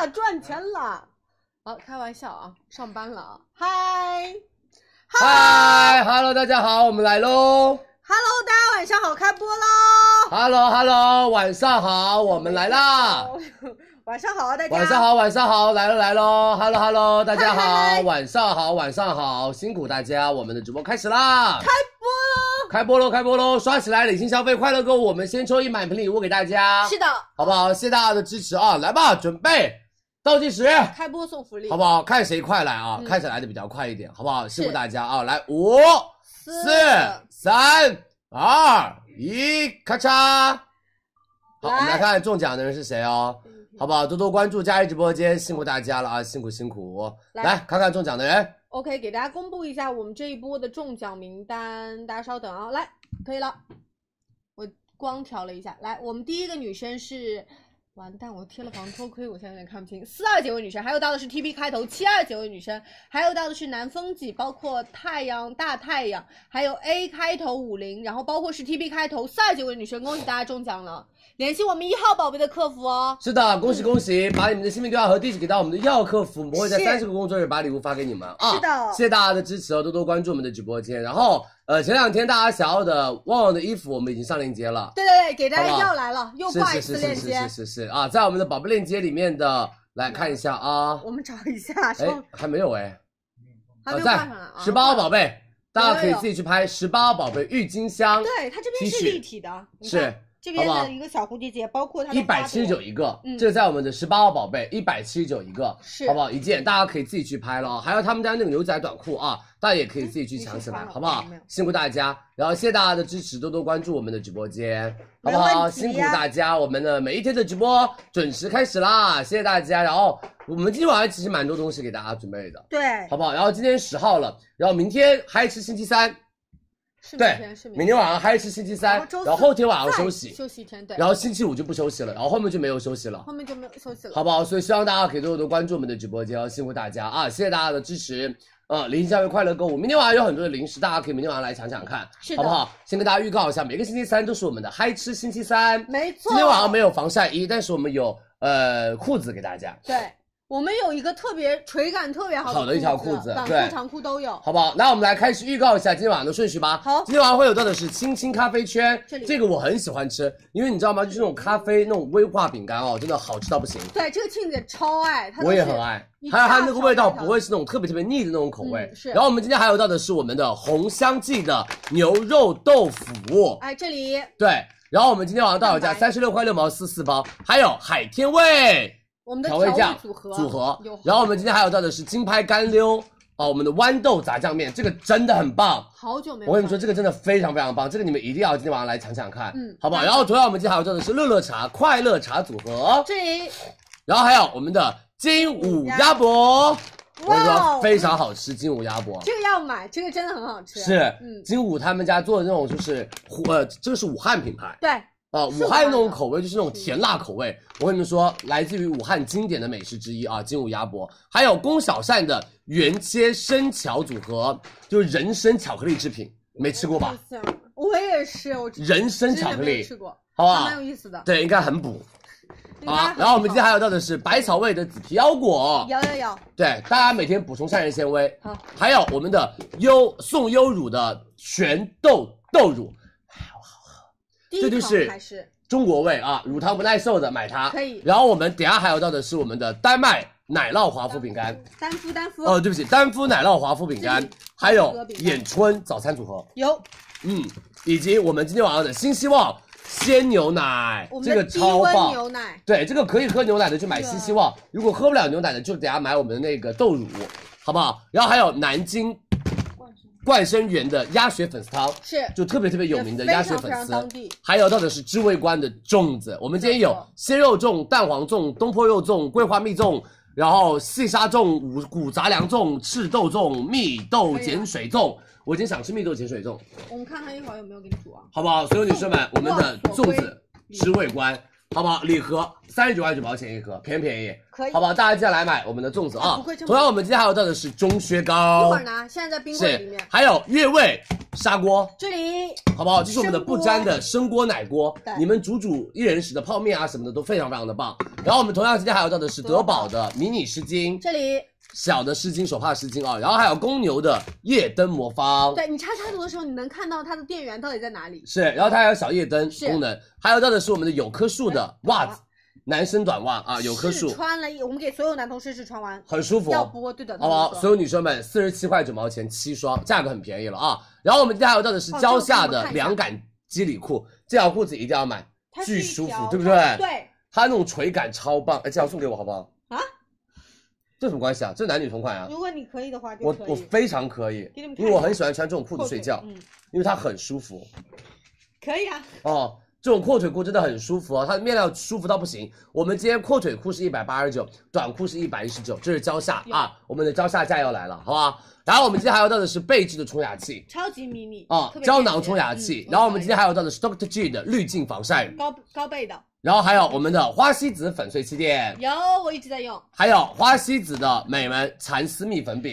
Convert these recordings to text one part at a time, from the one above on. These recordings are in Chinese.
了，赚钱了。啊，开玩笑啊，上班了啊。嗨嗨，Hello，大家好，我们来喽。 ，Hello，大家晚上好，开播喽。 Hello，Hello，晚上好，我们来啦。 晚上好啊，大家。晚上。好，晚上好，来了来喽，Hello，Hello，大家嗨好嗨，晚上好，晚上好，辛苦大家，我们的直播开始啦。开播开播喽，开播喽！刷起来，理性消费，快乐购物。我们先抽一满屏礼物给大家喽。，是的，好不好？谢谢大家的支持啊！来吧，准备倒计时，开播送福利。好不好？看谁快来啊！嗯看谁来的比较快一点，好不好？辛苦是大家啊！来，五、四四、三、二、一，咔嚓！好，我来们来看中奖的人是谁哦，好不好？多多关注佳怡直播间，辛苦大家了啊！辛苦辛苦！来来看看中奖的人， OK，给大家公布一下我们这一波的中奖名单，大家稍等啊，来，可以了。我光调了一下，来，我们第一个女生是，完蛋，我贴了防偷窥，我现在有点看不清。四二结尾女生，还有到的是 T B 开头七二结尾女生，还有到的是南风纪，包括太阳大太阳，还有 A 开头五零，然后包括是 T B 开头四二结尾女生，恭喜大家中奖了！联系我们一号宝贝的客服哦。是的，恭喜恭喜！把你们的姓名、电话和地址给到我们的一号客服，我们会在是三十个工作日把礼物发给你们啊。是的谢谢大家的支持哦，多多关注我们的直播间。然后，呃，前两天大家想要的旺旺的衣服，我们已经上链接了，对对对，给大好家不好要来了，又是挂一是次是链是是接是，是是啊，在我们的宝贝链接里面的，来看一下啊。我们找一下， 哎稍，还没有哎，还没有呃在挂上来啊。十八号宝贝，大家可有以有有自己去拍十八号宝贝郁金香，对，它这边 T 是恤立体的，你是看这边好不好的一个小蝴蝶结，包括它的一百七十花九朵一个嗯，这在我们的十八号宝贝一百七十九一个，是好不好？一件大家可以自己去拍了啊，还有他们家那个牛仔短裤啊，大家也可以自己去抢起来，嗯好不你好去穿了没有？辛苦大家，然后谢谢大家的支持，多多关注我们的直播间，好没不问题呀好？辛苦大家，我们的每一天的直播准时开始啦，谢谢大家。然后我们今天晚上其实蛮多东西给大家准备的，对，好不好？然后今天十号了，然后明天还是星期三，是嗯明对天是，明天晚上还是星期三，然后周四然后后天晚上再休息，休息一天，对，然后星期五就不休息了，然后后面就没有休息了。后面就没有休息了。好不好？所以希望大家可以多多关注我们的直播间哦，辛苦大家啊！谢谢大家的支持。呃，零食消费快乐购物，明天晚上有很多的零食，大家可以明天晚上来抢抢看，是的好不好？先跟大家预告一下，每个星期三都是我们的嗨吃星期三，没错，今天晚上没有防晒衣，但是我们有呃裤子给大家，对，我们有一个特别垂感特别好好的一条裤子短对裤、长裤都有。好不好？那我们来开始预告一下今天晚上的顺序吧。好今天晚上会有到的是青青咖啡圈这，里这个我很喜欢吃，因为你知道吗？就是那种咖啡那种威化饼干哦，真的好吃到不行。对，这个庆姐超爱，她都我也是很爱一，还有它大那个勺味道大勺不会是那种特别特别腻的那种口味。嗯是然后我们今天还有到的是我们的红香记的牛肉豆腐，哎，这里对。然后我们今天晚上到手价蛋白三十六块六毛四四包，还有海天味我们的调味酱组合组合有。然后我们今天还有到的是金拍干溜啊，我们的豌豆炸酱面，这个真的很棒。好久没有我跟你们说，看这个真的非常非常棒，这个你们一定要今天晚上来尝尝看，嗯好不好？然后同样我们今天还有到的是乐乐茶快乐茶组合，这里然后还有我们的金武鸭脖，我跟你哇说哦非常好吃，金武鸭脖这个要买，这个真的很好吃。是啊嗯，金武他们家做的那种，就是虎呃，这个是武汉品牌对，啊，是武汉那种口味就是那种甜辣口味。我跟你们说，来自于武汉经典的美食之一啊，金武鸭脖，还有龚小善的原切生巧组合，就是人参巧克力制品，没吃过吧？是我也是，我之人参巧前克没有力吃，过，好不还好蛮？有意思的。对，应该很补应该啊。很然后我们今天好还有到的是百草味的紫皮腰果，有有有，对，大家每天补充膳食纤维。好，还有我们的优宋优乳的全豆豆乳，第一这就口是还是中国味啊，乳糖不耐受的买它。可以然后我们等一下还有到的是我们的丹麦奶酪华夫饼干，单夫单夫、哦、对不起，丹夫奶酪华夫饼干这是，还有这是饼干眼春早餐组合，有嗯，以及我们今天晚上的新希望鲜牛奶我，们这个的低超温棒。牛奶，对，这个可以喝牛奶的就买新希望，如果喝不了牛奶的就等下买我们的那个豆乳，好不好？然后还有南京冠生园的鸭血粉丝汤，是就特别特别有名的也鸭非血常粉非常丝当地，还有到的是知味观的粽子，我们今天有没错鲜肉粽、蛋黄粽、东坡肉粽、桂花蜜粽。然后细沙粽、五谷杂粮粽、赤豆粽、蜜豆啊碱水粽，我今天想吃蜜豆碱水粽，我们看看一会儿有没有给你煮啊。 好不好？所有女生们，我们的粽子知味观好不好？礼盒三十九块九毛钱一盒，便宜便宜，可以好不好？大家接下来买我们的粽子哎啊不贵这！么同样，我们今天还有到的是钟薛一高会儿，拿，现在在冰柜里是面，还有越味砂锅，这里好不好？这是我们的不粘的生锅奶锅对，你们煮煮一人食的泡面啊什么的都非常非常的棒。然后我们同样今天还有到的是德宝的迷你湿巾，这里，小的湿巾、手帕湿巾啊，然后还有公牛的夜灯魔方，对你插插图的时候，你能看到它的电源到底在哪里。是，然后它还有小夜灯是嗯功能，还有到的是我们的有棵树的袜短子，男生短袜啊，有棵试树穿了一，我们给所有男同事试穿完，很舒服，哦要播对的，好不好？他们说所有女生们，四十七块九毛钱七双，价格很便宜了啊。然后我们今天还有到的是哦这个蕉我给你下们的看一下凉感基里裤，这条裤子一定要买，它是巨一舒服条，对不对？对，它那种垂感超棒，哎，这条送给我好不好？啊？这有什么关系啊？这男女同款啊？如果你可以的话，就我可以我非常可以给你们，看因为我很喜欢穿这种裤子睡觉，阔腿嗯，因为它很舒服可以啊，哦。这种阔腿裤真的很舒服啊，它的面料舒服到不行。我们今天阔腿裤是一百八十九，短裤是一百一十九，这是蕉下啊，我们的蕉下价要来了，好吧？然后我们今天还要到的是贝致的冲牙器超级迷你啊特，别胶囊便携冲牙器。嗯然后我们今天还有到的是 Dr. G 的滤镜防晒乳，高高倍的然后还有我们的花西子粉碎气垫，有，我一直在用，还有花西子的美门蚕丝蜜粉饼，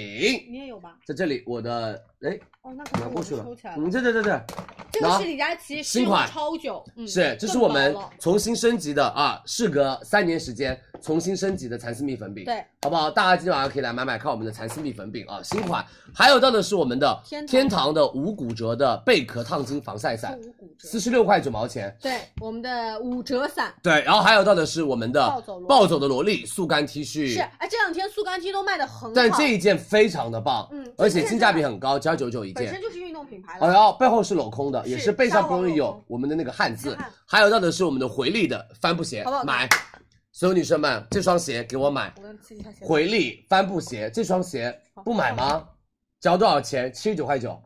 你也有吧？在这里我的哎哦，那可拿能过我去就了收起来，了。嗯这这这这这拿个是李佳琦试新用款超久，嗯，是这是更我薄们了重新升级的啊，事隔三年时间重新升级的蚕丝蜜粉饼，对，好不好？大家今天晚上可以来买买看我们的蚕丝蜜粉饼啊，新款，还有到的是我们的天堂嗯天堂的无骨折的贝壳烫金防晒伞，是无骨折四，十六块九毛钱，对，我们的五折伞对，然后还有到的是我们的暴走萝莉暴走的萝莉速干 T 恤，是，哎，这两天速干 T 都卖的很好，但这一件非常的棒，嗯而且性价比很高，只要九九一本件身。就是运动品牌哦，了，然后背后是镂空的，是也是背上不容易上网镂有空我们的那个汉字看看，还有到的是我们的回力的帆布鞋好不好，看买，所有女生们这双鞋给我买，我跟刺激一下鞋，回力帆布鞋这双鞋好不买吗？只要多少钱？七十九块九，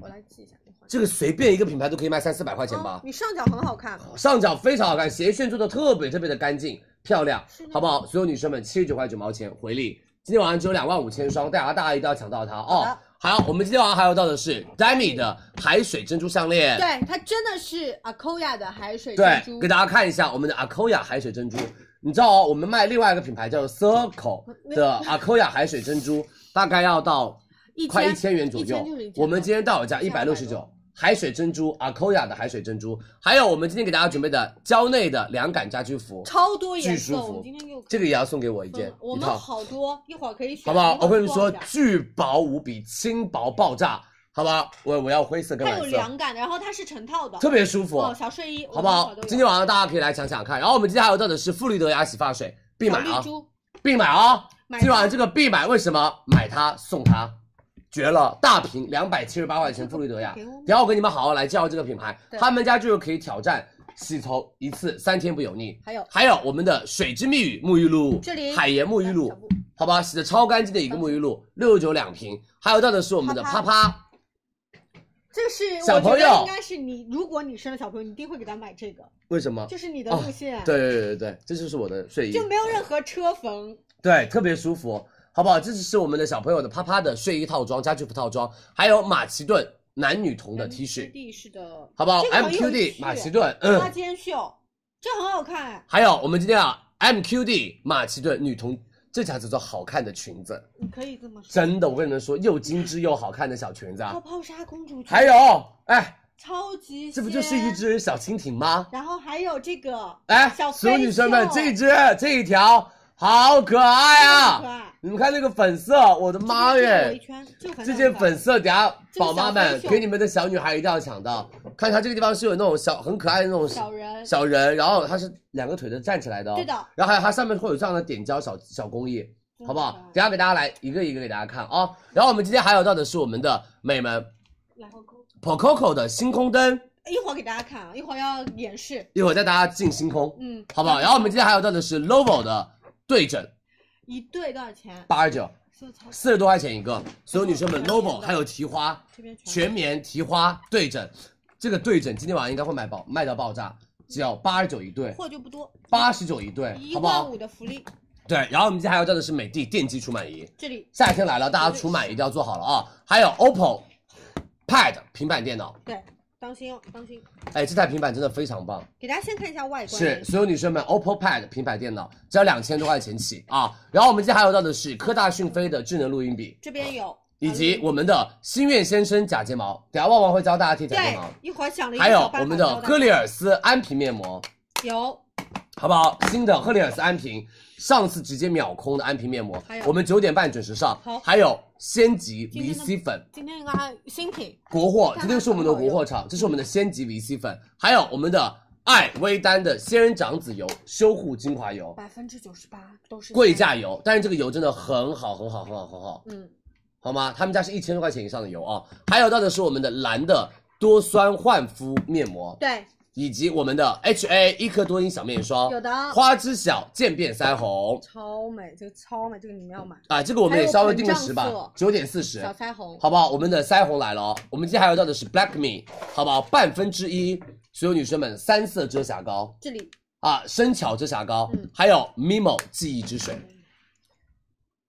我来记一下，一会儿这个随便一个品牌都可以卖三四百块钱哦吧。你上脚很好看，上脚非常好看，鞋楦做的特别特别的干净漂亮是，的好不好？所有女生们，七十九块九毛钱回力，今天晚上只有两万五千双，大家大家一定要抢到它好哦的。好，我们今天晚上还有到的是 Demi 的海水珍珠项链，对，它真的是 Akoya 的海水珍对，珠给，大家看一下我们的 Akoya 海水珍珠。你知道哦，我们卖另外一个品牌叫做 Circle 的 Akoya 海水珍珠，大概要到一千快一千元左右就是一千。我们今天到手价一百六十169九，海水珍珠 Akoya 的海水珍珠，还有我们今天给大家准备的蕉内的凉感家居服，超多颜巨舒色，服我们今天又这个也要送给我一分件了，嗯我一们套，好多，一会儿可以选，好不好一？会我儿跟你们逛说一，下巨薄无比，轻薄爆炸，好不好？我我要灰色跟它蓝有色，凉感的，然后它是成套的，特别舒服，哦，小睡衣，好不好？今天晚晚上大家可以来抢抢看。然后我们今天还有到的是馥绿德雅洗发水，必买啊，珠必买啊！买今天晚上这个必买，为什么？买它送它，绝了！大瓶两百七十八块钱，馥绿德雅给我买。然后我给你们好好来介绍这个品牌，对他们家就是可以挑战洗头一次三天不油腻。还有还有我们的水之密语沐浴露，这里海盐沐浴露小，布好吧，洗的超干净的一个沐浴露，六十九两瓶。还有到的是我们的啪啪啪啪，这个是小朋友我觉得应该是你，如果你生了小朋友，你一定会给他买这个，为什么？这是你的路线，哦对对对对对，这就是我的睡衣就，没有任何车缝，对，特别舒服，好不好？这是我们的小朋友的啪啪的睡衣套装、家居服套装，还有马其顿男女童的 T 恤， ，MQD 是的，好不好嗯这个很有？MQD 趣马其顿，花嗯，间袖，这很好看，还有我们今天啊，MQD 马其顿女童，这才叫做好看的裙子，你可以这么说，真的，我跟你们说，又精致又好看的小裙子泡啊！泡纱公主裙，还有，哎，超级，这不就是一？只小蜻蜓吗？然后还有这个，哎小，所有飞女生们袖，这一只这一条好这可爱个很可啊！爱，你们看那个粉色，我的妈耶！这个这个围圈，这这件件粉色，等下这个宝妈小们黑袖给你们的小女孩一定要抢到。看它这个地方是有那种小很可爱的那种小人，小人，然后它是两个腿都站起来的哦。对的。然后还有它上面会有这样的点胶小小工艺，好不好？等下给大家来一个一个给大家看啊、然后我们今天还有到的是我们的美们来， Pococo 的星空灯，一会儿给大家看啊，一会儿要演示，一会儿带大家进星空，嗯，好不好？然后我们今天还有到的是 Lovo 的对枕，一对多少钱？啊八十九，就才四十多块钱一个。所有女生们这个，Lovo 还有提花。这边全棉提花对枕，这个对枕今天晚上应该会买爆卖到爆炸，只要八十九一对，货就不多，八十九一对，一好不万好五？的福利，对，然后我们今天还要到的是美的电机除螨仪，这里夏天来了，大家除螨一定要做好了啊！还有 OPPO Pad 平板电脑，对当心哦，当心！哎，这台平板真的非常棒，给大家先看一下外观。是所有女生们 OPPO Pad 平板电脑只要两千多块钱起啊。然后我们今天还有到的是科大讯飞的智能录音笔，这边有，以嗯及我们的心愿先生假睫毛，等下旺旺会教大家贴假睫呃对毛，，一会儿讲了一个还有小办法我们教的大家歌丽尔斯安瓶面膜，有，好不好？新的赫丽尔斯安瓶，上次直接秒空的安瓶面膜还有，我们九点半准时上。好还有仙极今天的 VC 粉，今天应该还有新品，国货，看看这就是我们的国货厂，这是我们的仙极 VC 粉，还有我们的爱薇丹的仙人掌籽油修护精华油，百分之九十八都是贵在，价油，但是这个油真的很好，很好，很好，很好，嗯，好吗？他们家是一千多块钱以上的油啊。还有到的是我们的蓝的多酸焕肤面膜，对，以及我们的 HA 一颗多因小面霜，有的花知晓渐变腮红。超美，这个超美，这个你们要买，啊，这个我们也稍微定个时还吧有膨胀，九点四十小，腮红，好不好？我们的腮红来了哦，我们今天还有到的是 Black Me，好不好？半分之一，所有女生们三色遮瑕膏这里啊，生巧遮瑕膏，嗯还有 Mimo 记忆之水，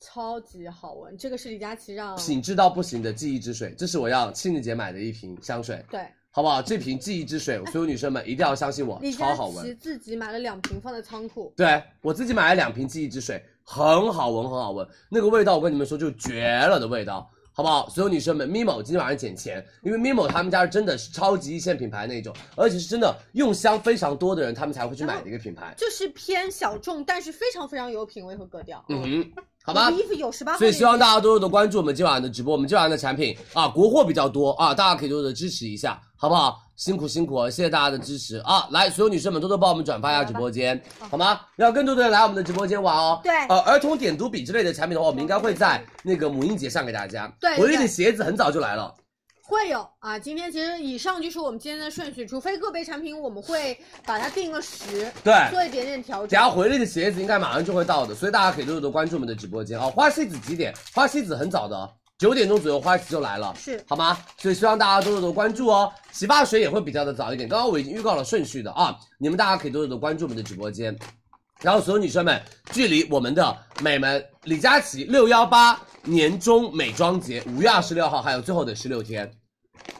超级好闻，这个是李佳琦让，品质到不行的记忆之水，这是我让庆子姐买的一瓶香水，对，好不好？这瓶记忆之水，哎所有女生们一定要相信我李，超佳好琦闻。自己买了两瓶放在仓库，对我自己买了两瓶记忆之水，很好闻，很好闻，那个味道我跟你们说就绝了的味道，好不好？所有女生们，Mimo 今天晚上捡钱，因为 Mimo 他们家是真的是超级一线品牌那种，而且是真的用香非常多的人，他们才会去买的一个品牌。就是偏小众，但是非常非常有品味和格调，嗯哼，好吧我的。衣服有十八号所链以接，希望大家多多的关注我们今晚的直播，我们今晚的产品啊，国货比较多啊，大家可以多多的支持一下，好不好？辛苦辛苦了，谢谢大家的支持啊！来，所有女生们多多帮我们转发一下直播间，好吗？让更多的人来我们的直播间玩哦。对呃，儿童点读笔之类的产品的话，我们应该会在那个母婴节上给大家。对我对有的鞋子很早就来了，会有啊，今天其实以上就是我们今天的顺序，除非个别产品我们会把它定个时，对做一点点调等下整。回力的鞋子应该马上就会到的，所以大家可以多多的关注我们的直播间啊、花西子几点？花西子很早的，哦九点钟左右花西子就来了，是好吗？所以希望大家多多的关注哦。洗发水也会比较的早一点，刚刚我已经预告了顺序的啊，你们大家可以多多的关注我们的直播间。然后所有女生们，距离我们的美们李佳琦六幺八年终美妆节五月二十六号还有最后的十六天，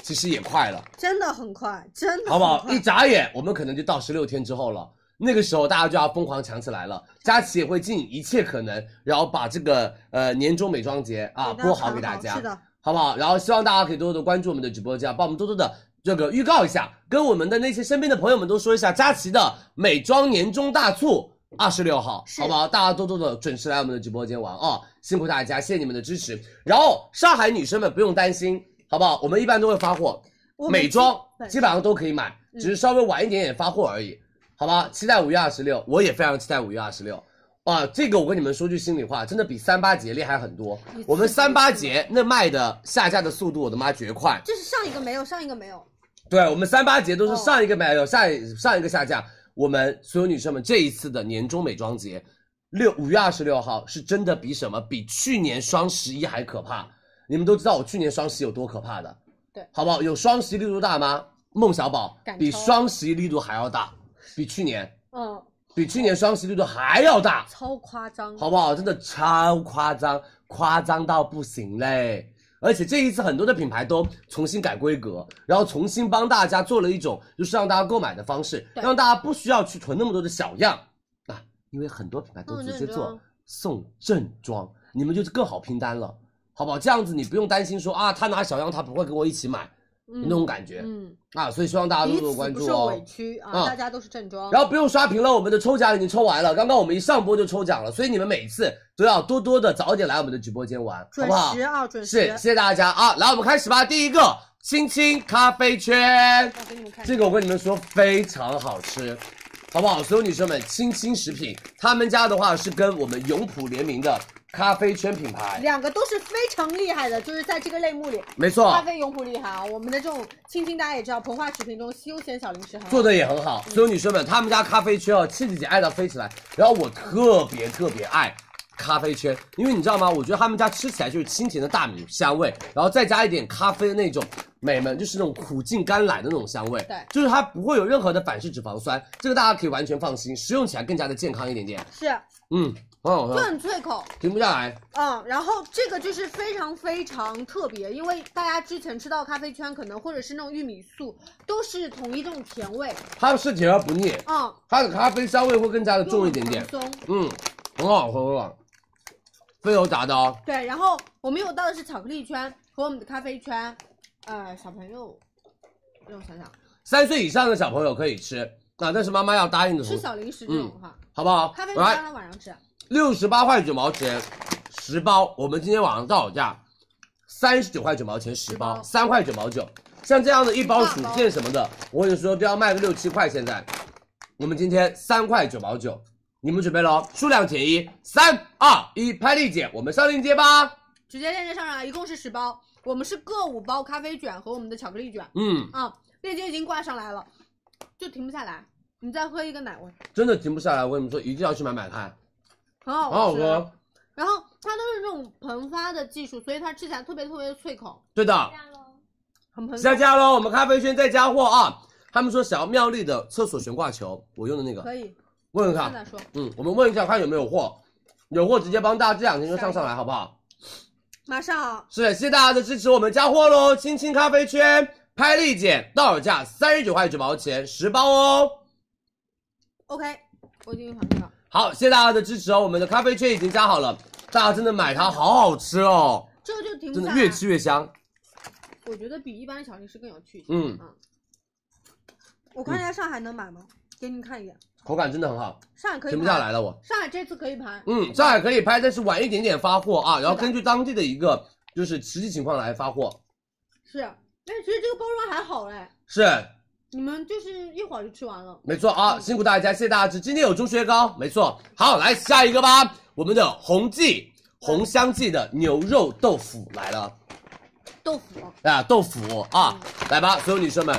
其实也快了。真的很快，真的好不好很？快一眨眼，我们可能就到十六天之后了。那个时候大家就要疯狂抢起来了，佳琪也会尽一切可能，然后把这个呃年终美妆节啊给播好给大看家，是的，好不好？然后希望大家可以多多的关注我们的直播间，啊帮我们多多的这个预告一下，跟我们的那些身边的朋友们都说一下佳琦的美妆年终大促。二十六号，是好不好？大家多多的准时来我们的直播间玩啊、辛苦大家，谢谢你们的支持。然后上海女生们不用担心，好不好？我们一般都会发货，我们美妆本基本上都可以买，嗯只是稍微晚一点点发货而已，好吧？期待五月二十六，我也非常期待五月二十六。啊，这个我跟你们说句心里话，真的比三八节厉害很多你自己。我们三八节那卖的下架的速度，我的妈绝快！这是上一个没有，上一个没有，对我们三八节都是哦上一个买有，下一上一个下架。我们所有女生们，这一次的年终美妆节，六五月二十六号是真的比什么？比去年双十一还可怕。你们都知道我去年双十一有多可怕的，对好不好？有双十一力度大吗？孟小宝赶超比双十一力度还要大，比去年嗯，比去年双十一力度还要大。超夸张，好不好？真的超夸张，夸张到不行嘞！而且这一次很多的品牌都重新改规格，然后重新帮大家做了一种就是让大家购买的方式，对让大家不需要去囤那么多的小样啊，因为很多品牌都送直接正做装送正装，你们就是更好拼单了，好不好？这样子你不用担心说啊，他拿小样他不会跟我一起买、嗯那种感觉、嗯，啊，所以希望大家多彼多此关不注受哦。委屈啊，啊大家都是正装，然后不用刷屏了，我们的抽奖已经抽完了。刚刚我们一上播就抽奖了，所以你们每次都要多多的早点来我们的直播间玩，好准不好时？啊，准是，时谢，谢大家啊！来，我们开始吧。第一个青青咖啡圈，我给你们看，这个我跟你们说非常好吃，好不好？所有女生们，青青食品他们家的话是跟我们永璞联名的咖啡圈品牌，两个都是非常厉害的，就是在这个类目里，没错，咖啡永璞厉害啊，我们的这种青青大家也知道，膨化食品中休闲小零食很好做的也很好。所有女生们，他们家咖啡圈哦，气质姐爱到飞起来。然后我特别特别爱咖啡圈，因为你知道吗？我觉得他们家吃起来就是清甜的大米香味，然后再加一点咖啡的那种美们，就是那种苦尽甘来的那种香味。对就是它不会有任何的反式脂肪酸，这个大家可以完全放心，食用起来更加的健康一点点。是。嗯，很好喝，很脆口，停不下来。嗯，然后这个就是非常非常特别，因为大家之前吃到咖啡圈可能或者是那种玉米素，都是统一这种甜味，它是甜而不腻，嗯，它的咖啡香味会更加的重一点点又。很松，嗯，很好喝啊，非油炸的哦。对，然后我们有到的是巧克力圈和我们的咖啡圈，呃，小朋友，让我想想，三岁以上的小朋友可以吃，啊，但是妈妈要答应的同吃时，小零食这种哈，好不好咖啡？圈让嗯来，他晚上吃，六十八块九毛钱十包，我们今天晚上到手价三十九块九毛钱十十包，包三块九毛九。像这样的一包大薯包片什么的，我跟你说都要卖个六七块。现在，我们今天三块九毛九，你们准备喽，数量填一，三二一，拍立减，我们上链接吧。直接链接上来，一共是十包，我们是各五包咖啡卷和我们的巧克力卷，嗯，啊、链接已经挂上来了，就停不下来，你再喝一个奶味，真的停不下来，我跟你们说，一定要去买买哦看，很好很吃，好啊喝。然后它都是这种膨发的技术，所以它吃起来特别特别的脆口，对的，很膨下架喽！我们咖啡圈再加货啊！他们说想要妙丽的厕所悬挂球，我用的那个，可以。问问现看，在说，嗯，我们问一下看有没有货，有货直接帮大家这两天就上上来，好不好？马上啊，是的，谢谢大家的支持，我们加货喽！青青咖啡圈拍立减到手价三十九块九毛钱十包哦。 ，OK，我已经想到了，好，谢谢大家的支持哦！我们的咖啡圈已经加好了，大家真的买它，好好吃哦，这个就停不真下的来。越吃越香。我觉得比一般的小零食更有趣一些。嗯我看一下上海能买吗？给你们看一眼，口感真的很好，上海可以停盘。不下来了我。上海这次可以盘。嗯，上海可以拍，但是晚一点点发货啊，然后是的根据当地的一个就是实际情况来发货。是，哎，其实这个包装还好哎，是，你们就是一会儿就吃完了。没错嗯啊，辛苦大家，谢谢大家支持。今天有猪血糕，没错。好，来下一个吧，我们的红记红香记的牛肉豆腐来了豆腐，啊，豆腐啊，嗯来吧，所有女生们，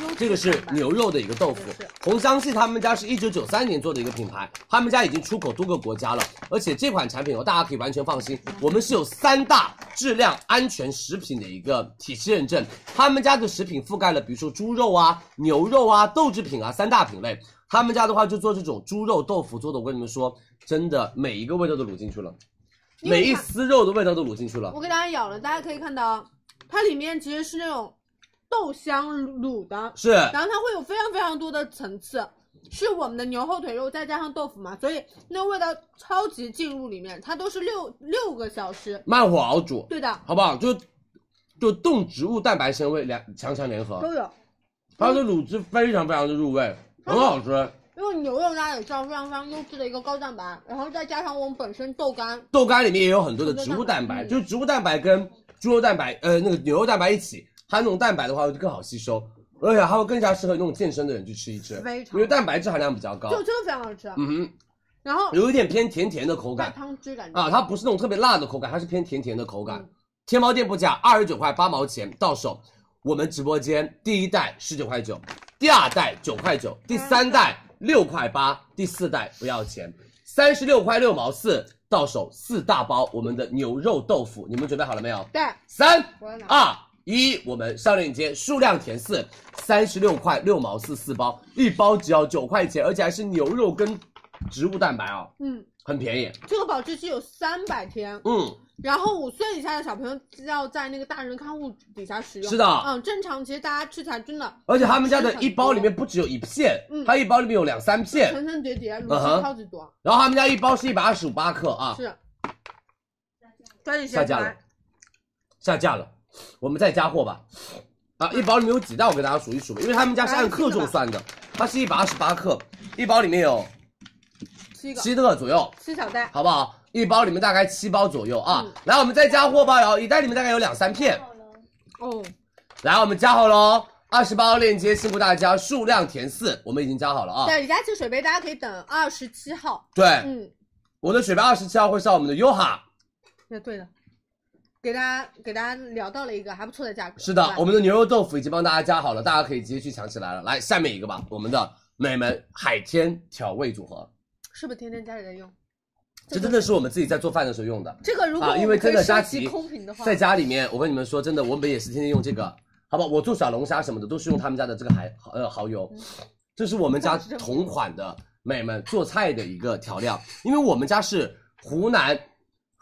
优质这个是版本牛肉的一个豆腐是。红香记他们家是一九九三年做的一个品牌，他们家已经出口多个国家了，而且这款产品哦，大家可以完全放心，我们是有三大质量安全食品的一个体系认证，他们家的食品覆盖了比如说猪肉啊、牛肉啊、豆制品啊三大品类。他们家的话就做这种猪肉豆腐做的，我跟你们说，真的每一个味道都卤进去了，因为每一它丝肉的味道都卤进去了。我给大家舀了，大家可以看到，它里面其实是那种豆香卤的，是，然后它会有非常非常多的层次，是我们的牛后腿肉再加上豆腐嘛，所以那味道超级进入里面，它都是六六个小时。慢火熬煮，对的，好不好？就就动植物蛋白纤维两强强联合，都有，它的卤汁非常非常的入味，很好吃。因为牛肉大家也知道非常非常优质的一个高蛋白，然后再加上我们本身豆干，豆干里面也有很多的植物蛋白，嗯就是植物蛋白跟猪肉蛋白，呃，那个牛肉蛋白一起，它那种蛋白的话会更好吸收，哎而且它会更加适合那种健身的人去吃一吃，非常因为蛋白质含量比较高就。真的非常好吃。啊嗯哼，然后有一点偏甜甜的口带感汤汁感觉，啊，它不是那种特别辣的口感，它是偏甜甜的口感嗯。天猫店铺价二十九块八毛钱到手，我们直播间第一袋十九块九，第二袋九块九，第三袋六块八，第四袋不要钱，三十六块六毛四到手四大包我们的牛肉豆腐，你们准备好了没有？对，三我要拿二一，我们上链接，数量填四，三十六块六毛四四包，一包只要九块钱，而且还是牛肉跟植物蛋白哦，嗯，很便宜。这个保质期有三百天，嗯，然后五岁以下的小朋友要在那个大人看护底下使用。是的嗯，正常其实大家吃起来真的而且他们家的一包里面不只有一片，嗯它一包里面有两三片，层层叠叠，卤嗯哼汁超级多。然后他们家一包是一百二十五八克啊，是，抓紧时下间架了买，，下架了，我们再加货吧。嗯啊，一包里面有几袋？我给大家数一数吧，因为他们家是按克重算的，它是一百二十八克，一包里面有七个，七个左右，七小袋，好不好？一包里面大概七包左右啊嗯。来，我们再加货吧，然后一袋里面大概有两三片。哦，来，我们加好喽，二十包链接，辛苦大家，数量填四，我们已经加好了啊。对，李佳琦水杯大家可以等二十七号，对，嗯，我的水杯二十七号会上我们的优哈。那对的，给大家给大家聊到了一个还不错的价格，是对的吧，我们的牛肉豆腐已经帮大家加好了，大家可以直接去抢起来了。来，下面一个吧，我们的美门海天调味组合，是不是天天家里在用？这真的是我们自己在做饭的时候用的。这个如果啊，因为真的佳佳琪空瓶的话，在家里面，我跟你们说，真的，我们也是天天用这个，好不好？我做小龙虾什么的都是用他们家的这个海呃蚝油，这是我们家同款的美们做菜的一个调料，因为我们家是湖南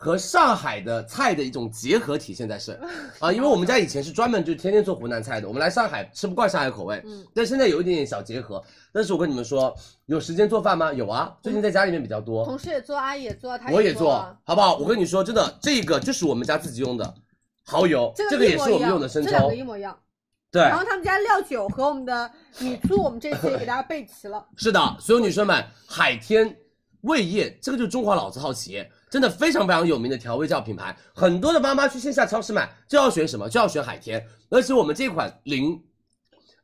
和上海的菜的一种结合体，现在是啊，因为我们家以前是专门就天天做湖南菜的，我们来上海吃不惯上海口味，嗯，但现在有一点点小结合。但是我跟你们说，有时间做饭吗？有啊，最近在家里面比较多，同事也做，阿嗯姨也做，他我也做啊做了，，好不好？我跟你说，真的，这个就是我们家自己用的蚝油，这个一也模是一我们样用的生这两抽个，一模一样。对然，后他们家料酒和我们的米醋，我们这次也给大家备齐了。是的，所有女生们，海天味业这个就是中华老字号企业，真的非常非常有名的调味料品牌。很多的妈妈去线下超市买，就要选什么？就要选海天。而且我们这款零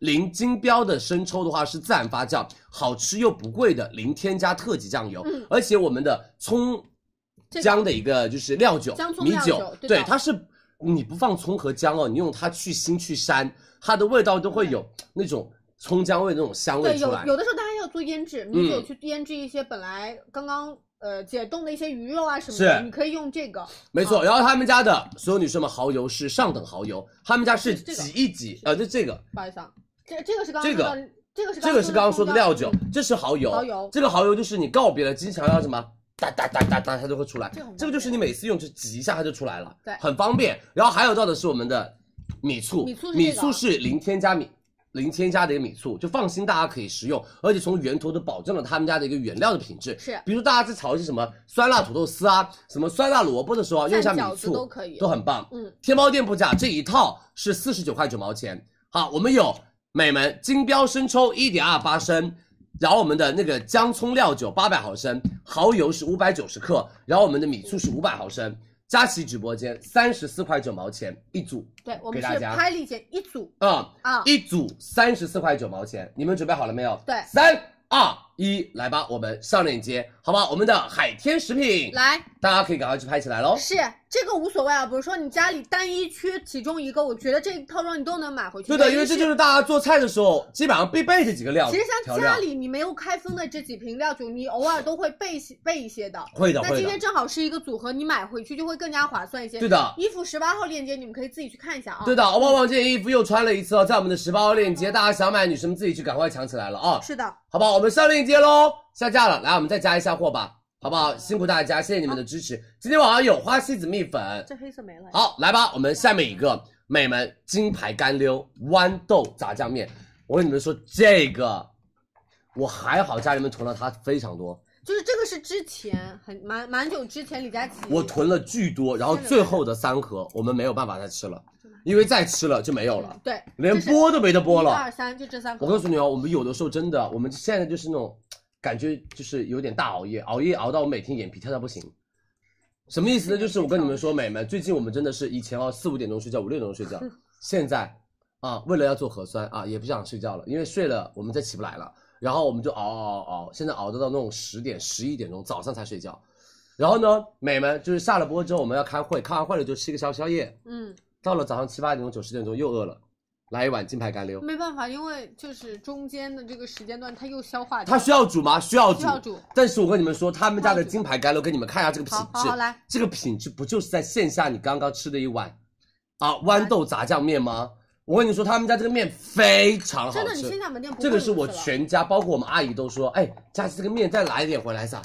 零金标的生抽的话是自然发酵，好吃又不贵的零添加特级酱油，嗯而且我们的葱这个姜的一个就是料酒、姜葱米料酒，酒对对，的它是你不放葱和姜哦，你用它去腥去膻，它的味道都会有那种葱姜味的那种香味对，出有来。有的时候大家要做腌制，米酒嗯去腌制一些本来刚刚呃解冻的一些鱼肉啊什么是的，你可以用这个。没嗯错，然后他们家的所有女生们蚝油是上等蚝油，他们家是是这个挤一挤，呃，就这个，不好意思啊，这这个是刚刚这个说的，这个是这个是刚刚说的料料酒，这是蚝油，蚝油这个蚝油就是你告别了经常要什么。哒哒哒哒哒，它就会出来这个很方。便这个就是你每次用就挤一下，它就出来了，对很方便。然后还有到的是我们的米醋，米醋是这个米醋是零添加米，零添加的一个米醋，就放心大家可以食用，而且从源头都保证了他们家的一个原料的品质。是比如大家在炒一些什么酸辣土豆丝啊，什么酸辣萝卜的时候啊，用一下蘸米饺子醋都可以。都很棒。嗯，天猫店铺价这一套是四十九块九毛钱。好，我们有美们金标生抽一点二八升，然后我们的那个姜葱料酒八百毫升，蚝油是五百九十克，然后我们的米醋是五百毫升。佳琦直播间三十四块九毛钱一组对，我给们大是家拍立减一组啊、啊，一组三十四块九毛钱，你们准备好了没有？对三二一，来吧，我们上链接，好吧？我们的海天食品，来大家可以赶快去拍起来喽。是这个无所谓啊，比如说你家里单一缺其中一个，我觉得这一套装你都能买回去。。对的，因为这就是是大家做菜的时候基本上必备这几个料，其实像调家料里你没有开封的这几瓶料酒，你偶尔都会备一些备一些哦的。会的那会今的天，正好是一个组合，你买回去就会更加划算一些。对的。衣服十八号链接你们可以自己去看一下啊。对的，旺旺这件衣服又穿了一次哦，在我们的十八号链接，大家想买的女生们自己去赶快抢起来了啊，是的，好不好？我们上链接喽，下架了，来我们再加一下货吧，好不好？辛苦大家，谢谢你们的支持。今天晚上有花西子蜜粉，这黑色没了。好，来吧，我们下面一个美们金牌干溜豌豆炸酱面，我跟你们说这个，我还好家里面囤了它非常多，就是这个是之前很蛮蛮久之前李佳琦我囤了巨多，然后最后的三盒我们没有办法再吃了，因为再吃了就没有了，嗯对，连剥都没得剥一二了。三就这三我口。告诉你哦，我们有的时候真的，我们现在就是那种感觉，就是有点大熬夜，熬夜熬到我每天眼皮跳到不行。什么意思呢？就是我跟你们说，美们，最近我们真的是以前哦四五点钟睡觉，五六点钟睡觉，现在啊为了要做核酸啊也不想睡觉了，因为睡了我们再起不来了，然后我们就熬熬熬熬，现在熬得到那种十点十一点钟早上才睡觉。然后呢，美们就是下了播之后我们要开会，开完会了就吃一个小宵夜，嗯，到了早上七八点钟九十点钟又饿了，来一碗金牌干溜。没办法，因为就是中间的这个时间段，它又消化掉它了。需要煮吗？需要煮。需要煮但是我跟你们说，他们家的金牌干溜，给你们看一下这个品好质。好好来，这个品质不就是在线下你刚刚吃的一碗啊豌豆炸酱面吗？我跟你说，他们家这个面非常好吃。真的，你线下门店不这会个是如此我了全家，包括我们阿姨都说，哎，佳琪这个面再来一点回来撒，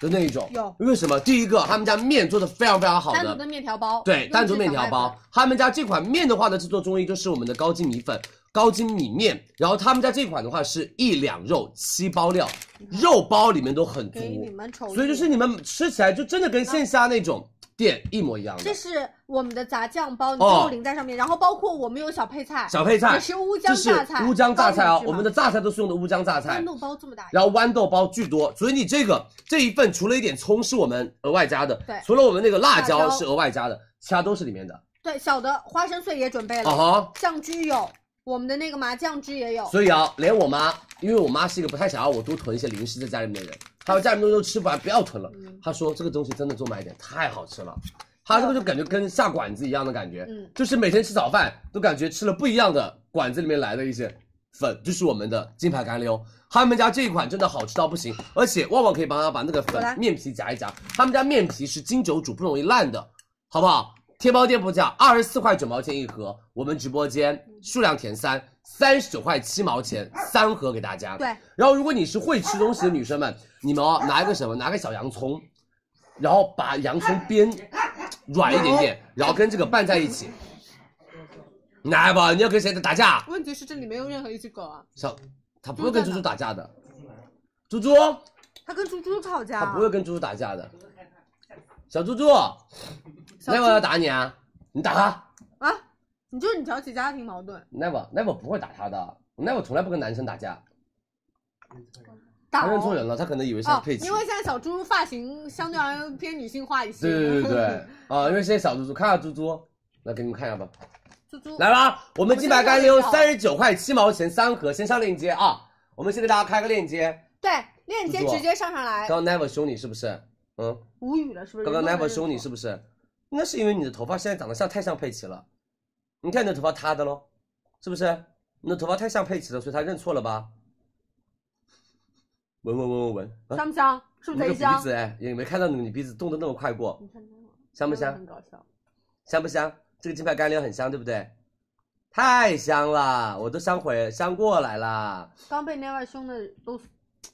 就那一种。有因为什么？第一个，他们家面做的非常非常好单独的面条包，对，单独面条包用。他们家这款面的话呢，制作中医就是我们的高筋米粉、高筋米面，然后他们家这款的话是一两肉七包料，肉包里面都很这小卖粉嗯给你足，们瞅一眼，所以就是你们吃起来就真的跟线下那种店一模一样这的。是我们的炸酱包，你哦最后淋在上面，然后包括我们有小配菜，小配菜也是乌这江是榨菜，乌江榨菜高哦品，质我们的嘛榨菜都是用的乌江榨菜豌，豆包这么大，然后豌豆包巨多，所以你这个这一份除了一点葱是我们额外加的，对除了我们那个辣辣椒椒是额外加的，其他都是里面的。对，小的花生碎也准备哦了，吼，酱汁有，我们的那个麻酱汁也有，所以啊，连我妈，因为我妈是一个不太想要我多囤一些零食在家里面的人，她说家里面东西都吃不完，不要囤了。嗯她说这个东西真的多买一点，太好吃了。她这个就感觉跟下馆子一样的感觉，嗯就是每天吃早饭都感觉吃了不一样的馆子里面来的一些粉，就是我们的金牌干溜。他们家这一款真的好吃到不行，而且旺旺可以帮他把那个我粉来面皮夹一夹，他们家面皮是经久煮不容易烂的，好不好？天猫店铺价二十四块九毛钱一盒，我们直播间数量填三，三十九块七毛钱三盒给大家。对，然后如果你是会吃东西的女生们，你们哦拿一个什么，拿个小洋葱，然后把洋葱煸软一点点，然后跟这个拌在一起。来吧，你要跟谁打架？问题是这里没有任何一只狗啊，小，他不会跟猪猪打架的。猪猪，它跟猪猪吵架他啊。不会跟猪猪打 架的。小猪猪，小 n e 猪 v e r 要打你啊！你打他。啊，你就是你挑起家庭矛盾， never never 不会打他的，我 never 从来不跟男生打哦架。打他认哦错人了，他可能以为是哦，佩奇。因为现在小猪发型相对而言偏女性化一些。对对对对对，啊、因为现在小猪猪，看下猪猪，来给你们看一下吧。 猪猪来吧，我们们金先牌上干溜链接三十九块七毛钱三盒，先上链接啊！我们先给大家开个链接。对链接猪猪直接上上来，刚刚 never 凶你是不是？嗯，无语了是不是？刚刚人都 never 没凶你认是错不是？那是因为你的头发现在长得像太像佩奇了，你看你的头发塌的咯，是不是？你的头发太像佩奇了，所以他认错了吧？闻闻闻闻闻，啊香不香？是不是你那个贼鼻香？子哎，也没看到你鼻子动得那么快过，你看看我香不香真？的很搞笑。香不香？这个金牌干粮很香，对不对？太香了，我都香回香过来啦，刚被 Never 凶的都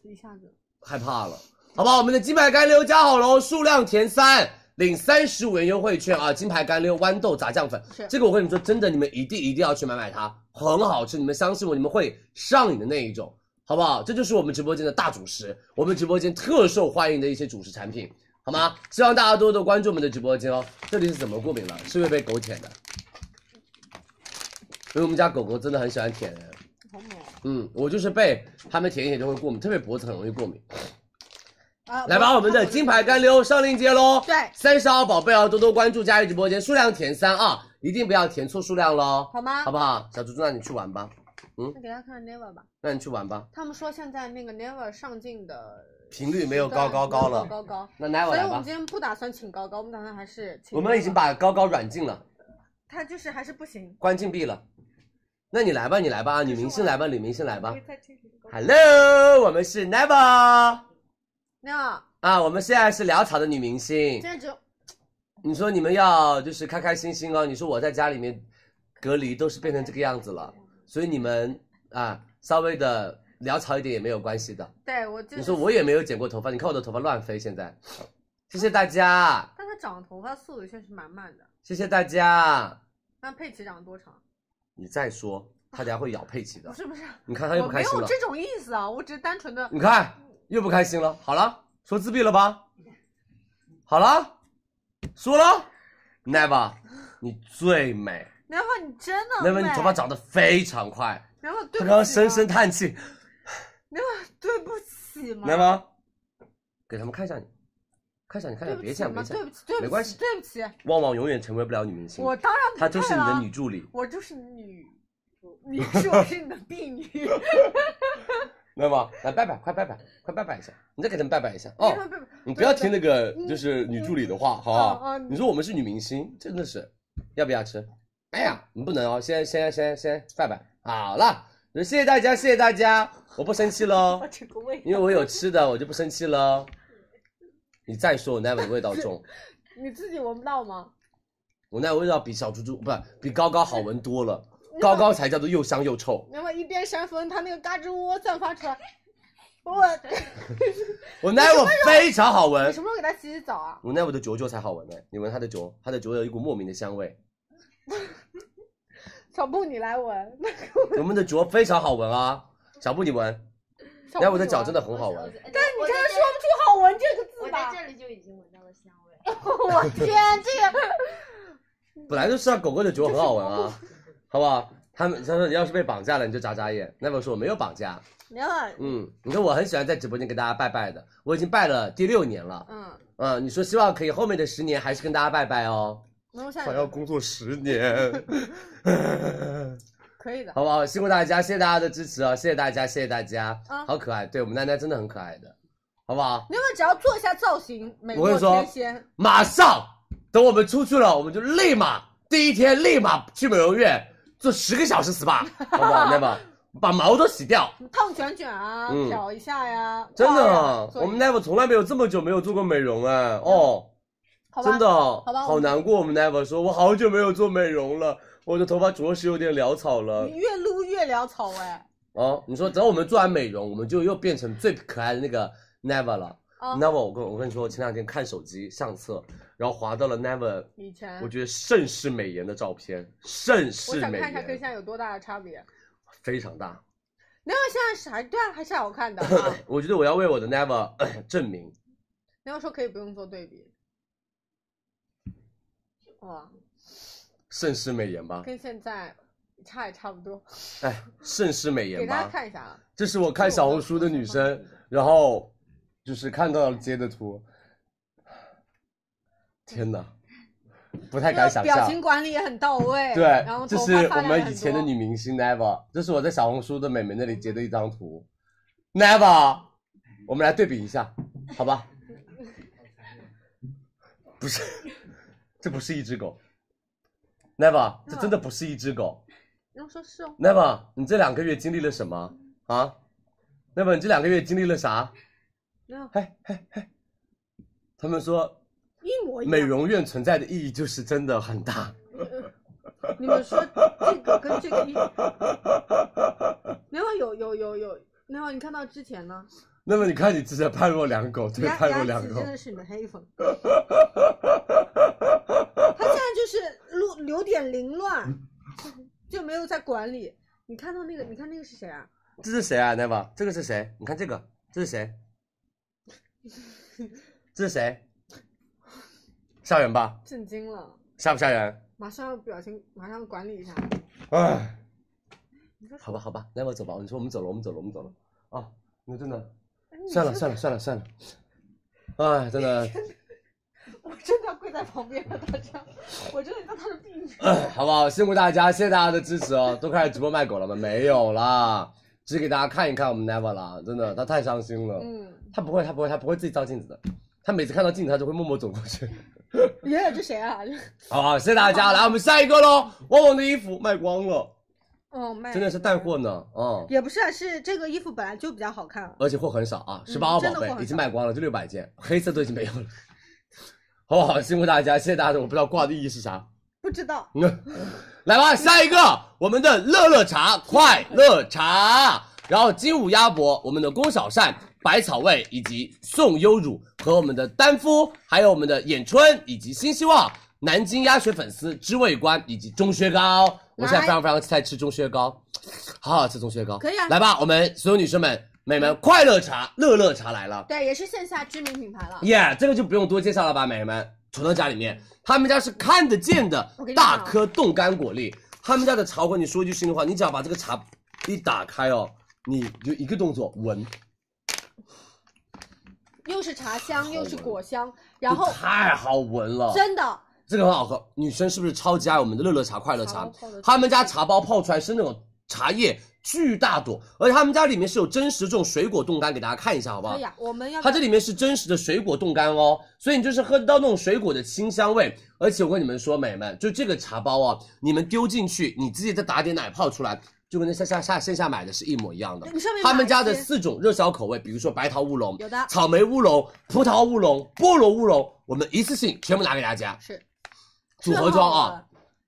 一下子。害怕了，好吧，我们的金牌干溜加好喽，数量填三，领三十五元优惠券啊！金牌干溜豌豆炸酱粉是，这个我跟你们说，真的，你们一定一定要去买买它，很好吃，你们相信我，你们会上瘾的那一种，好不好？这就是我们直播间的大主食，我们直播间特受欢迎的一些主食产品，好吗？希望大家多多关注我们的直播间哦。这里是怎么过敏了？是会被狗舔的，因为我们家狗狗真的很喜欢舔人。好猛啊嗯，我就是被它们舔一舔就会过敏，特别脖子很容易过敏。！啊来吧，我们的金牌干。溜上链接喽！对三十号宝贝哦，多多关注佳怡直播间，数量填三啊，一定不要填错数量喽，好啊吗？好不好？小猪猪，让你去玩吧，那给大家看看 Never 吧。让你去玩吧。他们说现在那个 Never 上镜的频率没有时段高高高没了，有高高。那来我所以来我们吧。今天不打算请高高，我们打算还是请。我们已经把高高软禁了，他就是还是不行。关禁闭了。那你来吧，你来吧，啊女明星来吧，女明星来吧可以。再请请高高 Hello，我们是 Never 那啊，我们现在是潦草的女明星现。在只有你说你们要就是开开心心哦。你说我在家里面隔离都是变成这个样子了，所以你们啊稍微的潦草一点也没有关系的。对我就你是说我也没有剪过头发，你看我的头发乱飞，现在。谢谢大家，但他长头发速度确实蛮慢的。谢谢大家。那佩奇长多长？你再说，他等下会咬佩奇的不。是不是，你啊 看他又我不开没心有了，嗯这种意思啊，我只是单纯的你看又不开心了。好了，说自闭了吧？好了，说了，Never，你最美。 Never 你真的 Never，你美头发长得非常快。 Never 对不他刚刚起深嘛深叹气， Never 对不起嘛，来吗？给他们看一下你，看一下你，看对一不下，哎别起抢，别嘛，抢对。不起，对不起，没关系对不起，旺旺永远成为不了女明星，我啊当然不她就是配你的了女，助理。我就是女， 你是我是你的婢女，来吧，来拜拜，快拜拜，快拜拜一下，你再给他们拜拜一下 因哦为。被你不要对听那个就是女助理的话，好不嗯好？嗯你说我们是女明星，真的是，要不要吃？哎呀，你不能哦，先先先先拜拜，好了，谢谢大家，谢谢大家，我不生气喽我，这个味因为我有吃的，我就不生气喽。你再说我 never 的 味道重，你自己闻不到吗？我那味道比小猪猪不比高高好闻多了，高高才叫做又香又臭。然后一边扇风，它那个嘎吱窝散发出来，我呃我那我非常好闻你什，么时候给它洗洗澡啊？我那我的脚脚才好闻呢。你闻它的脚，它的脚有一股莫名的香味。小布你来闻，我们的脚非常好闻啊，小布你闻，小那布哎我的你脚闻真的很好闻。但你但你刚才说不出好闻这个字我在吧？这里就已经闻到了香味。我天，这 个本来就是啊，狗狗的脚很好闻啊，好不好？他们他说你要是被绑架了，你就眨眨眼。那我说我没有绑架，没有，嗯，你说我很喜欢在直播间跟大家拜拜的，我已经拜了第六年了，嗯，嗯，你说希望可以后面的十年还是跟大家拜拜哦。没有下还要雨，工作十年。可以的。好不好？辛苦大家，谢谢大家的支持哦，谢谢大家，谢谢大家，啊好可爱，对我们奈奈真的很可爱的，好不好？你们只要做一下造型，美我跟若你说天仙。马上等我们出去了，我们就立马第一天立马去美容院做十个小时 SPA，好不好？奈奈，把毛都洗掉，烫卷卷啊，嗯漂一下呀，真的刮呀啊，做一我们奈奈从来没有这么久没有做过美容哎，哦，好吧？真的，好吧好难过。我们 Never 说，我好久没有做美容了，我的头发着实有点潦草了你。越撸越潦草哎。哦，你说等我们做完美容，我们就又变成最可爱的那个 Never 了。啊 Never，我跟我跟你说，我前两天看手机相册，然后滑到了 Never，以前我觉得盛世美颜的照片，盛我世想美看一下跟现颜在有多大的差别。非常大。没有，现在啥段还是好看的 啊。我觉得我要为我的 Never 证明，没有说可以不用做对比。哇，盛世美颜吧，跟现在差也差不多。哎，盛世美给颜大家吧。看一下啊，这是我看小红书的女生，然后就是看到了截的图，天哪，不太这敢个想表象。情管理也很到位。对然后，这头是发我发量也们很以前的多女明星 Never，这是我在小红书的美眉那里截的一张图，Never，我们来对比一下，好吧？不是，这不是一只狗，Never，这嗯真的不是一只狗。然后说是哦， Never，你这两个月经历了什么啊？Never，你这两个月经历了啥？没有嘿嘿嘿，他们说一模一样。美容院存在的意义就是真的很大。你们说这个跟这个一，没有有有有有，没有你看到之前呢，那么你看你之前判若两狗，对，牙判若牙两齿狗真。的是你的黑粉。他现在就是路有点凌乱，就没有在管理。你看到那个，你看那个是谁啊？这是谁啊，Never？这个是谁？你看这个，这是谁？这是谁？吓人吧？震惊了，吓不吓人？马上要表情，马上管理一下。唉。你说好吧，好吧，那我走吧。你说我们走了，我们走了，我们走了。啊，你真的，哎你算了，真算了，算了，算了。哎，真的，我真的跪在旁边了，大家，我真的当他的婢女。哎好不好？辛苦大家，谢谢大家的支持哦。都开始直播卖狗了吗？没有啦，只给大家看一看我们 Never 啦。真的，他太伤心了。嗯，他不会，他不会，他不会自己照镜子的。他每次看到镜子，他就会默默走过去。也有这谁啊？好不好，谢谢大家。来，我们下一个喽。旺旺的衣服卖光了，哦，卖真的是带货呢。嗯，也不是啊，是这个衣服本来就比较好看。而且货很少啊，十嗯八号真的宝货贝很已经少卖光了，就六百件，黑色都已经没有了。好不好？辛苦大家，谢谢大家。我不知道挂的意义是啥。不知道，嗯来吧，下一个我们的乐乐茶快乐茶，然后金武鸭脖，我们的宫小扇百草味以及宋优乳和我们的丹肤，还有我们的眼春以及新希望。南京鸭血粉丝、知味观以及钟薛高，我现在非常非常期待吃钟薛高，好好吃钟薛高。可以啊来吧，我们所有女生们、美们，快乐茶、乐乐茶来了。对，也是线下知名品牌了。耶这个就不用多介绍了吧，美人们，囤到家里面，他们家是看得见的我跟你讲啊大颗冻干果粒，他们家的茶，我跟你说一句心里话，你只要把这个茶一打开哦，你就一个动作闻，又是茶香，又是闻果香，然后就太好闻了，真的这个很好喝，女生是不是超级爱我们的乐乐茶、快乐茶茶包泡的？他们家茶包泡出来是那种茶叶巨大朵，而且他们家里面是有真实这种水果冻干，给大家看一下好不好？可以啊。我们要不它要这里面是真实的水果冻干哦，所以你就是喝得到那种水果的清香味。而且我跟你们说，美们，就这个茶包哦，你们丢进去，你自己再打点奶泡出来，就跟那下下下线下买的是一模一样的对你上面。他们家的买一些四种热销口味，比如说白桃乌龙、有的草莓乌龙、葡萄乌龙、菠萝乌龙，我们一次性全部拿给大家，是组合装是啊嗯的。。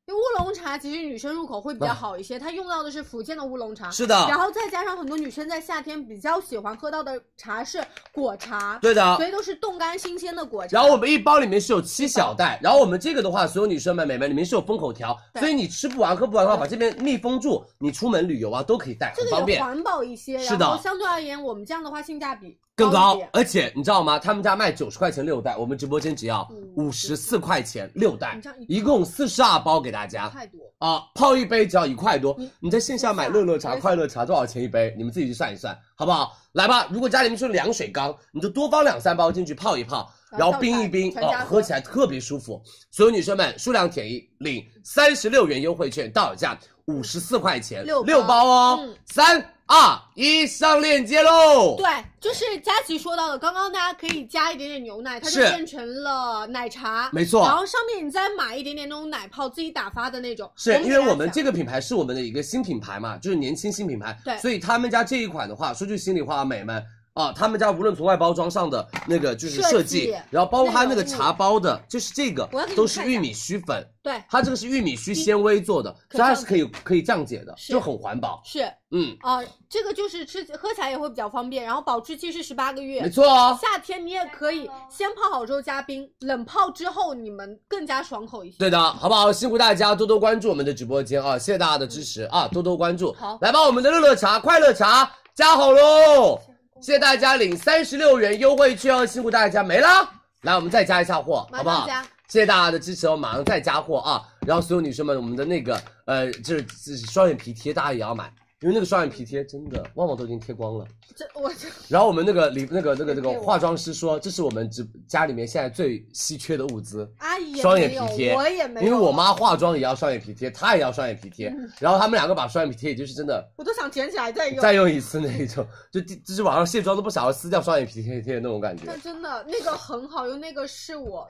因为乌龙茶其实女生入口会比较好一些，它用到的是福建的乌龙茶，是的啊然后再加上很多女生在夏天比较喜欢喝到的茶是果茶，对的，所以都是冻干新鲜的果茶。然后我们一包里面是有七小袋，然后我们这个的话，所有女生们、美眉里面是有封口条，对所以你吃不完、喝不完的话，把这边密封住，你出门旅游啊都可以带，这很方个也便。环保一些，是的然后相对而言，我们这样的话性价比更高一高点，而且你知道吗？他们家卖九十块钱六袋，我们直播间只要五十四块钱六袋嗯你这样，一一共四十二包给大家太多。啊！泡一杯只要一块多你，你在线下买线下乐乐茶、没错快乐茶多少钱一杯？你们自己去算一算，好不好？来吧，如果家里面是凉水缸，你就多放两三包进去泡一泡，然后然后冰一冰，全家哦，喝喝起来特别舒服。所有女生们，数量便宜，领三十六元优惠券，到手价五十四块钱，六包六包哦嗯！三二一，上链接喽！对，就是佳琪说到的，刚刚大家可以加一点点牛奶，它就是变成了奶茶，没错然后上面你再买一点点那种奶泡，自己打发的那种。是因为我们给这个品牌是我们的一个新品牌嘛，就是年轻新品牌，对所以他们家这一款的话，说句心里话，美们，啊，他们家无论从外包装上的那个就是设设计，计然后包括它那那个个茶包的，就是这个我要给你都是看一玉下米须粉，对，它这个是玉米须纤维做的，可所以它降是可以可以降解的，是就很环保。是嗯，啊、这个就是吃喝起来也会比较方便，然后保质期是十八个月没。错哦。夏天你也可以先泡好之后加冰，冷泡之后你们更加爽口一些。对的，好不好？辛苦大家多多关注我们的直播间啊，谢谢大家的支持啊，多多关注。好来把我们的乐乐茶、快乐茶加好喽，谢谢大家领三十六元优惠券哦，辛苦大家没啦。来，我们再加一下货，好不马上好加？谢谢大家的支持哦，马上再加货啊！然后所有女生们，我们的那个呃，就是就是双眼皮贴，大家也要买，因为那个双眼皮贴真的，旺旺都已经贴光了。这我这然后我们那个礼那个那个那个化妆师说，这是我们直家里面现在最稀缺的物资。阿姨也双眼没有皮贴我也没有，因为我，妈化妆也要双眼皮贴，她也要双眼皮贴，嗯然后他们两个把双眼皮贴，也就是真的我都想捡起来再用。 再用一次那一种， 就就是晚上卸妆都不想要撕掉双眼皮贴贴的那种感觉，但真的那个很好用，那个是我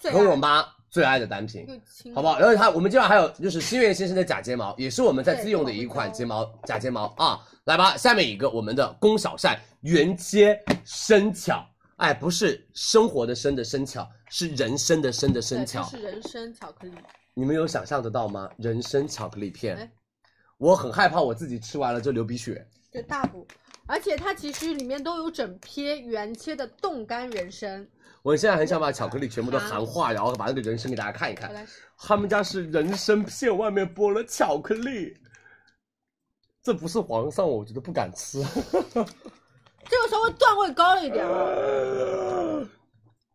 最爱和我妈最爱的单品，又轻好不好？然后它我们今晚还有就是心愿先生的假睫毛，也是我们在自用的一款对睫毛假睫毛啊，来吧，下面一个我们的龚小善原切生巧，哎，不是生活的生的生巧，是人参的参的对生巧，这是人参巧克力，你们有想象得到吗？人参巧克力片哎，我很害怕我自己吃完了就流鼻血。这大补，而且它其实里面都有整片原切的冻干人参。我现在很想把巧克力全部都啊含化，然后把那个人参给大家看一我看。来试，他们家是人参片，外面剥了巧克力，这不是皇上，我觉得不敢吃。 这个稍微段位高一点啊。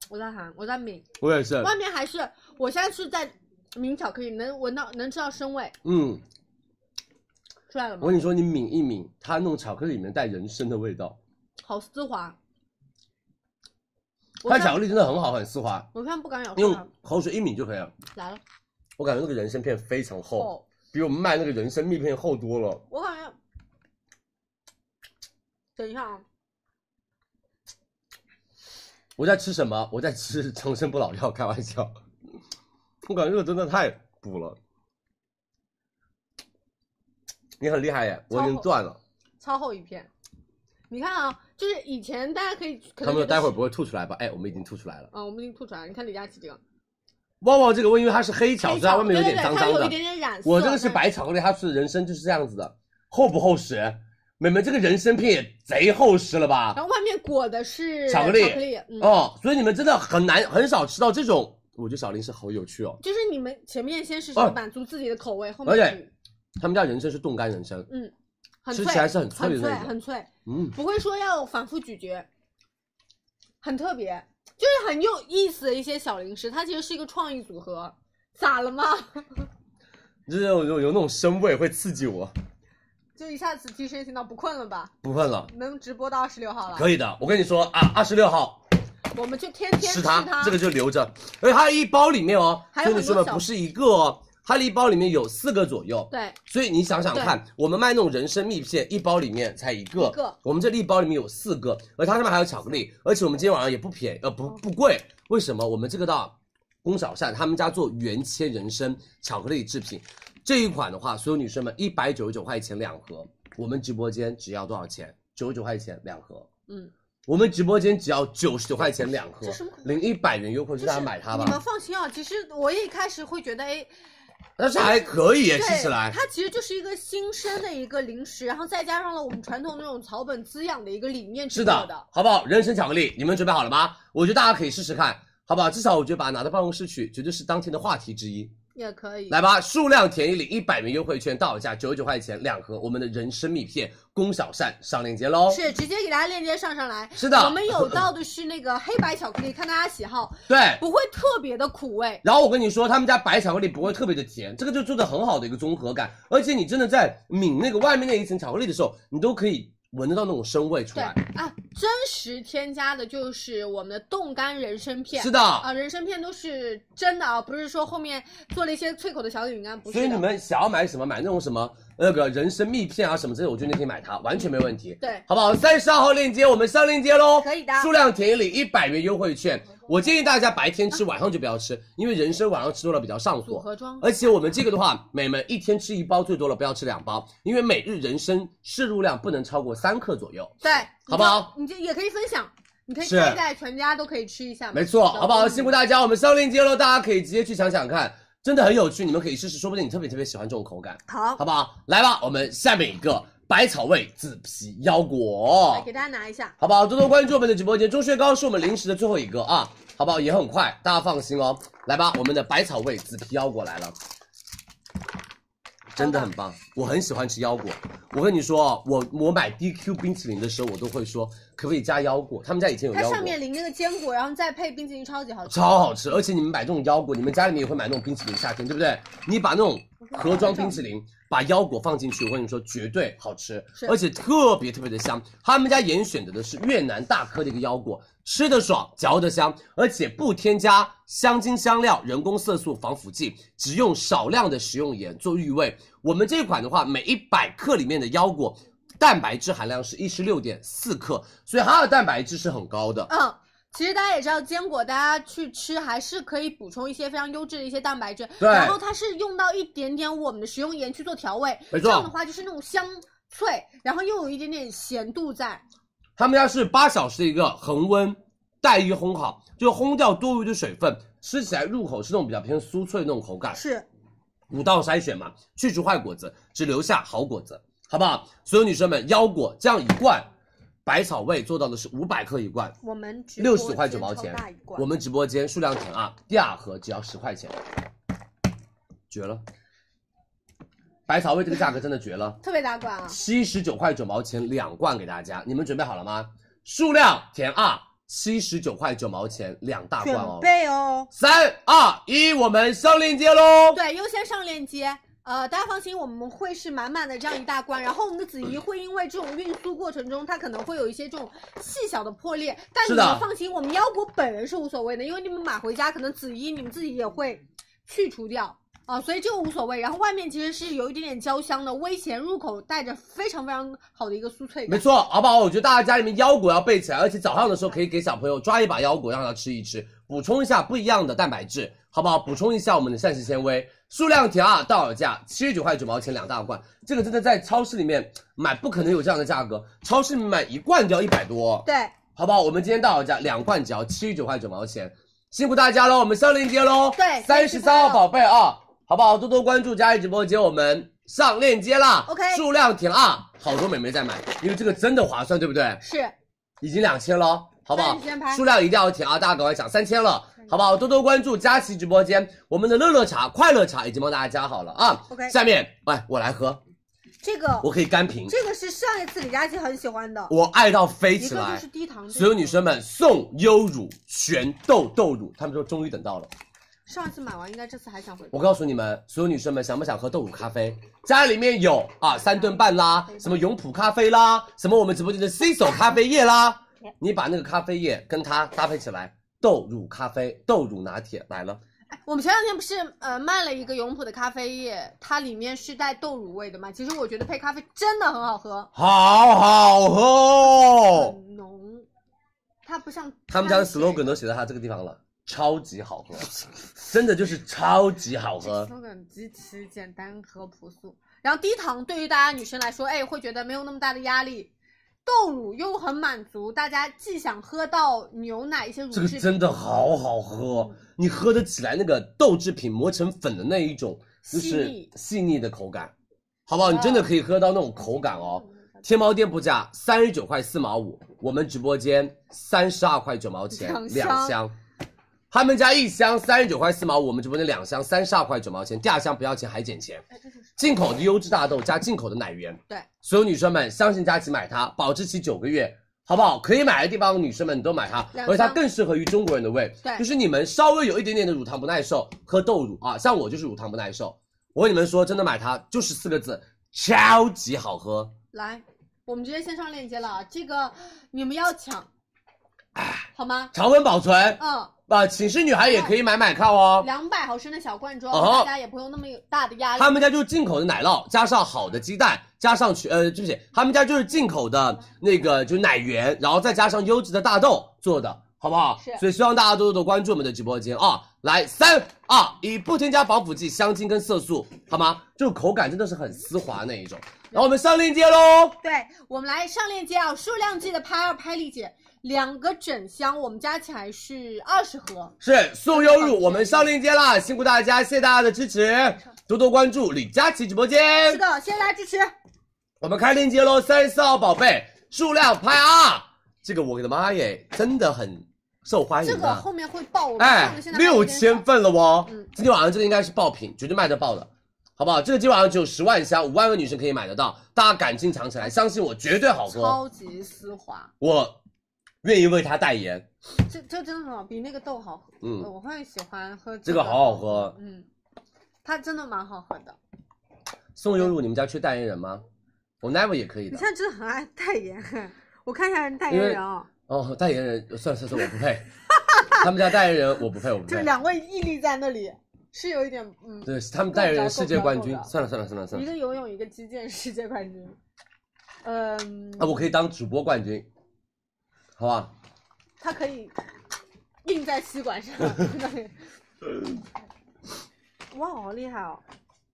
我在喊，我在抿，我也是，外面还是，我现在是在抿巧克力，能闻到，能吃到生味，嗯，出来了我吗？跟你说，你抿一抿，它那种巧克力里面带人参的味道，好丝滑。我它现巧在克力真的很好，很丝滑，我现在不敢咬出来用，口水一抿就可以了。来了我感觉那个人参片非常厚，哦，比我们卖那个人参蜜片厚多了。我感觉，等一下啊，我在吃什么？我在吃 长生不老药，开玩笑。我感觉这个真的太补了，你很厉害耶！我已经赚了。超厚一片。你看啊，就是以前大家可以可他能们觉说得待会儿是不会吐出来吧？哎，我们已经吐出来了。啊，我们已经吐出来了。你看李佳琦这个，旺旺这个，因为它是黑巧，黑所以它巧外面有对对点对脏它脏有的一。点点染色。我这个是但白巧克力，它是人参就是这样子的，厚不厚实？美美这个人参片也贼厚实了吧？然后外面裹的是巧克力巧克力，嗯，哦，所以你们真的很难很少吃到这种。我觉得小林是好有趣哦，就是你们前面先试试哦满足自己的口味，后而且面他们家人参是冻干人参，很吃脆，起来是很脆的很脆那种很脆，嗯，不会说要反复咀嚼，很特别，就是很有意思的一些小零食。它其实是一个创意组合，咋了吗？就是有有有那种生味会刺激我。就一下子提神醒脑，不困了吧？不问了，能直播到二十六号了，可以的。我跟你说啊，二十六号我们就天天吃吃它，这个就留着。而且它一包里面哦，还有兄很弟多们小不是一个哦，它一包里面有四个左右。对，所以你想想看，我们卖那种人参蜜片，一包里面才一个，一个嗯我们这一包里面有四个，而它上面还有巧克力，而且我们今天晚上也不便宜，呃，不不贵。为什么？我们这个到龚小善他们家做原切人参巧克力制品，这一款的话，所有女生们一百九十九块钱两盒，我们直播间只要多少钱？九十九块钱两盒。嗯，我们直播间只要九十九块钱两盒这什么，领一百元优惠就券，大家是买它你们吧。放心啊，其实我一开始会觉得，哎，但是还可以耶，对，吃起来。它其实就是一个新生的一个零食，然后再加上了我们传统那种草本滋养的一个理念是制作的，好不好？人参巧克力，你们准备好了吗？我觉得大家可以试试看，好不好？至少我觉得把它拿到办公室去，绝对是当天的话题之一。也可以。来吧，数量填一领一百元优惠券，到手价九十九块钱两盒。我们的人参蜜片，龚小善上链接喽。是直接给大家链接上上来。是的我们有到的是那个黑白巧克力，看大家喜好，对。不会特别的苦味。然后我跟你说，他们家白巧克力不会特别的甜，这个就做的很好的一个综合感，而且你真的在抿那个外面那一层巧克力的时候，你都可以闻得到那种生味出对来。啊，真实添加的就是我们的冻干人参片。是的。的，啊，人参片都是真的啊，不是说后面做了一些脆口的小饼干，不是所的。以你们想要买什么，买那种什么那个人参蜜片啊什么之类的，我觉得你可以买它，完全没问题。对，好不好？三十二号链接，我们上链接喽。可以的嗯数量填一领一百元优惠券。我建议大家白天吃，晚上就不要吃，因为人参晚上吃多了比较上啊组火。合装，而且我们这个的话，每们一天吃一包，最多了不要吃两包，因为每日人参摄入量不能超过三克左右。对，好不好？你就也可以分享，你可以是开在全家都可以吃一下嘛。没错，嗯好不好？辛苦大家，我们上链接喽，大家可以直接去想想看，真的很有趣，你们可以试试，说不定你特别特别喜欢这种口感，好，好不好？来吧，我们下面一个百草味紫皮腰果来，给大家拿一下。好不好？多多关注我们的直播间，钟薛高是我们零食的最后一个啊，好不好？也很快，大家放心哦。来吧，我们的百草味紫皮腰果来了。真的很棒，我很喜欢吃腰果。我跟你说哦，我我买 DQ 冰淇淋的时候，我都会说可不可以加腰果。他们家以前有它腰果，上面淋那个坚果，然后再配冰淇淋，超级好吃。超好吃，而且你们买这种腰果，你们家里面也会买那种冰淇淋，夏天对不对？你把那种盒装冰淇淋，把腰果放进去，我跟你说绝对好吃是，而且特别特别的香。他们家严选的的是越南大颗的一个腰果，吃的爽，嚼的香，而且不添加香精、香料、人工色素、防腐剂，只用少量的食用盐做预味。我们这款的话，每一百克里面的腰果。蛋白质含量是一十六点四克，所以它的蛋白质是很高的。嗯，其实大家也知道，坚果大家去吃还是可以补充一些非常优质的一些蛋白质。对然后它是用到一点点我们的食用盐去做调味，没错这样的话就是那种香脆，然后又有一点点咸度在。他们家是八小时的一个恒温待预烘好，就烘掉多余的水分，吃起来入口是那种比较偏酥脆的那种口感。是，五道筛选嘛，去除坏果子，只留下好果子，好不好？所有女生们，腰果这样一罐，百草味做到的是五百克一罐，我们直播六十块九毛间钱超大一，罐我们直播间数量填啊，第二盒只要十块钱，绝了！百草味这个价格真的绝了。特别大罐啊，七十九块九毛钱两罐给大家，你们准备好了吗？数量填二，七十九块九毛钱两大罐哦准。备哦。三二一，我们上链接喽！对，优先上链接。呃，大家放心，我们会是满满的这样一大罐，然后我们的子怡会因为这种运输过程中，它可能会有一些这种细小的破裂，但你是的们放心，我们腰果本人是无所谓的，因为你们买回家可能子怡你们自己也会去除掉啊、所以这个无所谓。然后外面其实是有一点点焦香的，微咸入口，带着非常非常好的一个酥脆没感。错，好不好？我觉得大家家里面腰果要备起来，而且早上的时候可以给小朋友抓一把腰果，让他吃一吃，补充一下不一样的蛋白质，好不好？补充一下我们的膳食纤维。数量填啊，到手价七十九块九毛钱两大罐，这个真的在超市里面买不可能有这样的价格，超市里面买一罐就要一百多。哦对，好不好？我们今天到手价两罐只要七十九块九毛钱，辛苦大家喽！我们上链接喽，对三十三33号宝贝啊，好不好？多多关注佳怡直播间，我们上链接啦 OK 数量填啊，好多美眉在买，因为这个真的划算，对不对？是已经两千了，好不那好你先拍？数量一定要填啊！大家赶快抢，三千了，好不好？多多关注佳琦直播间，我们的乐乐茶、快乐茶已经帮大家加好了啊。 OK 下面来我来喝，这个我，可以干瓶，这个是上一次李佳琦很喜欢的，我爱到飞一起个来就。是低糖这个，所有女生们送优乳全痘痘乳，他们说终于等到了。上一次买完，应该这次还想回。我告诉你们，所有女生们想不想喝豆乳咖啡？家里面有啊，三顿半啦，什么永璞咖啡啦，什么我们直播间的 C 手咖啡液啦，你把那个咖啡液跟它搭配起来，豆乳咖啡、豆乳拿铁来了。我们前两天不是呃卖了一个永璞的咖啡液，它里面是带豆乳味的嘛？其实我觉得配咖啡真的很好喝，好好喝哦！很浓，它不像他们家的碳水 slogan 都写到它这个地方了，超级好喝，真的就是超级好这个喝。 slogan 极其简单和朴素。然后低糖对于大家女生来说，哎，会觉得没有那么大的压力，豆乳又很满足，大家既想喝到牛奶一些乳这制个品，真的好好喝，哦嗯你喝得起来那个豆制品磨成粉的那一种，就细是腻嗯细腻的口感，好不好？你真的可以喝到那种口感哦。天猫店铺价三十九块四毛五，我们直播间三十二块九毛钱两箱两箱。他们家一箱三十九块四毛五，我们直播间两箱三十二块九毛钱，第二箱不要钱还减钱。哎这就是进口的优质大豆加进口的奶源，对，所有女生们相信佳琦买它，保质期九个月，好不好？可以买的地方，女生们你都买它，两箱而且它更适合于中国人的胃。对就是你们稍微有一点点的乳糖不耐受，喝豆乳啊，像我就是乳糖不耐受。我跟你们说，真的买它就是四个字，超级好喝。来，我们直接先上链接了，啊，这个你们要抢，好吗？常温保存嗯。啊，寝室女孩也可以买买看哦。两百毫升的小罐装，哦大家也不用那么有大的压力。他们家就是进口的奶酪，加上好的鸡蛋，加上全呃，对不起，他们家就是进口的那个就是奶源，然后再加上优质的大豆做的，好不好？是所以希望大家多多关注我们的直播间啊！来，三啊二一，不添加防腐剂、香精跟色素，好吗？这个口感真的是很丝滑那一种。然后我们上链接喽。对，我们来上链接啊，数量记得拍二拍立减，两个整箱我们加起来是二十盒。是送优乳，我们上链接啦，辛苦大家，谢谢大家的支持，多多关注李佳琦直播是间。的，谢谢大家支持。哎我们开链接喽，三十四号宝贝，数量拍二，这个我的妈耶，真的很受欢迎、这啊。个后面会爆，我们哎上的现，在六千份了哦！嗯今天晚上这个应该是爆品，绝对卖得爆的，好不好？这个今晚上只有十万箱，五万个女生可以买得到，大家赶紧抢起来，相信我，绝对好喝，超级丝滑，我愿意为它代言。这这真的很好，比那个豆好喝。嗯呃我会喜欢喝这个个好好喝，嗯，它真的蛮好喝的。宋优如，你们家缺代言人吗？我 never 也可以你的现。在真的很爱代言，我看一下人代言人啊、哦，代言人，算了算了，我不配。他们家代言人我不配，我不 就配。两位屹立在那里，是有一点嗯，对，他们代言人世界冠军够不。着算了算了算了算一了，个游泳，一个击剑世界冠军。嗯，啊，我可以当主播冠军，好吧？它可以印在吸管上， 哇，好厉害哦！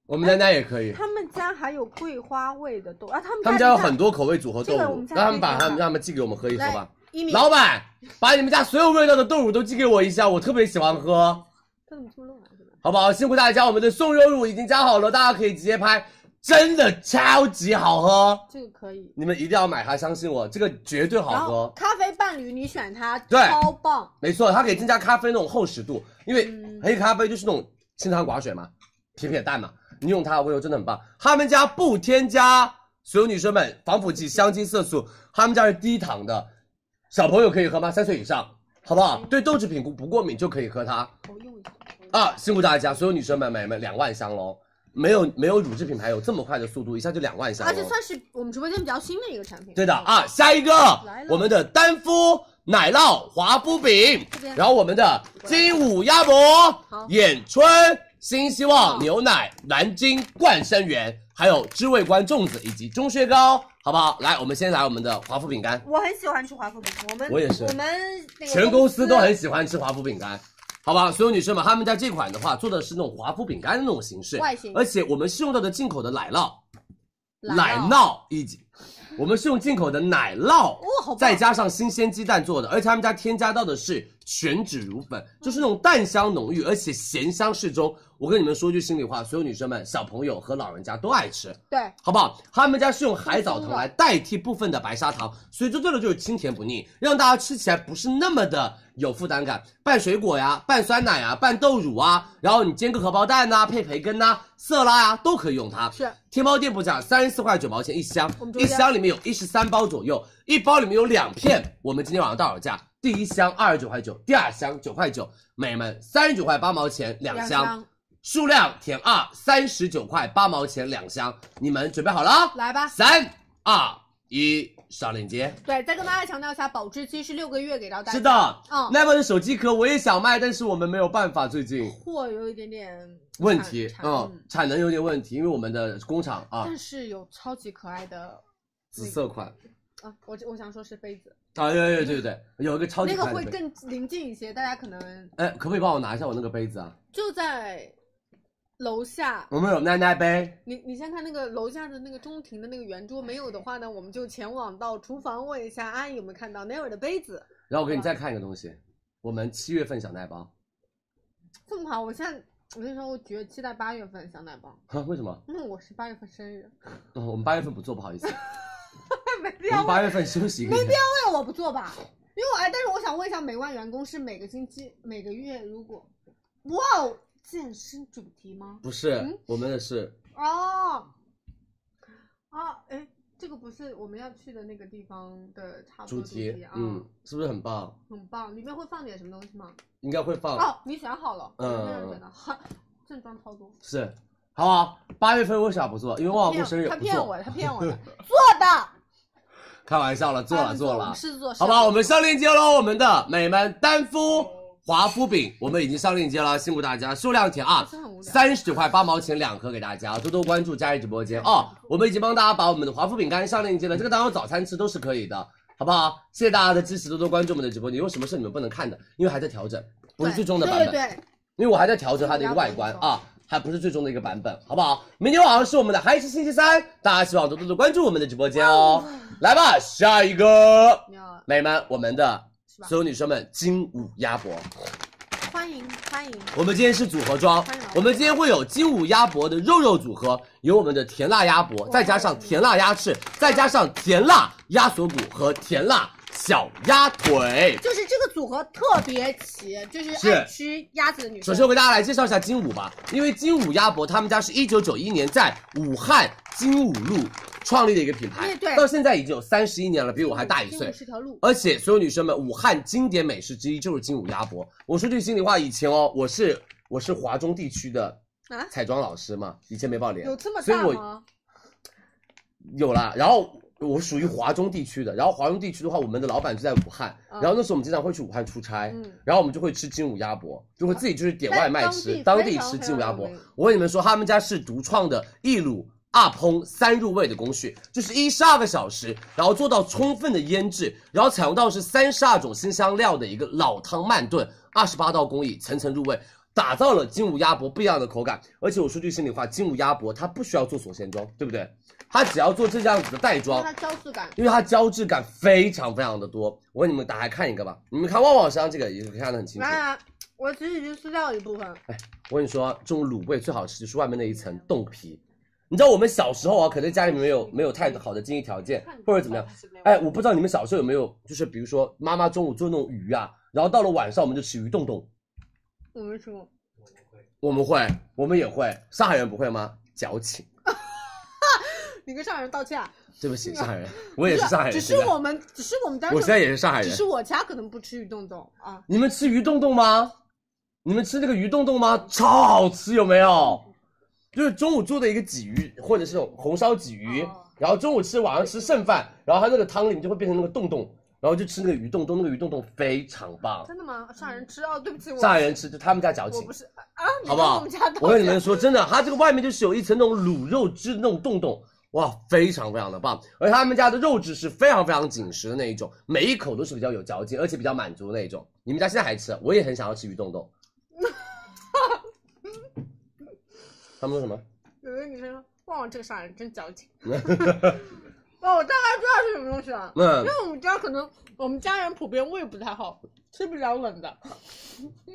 我们丹丹也可以。他们家还有桂花味的豆啊，他们他们家有很多口味组合豆这个我们乳，下让他次们把可以他看们看让他们寄给我们喝一喝吧。一米，老板，把你们家所有味道的豆乳都寄给我一下，我特别喜欢喝，这怎么这么乱啊？这个好不好？辛苦大家，我们的送肉乳已经加好了，大家可以直接拍，真的超级好喝，这个可以。你们一定要买它，相信我，这个绝对然好后喝。咖啡伴侣，你选它，对超棒。没错，它可以增加咖啡那种厚实度，因为嗯黑咖啡就是那种清汤寡水嘛，撇撇淡嘛，你用它的味道真的很棒。他们家不添加所有女生们防腐剂、香精、色素，他们家是低糖的，小朋友可以喝吗？三岁以上，好嗯不好？对豆制品不不过敏就可以喝它。我用一下。我用一下啊，辛苦大家，所有女生们、美们两万箱喽！没有没有乳制品牌有这么快的速度，一下就两万箱而喽且。算是我们直播间比较新的一个产品。对的嗯，啊，下一个来了我们的丹肤奶酪华夫饼这边，然后我们的金武鸭脖好、眼春、新希望好牛奶、蓝鲸冠生园，还有知味观粽子以及钟薛高，好不好？来，我们先来我们的华夫饼干，我很喜欢吃华夫饼，我们我也是我们那个全公司都很喜欢吃华夫饼干，好吧？所有女生们，他们家这款的话做的是那种华夫饼干的那种形式，外形而且我们是用到的进口的奶酪、奶奶酪，酪以及我们是用进口的奶酪哦，好棒再加上新鲜鸡蛋做的，而且他们家添加到的是全脂乳粉，就是那种淡香浓郁，而且咸香适中。我跟你们说句心里话，所有女生们、小朋友和老人家都爱吃。对，好不好？他们家是用海藻嗯糖来代替部分的白砂糖，所以最做的就是清甜不腻，让大家吃起来不是那么的有负担感。拌水果呀，拌酸奶呀，拌豆乳啊，然后你煎个荷包蛋呐、配培根呐、色拉呀、都可以用它。是天猫店铺价三十四块九毛钱一箱我们，中一间箱里面有一十三包左右，一包里面有两片。我们今天晚上到手价，第一箱二十九块九，第二箱九块九，美们三十九块八毛钱两两箱。数量填二，三十九块八毛钱两箱，你们准备好了啊？来吧。三二一，上链接。对，再跟大家强调一下，保质期是六个月，给到大家。是，的嗯，Never 的手机壳我也想卖，但是我们没有办法，最近货有一点点问题，产产嗯，产能有点问题，因为我们的工厂啊，但是有超级可爱的紫色款啊，我我想说是杯子，啊，对对对对，有一个超级那个可爱的会杯更临近一些，大家可能哎，可不可以帮我拿一下我那个杯子啊？就在楼下。我们有奶奶杯，你你先看那个楼下的那个中庭的那个圆桌，没有的话呢，我们就前往到厨房问一下阿姨有没有看到 Nair 的杯子。然后我给你再看一个东西，我们七月份小奶包，这么好，我现在我跟你说，我绝期待八月份小奶包，哼为什么？因为嗯我是八月份生日，嗯我们八月份不做，不好意思，没必我要为们八月份休息一个月。了我不做吧？因为我哎，但是我想问一下，美万员工是每个星期每个月如果，哇哦，健身主题吗？不是，嗯我们的是哦，哦，哎，这个不是我们要去的那个地方的差不多主题，啊，嗯，是不是很棒？很棒，里面会放点什么东西吗？应该会放，哦，你选好了，嗯没有人选的，哈，正装超多。是，好不好？八月份为啥不做？因为旺旺骗过生日也他不骗做，我，他骗 我的，做的，开玩笑了，做他了们做我了们，是做，好不好？我们上链接喽，我们的美们哦丹肤华夫饼，我们已经上链接了，辛苦大家，数量填啊不是很无，聊三十九块八毛钱两颗给大家，多多关注佳怡直播间哦。我们已经帮大家把我们的华夫饼干上链接了，这个当做早餐吃都是可以的。好不好？谢谢大家的支持，多多关注我们的直播间。有什么是你们不能看的？因为还在调整，不是最终的版本。对对对，因为我还在调整它的一个外观啊。还不是最终的一个版本，好不好？明天晚上是我们的韩式星期三，大家希望多多的关注我们的直播间哦。来吧，下一个，要美们，我们的是吧所有女生们，精武鸭脖，欢迎欢迎，我们今天是组合装欢迎老师，我们今天会有精武鸭脖的肉肉组合，有我们的甜辣鸭脖，再加上甜辣鸭翅，再加上甜辣鸭锁骨和甜辣小鸭腿。就是这个组合特别齐，就是是爱吃鸭子的女首生。先我给大家来介绍一下金武吧，因为金武鸭脖他们家是一九九一年在武汉金武路创立的一个品牌，对对到现在已经有三十一年了，比我还大一中岁午。是条路，而且所有女生们，武汉经典美食之一就是金武鸭脖。我说句心里话，以前哦，我是我是华中地区的啊彩妆老师嘛，以前没报脸，有这么所以大我吗？有啦，然后我属于华中地区的，然后华中地区的话，我们的老板就在武汉，嗯然后那时候我们经常会去武汉出差，嗯然后我们就会吃金武鸭脖，就会自己就是点外卖吃，在当当地地非常吃金武鸭脖非常有名。我跟你们说，他们家是独创的一卤。二烹三入味的工序，就是一十二个小时，然后做到充分的腌制，然后采用到是三十二种新香料的一个老汤慢炖，二十八道工艺，层层入味，打造了金武鸭脖不一样的口感。而且我说句心里话，金武鸭脖它不需要做锁鲜妆，对不对？它只要做这样子的袋装让，它胶质感，因为它胶质感非常非常的多。我给你们打开看一个吧，你们看旺旺身上这个也可以看得很清楚。来来，我其实已经撕掉了一部分，我跟你说，这种卤味最好吃就是外面那一层冻皮。你知道我们小时候啊，可能家里没有没有太好的经济条件，或者怎么样。哎，我不知道你们小时候有没有，就是比如说妈妈中午做那种鱼啊，然后到了晚上我们就吃鱼冻冻。我没吃过。我们会，我们也会。上海人不会吗？矫情。你跟上海人道歉啊，对不起，上海人，我也是上海人。只是现在我们，只是我们单我现在纯，也是上海只人是。我家可能不吃鱼冻冻啊。你们吃鱼冻冻吗？你们吃那个鱼冻冻吗？超好吃，有没有？就是中午做的一个鲫鱼，或者是那种红烧鲫鱼哦，然后中午吃，晚上吃剩饭，然后它那个汤里面就会变成那个冻冻，然后就吃那个鱼冻冻，那个鱼冻冻非常棒。真的吗？上海人吃哦，对不起，我上海人吃就他们家矫我情不，是啊，你好不好跟我们家 道歉我跟你们说，真的，它这个外面就是有一层那种卤肉汁的那种洞洞，哇，非常非常的棒。而他们家的肉质是非常非常紧实的那一种，每一口都是比较有嚼劲，而且比较满足的那一种。你们家现在还吃？啊我也很想要吃鱼洞洞。他们说什么？有个女生说，旺旺这个上海人真矫 情。哦，我大概知道是什么东西了，嗯因，为我们家可能我们家人普遍胃不太好，吃不了冷的。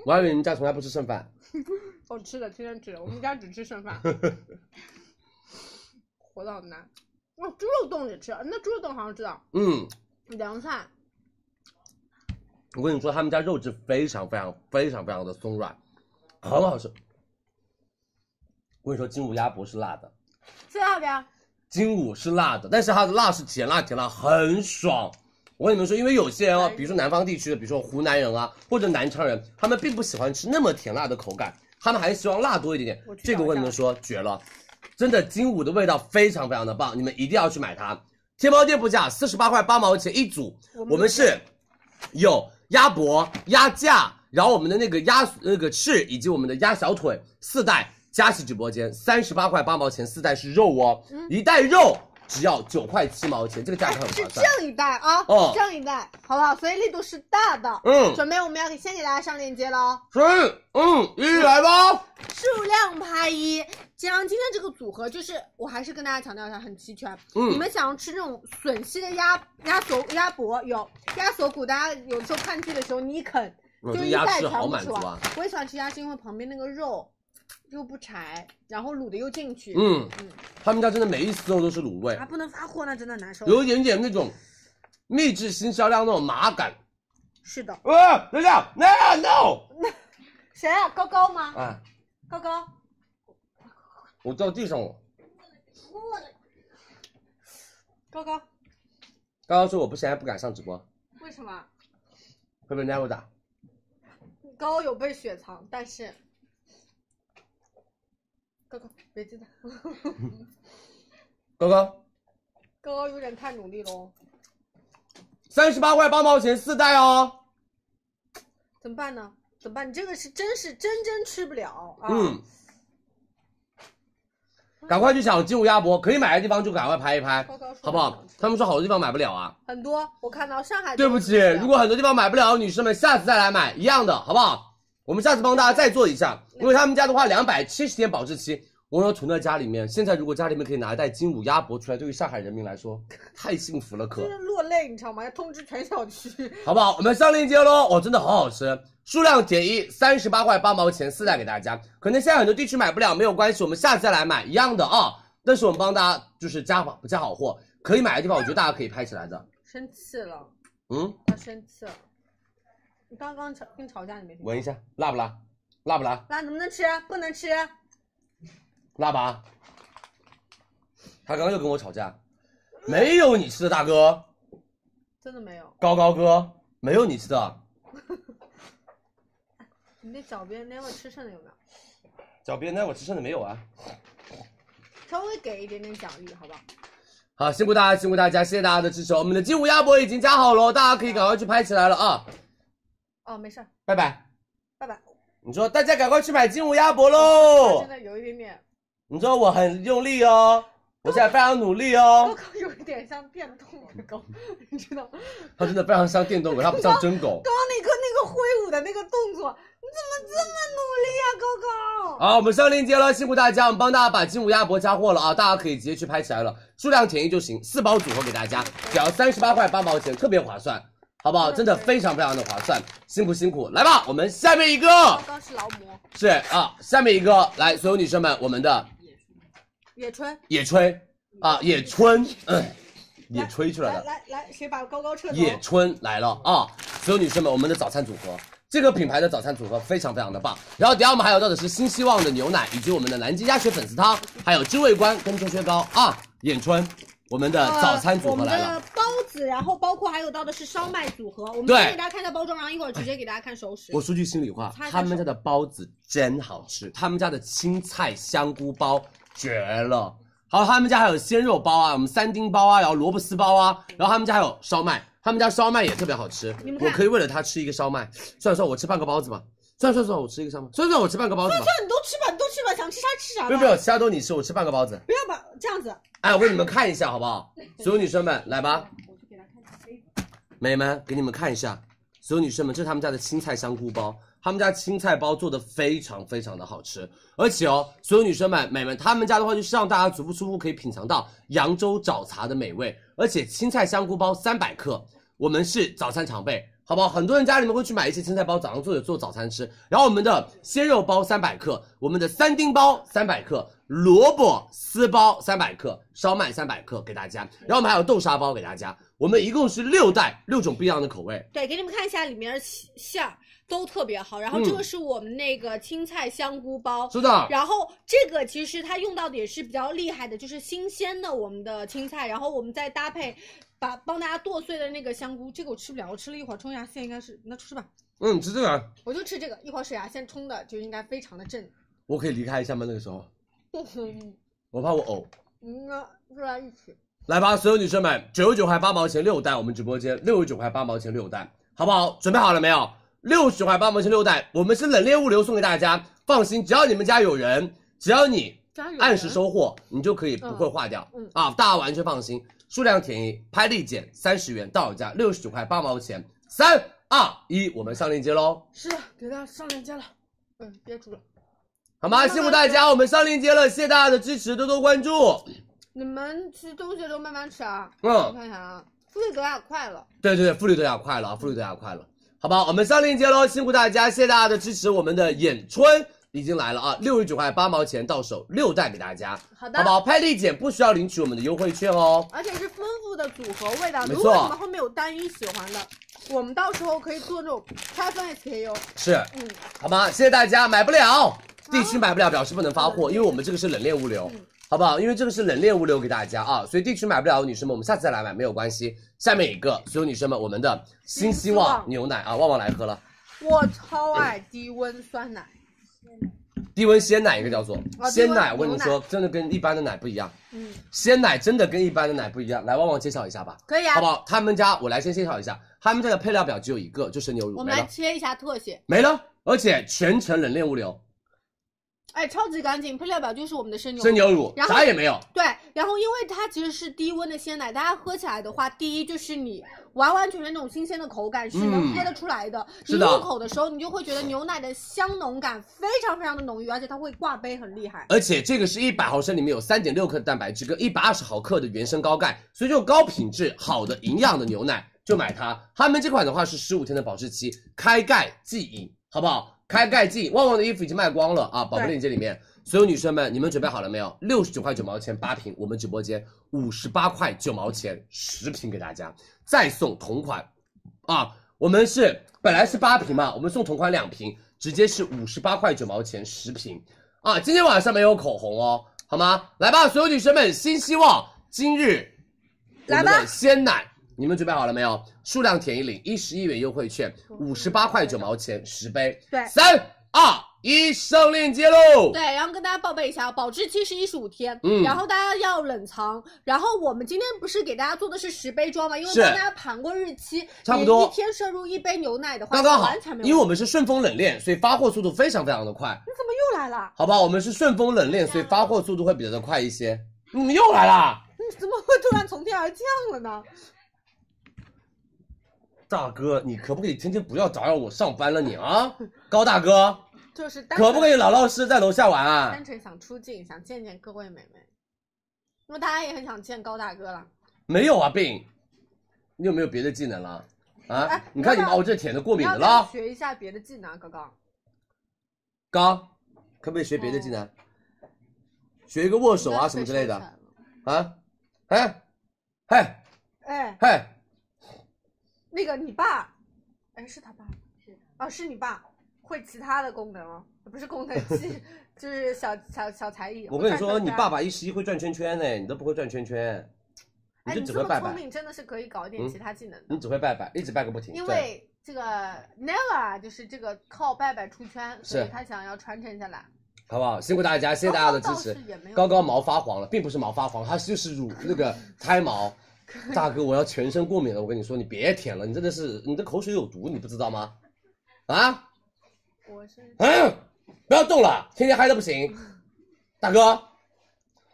我还以为你们家从来不吃剩饭。我哦吃的，天天吃的，我们家只吃剩饭，活得好难。哦，猪肉冻也吃，那猪肉冻好像知道，嗯，凉菜。我跟你说，他们家肉质非常非常非常非常的松软，很好吃。我跟你说，金武鸭脖是辣的。最好的呀，金武是辣的，但是它的辣是甜辣甜辣，很爽。我跟你们说，因为有些人哦，嗯比如说南方地区的，比如说湖南人啊，或者南昌人，他们并不喜欢吃那么甜辣的口感，他们还是希望辣多一点点我。知道这个我跟你们说，绝了！真的，金武的味道非常非常的棒，你们一定要去买它。天猫店铺价四十八块八毛钱一组，我们我们是有鸭脖、鸭架，然后我们的那个鸭那个翅以及我们的鸭小腿四袋，佳琦直播间三十八块八毛钱四袋是肉哦，嗯一袋肉只要九块七毛钱，这个价格很是划这算。样一袋啊，哦这样一袋，好不好？所以力度是大的。嗯准备我们要给先给大家上链接喽。所以，嗯，一起来吧。数量拍一，将今天这个组合就是，我还是跟大家强调一下，很齐全。嗯你们想要吃那种吮吸的鸭鸭锁鸭脖有，鸭锁骨大家有时候看剧的时候你一啃，我就这一鸭袋翅全好部满吃足完。啊。我也喜欢吃鸭，是因为旁边那个肉又不柴，然后卤的又进去，嗯嗯，他们家真的每一丝肉都是卤味还，不能发货，那真的难受。有一点点那种秘制新销量那种麻感。是的，啊，等一下，no no！谁啊？高高吗？啊，高高，我掉地上了。高高，刚刚说我不现在不敢上直播，为什么？会被人家殴打。高高有被雪藏，但是高高别激动， 高高，高高有点太努力哦喽，三十八块八毛钱四袋哦。怎么办呢？怎么办？你这个是真是真真吃不了啊！嗯，赶快去抢鸡骨鸭脖，可以买的地方就赶快拍一拍高高，说好不好？他们说好多地方买不了啊。很多我看到上海对都不是起这，样如果很多地方买不了，女生们下次再来买一样的，好不好？我们下次帮大家再做一下，因为他们家的话两百七十天保质期，我要囤在家里面。现在如果家里面可以拿一袋金乳鸭脖出来，对于上海人民来说太幸福了，可真是落泪，你知道吗？要通知全小区。 好不好？我们上链接喽！哦，真的好好吃，数量减一，三十八块八毛钱四袋给大家。可能现在很多地区买不了，没有关系，我们下次再来买一样的啊。但是我们帮大家就是加好加好货，可以买的地方，我觉得大家可以拍起来的。生气了，嗯，他生气了。你刚刚吵跟吵架，你没听到？闻一下，辣不辣？辣不辣？那能不能吃？不能吃。辣吧？他刚刚又跟我吵架，没有你吃的，大哥，真的没有，高高哥，没有你吃的。你那脚边那会吃剩的有没有？小编，那我吃剩的没有啊？稍微给一点点奖励，好不好？好，辛苦大家，辛苦大家，谢谢大家的支持。我们的金武鸭脖已经加好了，大家可以赶快去拍起来了啊！哦，没事儿，拜拜。拜拜。你说大家赶快去买金武鸭脖他喽真！的有一点点，你说我很用力哦，我现在非常努力高哦。高有一点像电动的狗， 你知道吗？它真的非常像电动狗，它不像真狗刚。刚那个那个挥舞的那个动作，你怎么这么努力啊，高高？好，我们上链接了，辛苦大家，我们帮大家把金武鸭脖加货了啊！大家可以直接去拍起来了，数量填一就行，四包组合给大家，只要三十八块八毛钱，特别划算，好不好？真的非常非常的划算，辛苦辛苦，来吧，我们下面一个高高是劳模，是啊，下面一个来，所有女生们，我们的野炊。野炊啊，野春，嗯，野炊去了来的。来来，谁把高高撤走？野春来了啊！所有女生们，我们的早餐组合，这个品牌的早餐组合非常非常的棒。然后底下我们还有到的是新希望的牛奶，以及我们的南京鸭血粉丝汤，还有知味观跟中薛高啊。野春，我们的呃早餐组合来我们了，的包子，然后包括还有到的是烧麦组合。我们对先给大家看一下包装，然后一会儿直接给大家看熟食。我说句心里话擦一，下他们家的包子真好吃，他们家的青菜香菇包绝了。好，他们家还有鲜肉包啊，我们三丁包啊，然后萝卜丝包啊，然后他们家还有烧麦，他们家烧麦也特别好吃你们。看我可以为了它吃一个烧麦，算了算了，我吃半个包子吧。算了算了算了，我吃一个烧麦。算了算了，我吃半个包子吧。那你都吃吧，你都吃吧，想吃啥吃啥吧。没有没有，其他都你吃，我吃半个包子。不要把这样子，哎，我给你们看一下好不好？所有女生们，来吧，美女们，给你们看一下，所有女生们，这是他们家的青菜香菇包，他们家青菜包做的非常非常的好吃，而且哦，所有女生们、美们，他们家的话就是让大家足不出户可以品尝到扬州早茶的美味，而且青菜香菇包三百克，我们是早餐常备。好不好？很多人家里面会去买一些青菜包，早上做着做早餐吃。然后我们的鲜肉包三百克，我们的三丁包三百克，萝卜丝包三百克，烧麦三百克给大家。然后我们还有豆沙包给大家。我们一共是六袋，六种不一样的口味。对，给你们看一下里面的馅儿都特别好。然后这嗯个是我们那个青菜香菇包。收到。然后这个其实它用到的也是比较厉害的，就是新鲜的我们的青菜，然后我们再搭配嗯把帮大家剁碎的那个香菇。这个我吃不了，我吃了一会儿冲牙线应该是那吃吧，嗯，是这个，我就吃这个，一会儿水牙线冲的就应该非常的正。我可以离开一下吗？那个时候，嗯，我怕我呕。那嗯热在一起。来吧，所有女生们，九十九块八毛钱六袋，我们直播间六十九块八毛钱六袋，好不好？准备好了没有？六十块八毛钱六袋，我们是冷链物流送给大家，放心，只要你们家有人，只要你加油！按时。收货，你就可以不会化掉，嗯嗯啊，大家完全放心，数量便宜，拍立减三十元到手价六十九块八毛钱，三二一，我们上链接喽。是的，给大家上链接了。嗯，憋住了。好吗？辛苦大家，我们上链接了，谢谢大家的支持，多多关注。你们吃东西的时候慢慢吃啊。我嗯，看一下啊，速度有点快了。对对对，复利豆芽快了啊，复利豆芽快了，好不好？我们上链接喽，辛苦大家，谢谢大家的支持。我们的眼春已经来了啊，六十九块八毛钱到手，六袋给大家，好的好不好？拍立减不需要领取我们的优惠券哦。而且是丰富的组合味道。没如错果你们后面有单一喜欢的，我们到时候可以做那种拆分 SKU。是，嗯，好吗？谢谢大家，买不了，地区买不了，表示不能发货，因为我们这个是冷链物流，好不好？因为这个是冷链物流给大家啊，所以地区买不了的女生们，我们下次再来买没有关系。下面一个，所有女生们，我们的新希望牛奶啊，旺旺来喝了，我超爱低温酸奶，低温鲜奶一个叫做啊鲜低温奶，我牛奶跟你说，真的跟一般的奶不一样，嗯，鲜奶真的跟一般的奶不一样。来，旺旺介绍一下吧，可以啊好不。好？他们家我来先介绍一下，他们家的配料表只有一个，就是牛乳，我没们来了，切一下特写，没了，而且全程冷链物流，哎，超级干净，配料表就是我们的生牛生牛乳，然后啥也没有，对，然后因为它其实是低温的鲜奶，大家喝起来的话，第一就是你完完全全那种新鲜的口感是能嗯喝得出来的。是你的入口的时候，你就会觉得牛奶的香浓感非常非常的浓郁，而且它会挂杯很厉害。而且这个是一百毫升里面有三点六克的蛋白质跟一百二十毫克的原生高钙，所以就高品质、好的营养的牛奶就买它。他们这款的话是十五天的保质期，开盖即饮，好不好？开盖即饮。旺旺的衣服已经卖光了啊，宝贝链接里面。所有女生们，你们准备好了没有？六十九块九毛钱八瓶，我们直播间五十八块九毛钱十瓶给大家，再送同款啊！我们是本来是八瓶嘛，我们送同款两瓶，直接是五十八块九毛钱十瓶啊！今天晚上没有口红哦，好吗？来吧，所有女生们，新希望今日来吧我们的鲜奶，你们准备好了没有？数量填一领，一十一元优惠券，五十八块九毛钱十杯。嗯对三二一，上链接喽！对，然后跟大家报备一下，保质期是一十五天，嗯然后大家要冷藏。然后我们今天不是给大家做的是十杯装吗？因为是帮大家盘过日期，差不你多一天摄入一杯牛奶的话，刚刚好完全，没有。因为我们是顺丰冷链，所以发货速度非常非常的快，你怎么又来了？ 好不好？我们是顺丰冷链，所以发货速度会比较的快一些。你们又来啦，你怎么会突然从天而降了呢？大哥，你可不可以天天不要打扰我上班了你啊？高大哥，就是单可不可以以老老实实在楼下玩啊单？纯想出镜，想见见各位美眉，因为大家也很想见高大哥了。没有啊，病，你有没有别的技能了？啊哎，你看你们那哦，这舔的过你敏要的不要啦。学一下别的技能啊，高高。刚，可不可以学别的技能？学一个握手啊什么之类应该的是被啊？哎，收嘿，起来了。哎，嘿，那个你爸，哎，是他爸，是哦，是你爸会其他的功能哦，不是功能 技，就是小小小才艺。我跟你说，转转你转爸，爸一十一会转圈圈呢，你都不会转圈圈，哎，就你只这会么拜聪拜，明，真的是可以搞一点嗯其他技能的。你只会拜拜，一直拜个不停。因对为这个 Nella 就是这个靠拜拜出圈，所以是他想要传承下来。好不好？辛苦大家，谢谢大家的支高高持倒是也没。有高高毛发黄了，并不是毛发黄，它就是乳那个 胎毛。大哥，我要全身过敏了，我跟你说，你别舔了，你真的是你的口水有毒，你不知道吗？啊？我是嗯，不要动了，天天嗨的不行。大哥，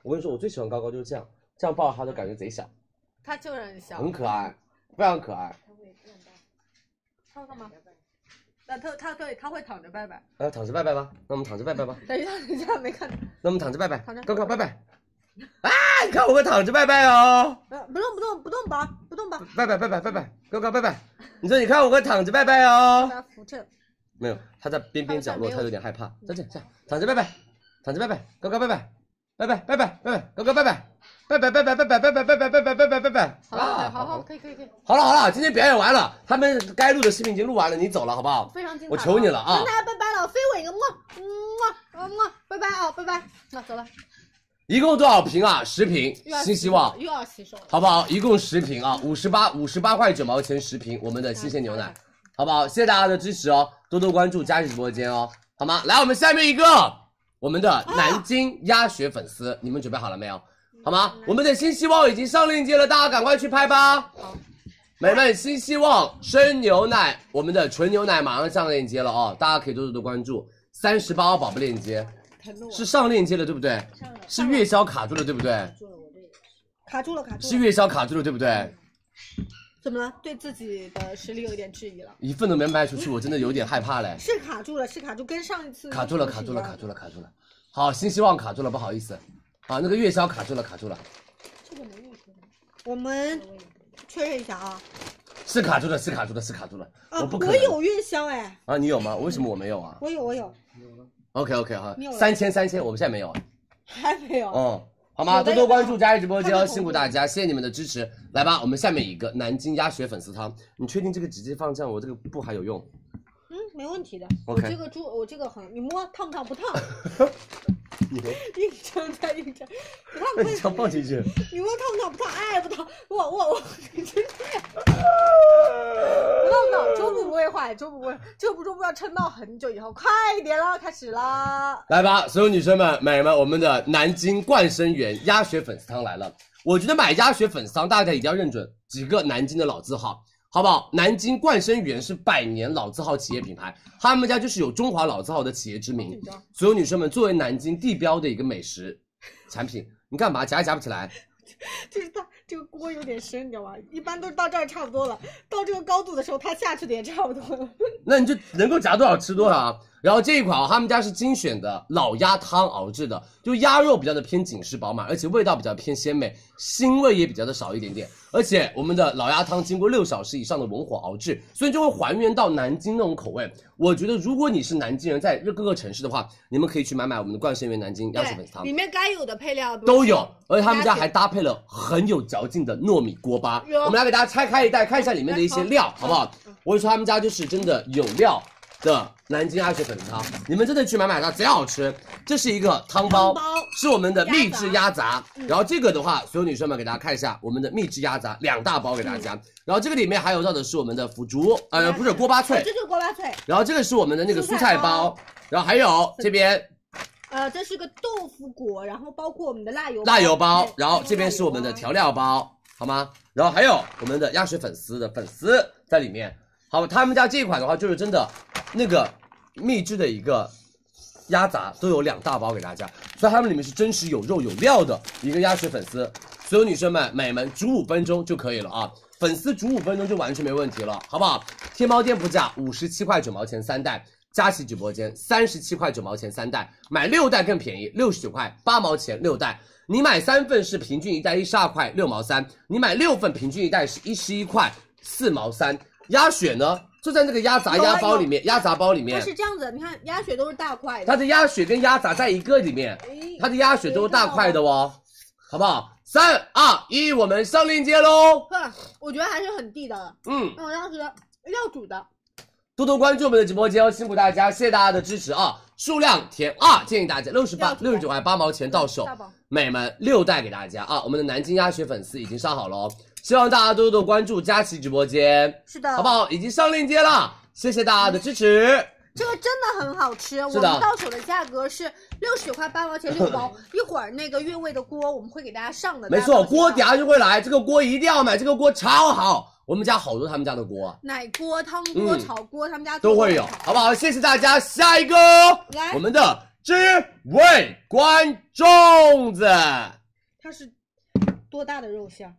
我跟你说，我最喜欢高高就是这样，这样抱着他都感觉贼小，他就是很小，很可爱，非常可爱。他会干嘛？那他他对他会躺着拜拜。啊，躺着拜拜吧，那我们躺着拜拜吧，等一下，等一下，没看，那我们躺着拜拜躺着，高高拜拜。啊，你看我会躺着拜拜哦，呃，不动不动不动吧，不动吧，拜拜拜拜拜拜，高高拜拜。你说你看我会躺着拜拜哦把，它扶正。没有，他在边边角落，他有点害怕。再见，这样躺着拜拜，躺着拜拜，高高拜拜，拜拜拜拜拜拜，高高拜拜，拜拜拜拜拜拜拜拜拜拜拜拜拜拜拜。好了，啊，好好，可以可以可以，好了好了，今天表演完了，他们该录的视频已经录完了，你走了好不好？非常精彩。我求你了啊跟大家拜拜了，飞我一个么么么么，拜拜啊，拜拜，那走了，一共多少瓶啊？十瓶又要，新洗希手望了，又要洗手了。好不好？一共十瓶啊，五十八五十八块九毛钱十瓶，我们的新鲜牛奶，好不好？谢谢大家的支持哦，多多关注佳琦直播间哦，好吗？来，我们下面一个，我们的南京鸭血粉丝，你们准备好了没有？嗯好吗？我们的新希望已经上链接了，大家赶快去拍吧。好，美们，新希望生牛奶，我们的纯牛奶马上上链接了哦，大家可以多多的关注。三十八号宝贝链接疼着我，是上链接了，对不对？是月销卡住了，对不对？卡住了，卡住是了。月销卡住了，对不对？怎么了？对自己的实力有一点质疑了？一份都没卖出去，我真的有点害怕嘞。是卡住了，是卡住，跟上一次卡住了，卡是住一了，样卡的住了，卡住了。好，新希望卡住了，不好意思。啊，那个月销卡住了，卡住了，我们确认一下啊，是卡住了，是卡住了，是卡住了。啊，我不可能有月销哎，啊，你有吗？为什么我没有啊我有我有， ？OK OK 好你有，了三千三千，我们现在没有。啊还没有。嗯，好吗？有的多多关注佳怡直播间看哦，得懂辛苦大家，谢谢你们的支持。来吧，我们下面一个南京鸭血粉丝汤，你确定这个直接放这样，我这个布还有用？嗯，没问题的。我 OK 这个猪，我这个很，你摸烫不烫？不烫，你硬撑再硬撑，不烫不那你这样放进去，你摸烫不烫？不烫，哎，不烫，我我我，真是 不烫不烫，桌布不会坏，桌布不会，这部桌布要撑到很久以后，快一点啦，开始啦。来吧，所有女生们、美人们，我们的南京冠生园鸭血粉丝汤来了。我觉得买鸭血粉丝汤，大家一定要认准几个南京的老字号。好不好？南京冠生园是百年老字号企业品牌，他们家就是有中华老字号的企业之名紧张。所有女生们，作为南京地标的一个美食产品，你干嘛夹也夹不起来？就是它这个锅有点深，你知道吗？一般都是到这儿差不多了，到这个高度的时候，它下去的也差不多了。那你就能够夹多少吃多少啊。然后这一款啊，他们家是精选的老鸭汤熬制的，就鸭肉比较的偏紧实饱满，而且味道比较偏鲜美，腥味也比较的少一点点。而且我们的老鸭汤经过六小时以上的文火熬制，所以就会还原到南京那种口味。我觉得如果你是南京人，在各个城市的话，你们可以去买买我们的冠生园南京鸭血粉丝汤里。面该有的配料比如都说有，而且他们家鸭血还搭配了很有嚼劲的糯米锅巴。哟我们来给大家拆开一袋，看一下里面的一些料，好不好？我就说他们家就是真的有料的南京鸭血粉丝汤，你们真的去买买它，贼好吃。这是一个汤包，汤包是我们的秘制鸭杂。然后这个的话，所有女生们给大家看一下我们的秘制鸭杂，两大包给大家。然后这个里面还有到的是我们的腐竹，呃，鸭不是锅巴脆哦。这就是锅巴脆，然后这个是我们的那个蔬菜蔬菜包包，然后还有这边呃，这是个豆腐果，然后包嗯括我们的辣油辣油包对，然后这边是我们的调料包，好吗？然后还有我们的鸭血粉丝的粉丝在里面。好，他们家这一款的话，就是真的那个秘制的一个鸭杂都有两大包给大家，所以他们里面是真实有肉有料的一个鸭血粉丝。所有女生们，每们煮五分钟就可以了啊，粉丝煮五分钟就完全没问题了，好不好？天猫店铺价五十七块九毛钱三袋，佳琦直播间三十七块九毛钱三袋，买六袋更便宜，六十九块八毛钱六袋。你买三份是平均一袋一十二块六毛三，你买六份平均一袋是一十一块四毛三。鸭血呢，就在那个鸭杂有啊鸭包有里面，鸭杂包里它面是这样子，你看鸭血都是大块的，它的鸭血跟鸭杂在一个里面，哎它的鸭血都是大块的哦，好不好？三二一，我们上链接喽。呵我觉得还是很地道的。嗯，那我当时要煮的，多多关注我们的直播间哦，辛苦大家，谢谢大家的支持啊！数量填二，建议大家六十八、六十九块八毛钱到手大包，美们六袋给大家啊！我们的南京鸭血粉丝已经上好了哦，希望大家多多关注佳琦直播间，是的，好不？好？已经上链接了，谢谢大家的支持。这个真的很好吃，我是们的到手的价格是六十九块八毛钱 六包。一会儿那个越味的锅我们会给大家上的，没大错，家放心啊锅等下就会来，这个锅一定要买，这个锅超好，我们家好多他们家的锅啊。奶锅、汤锅、嗯炒锅，他们家都会有，炒好不好？谢谢大家，下一个哦来我们的知味关粽子，它是多大的肉馅 儿？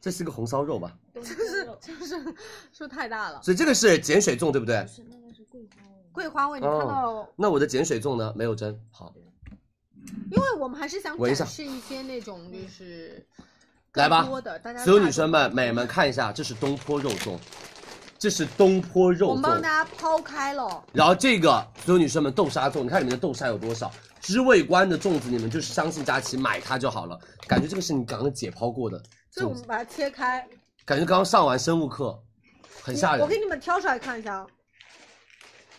这是个红烧肉吧？ 就是就是是不是太大了？所以这个是碱水粽，对不对？ 桂花味，你看到？那我的碱水粽呢？没有蒸，好，因为我们还是想闻一下嗯展示一些那种就是来吧更多的，大家所有大女生众们、美们看一下，这是东坡肉粽，这是东坡我肉们帮粽大。家抛开了，然后这个所有女生们豆沙粽，你看里面的豆沙有多少？知味观的粽子，你们就是相信佳琪买它就好了。感觉这个是你刚刚解剖过的所以我粽们子，把它切开。感觉刚刚上完生物课，很吓人。我给你们挑出来看一下啊，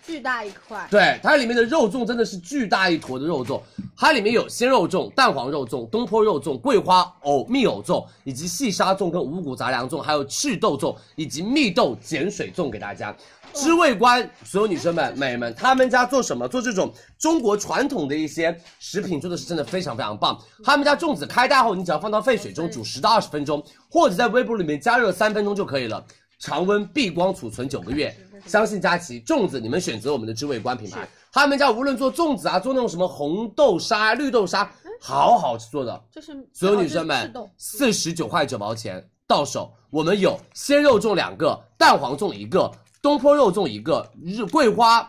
巨大一块，对，它里面的肉粽真的是巨大一坨的肉粽，它里面有鲜肉粽、蛋黄肉粽、东坡肉粽、桂花藕蜜藕粽，以及细沙粽跟五谷杂粮粽，还有赤豆粽以及蜜豆碱水粽给大家。知味观，所有女生们、美们，他们家做什么？做这种中国传统的一些食品，做的是真的非常非常棒。他们家粽子开袋后，你只要放到沸水中煮十到二十分钟，或者在微波炉里面加热三分钟就可以了。常温避光储存九个月。相信佳琪粽子，你们选择我们的知味观品牌，他们家无论做粽子啊，做那种什么红豆沙、绿豆沙，好好吃做的。这是所有哦女这生是们赤豆，四十九块九毛钱到手，我们有鲜肉粽两个，蛋黄粽一个，东坡肉粽一个，日桂花。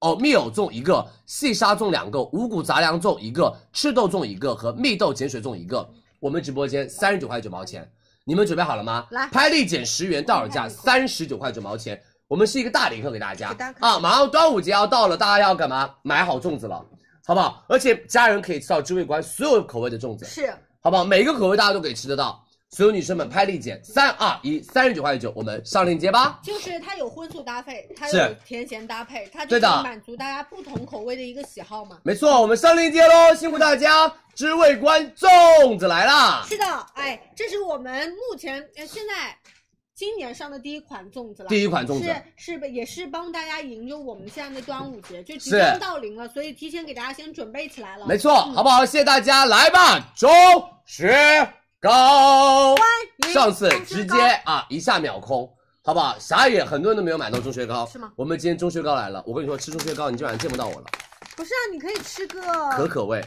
哦，蜜藕粽一个，细沙粽两个，五谷杂粮粽一个，赤豆粽一个和蜜豆碱水粽一个。我们直播间三十九块九毛钱，你们准备好了吗？来拍立减十元到手价三十九块九毛钱，我们是一个大礼盒给大家给大家看啊！马上端午节要到了，大家要干嘛？买好粽子了，好不好？而且家人可以吃到知味观所有口味的粽子，是好不好？每一个口味大家都可以吃得到。所有女生们拍立减，三二一，三十九块九，我们上链接吧。就是它有荤素搭配，它是有甜咸搭配，它就对是的满足大家不同口味的一个喜好嘛。没错，我们上链接喽，辛苦大家！知味观粽子来啦，是的，哎，这是我们目前呃现在今年上的第一款粽子了。第一款粽子是是不也是帮大家迎着我们现在的端午节，就即是将到临了，所以提前给大家先准备起来了。没错，好不好？谢谢大家，来吧，中十高。迎上次中秋直接糕啊一下秒空，好不好？傻眼，很多人都没有买到钟薛高，是吗我们今天钟薛高来了，我跟你说，吃钟薛高你今晚上见不到我了，不是啊，你可以吃个可可味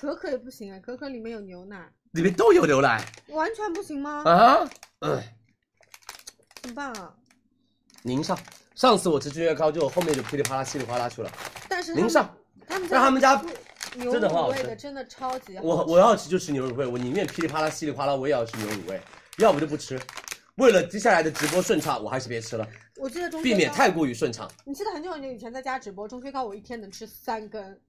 可可也不行啊，可可里面有牛奶，里面都有牛奶完全不行吗？啊！嗯怎么办啊？您上，上次我吃钟薛高就后面就噼里啪啦稀里哗啦去了，但是他您们上，他们让他们家牛真的很乳好味吃的真的超级好，我我要吃就吃牛乳味，我宁愿噼里啪啦稀里哗啦，我也要吃牛乳味，要不就不吃。为了接下来的直播顺畅，我还是别吃了，我记得中避秋免糕太过于顺畅。你记得很久很久以前在家直播中秋糕，我一天能吃三根，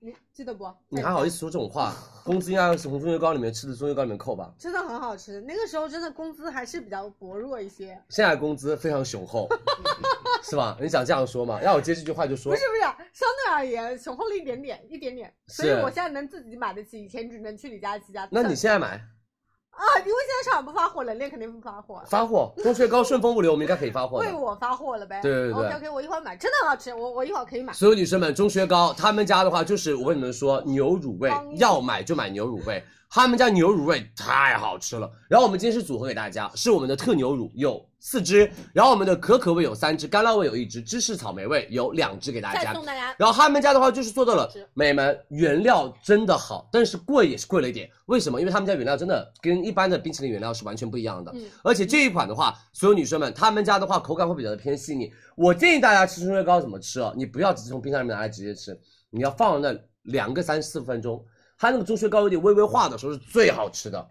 你记得不？你还好意思说这种话？工资应该是从中秋糕里面吃的中秋糕里面扣吧？真的很好吃，那个时候真的工资还是比较薄弱一些。现在工资非常雄厚， 是吧？你想这样说吗？让我接这句话就说不是不是，相对而言雄厚了一点点，一点点，所以是我现在能自己买得起，以前只能去李佳琦家蹭。那你现在买啊，因为现在上海不发货，冷链肯定不发货，发货，中雪糕顺丰物流，我们应该可以发货为的。我发货了呗。对对对 OK OK，我一会儿买，真的很好吃，我我一会儿可以买。所有女生们，中雪糕他们家的话，就是我跟你们说，牛乳味帮你要买就买牛乳味，他们家牛乳味太好吃了。然后我们今天是组合给大家，是我们的特牛乳有四支，然后我们的可可味有三支，干辣味有一支，芝士草莓味有两支给大再家。送大家然后他们家的话就是做到了是，美们原料真的好，但是贵也是贵了一点。为什么？因为他们家原料真的跟一般的冰淇淋原料是完全不一样的。嗯而且这一款的话，所有女生们，他们家的话口感会比较的偏细腻。我建议大家吃春雪糕怎么吃啊？你不要直接从冰箱里面拿来直接吃，你要放那两个三四分钟，它那个中雪糕有点微微化的时候是最好吃的。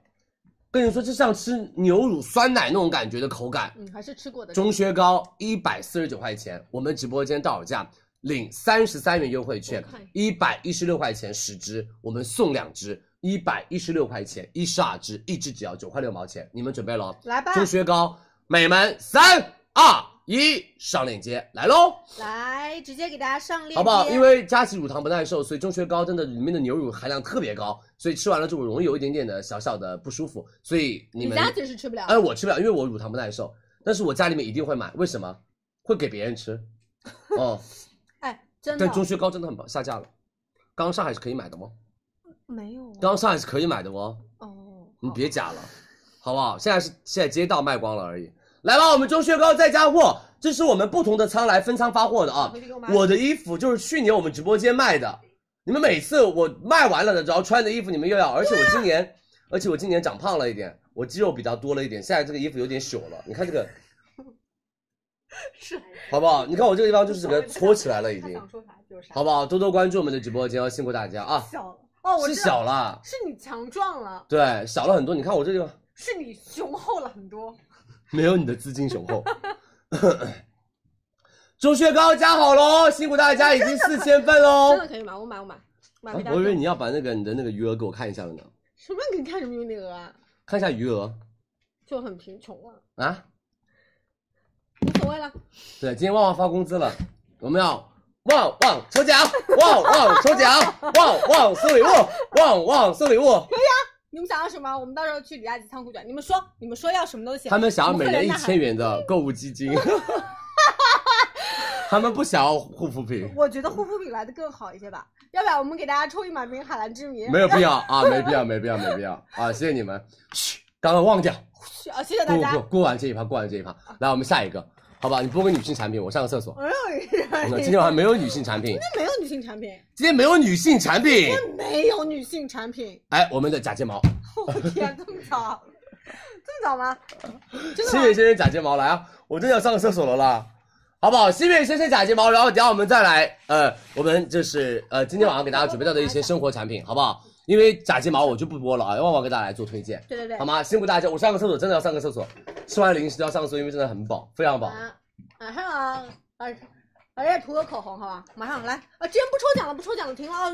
跟你说，就像吃牛乳酸奶那种感觉的口感，嗯，还是吃过的。中薛高一百四十九块钱，我们直播间到手价领三十三元优惠券我看，一百一十六块钱十支，我们送两支，一百一十六块钱一十二支，一支只要九块六毛钱，你们准备喽！来吧，中薛高，美们三二一，上链接来喽，来直接给大家上链接，好不好？因为佳琪乳糖不耐受，所以中薛高真的里面的牛乳含量特别高，所以吃完了之后容易有一点点的小小的不舒服，所以你李们佳琦是吃不了。哎，我吃不了，因为我乳糖不耐受，但是我家里面一定会买，为什么？会给别 人吃。哦，哎，真的但中薛高真的很棒，下架了。刚刚上海是可以买的吗？没有啊刚刚上海是可以买的哦，哦，你别假了，好不好？现在是现在街道卖光了而已。来吧，我们中薛高再加货，这是我们不同的仓来分仓发货的啊回去给我。买我的衣服就是去年我们直播间卖的，你们每次我卖完了的，然后穿的衣服你们又要，而且我今年，而且我今年长胖了一点，我肌肉比较多了一点，现在这个衣服有点朽了，你看这个。是好不好？你看我这个地方就是整个搓起来了，已他经想，说啥就是啥，好不好？多多关注我们的直播间哦，辛苦大家啊！小了哦，我是知道小了，是你强壮了，对，小了很多。你看我这个地方是你雄厚了很多。没有你的资金雄厚。 中雪糕加好喽，辛苦大家，已经四千份喽 真。的可以买，我买我买，买哦啊回家我以做。为你要把那个你的那个余额给我看一下了呢，什么？你看什么用那个啊？看一下余额就很贫穷啊，啊。无所谓了。对，今天旺旺发工资了，我们要旺旺抽奖，旺旺抽奖， 旺旺送礼物，旺旺送礼物。你们想要什么？我们到时候去李佳琦仓库转。你们说，你们说要什么东西？他们想要每人人一千。元的购物基金， 他们不想要护肤品，我觉得护肤品来的更好一些吧，要不然我们给大家抽一满瓶海蓝之谜。没有必要 啊，没必要，没必要，没必要啊！谢谢你们，嘘，刚刚忘掉，去啊！谢谢大过家过。过完这一趴，过完这一趴，来我们下一个，好吧？你播个女性产品，我上个厕所。没有嗯人，今天晚上没有女性产品，没有女性产品，今天没有女性产品。没有女性产品。哎，我们的假睫毛，我天，这么早？这么早吗？真新月的吗？先生假睫毛来啊！我真的要上个厕所了啦，好不好？新月先生假睫毛，然后等一下我们再来，呃，我们就是呃今天晚上给大家准备到的一些生活产品，好不好？因为假睫毛我就不播了啊，旺旺给大家来做推荐，对对对，好吗？辛苦大家，我上个厕所真的要上个厕所，吃完零食要上个厕所，因为真的很饱，非常饱。啊，马上啊，啊，而且涂个口红，好吧，马上来啊！今天不抽奖了，不抽奖了，停了啊！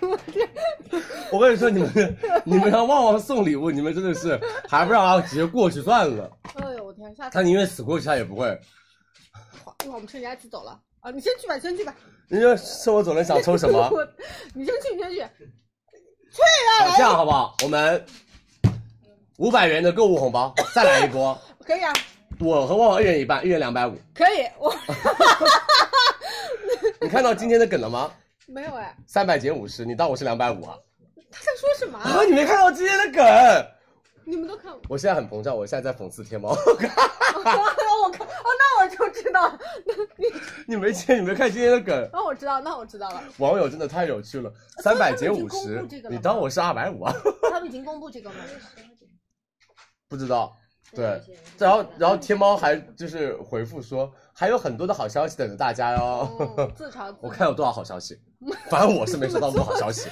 我天，我跟你说，你们 你们让旺旺送礼物，你们真的是还不让他直接过去算了， 哎呦我天，下次他宁愿死过去他也不会。一会儿我们趁人家去走了啊！你先去吧，先去吧，你说趁我走了想抽什么？我 你先去，你先去， 好这样好不好？我们五百元的购物红包再来一波，可以啊，我和旺旺一人一半，一人两百五。可以，我 你看到今天的梗了吗？没有哎，哎三百减五十，你当我是两百五啊？他在说什么啊？啊！你没看到今天的梗？你们都看我，哦我现在很膨胀，我现在在讽刺天猫。 我看哦，那我就知道了，那你你没见，你没看今天的梗？那我知道，那我知道了。网友真的太有趣了，所三以他百们已减经五公十布这个，了你吗当我是二百五啊？ 他们已经公布这个了吗？不知道。对，然后然后天猫还就是回复说，还有很多的好消息等着大家哟。 哦，自嘲自我看有多少好消息，反正我是没收到过好消息，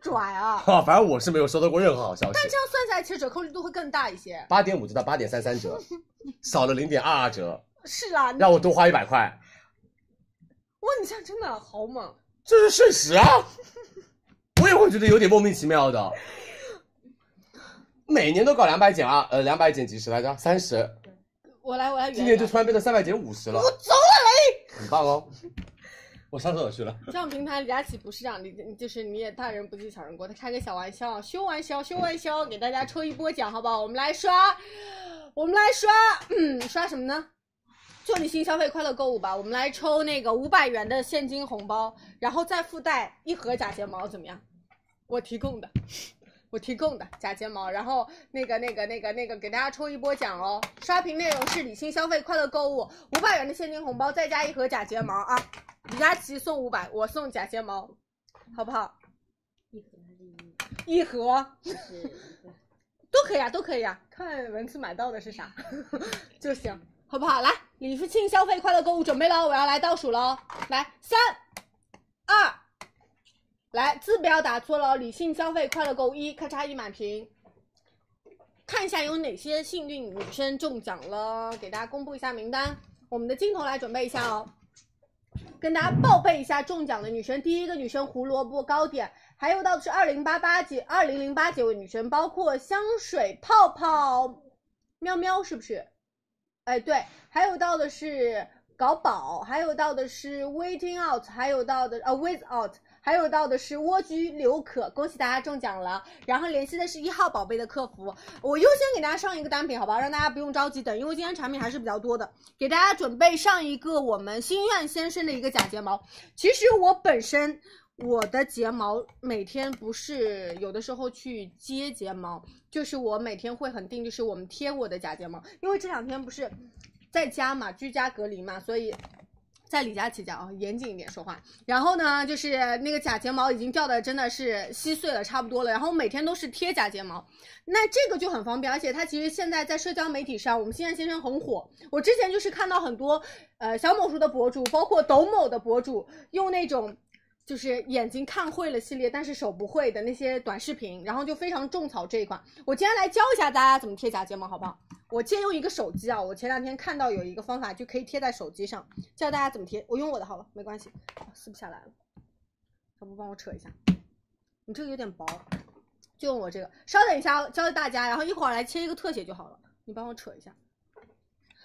拽 啊！哈，反正我是没有收到过任何好消息。这样算下来，其实折扣力度会更大一些。八点五折到八点三三折，少了零点二二折，是啊，你让我多花一百块，哇，你现在真的好猛！这是事实啊！我也会觉得有点莫名其妙的。每年都搞两百减二，呃，两百减几十来着？三十，我来，我来圆一下。今年就突然变成三百减五十了。我走了，你！很棒哦，我上厕所去了。这样平台李佳琦不是这样，你就是你也大人不计小人过，他开个小玩笑，修玩笑，修玩笑，给大家抽一波奖，好不好？我们来刷，我们来刷，嗯，刷什么呢？祝你新消费快乐购物吧！我们来抽那个五百元的现金红包，然后再附带一盒假睫毛，怎么样？我提供的，我提供的假睫毛，然后那个那个那个那个给大家抽一波奖哦！刷屏内容是理性消费快乐购物，五百元的现金红包，再加一盒假睫毛啊！李佳琦送五百，我送假睫毛，好不好？一盒都可以啊，都可以啊，看文字买到的是啥 就行，好不好？来，李夫庆消费快乐购物准备喽，我要来倒数喽，来三二，来字不要打错喽，理性消费快乐购物一，咔嚓一满屏。看一下有哪些幸运女生中奖了，给大家公布一下名单。我们的镜头来准备一下哦。跟大家报备一下中奖的女生，第一个女生胡萝卜糕点，还有到的是二零八八结二零零八结尾女生，包括香水泡泡，喵喵是不是？哎对，还有到的是搞宝，还有到的是 waiting out，还有到的呃 with out。还有到的是蜗居刘可，恭喜大家中奖了。然后联系的是一号宝贝的客服，我优先给大家上一个单品，好吧，让大家不用着急等，因为今天产品还是比较多的。给大家准备上一个我们心愿先生的一个假睫毛。其实我本身我的睫毛每天不是有的时候去接睫毛，就是我每天会很定，就是我们贴我的假睫毛，因为这两天不是在家嘛，居家隔离嘛，所以。在李佳琦家啊、严谨一点说话。然后呢，就是那个假睫毛已经掉的真的是稀碎了，差不多了。然后每天都是贴假睫毛，那这个就很方便，而且它其实现在在社交媒体上，我们心愿先生很火，我之前就是看到很多呃小某书的博主，包括抖某的博主，用那种就是眼睛看会了系列，但是手不会的那些短视频，然后就非常种草这一款。我今天来教一下大家怎么贴假睫毛，好不好？我借用一个手机啊，我前两天看到有一个方法，就可以贴在手机上，教大家怎么贴。我用我的好了，没关系，啊撕不下来了。要不帮我扯一下？你这个有点薄，就用我这个。稍等一下，教大家，然后一会儿来切一个特写就好了。你帮我扯一下。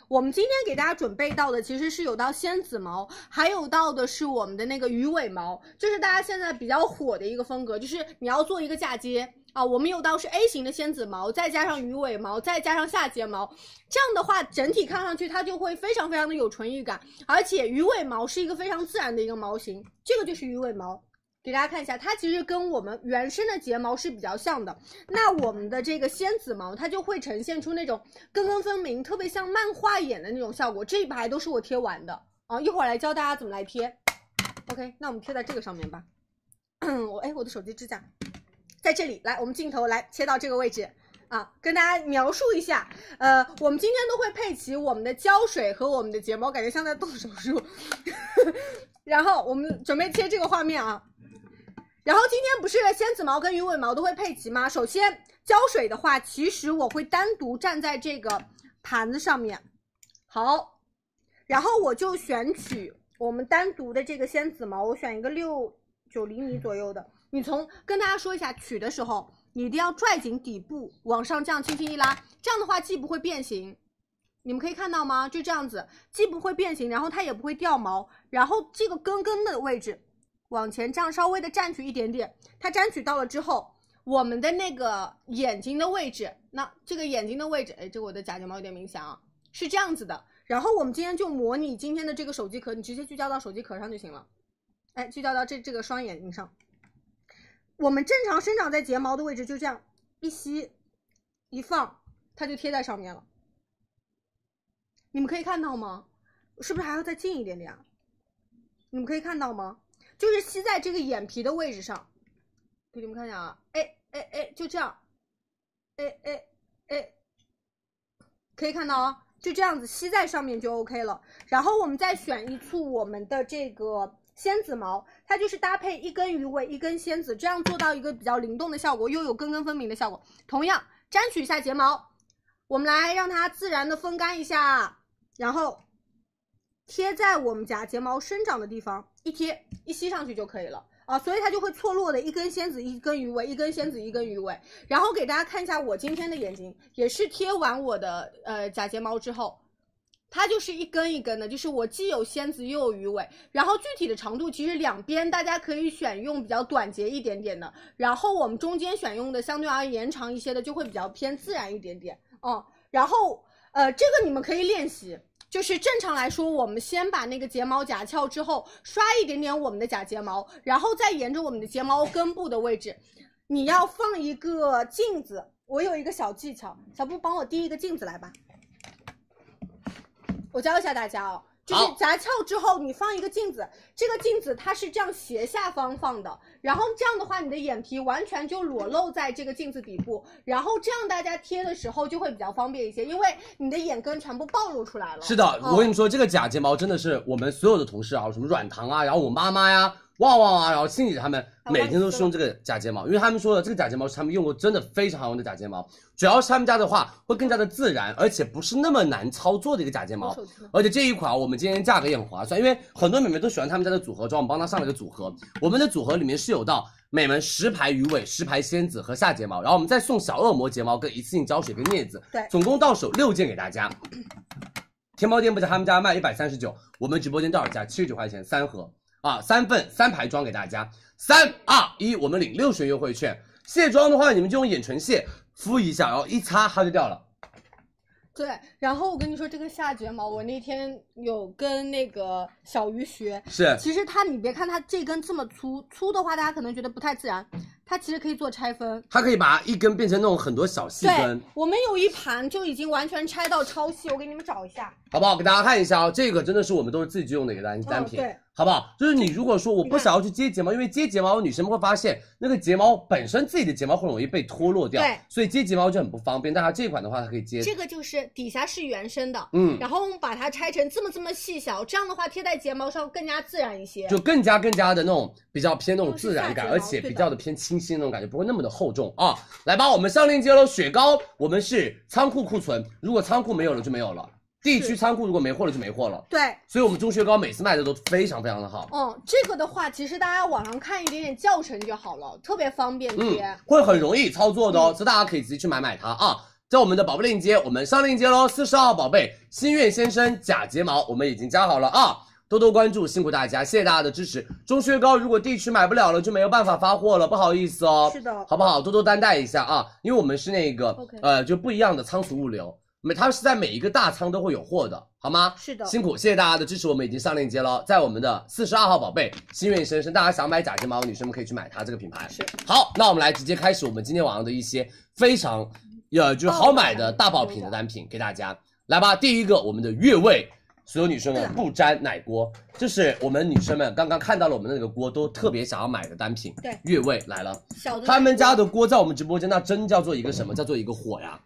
我们今天给大家准备到的其实是有到仙子毛，还有到的是我们的那个鱼尾毛，就是大家现在比较火的一个风格，就是你要做一个嫁接啊。我们有到是 A 型的仙子毛，再加上鱼尾毛，再加上下睫毛，这样的话整体看上去它就会非常非常的有纯欲感，而且鱼尾毛是一个非常自然的一个毛型，这个就是鱼尾毛。给大家看一下，它其实跟我们原生的睫毛是比较像的。那我们的这个仙子毛，它就会呈现出那种根根分明，特别像漫画眼的那种效果。这一排都是我贴完的啊，一会儿来教大家怎么来贴。OK，那我们贴在这个上面吧。 我哎，我的手机支架在这里，来，我们镜头来切到这个位置。啊，跟大家描述一下，呃，我们今天都会配齐我们的胶水和我们的睫毛，感觉像在动手术。 然后我们准备贴这个画面啊，然后今天不是仙子毛跟鱼尾毛都会配齐吗？首先胶水的话，其实我会单独站在这个盘子上面，好，然后我就选取我们单独的这个仙子毛，我选一个六九厘米左右的。你从跟大家说一下，取的时候你一定要拽紧底部，往上这样轻轻一拉，这样的话既不会变形，你们可以看到吗？就这样子，既不会变形，然后它也不会掉毛，然后这个根根的位置往前这样稍微的蘸取一点点，它蘸取到了之后，我们的那个眼睛的位置，那这个眼睛的位置，哎，这个我的假睫毛有点明显啊，是这样子的。然后我们今天就模拟今天的这个手机壳，你直接聚焦到手机壳上就行了，哎，聚焦到这这个双眼睛上。我们正常生长在睫毛的位置，就这样一吸一放，它就贴在上面了。你们可以看到吗？是不是还要再近一点点啊？你们可以看到吗？就是吸在这个眼皮的位置上，给你们看一下啊，哎哎哎，就这样，哎哎哎，可以看到啊，就这样子吸在上面就 OK 了。然后我们再选一簇我们的这个仙子毛，它就是搭配一根鱼尾、一根仙子，这样做到一个比较灵动的效果，又有根根分明的效果。同样，沾取一下睫毛，我们来让它自然的风干一下，啊然后贴在我们假睫毛生长的地方，一贴一吸上去就可以了。啊，所以它就会错落的一根仙子一根鱼尾，一根仙子一根鱼尾。然后给大家看一下我今天的眼睛，也是贴完我的呃假睫毛之后，它就是一根一根的，就是我既有仙子又有鱼尾，然后具体的长度其实两边大家可以选用比较短截一点点的，然后我们中间选用的相对而言延长一些的就会比较偏自然一点点，嗯，然后呃这个你们可以练习。就是正常来说，我们先把那个睫毛夹翘之后，刷一点点我们的假睫毛，然后再沿着我们的睫毛根部的位置，你要放一个镜子。我有一个小技巧，小布帮我递一个镜子来吧。我教一下大家哦，就是好夹翘之后，你放一个镜子，这个镜子它是这样斜下方放的，然后这样的话，你的眼皮完全就裸露在这个镜子底部，然后这样大家贴的时候就会比较方便一些，因为你的眼根全部暴露出来了。是的，嗯我跟你说，这个假睫毛真的是我们所有的同事啊，什么软糖啊，然后我妈妈呀、旺旺啊，然后欣姐他们啊每天都是用这个假睫毛，因为他们说的这个假睫毛是他们用过真的非常好用的假睫毛，主要是他们家的话会更加的自然，而且不是那么难操作的一个假睫毛我手机呢。而且这一款啊我们今天价格也很划算，因为很多美眉都喜欢他们家的组合装，我们帮她上了一个组合。我们的组合里面是有到每门十排鱼尾、十排仙子和下睫毛，然后我们再送小恶魔睫毛跟一次性胶水跟镊子，对总共到手六件给大家。天猫店铺价他们家卖一百三十九，我们直播间到手价七十九块钱三盒啊，三份三排装给大家。三二一，我们领六十元优惠券。卸妆的话，你们就用眼唇卸敷一下，然后一擦它就掉了。对，然后我跟你说，这个下睫毛，我那天有跟那个小鱼学。是其实它，你别看它这根这么粗，粗的话大家可能觉得不太自然，它其实可以做拆分。它可以把一根变成那种很多小细对根，，我们有一盘就已经完全拆到超细，我给你们找一下。好不好？给大家看一下哦，这个真的是我们都是自己去用的一个单单品，哦对好不好？就是你如果说我不想要去接睫毛，因为接睫毛女生们会发现那个睫毛本身自己的睫毛会容易被脱落掉对，所以接睫毛就很不方便。但它这款的话，它可以接，这个就是底下是原生的，嗯，然后我们把它拆成这么这么细小，这样的话贴在睫毛上更加自然一些。就更加更加的那种比较偏那种自然感，就是下睫毛而且比较的偏清新那种感觉，不会那么的厚重啊。来吧，我们上链接喽。雪糕，我们是仓库库存，如果仓库没有了就没有了，地区是仓库如果没货了就没货了。对，所以我们中雪糕每次卖的都非常非常的好，嗯，这个的话，其实大家网上看一点点教程就好了，特别方便嗯贴。，会很容易操作的嗯哦，所以大家可以直接去买买它啊。在我们的宝贝链接，我们上链接喽，四十号宝贝心愿先生假睫毛，我们已经加好了啊。多多关注，辛苦大家，谢谢大家的支持。中雪糕如果地区买不了了，就没有办法发货了，不好意思哦。是的好不好？多多担待一下啊，因为我们是那个 OK 呃，就不一样的仓储物流，每它是在每一个大仓都会有货的，好吗？是的辛苦，谢谢大家的支持，我们已经上链接了，在我们的四十二号宝贝心愿先生，大家想买假睫毛，女生们可以去买它这个品牌。是。好，那我们来直接开始我们今天晚上的一些非常呃就是好买的大爆品的单品给大家，来吧，第一个我们的越位。所有女生们不沾奶锅，这是我们女生们刚刚看到了我们的那个锅，都特别想要买的单品。对越位来了，小的他们家的锅在我们直播间那真叫做一个什么？叫做一个火呀！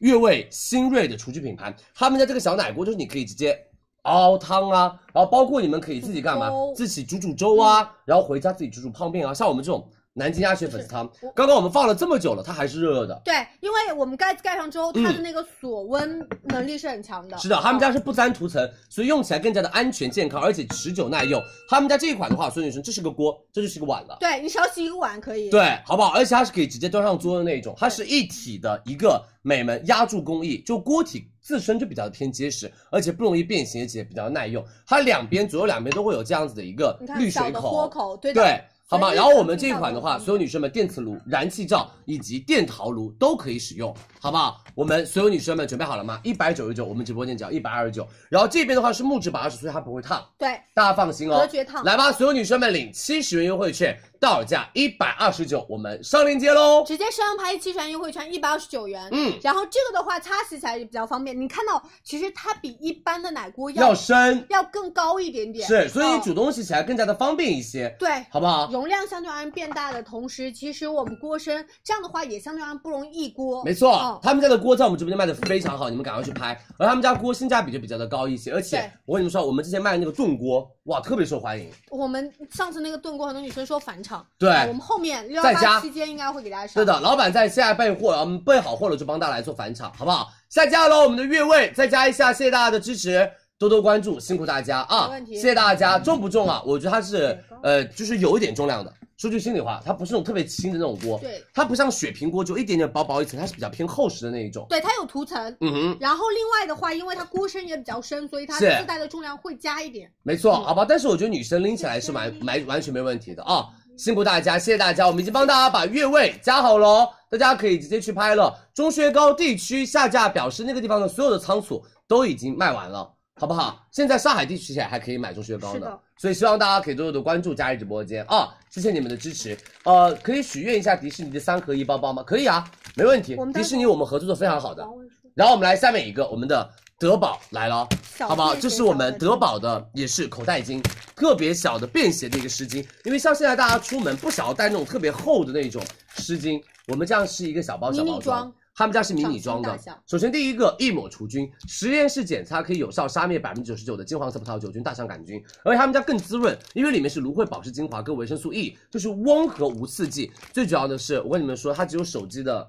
越味新锐的厨具品牌，他们家这个小奶锅就是你可以直接熬汤啊，然后包括你们可以自己干嘛煮粥，自己煮煮粥啊，然后回家自己煮煮泡面啊。像我们这种南京鸭血粉丝汤是我，哦刚刚我们放了这么久了，它还是热热的。对，因为我们盖子盖上之后，它的嗯那个锁温能力是很强的。是的，他们哦家是不粘涂层，所以用起来更加的安全健康，而且持久耐用。他们家这一款的话，所有女生，这是个锅，这就是个碗了。对你少洗一个碗可以。，对，好不好？而且它是可以直接端上桌的那种，它是一体的一个美门压铸工艺，就锅体自身就比较偏结实，而且不容易变形，而且比较耐用。它两边左右两边都会有这样子的一个你看滤小水的豁口，口，对的。对，好吧，所以然后我们这一款的这话，个所有女生们电磁炉、燃气灶以及电陶炉都可以使用，好不好？我们所有女生们准备好了吗？一百九十九，我们直播间只要一百二十九。然后这边的话是木质板，二十岁它不会烫，对，大家放心哦。隔绝烫来吧，所有女生们领七十元优惠券，到手价一百二十九，我们上链接喽。直接身上拍一七传优惠券一百二十九元。嗯，然后这个的话擦洗起来也比较方便，你看到其实它比一般的奶锅要要深要更高一点点，是，所以嗯你煮东西起来更加的方便一些，对。好不好？容量相对而言变大的同时，其实我们锅身这样的话也相对而言不容易一锅。没错，嗯他们家的锅在我们直播间卖的非常好，你们赶快去拍。而他们家锅性价比就比较的高一些，而且对我跟你们说，我们之前卖的那个炖锅，哇，特别受欢迎。我们上次那个炖锅，很多女生说返场，对啊我们后面六在幺家八期间应该会给大家上。是的，老板在现在备货，我们嗯备好货了就帮大家来做返场，好不好？下架喽，我们的越位再加一下，谢谢大家的支持，多多关注，辛苦大家啊！没问题嗯谢谢大家。重不重啊？我觉得它是呃，就是有一点重量的。说句心里话，它不是那种特别轻的那种锅，对，它不像雪平锅就一点点薄薄一层，它是比较偏厚实的那一种。对，它有涂层。嗯哼。然后另外的话，因为它锅身也比较深，所以它是自带的重量会加一点。没错，好吧，但是我觉得女生拎起来是蛮蛮完全没问题的啊，辛苦大家，谢谢大家，我们已经帮大家把越位加好喽，大家可以直接去拍了。中薛高地区下架表示那个地方的所有的仓储都已经卖完了，好不好？现在上海地区也还可以买中薛高是呢的，所以希望大家可以多多的关注佳怡直播间啊，谢谢你们的支持。呃，可以许愿一下迪士尼的三合一包包吗？可以啊，没问题我们，迪当士尼我们合作的非常好的。王文书然后我们来下面一个，我们的德宝来了，小好不好？便携这是我们小的德宝的，也是口袋巾，特别小的便携的一个湿巾。因为像现在大家出门不想要带那种特别厚的那种湿巾，我们这样是一个小包小迷包你装装。他们家是迷你装掌的心大小。首先第一个，一抹除菌，实验室检测可以有效杀灭百分之九十九的金黄色葡萄球菌、大肠杆菌，而且他们家更滋润，因为里面是芦荟保湿精华跟维生素 E，就是温和无刺激。最主要的是，我跟你们说，它只有手机的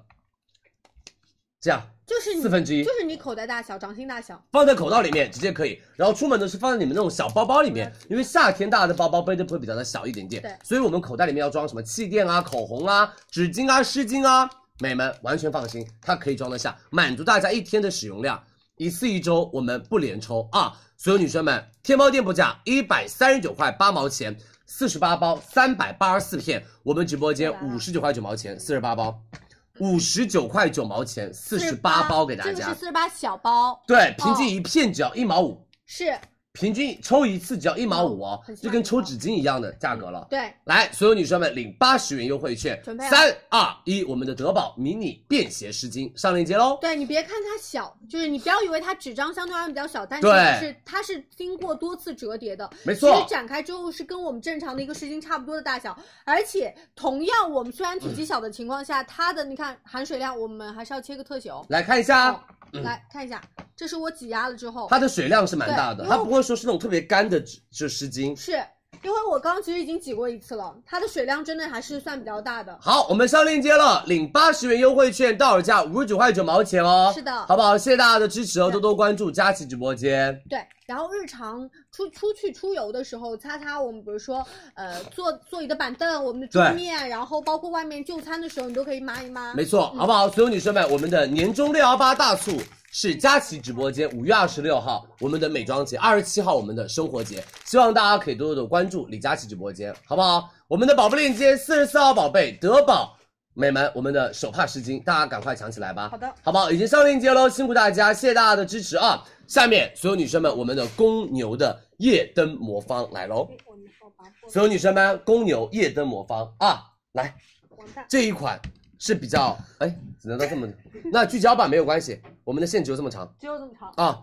这样就是你四分之一就，是你口袋大小、掌心大小，放在口袋里面直接可以，然后出门的是放在你们那种小包包里面，因为夏天大家的包包背的会比较的小一点点，对所以我们口袋里面要装什么气垫啊、口红啊、纸巾啊、湿巾啊，美们完全放心，它可以装得下，满足大家一天的使用量，一次一周，我们不连抽啊，所有女生们，天猫店铺价一百三十九块八毛钱，四十八包，三百八十四片，我们直播间五十九块九毛钱，四十八包。五十九块九毛钱，四十八包给大这家个是，四十八小包，对，平均一片只要一毛五，是平均抽一次只要一毛五哦很，吓啊就跟抽纸巾一样的价格了。对，来，所有女生们领八十元优惠券，准备啊三二一，我们的德宝迷你便携湿巾上链接喽。对你别看它小，就是你不要以为它纸张相对而言比较小，但对是是它是经过多次折叠的，没其实错，展开之后是跟我们正常的一个湿巾差不多的大小，而且同样我们虽然体积小的情况下，它的你看含水量，我们还是要切个特写哦。来看一下啊，嗯来看一下，这是我挤压了之后，它的水量是蛮大的，对它不会说是那种特别干的纸，就湿巾。是因为我刚刚其实已经挤过一次了，它的水量真的还是算比较大的。好，我们上链接了，领八十元优惠券，到手价五十九块九毛钱哦。是的好不好？谢谢大家的支持哦，是多多关注佳琦直播间。对，然后日常出出去出游的时候，擦擦我们比如说呃坐座椅的板凳，我们的桌对面，然后包括外面就餐的时候，你都可以抹一抹。没错，好不好？所有女生们，我们的年终六幺八大促是佳琦直播间五月二十六号我们的美妆节，二十七号我们的生活节，希望大家可以多多的关注李佳琦直播间，好不好？我们的宝贝链接四十四号宝贝德宝。美们，我们的手帕湿巾，大家赶快抢起来吧！好的好不好？已经上链接喽，辛苦大家，谢谢大家的支持啊！下面所有女生们，我们的公牛的夜灯魔方来喽！哎所有女生们，公牛夜灯魔方啊，来，完蛋，这一款是比较哎，只能到这么，那聚焦版没有关系，我们的线只有这么长只有这么长。啊。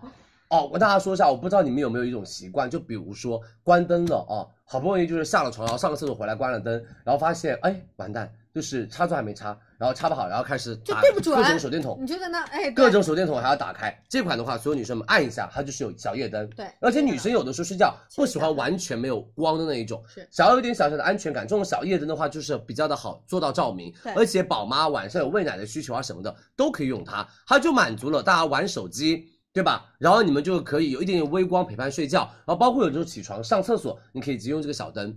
哦，我跟大家说一下，我不知道你们有没有一种习惯，就比如说关灯了啊，好不容易就是下了床，然后上个厕所回来关了灯，然后发现哎完蛋，就是插座还没插，然后插不好，然后开始就打对不准各种手电筒，你就在那哎，对哦各种手电筒还要打开。这款的话，所有女生们按一下，它就是有小夜灯。对而且女生有的时候睡觉不喜欢是的完全没有光的那一种，是想要有点小小的安全感。这种小夜灯的话，就是比较的好做到照明对，而且宝妈晚上有喂奶的需求啊什么的都可以用它，它就满足了大家玩手机。对吧？然后你们就可以有一点点微光陪伴睡觉，然后包括有时候起床上厕所，你可以直接用这个小灯。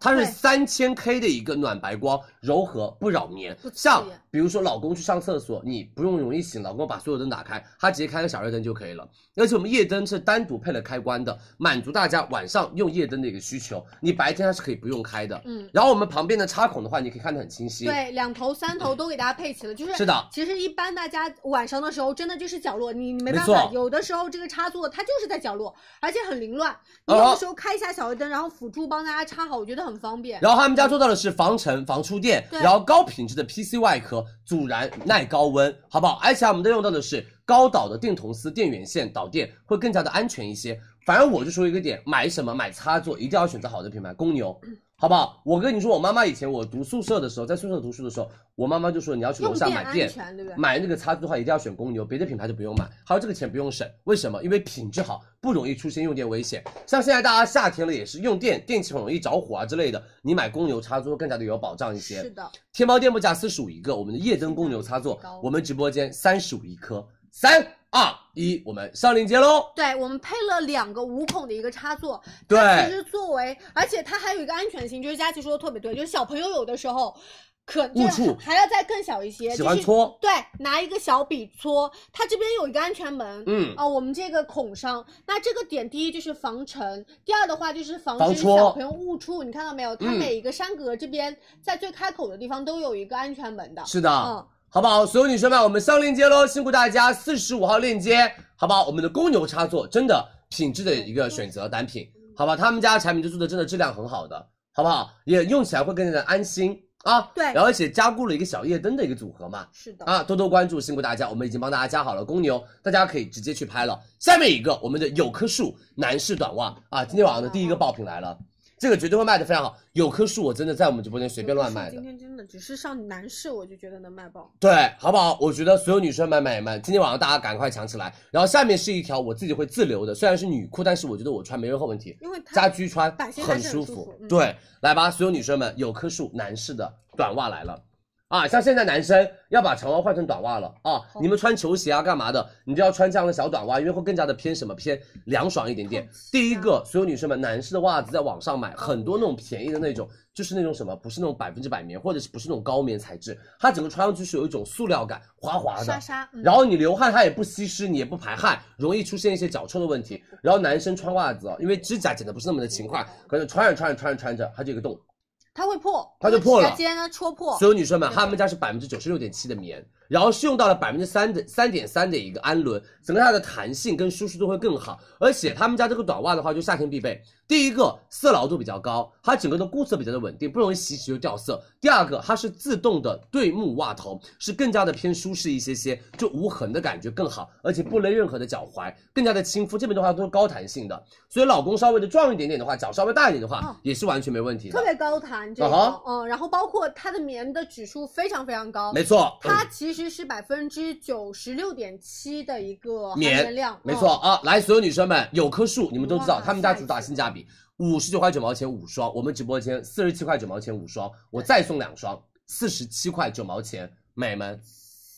它是对三千 K 的一个暖白光，柔和不扰棉不。刺像眼比如说老公去上厕所，你不用容易醒，老公把所有灯打开，他直接开个小夜灯就可以了。而且我们夜灯是单独配了开关的，满足大家晚上用夜灯的一个需求。你白天它是可以不用开的。嗯，然后我们旁边的插孔的话，你可以看得很清晰。，对，两头三头都给大家配齐了，就是是的。其实一般大家晚上的时候，真的就是角落，你你没办没法，错有的时候这个插座它就是在角落，而且很凌乱。你哦有的时候开一下小夜灯，然后辅助帮大家插好，我觉得很方便。然后他们家做到的是防尘、防触电，对然后高品质的 PC 外壳，阻燃、耐高温，好不好？而且我们都用到的是高导的电铜丝电源线导电，会更加的安全一些。反正我就说一个点，买什么买插座一定要选择好的品牌，公牛，嗯好不好？我跟你说，我妈妈以前我读宿舍的时候，在宿舍读书的时候，我妈妈就说你要去楼用下电买安电，全，对不对？买那个插座的话，一定要选公牛，别的品牌就不用买。还有这个钱不用省，为什么？因为品质好，不容易出现用电危险。像现在大家夏天了，也是用电，电器很容易着火啊之类的，你买公牛插座更加的有保障一些。是的，天猫店铺价四十五一个，我们的夜灯公牛插座高，我们直播间三十五一颗。三二一，我们上链接喽。对我们配了两个五孔的一个插座，对它其实作为，而且它还有一个安全性，就是佳琪说的特别对，就是小朋友有的时候可误就是触还要再更小一些，喜欢就是搓对，拿一个小笔搓，它这边有一个安全门，嗯哦，我们这个孔上，那这个点第一就是防尘，第二的话就是防防止戳小朋友误触，你看到没有？它嗯每一个山格这边在最开口的地方都有一个安全门的，是的，嗯，好不好？所有女生们，我们上链接喽，辛苦大家，四十五号链接，好不好？我们的公牛插座真的品质的一个选择单品，好吧？他们家的产品就做的真的质量很好的，好不好？也用起来会更加的安心啊。对然后而且加固了一个小夜灯的一个组合嘛，是的，啊，多多关注，辛苦大家，我们已经帮大家加好了公牛，大家可以直接去拍了。下面一个我们的有棵树男士短袜啊，今天晚上的第一个爆品来了，这个绝对会卖的非常好。有棵树我真的在我们直播间随便乱卖的今。天真的只是上男士，我就觉得能卖爆。对，好不好？我觉得所有女生买买买，今天晚上大家赶快抢起来。然后下面是一条我自己会自留的，虽然是女裤，但是我觉得我穿没任何问题，因为它家居穿版型很还是很舒舒服服。嗯对，来吧，所有女生们，有棵树男士的短袜来了。啊，像现在男生要把长袜换成短袜了啊！你们穿球鞋啊干嘛的，你就要穿这样的小短袜，因为会更加的偏什么偏凉爽一点点透气啊。嗯第一个，所有女生们，男士的袜子在网上买很多那种便宜的那种，就是那种什么不是那种百分之百棉，或者是不是那种高棉材质，它整个穿上去是有一种塑料感，滑滑的，莎莎，嗯然后你流汗，它也不吸湿，你也不排汗，容易出现一些脚臭的问题。然后男生穿袜子，因为指甲剪的不是那么的勤快，可能穿着穿着穿着穿着，它就有一个洞。它会破，它就破了指甲尖呢戳破所，有女生们，对他们家是百分之九十六点七的棉，然后是用到了百分之三的三点三的一个氨纶，整个它的弹性跟舒适度会更好。而且他们家这个短袜的话，就夏天必备。第一个色牢度比较高，它整个的固色比较的稳定，不容易洗洗就掉色。第二个，它是自动的对目袜头，是更加的偏舒适一些些，就无痕的感觉更好，而且不勒任何的脚踝，更加的亲肤。这边的话都是高弹性的，所以老公稍微的壮一点点的话，脚稍微大一点的话，哦也是完全没问题的。特别高弹这啊个哈，嗯，然后包括它的棉的指数非常非常高，没错，它其实是百分之九十六点七的一个含棉棉量，没嗯错、啊，来，所有女生们，有棵树，你们都知道哇，他们家主打下一次性价比，五十九块九毛钱五双，我们直播间四十七块九毛钱五双，我再送两双，四十七块九毛钱，美们，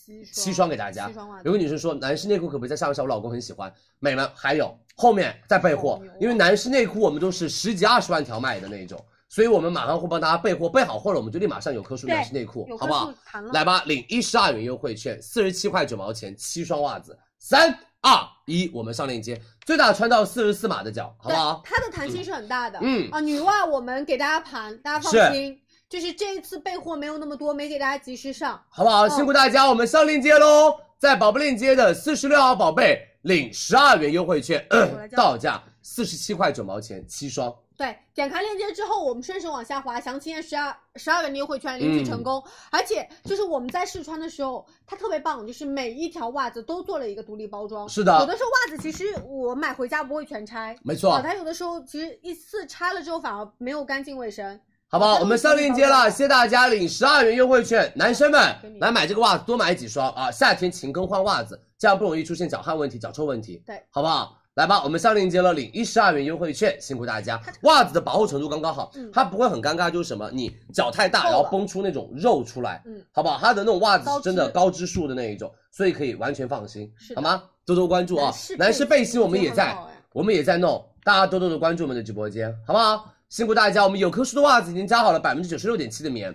七双七双给大家七双袜。子有个女生说，男士内裤可不可以再上一下？我老公很喜欢，美们，还有后面再备货好牛啊，因为男士内裤我们都是十几二十万条卖的那一种，所以我们马上会帮大家备货，备好货了我们就立马上有棵树对男士内裤有，棵好不好树？弹了来吧，领一十二元优惠券，四十七块九毛钱，七双袜子。三二一，我们上链接，最大穿到四十四码的脚，好不好？对，它的弹性是很大的。嗯啊，女袜我们给大家盘，大家是放心，就是这一次备货没有那么多，没给大家及时上。好不好？嗯辛苦大家，我们上链接喽，在宝贝链接的四十六号宝贝领十二元优惠券，来叫到价四十七块九毛钱，七双。对，点开链接之后，我们顺手往下滑，详情页十二十二元的优惠券领取嗯成功。而且就是我们在试穿的时候，它特别棒，就是每一条袜子都做了一个独立包装。是的有的时候袜子其实我买回家不会全拆，没错啊它有的时候其实一次拆了之后反而没有干净卫生。好不好？好的我们上链接了，我们上链接了谢谢大家领十二元优惠券，男生们给你来买这个袜子，多买几双啊！夏天勤更换袜子，这样不容易出现脚汗问题、脚臭问题，对，好不好？来吧，我们上链接了，领一十二元优惠券，辛苦大家。袜子的保护程度刚刚好嗯，它不会很尴尬，就是什么，你脚太大，厚了然后崩出那种肉出来，嗯，好不好？它的那种袜子高是支真的高支数的那一种，所以可以完全放心是，的好吗？多多关注哎啊！男士背心我们也在，我们也在弄，大家多多的关注我们的直播间，好不好？辛苦大家，我们有棵树的袜子已经加好了百分之九十六点七的棉，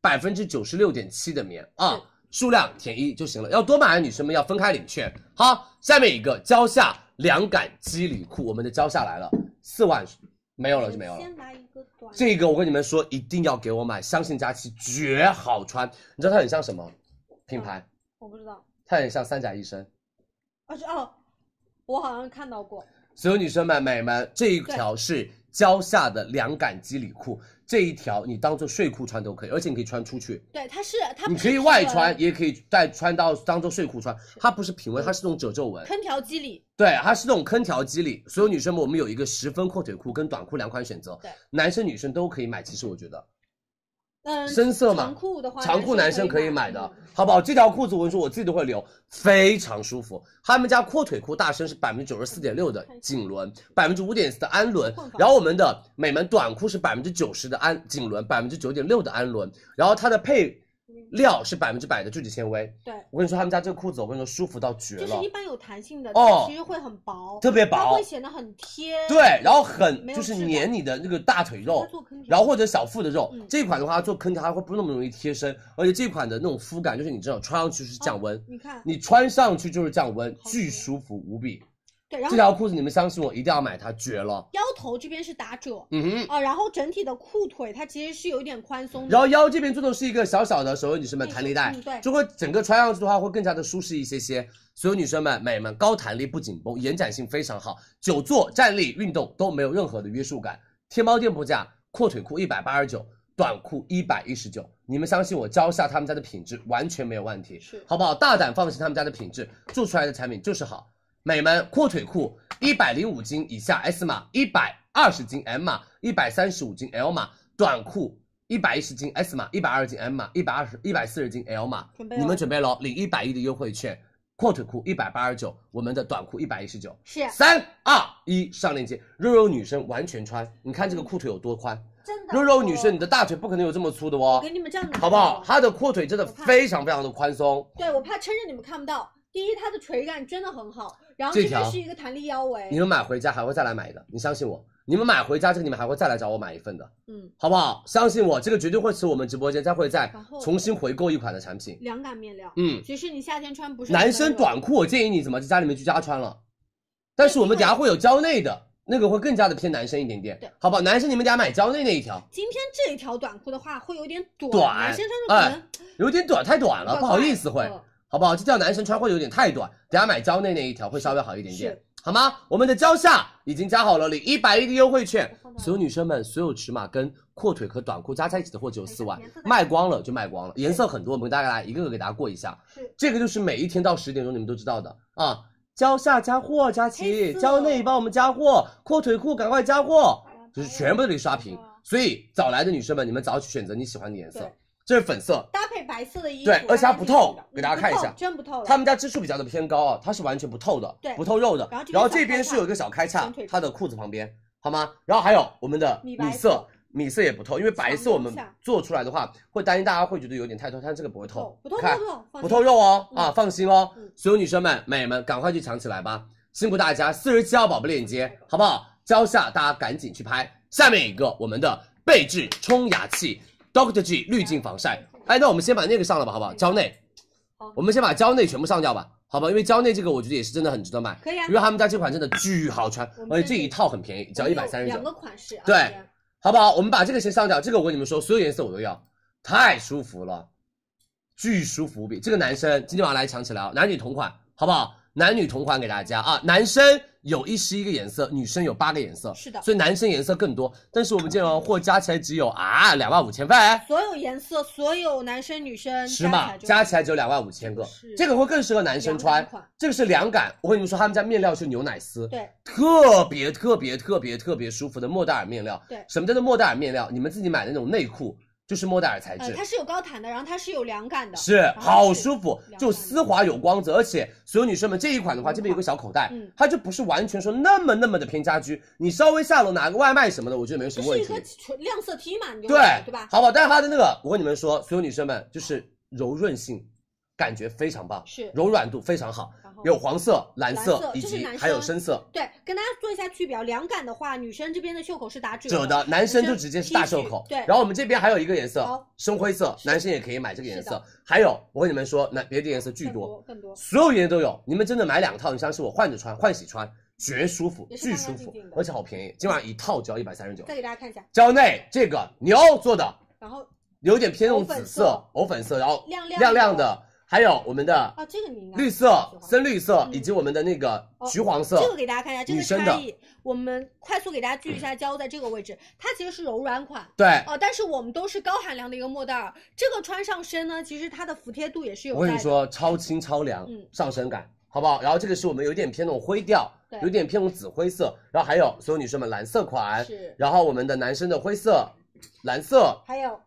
百分之九十六点七的棉啊是，数量填一就行了。要多买的女生们要分开领券。好，下面一个蕉下凉感基里裤，我们的蕉下来了，四万没有了就没有了。先来一个短，这个我跟你们说，一定要给我买，相信佳琪绝好穿。你知道它很像什么品牌？我不知道，它很像三甲医生。啊是哦，我好像看到过，所有女生们、美们，这一条是蕉下的凉感基里裤，这一条你当做睡裤穿都可以，而且你可以穿出去，对，它是它你不可以是外那个穿，也可以带穿到当做睡裤穿。它不是平纹，它是那种褶皱纹，坑条肌理，对，它是那种坑条肌理。所有女生们，我们有一个十分阔腿裤跟短裤两款选择对，男生女生都可以买。其实我觉得，嗯，深色嘛长裤的话，长裤男生可以买的嗯，好不好？这条裤子我跟你说，我自己都会留，非常舒服。他们家阔腿裤大身是百分之九十四点六的锦纶，百分之五点四的氨纶混纺，然后我们的美门短裤是百分之九十的氨锦纶，百分之九点六的氨纶，然后它的配料是百分之百的聚酯纤维。对，我跟你说，他们家这个裤子，我跟你说舒服到绝就了是一，般有弹性的，哦它其实会很薄，特别它薄会，显得很贴，对，然后很没有就是质感粘你的那个大腿肉它，做坑条，然后或者小腹的肉，嗯这款的话它做坑条它会不那么容易贴身，而且这款的那种肤感就是你知道穿上去是降温，哦你看，你穿上去就是降温，好巨舒舒服无比。对，然这后条裤子你们相信我，一定要买它，绝了。腰头这边是打褶。嗯哼，啊，然后整体的裤腿它其实是有一点宽松的，然后腰这边做的是一个小小的，所有女生们弹力带嗯对，就会整个穿上去的话会更加的舒适一些些。所有女生们、美们，高弹力不紧绷，延展性非常好，久坐、站立、运动都没有任何的约束感。天猫店铺价，阔腿裤一百八十九，短裤一百一十九。你们相信我，蕉下他们家的品质完全没有问题，是好不好？大胆放心，他们家的品质做出来的产品就是好。美们，阔腿裤一百零五斤以下 S 码，一百二十斤 M 码，一百三十五斤 L 码，短裤一百一十斤 S 码，一百二十斤 M 码，一百二十一百四十斤 L 码，准备你咯们准备喽，领一百一的优惠券，阔腿裤一百八十九，我们的短裤一百一十九。是三二一，上链接，肉肉女生完全穿，你看这个裤腿有多宽，真的。肉肉女生你的大腿不可能有这么粗的哦嗯我给，你们这样拿，好不好？？她的阔腿真的我看非常非常的宽松，对，我怕撑着你们看不到。第一，它的垂感真的很好，然后这这边条是一个弹力腰你围，们买回家还会再来买的，你相信我，你们买回家这个你们还会再来找我买一份的，嗯，好不好？相信我，这个绝对会使我们直播间再会再然后重新回购一款的产品，凉感面料。嗯。其实你夏天穿不是男很生热短裤，我建议你怎么在家里面居家穿了，但是我们等下会有蕉内的那个会更加的偏男生一点点对，好不好？男生你们等下买蕉内那一条，今天这一条短裤的话会有点短，短男生穿着有点短，太短可了，能不好意思会，嗯好不好？这条男生穿会有点太短，等下买蕉内那一条会稍微好一点点是，好吗？我们的蕉下已经加好了，领一百一的优惠券我放，到所有女生们，所有尺码跟阔腿和短裤加在一起的货只哎有四万颜色，太卖光了就卖光了，颜色很多，我们大家来一个个给大家过一下。是这个就是每一天到十点钟你们都知道的啊。蕉下加货，佳黑琪，色哎蕉内帮我们加货，阔腿裤赶快加货，就是全部都得刷屏哇。所以早来的女生们，你们早去选择你喜欢的颜色对。这是粉色，搭配白色的衣服，对而且它搭配不这个透的给大家看一不透下真不透了。他们家支数比较的偏高啊，它是完全不透的，对不透肉的然后这。边小开然后这边叉是有一个小开叉小腿，裤它的裤子旁边，好吗？然后还有我们的米米白色，米色也不透，因为白色我们抢一下做出来的话，会担心大家会觉得有点太透，但是这个不会透，不透不看透不透放心不透肉哦、嗯啊，放心哦嗯，所有女生们、美们，赶快去抢起来吧，辛苦大家，四十七号宝贝链接，好不好？蕉下大家赶紧去拍。下面一个我们的贝致冲牙器 Doctor G 滤镜防晒，哎，那我们先把那个上了吧，好不好？蕉内嗯好，我们先把蕉内全部上掉吧，好吧？因为蕉内这个我觉得也是真的很值得买，可以啊因为他们家这款真的巨好穿我，们而且这一套很便宜，只要一百三十两九，个款式啊，对这边好不好？我们把这个先上掉，这个我跟你们说，所有颜色我都要，太舒服了，巨舒服无比。这个男生今天晚上来抢起来啊，男女同款，好不好？男女同款给大家啊，男生有一十一个颜色，女生有八个颜色，是的所以男生颜色更多。但是我们这网货加起来只有啊两万五千份，所有颜色，所有男生女生尺码加加起来只有两万五千个是，这个会更适合男生穿凉感款。这个是凉感，我跟你们说，他们家面料是牛奶丝，对，特别特别特别特别舒服的莫代尔面料。对什么叫做莫代尔面料？你们自己买的那种内裤就是莫代尔材呃，质它，是有高弹的，然后它是有凉感的，是然后好是舒服凉，感就丝滑有光泽，而且所有女生们这一款的话，嗯这边有个小口袋嗯，它就不是完全说那么那么的偏家居，你稍微下楼拿个外卖什么的，我觉得没有这什么问是一题。个纯亮色 T 嘛，你就对对吧？好不好？但是它的那个，我跟你们说，所有女生们就是柔润性。感觉非常棒，是柔软度非常好，然后有黄色、蓝色哦蓝色以这是及男生还有深色对，跟大家做一下区别啊。凉感的话，女生这边的袖口是打褶褶的，男生就直接是大袖口。啊 T 恤对，然后我们这边还有一个颜色好深灰色，是男生也可以买这个颜是色的。还有我跟你们说，男别的颜色巨更多，更多。所有颜色都有，你们真的买两套，你相信我，换着穿，换洗穿，绝舒服，也是巨干舒干服净净的，而且好便宜，今晚一套只要一百三十九。再给大家看一下，蕉内这个牛做的然后有点偏那种藕粉紫色色、藕粉色，然后亮亮亮亮的，还有我们的啊，这个你应该绿色、喜欢深绿色嗯哦以及我们的那个橘黄色这，个给大家看一下，这女个生的嗯差异，我们快速给大家聚一下焦，在这个位置，它其实是柔软款。对。哦，但是我们都是高含量的一个莫代尔，这个穿上身呢，其实它的服帖度也是有我跟在你的，说，超轻超凉嗯，上身感，好不好？然后这个是我们有点偏那种灰调对，有点偏那种紫灰色，然后还有所有女生们蓝色款，是，然后我们的男生的灰色、蓝色还有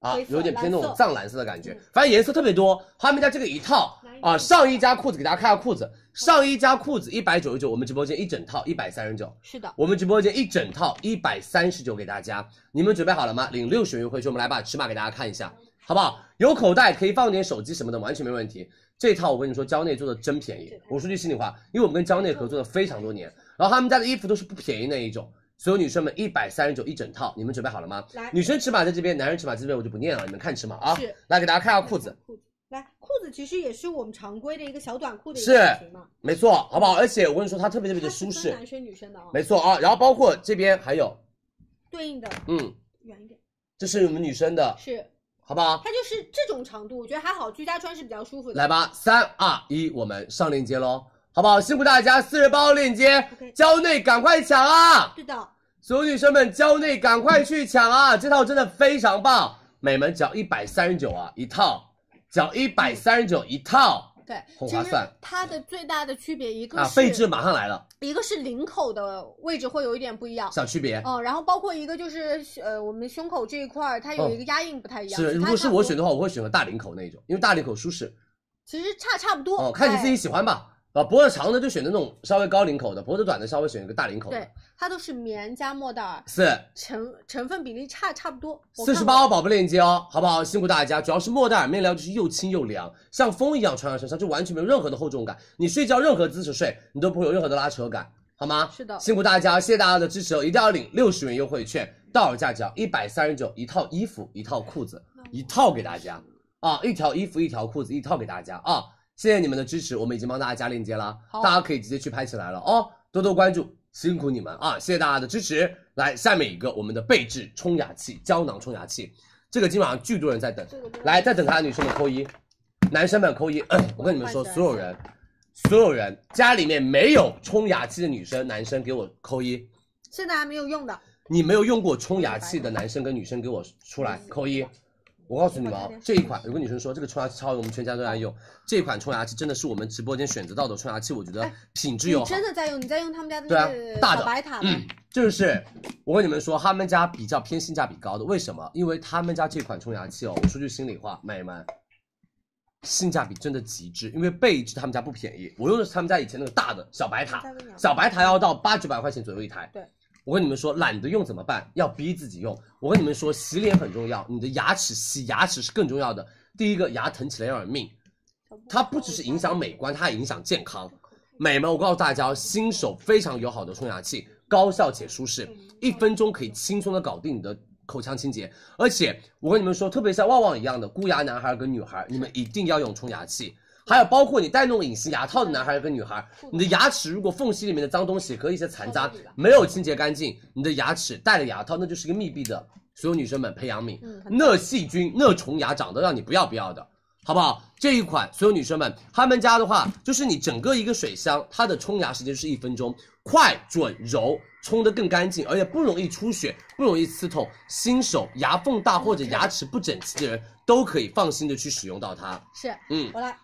啊灰，色有点偏那蓝种色藏蓝色的感觉嗯，反正颜色特别多。他们家这个一套哪一啊，套嗯上衣加裤子，给大家看一下裤子，上衣加裤子一百九十九，我们直播间一整套一百三十九。是的，我们直播间一整套一百三十九给大家，你们准备好了吗？领六十元优惠券，我们来把尺码给大家看一下，好不好？有口袋可以放点手机什么的，完全没问题。这套我跟你说，蕉内做的真便宜。我说句心里话，因为我们跟蕉内合作了非常多年，然后他们家的衣服都是不便宜那一种。所有女生们一百三十九一整套，你们准备好了吗？来女生尺码在这边，男人尺码这边我就不念了，你们看尺码啊是。来给大家看一下裤子，裤子，来裤子其实也是我们常规的一个小短裤的一是个版型嘛，没错，好不好？而且我跟你说，它特别特它别的是舒分适，男生女生的哦，没错啊。然后包括这边还有，对应的嗯，远一点这是我们女生的，是，好不好？它就是这种长度，我觉得还好，居家穿是比较舒服的。来，吧，三二一，我们上链接喽，好不好？辛苦大家，四十八号链接 OK，蕉内赶快抢啊！对的，所有女生们，蕉内赶快去抢啊！这套真的非常棒，美们只要一百三十九啊一套，只要一百三十九一套对，很其划实算它的最大的区别一个啊！是费置马上来了，一个是领口的位置会有一点不一样。小区别哦，然后包括一个就是呃，我们胸口这一块儿，它有一个压印不太一样。哦是，其如他果是差不我多选的话，我会选择大领口那一种，因为大领口舒适其实差差不多。哦，看你自己哎。喜欢吧。啊，脖子长的就选择那种稍微高领口的，脖子短的稍微选一个大领口的对。，它都是棉加莫代尔，四成成分比例差差不多。我四看十过八号宝贝链接哦，好不好？辛苦大家，主要是莫代尔面料就是又轻又凉，像风一样穿在身上，就完全没有任何的厚重感。你睡觉任何姿势睡，你都不会有任何的拉扯感，好吗？是的辛苦大家，谢谢大家的支持哦！一定要领六十元优惠券，到手价只要一百三十九，一套衣服，一套裤子，一套给大家啊，一条衣服，一条裤子，一套给大家啊！谢谢你们的支持，我们已经帮大家加链接了，好大家可以直接去拍起来了哦，多多关注，辛苦你们啊！谢谢大家的支持。来，下面一个我们的贝致冲牙器胶囊冲牙器，这个今晚上巨多人在等，这个真的来，再等它的女生们扣一，男生们扣一。 我跟你们说，所有人，所有人家里面没有冲牙器的女生、男生给我扣一。现在还没有用的，你没有用过冲牙器的男生跟女生给我出来扣一。我告诉你们啊，这一款有个女生说这个冲牙器超有，我们全家都在用。这款冲牙器真的是我们直播间选择到的冲牙器，我觉得品质哎你又好。真的在用，你在用他们家的对啊那个大的小白塔吗？嗯，就是我跟你们说，他们家比较偏性价比高的，为什么？因为他们家这款冲牙器哦，我说句心里话，美们，性价比真的极致。因为贝致他们家不便宜，我用的是他们家以前那个大的小白塔大的鸟，小白塔要到八九百块钱左右一台。对。我跟你们说，懒得用怎么办？要逼自己用。我跟你们说，洗脸很重要，你的牙齿洗牙齿是更重要的。第一个，牙疼起来要人命，它不只是影响美观，它还影响健康。美们，我告诉大家哦，新手非常友好的冲牙器，高效且舒适，一分钟可以轻松的搞定你的口腔清洁。而且我跟你们说，特别像旺旺一样的箍牙男孩跟女孩，你们一定要用冲牙器。还有包括你戴那种隐形牙套的男孩跟女孩，你的牙齿如果缝隙里面的脏东西和一些残渣没有清洁干净，你的牙齿戴了牙套那就是一个密闭的。所有女生们培养皿，嗯很那细菌、那虫牙长得让你不要不要的。好不好？这一款，所有女生们，他们家的话，就是你整个一个水箱，它的冲牙时间是一分钟，快、准、柔，冲得更干净，而且不容易出血，不容易刺痛。新手牙缝大或者牙齿不整齐的人都可以放心的去使用到它。是，嗯，我来。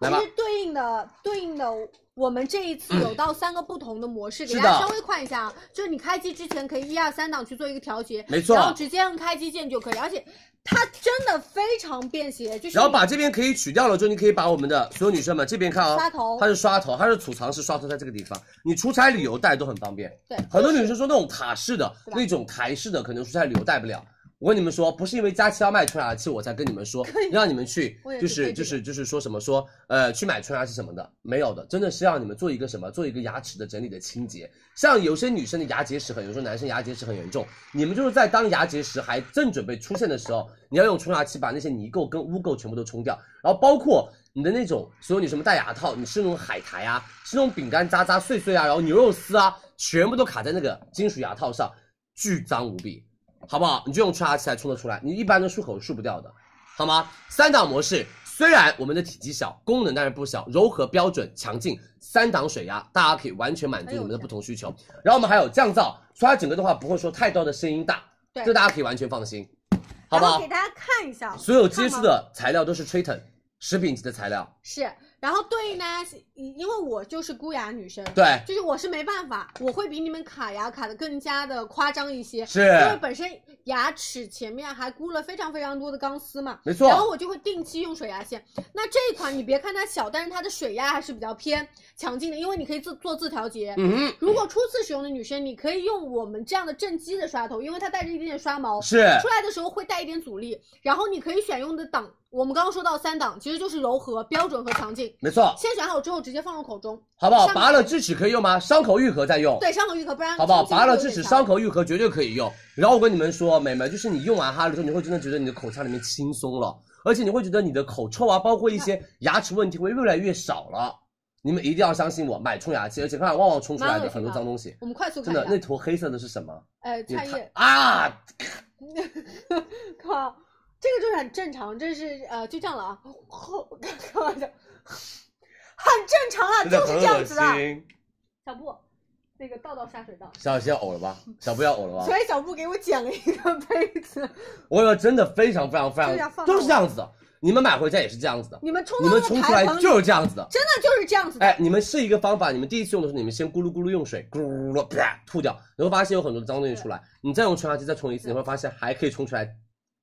来其吧嗯实对应的对应的，我们这一次有到三个不同的模式，给是大家的稍微看一下啊。就是你开机之前可以一二三档去做一个调节，没错然后直接按开机键就可以，而且它真的非常便携，就是然后把这边可以取掉了之后，你可以把我们的所有女生们这边看啊、刷头它是刷头，它是储藏式刷头，在这个地方，你出差旅游带都很方便。对很多女生说那种塔式的对、吧那种台式的，可能出差旅游带不了，我跟你们说，不是因为佳琪要卖春芽气，我才跟你们说可以让你们去我也，就是对是这就个是就是说什么说呃去买春芽是什么的，没有的，真的是让你们做一个什么，做一个牙齿的整理的清洁。像有些女生的牙结石很严重，男生牙结石很严重，你们就是在当牙结石还正准备出现的时候，你要用冲牙器把那些泥垢跟污垢全部都冲掉，然后包括你的那种所有你什么戴牙套，你是那种海苔啊，是那种饼干渣渣碎碎啊，然后牛肉丝啊，全部都卡在那个金属牙套上，巨脏无比，好不好？你就用冲牙器来冲得出来，你一般的漱口是漱不掉的，好吗？三档模式。虽然我们的体积小，功能当然不小，柔和、标准、强劲，三档水压，大家可以完全满足哎你呦们的我天不同需求。然后我们还有降噪，所以它整个的话不会说太多的声音大，对这大家可以完全放心，好然不后好给？大家看一下，所有接触的材料都是 Triton 食品级的材料，是，然后对应呢，因为我就是箍牙女生，对，就是我是没办法，我会比你们卡牙卡的更加的夸张一些，是因为本身牙齿前面还箍了非常非常多的钢丝嘛，没错然后我就会定期用水牙线。那这一款你别看它小，但是它的水压还是比较偏强劲的，因为你可以自做自调节。嗯如果初次使用的女生，你可以用我们这样的正畸的刷头，因为它带着一点点刷毛哼，，是出来的时候会带一点阻力。然后你可以选用的档，我们刚刚说到三档，其实就是柔和、标准和强劲。没错，先选好之后直接放入口中，好不好？上面拔了智齿可以用吗？伤口愈合再用，对，伤口愈合，不然好不好？轻轻拔了就智有齿，点伤伤。口愈合绝对可以用。然后我跟你们说，美眉，就是你用完哈了之后，你会真的觉得你的口腔里面轻松了，而且你会觉得你的口臭啊，包括一些牙齿问题会越来越少了。你们一定要相信我，买冲牙器，而且看看旺旺冲出来蛮恶的心很多的脏东西，我们快速看真一下的，那坨黑色的是什么？呃，你菜看叶，啊，靠，这个就是很正常，这是呃，就这样了啊， 开玩笑，很正常啊，真就的是很这样恶子的。心。小布，那个倒到下水道，小西要呕 了吧？小布要呕了吧？所以小布给我捡了一个杯子。我有真的非常非常非就是要放到常都是这样子的，你们买回家也是这样子的，你们冲你到们那个冲出来台盆里，就是这样子的。真的就是这样子的。哎，你们试一个方法，你们第一次用的时候，你们先咕噜咕噜用水咕噜噜啪吐掉，你会发现有很多脏东西出来。你再用冲牙机再冲一次，对你会发现还可以冲出来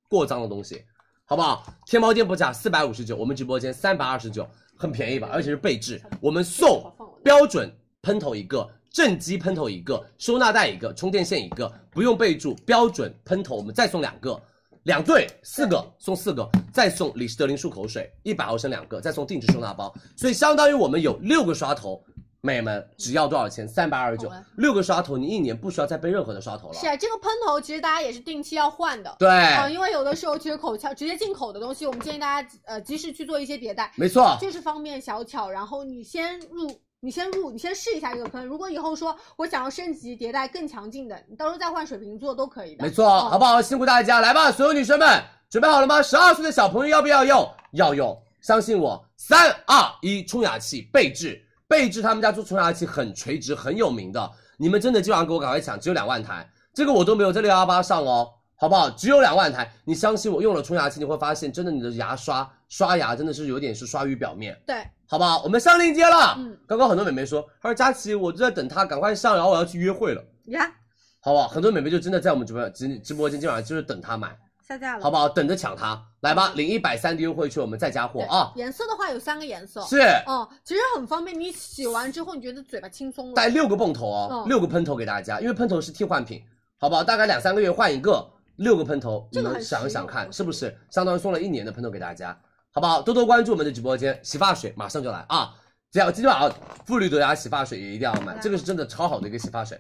过脏的东西，好不好？天猫店铺价四百五十九，我们直播间三百二十九，很便宜吧？而且是备至，我们送标准喷头一个，正畸喷头一个，收纳袋一个，充电线一个，不用备注标准喷头，我们再送两个。两对四个送四个，再送李施德林漱口水一百毫升两个，再送定制收纳包，所以相当于我们有六个刷头，美们只要多少钱？三百二十好九玩，六个刷头你一年不需要再备任何的刷头了。是啊这个喷头，其实大家也是定期要换的。对，啊，因为有的时候其实口腔直接进口的东西，我们建议大家呃及时去做一些迭代，没错，就是方便小巧。然后你先入，你先入，你先试一下这个坑。如果以后说我想要升级迭代更强劲的，你到时候再换水瓶座都可以的。哦没错，好不好？辛苦大家，来吧，所有女生们，准备好了吗？十二岁的小朋友要不要用？要用，相信我。三二一，冲牙器贝致，贝致他们家做冲牙器很垂直，很有名的，你们真的今晚给我赶快抢，只有两万台，这个我都没有在六幺八上哦。好不好？只有两万台，你相信我，用了冲牙器，你会发现，真的你的牙刷刷牙真的是有点是刷于表面。对，好不好？我们上链接了。嗯刚刚很多美眉说，她说佳琪，我就在等她赶快上，然后我要去约会了，你看好不好？很多美眉就真的在我们直播直直播间今晚就是等她买，下架了，好不好？等着抢她，来吧，领一百三的优惠券，我们再加货对啊！颜色的话有三个颜色，是哦、其实很方便。你洗完之后，你觉得嘴巴轻松了带，六个泵头哦，嗯六个喷头给大家，因为喷头是替换品，好不好？大概两三个月换一个，六个喷头，这你个们很想一实想用看，我是不觉是相当于送了一年的喷头给大家，好不好？多多关注我们的直播间，洗发水马上就来啊！只要今天晚上馥绿德雅洗发水也一定要啊买，这个是真的超好的一个洗发水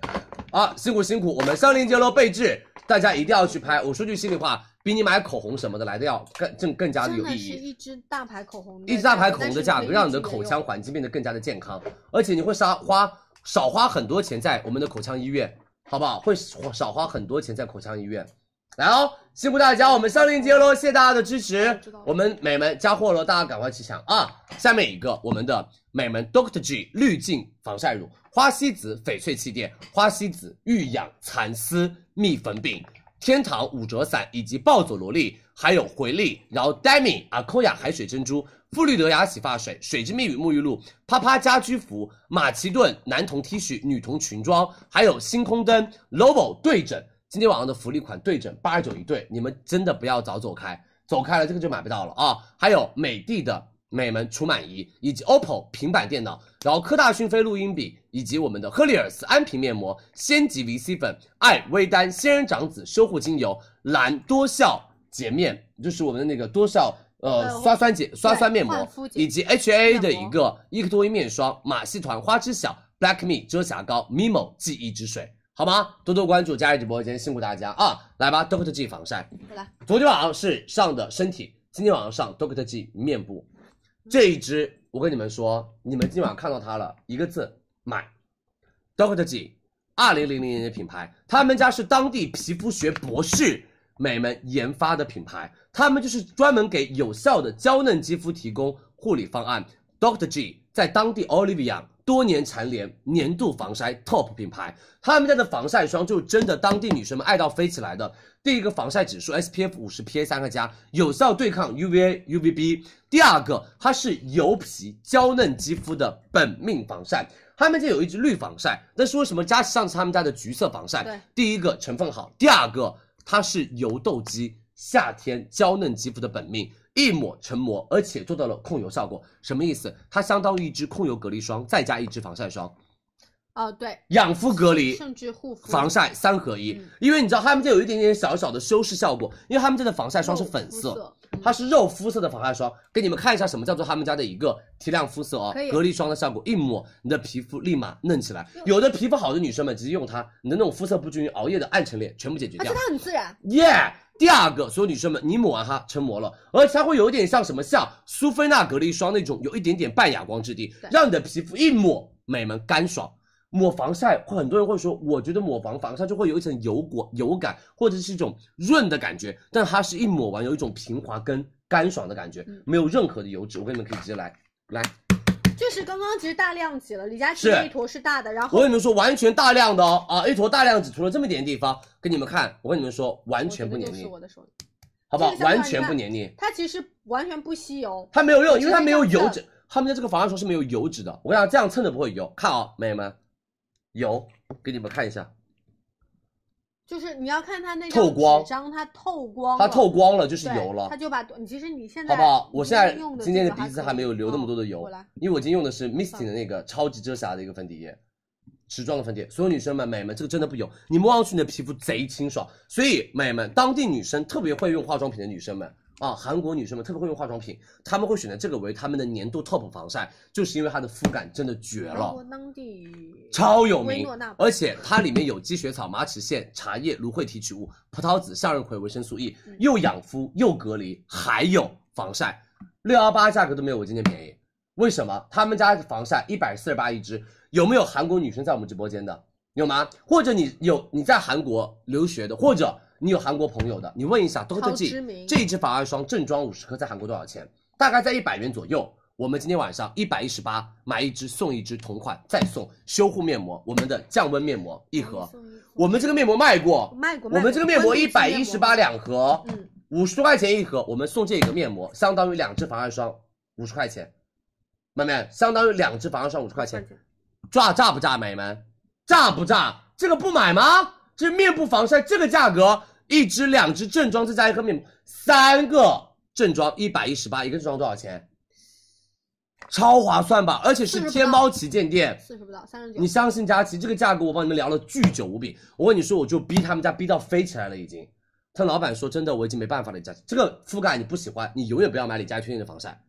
啊！辛苦辛苦，我们上链接喽，备至，大家一定要去拍。我说句心里话，比你买口红什么的来的要更更更加的真有的意是义。一支大牌口红的价格，一支大牌口红的价但格，是让可以一你的直口沿腔用环境变得更加的健康，而且你会少花少花很多钱在我们的口腔医院，好不好？会少花很多钱在口腔医院。来哦，辛苦大家，我们上链接喽，谢谢大家的支持知道了，我们美们加货喽，大家赶快去抢啊！下面一个我们的美们 Doctor G 滤净防晒乳，花西子翡翠气垫，花西子玉养蚕丝蜜粉饼，天堂五折伞以及暴走萝莉，还有回力，然后 Demi 啊扣雅海水珍珠，馥绿德雅洗发水，水之蜜语沐浴露，啪啪家居服，马其顿男童 T 恤、女童裙装，还有星空灯 Lovo 对枕，今天晚上的福利款对枕八十九一对，你们真的不要早走开，走开了这个就买不到了啊！还有美的的美门除螨仪，以及 OPPO 平板电脑，然后科大讯飞录音笔，以及我们的赫丽尔斯安瓶面膜、仙极 VC 粉、爱薇丹仙人掌籽修护精油、蓝多效洁面，就是我们的那个多效呃呃刷酸洁刷酸面焕膜肤，洁以及 HA 的面膜一个伊克多因面霜、马戏团花知晓、Black Me 遮瑕膏、Mimo 记忆之水，好吗？多多关注佳怡直播间，辛苦大家啊！来吧，Doctor G 防晒，来，昨天晚上是上的身体，今天晚上上 Doctor G 面部，这一支我跟你们说，你们今天晚上看到它了，一个字买，Doctor G，二零零零年的品牌，他们家是当地皮肤学博士美们研发的品牌，他们就是专门给有效的娇嫩肌肤提供护理方案。Doctor G 在当地 Olivia 多年蝉联年度防晒 Top 品牌，他们家的防晒霜就是真的当地女生们爱到飞起来的。第一个防晒指数 SPF 五十 PA 三个加，有效对抗 UVA、UVB。第二个，它是油皮娇嫩肌肤的本命防晒。他们家有一支绿防晒，但是为什么佳琦上次他们家的橘色防晒？对第一个成分好，第二个它是油痘肌夏天娇嫩肌肤的本命，一抹成膜，而且做到了控油效果。什么意思？它相当于一支控油隔离霜，再加一支防晒霜，哦对，养肤隔离，甚至护肤防晒三合一嗯，因为你知道他们家有一点点小小的修饰效果，因为他们家的防晒霜是肉粉肤色，嗯它是肉肤色的防晒霜，给你们看一下什么叫做他们家的一个提亮肤色哦可以，隔离霜的效果，一抹你的皮肤立马嫩起来用。有的皮肤好的女生们直接用它，你的那种肤色不均匀、熬夜的暗沉脸全部解决而掉且。它很自然，耶、第二个，所有女生们，你抹完它成膜了，而且它会有一点像什么，像苏菲娜隔离霜那种，有一点点半哑光质地对，让你的皮肤一抹美们干爽。抹防晒，会很多人会说，我觉得抹防防晒就会有一层油果油感，或者是一种润的感觉，但它是一抹完有一种平滑跟干爽的感觉嗯，没有任何的油脂。我给你们可以直接来来，就是刚刚其实大量挤了，李佳琦是那一坨是大的，然我后跟你们说，完全大量的哦啊，一坨大量只涂了这么一点地方，给你们看，我跟你们说，完全不我觉黏得就腻是，我的手，好不好这？个相当于完全不看黏腻。它其实完全不吸油，它没有用，因为它没有我油觉得这啊脂。他们家这个防晒霜是没有油脂的，我跟你讲，这样蹭着不会有油。看啊、美女们，油，给你们看一下，就是你要看它那透张光纸张，它透光了，它透光了就是对油了它，就把你其实你现在好不好？我现在用的今天的这个鼻子可以还没有留那么多的嗯油我来，嗯因为我今天用的是 Misty 的那个超级遮瑕的一个粉底液，时装的粉底液。所有女生们，美们，这个真的不油，你摸上去你的皮肤贼清爽。所以美们，当地女生特别会用化妆品的女生们。啊，韩国女生们特别会用化妆品，她们会选择这个为她们的年度 top 防晒，就是因为它的肤感真的绝了。韩国当地超有薇名呃诺娜，而且它里面有积雪草、马齿苋、茶叶、芦荟提取物、葡萄籽、向日葵、维生素 E，嗯又养肤又隔离，还有防晒。六幺八价格都没有我今天便宜，为什么？他们家的防晒一百四十八一支，有没有韩国女生在我们直播间的？有吗？或者你有你在韩国留学的，或者你有韩国朋友的，你问一下 Doctor 超知 G 名这一支防晒霜正装五十克在韩国多少钱？大概在一百元左右。我们今天晚上一百一十八买一支送一支，同款再送修护面膜，我们的降温面膜一盒。我们这个面膜卖过，卖过，嗯我们这个面膜一百一十八两，两盒，嗯，五十多块钱一盒，我们送这个面膜，相当于两支防晒霜五十块钱，妹妹，相当于两支防晒霜五十块钱，炸炸不炸，美们？炸不炸？这个不买吗？这面部防晒这个价格，一支、两支正装，再加一盒面膜，三个正装一百一十八，一个正装多少钱？超划算吧？而且是天猫旗舰店。四十不到，三十九，你相信佳琦这个价格，我帮你们聊了巨久无比。我跟你说，我就逼他们家逼到飞起来了，已经。他老板说：“真的，我已经没办法了，李佳琦，这个肤感你不喜欢，你永远不要买李佳琦推荐的防晒，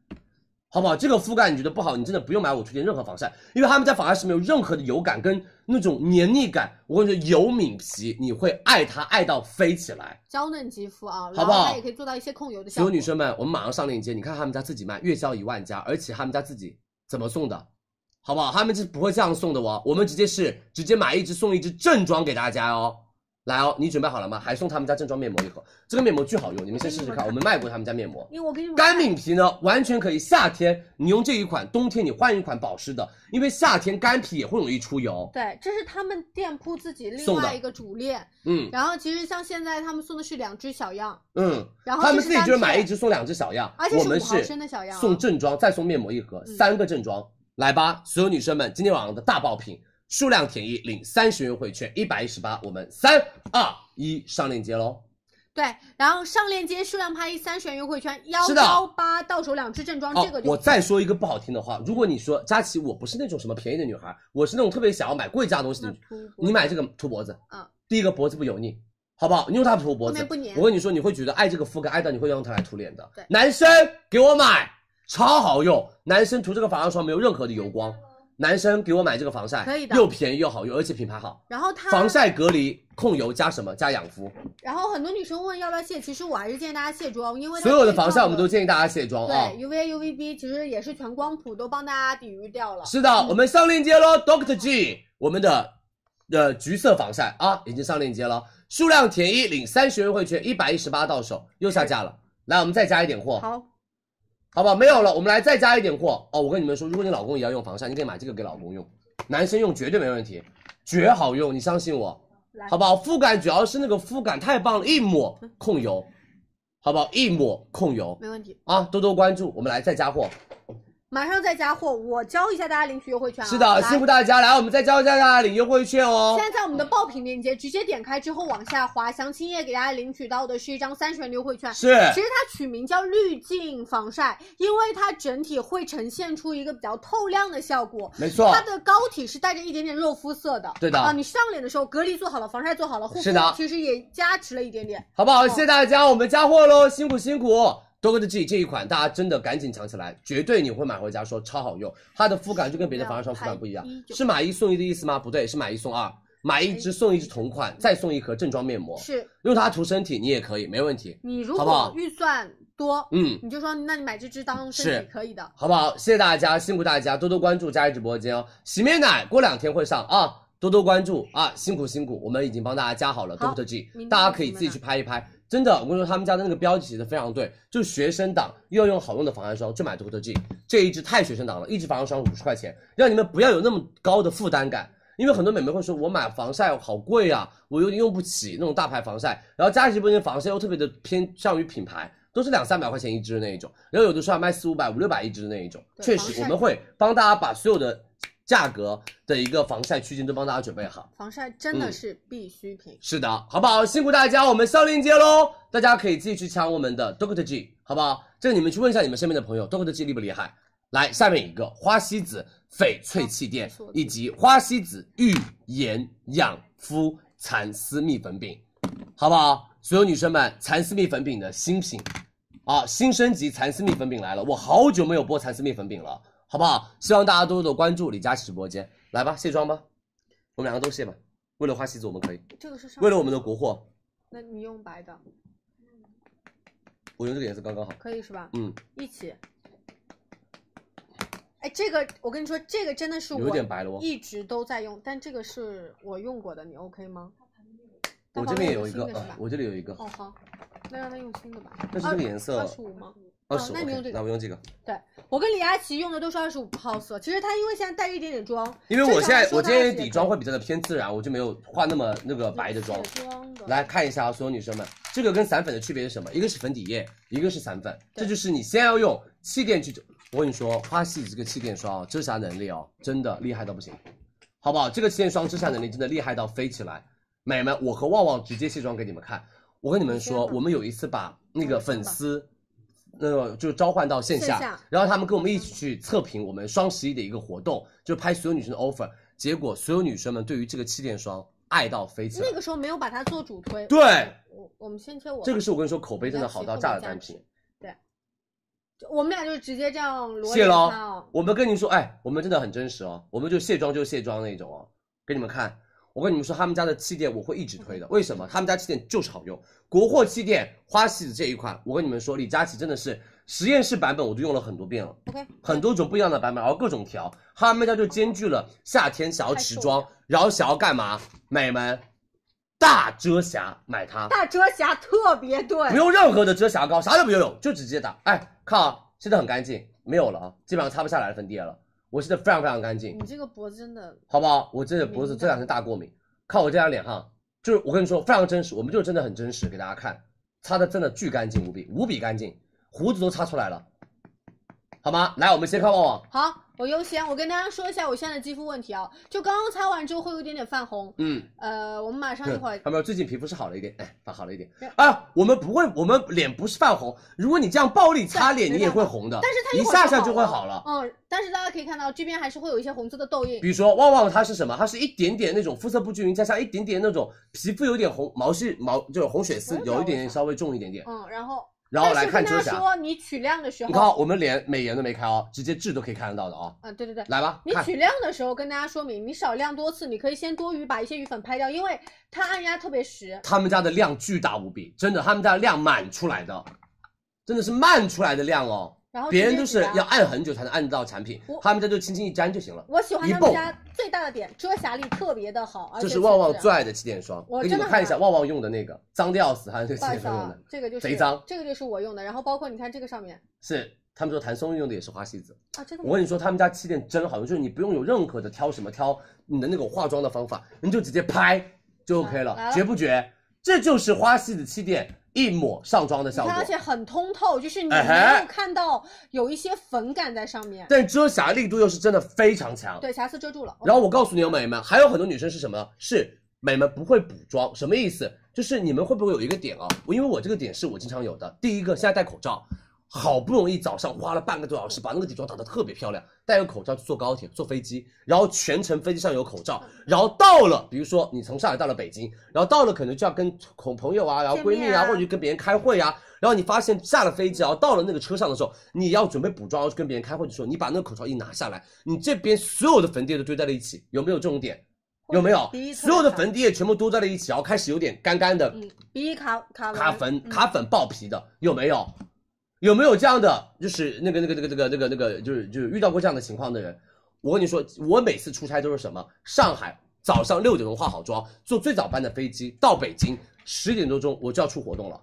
好不好？这个肤感你觉得不好，你真的不用买我推荐任何防晒，因为他们家防晒是没有任何的油感跟那种黏腻感。我跟你说，油敏皮你会爱它爱到飞起来。娇嫩肌肤啊，好不好然后它也可以做到一些控油的效所果。有女生们，我们马上上链接，你看他们家自己卖，月销一万加，而且他们家自己怎么送的，好不好？他们是不会这样送的哦，我们直接是直接买一支送一支正装给大家哦。来哦，你准备好了吗？还送他们家正装面膜一盒，这个面膜巨好哦用，你们先试试看。我们卖过他们家面膜，因为我跟你们干敏皮呢，完全可以夏天你用这一款，冬天你换一款保湿的，因为夏天干皮也会容易出油。对，这是他们店铺自己另送的外一个主链。嗯然后其实像现在他们送的是两支小样，嗯，然后他们这自己就是单买一片，支送两支小样，而且我是们五毫是升的小样啊送正装，再送面膜一盒，嗯三个正装，来吧，所有女生们，今天晚上的大爆品，数量填一，领三十元优惠券，一百一十八，我们三二一上链接喽。对，然后上链接数量拍一三十元优惠券，幺是的幺八到手两支正装，哦啊这个，就我再说一个不好听的话，如果你说佳琪，我不是那种什么便宜的女孩，我是那种特别想要买贵价东西的那女，涂你买这个涂脖子，嗯，第一个脖子不油腻，好不好？你用它涂脖后子面不粘，我跟你说，你会觉得爱这个肤感爱到你会用它来涂脸的对。男生给我买，超好用，男生涂这个防晒霜没有任何的油光。男生给我买这个防晒，可以的又便宜又好用，而且品牌好，然后它防晒隔离控油加什么？加养肤。然后很多女生问要不要卸，其实我还是建议大家卸妆，因为它所有的这防晒套我们都建议大家卸妆对啊。 UVA、UVB 其实也是全光谱都帮大家抵御掉了。是的，我们上链接喽，Doctor G，我们的呃橘色防晒啊，已经上链接了，数量填一领三十元优惠券，一百一十八到手，又下架了。来，我们再加一点货，好，好不好？没有了，我们来再加一点货哦。我跟你们说，如果你老公也要用防晒，你可以买这个给老公用，男生用绝对没问题，绝好用，你相信我来，好不好？肤感主要是那个肤感太棒了，一抹控油，好不好？一抹控油没问题，啊，多多关注，我们来再加货。马上再加货，我教一下大家领取优惠券啊。是的，来辛苦大家！来，我们再教大家领优惠券哦。现在在我们的爆品链接直接点开之后往下滑，详情页给大家领取到的是一张三十元的优惠券。是其实它取名叫滤镜防晒，因为它整体会呈现出一个比较透亮的效果。没错它，的膏体是带着一点点肉肤色的，哦对的啊，你上脸的时候隔离做好了，防晒做好了，护肤是的其实也加持了一点点。好不好？谢谢大家，我们加货喽，辛苦辛苦。多哥的 G 这一款，大家真的赶紧抢起来，绝对你会买回家说超好用。它的肤感就跟别的防晒霜肤感不一样两拍一，九是买一送一的意思吗？不对，是买一送二，买一支送一支同款，再送一盒正装面膜，是用它涂身体你也可以，没问题。你如哦好不果好预算多，嗯，你就说那你买这支当身是体可以的。好不好？谢谢大家，辛苦大家，多多关注佳怡直播间哦。洗面奶过两天会上啊，多多关注啊，辛苦辛苦，我们已经帮大家加好了好 Doctor G，明天大家可以自己去拍一拍。真的，我跟你说，他们家的那个标题写的非常对，就学生党要用好用的防晒霜，就买 Doctor G 这一支太学生党了，一支防晒霜五十块钱，让你们不要有那么高的负担感。因为很多美眉会说，我买防晒好贵啊，我有点用不起那种大牌防晒。然后佳琦直播间防晒又特别的偏向于品牌，都是两三百块钱一支的那一种，然后有的时候还卖四五百、五六百一支的那一种。对确防实，晒我们会帮大家把所有的价格的一个防晒区间都帮大家准备好。防晒真的嗯是必需品。是的，好不好？辛苦大家，我们上链接喽，大家可以自己去抢我们的 Doctor G，好不好？这个你们去问一下你们身边的朋友，Doctor G 厉不厉害？来，下面一个花西子翡翠气垫哦以及花西子玉颜养肤蚕丝蜜粉饼，好不好？所有女生们，蚕丝蜜粉饼的新品啊，新升级蚕丝蜜粉饼来了，我好久没有播蚕丝蜜粉饼了，好不好？希望大家多多关注李佳琦直播间，来吧，卸妆吧，我们两个都卸吧，为了花西子我们可以。这个是上为了我们的国货，那你用白的我用这个颜色刚刚好。可以是吧？嗯，一起。哎，这个我跟你说，这个真的是有我点白了哦。一直都在用，但这个是我用过的，你 OK 吗？它我这旁边边也有一新个的，是啊吧？我这里有一个，哦好，那让他用新的吧。但是这个颜色二十五吗？二哦十。那你用 OK，这个那我用这个，我跟李佳琦用的都是二十五号色，其实他因为现在带着一点点妆，因为我正常现在来说我今天它是底妆会比较的偏自然，我就没有画那么那个白的妆。卸妆的，来看一下啊，所有女生们，这个跟散粉的区别是什么？一个是粉底液，一个是散粉，对这就是你先要用气垫去。我跟你说，花西子这个气垫霜啊，遮瑕能力哦，真的厉害到不行，好不好？这个气垫霜遮瑕能力真的厉害到飞起来，美们，我和旺旺直接卸妆给你们看。我跟你们说，你先吧我们有一次把那我先吧个粉丝，那个就召唤到线线下下，然后他们跟我们一起去测评我们双十一的一个活动，就拍所有女生的 offer，结果所有女生们对于这个气垫霜爱到飞起来那。个时候没有把它做主推。对，我我们先切我这个是我跟你说，口碑真的好到炸的单比较品。就我们俩就直接这样裸卸脸喽看哦，我们跟你说，哎，我们真的很真实哦，我们就卸妆就卸妆那种哦。给你们看，我跟你们说，他们家的气垫我会一直推的，为什么？他们家气垫就是好用，国货气垫花西子这一款，我跟你们说，李佳琦真的是实验室版本我都用了很多遍了。 OK，很多种不一样的版本，然后各种调，他们家就兼具了夏天想要持妆，然后想要干嘛，美们，大遮瑕买它，大遮瑕特别对，不用任何的遮瑕膏，啥都不用用，就直接打。哎，看啊，现在很干净，没有了啊，基本上擦不下来粉底液了。我现在非常非常干净，你这个脖子真的好不好？我真的脖子这两天大过敏，看我这张脸哈，就是我跟你说非常真实，我们就真的很真实给大家看，擦的真的巨干净无比，无比干净，胡子都擦出来了，好吗？来，我们先看旺旺，好，我优先，我跟大家说一下我现在的肌肤问题啊，就刚刚擦完之后会有一点点泛红，嗯，呃，我们马上一会儿看到没有？最近皮肤是好了一点，哎，发好了一点对。啊，我们不会，我们脸不是泛红，如果你这样暴力擦脸，对你也会红的，但是它一会下下好就会好了。嗯，但是大家可以看到这边还是会有一些红色的痘印比。如说旺旺它是什么？它是一点点那种肤色不均匀，加上一点点那种皮肤有点红毛细毛，就是红血丝我也，不知道有一点为点啥稍微重一点点。嗯，然后然后但来是看遮跟大家瑕，说，你取量的时你看啊候，我们连美颜都没开哦，直接痣都可以看得到的哦。啊，对对对，来吧，你看取量的时候跟大家说明，你少量多次，你可以先多余把一些余粉拍掉，因为它按压特别实。他们家的量巨大无比，真的，他们家的量满出来的，真的是漫出来的量哦。然后别人直接都挤是压要按很久才能按得到产品我，他们家就轻轻一沾就行了。我喜欢一他们泵家最大的点，遮瑕力特别的好，而这且是旺旺是最爱的气垫霜，哎我给你真的们很看一下爱旺旺用的那个，脏的要死，他那个不气好意垫思霜用啊的，这个就是贼脏这个就是我用的。然后包括你看这个上面是他们说谭松韵用的也是花西子。啊，真的我吗？跟你说，他们家气垫真好用，就是你不用有任何的挑什么挑你的那种化妆的方法，你就直接拍就 OK 来来了，了绝不绝？这就是花西子气垫一抹上妆的你效果看，而。且很通透，就是你哎没嘿有看到有一些粉感在上面。但遮瑕力度又是真的非常强。对，瑕疵遮住了。然后我告诉你哦，美们，还有很多女生是什么呢？是美们不会补妆，什么意思？就是你们会不会有一个点啊？我因为我这个点是我经常有的。第一个，现在戴口罩，好不容易早上花了半个多小时把那个底妆打得特别漂亮，戴个口罩去坐高铁、坐飞机，然后全程飞机上有口罩，然后到了，比如说你从上海到了北京，然后到了可能就要跟朋朋友啊，然后闺蜜见面啊或者就跟别人开会啊，然后你发现下了飞机，然后啊到了那个车上的时候，你要准备补妆，要去跟别人开会的时候，你把那个口罩一拿下来，你这边所有的粉底液都堆在了一起，有没有这种点？有没有鼻翼？特别所有的长粉底液全部都在了一起，然后开始有点干干的，嗯，鼻翼卡卡纹卡粉嗯卡粉爆皮的，有没有？有没有这样的？就是那个那个那个那个那个那个，就是就是遇到过这样的情况的人。我跟你说，我每次出差都是什么？上海早上六点钟化好妆，坐最早班的飞机到北京，十点多钟我就要出活动了。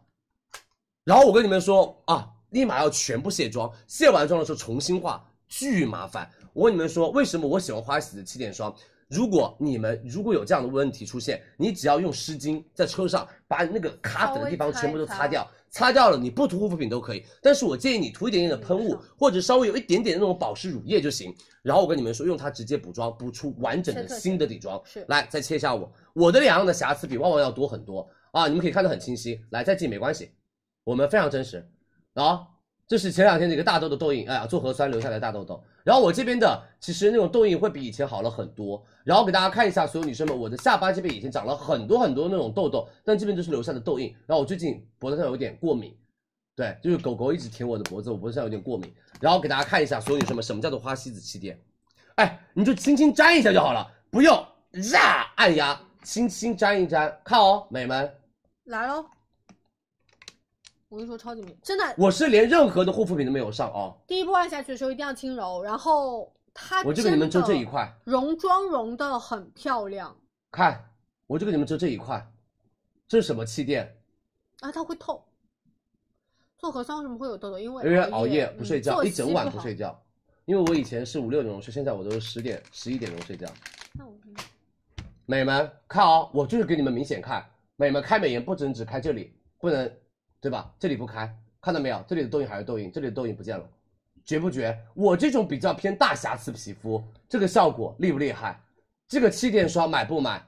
然后我跟你们说啊，立马要全部卸妆，卸完妆的时候重新化，巨麻烦。我跟你们说，为什么我喜欢花喜的气垫霜？如果你们如果有这样的问题出现，你只要用湿巾在车上把那个卡粉的地方全部都擦掉，擦掉了你不涂护肤品都可以，但是我建议你涂一点点的喷雾，或者稍微有一点点的那种保湿乳液就行。然后我跟你们说，用它直接补妆，补出完整的切特写新的底妆。是来，再切一下我，我的脸上的瑕疵比旺旺要多很多啊，你们可以看得很清晰。来，再近没关系，我们非常真实。啊，这是前两天的一个大痘的痘印，哎呀，做核酸留下来的大痘痘。然后我这边的其实那种痘印会比以前好了很多。然后给大家看一下，所有女生们，我的下巴这边以前长了很多很多那种痘痘，但这边就是留下的痘印。然后我最近脖子上有点过敏，对，就是狗狗一直舔我的脖子，我脖子上有点过敏。然后给大家看一下，所有女生们，什么叫做花西子气垫？哎，你就轻轻沾一下就好了，不用呀按压，轻轻沾一沾。看哦，美们，来喽。我跟你说，超级美，真的，我是连任何的护肤品都没有上哦，第一步按下去的时候一定要轻柔，然后它我就给你们遮这一块。溶妆溶的很漂亮看，我就给你们遮这一块，这是什么气垫？啊，它会透。做核酸为什么会有痘痘？因为因为熬夜嗯不睡觉，作一息整晚不不好睡觉。因为我以前是五六点钟睡，现在我都是十点、十一点钟睡觉。那我美们，看哦，我就是给你们明显看，美们开美颜不准只开这里，不能，对吧？这里不开，看到没有？这里的痘印还是痘印，这里的痘印不见了，绝不绝？我这种比较偏大瑕疵皮肤，这个效果厉不厉害？这个气垫霜买不买？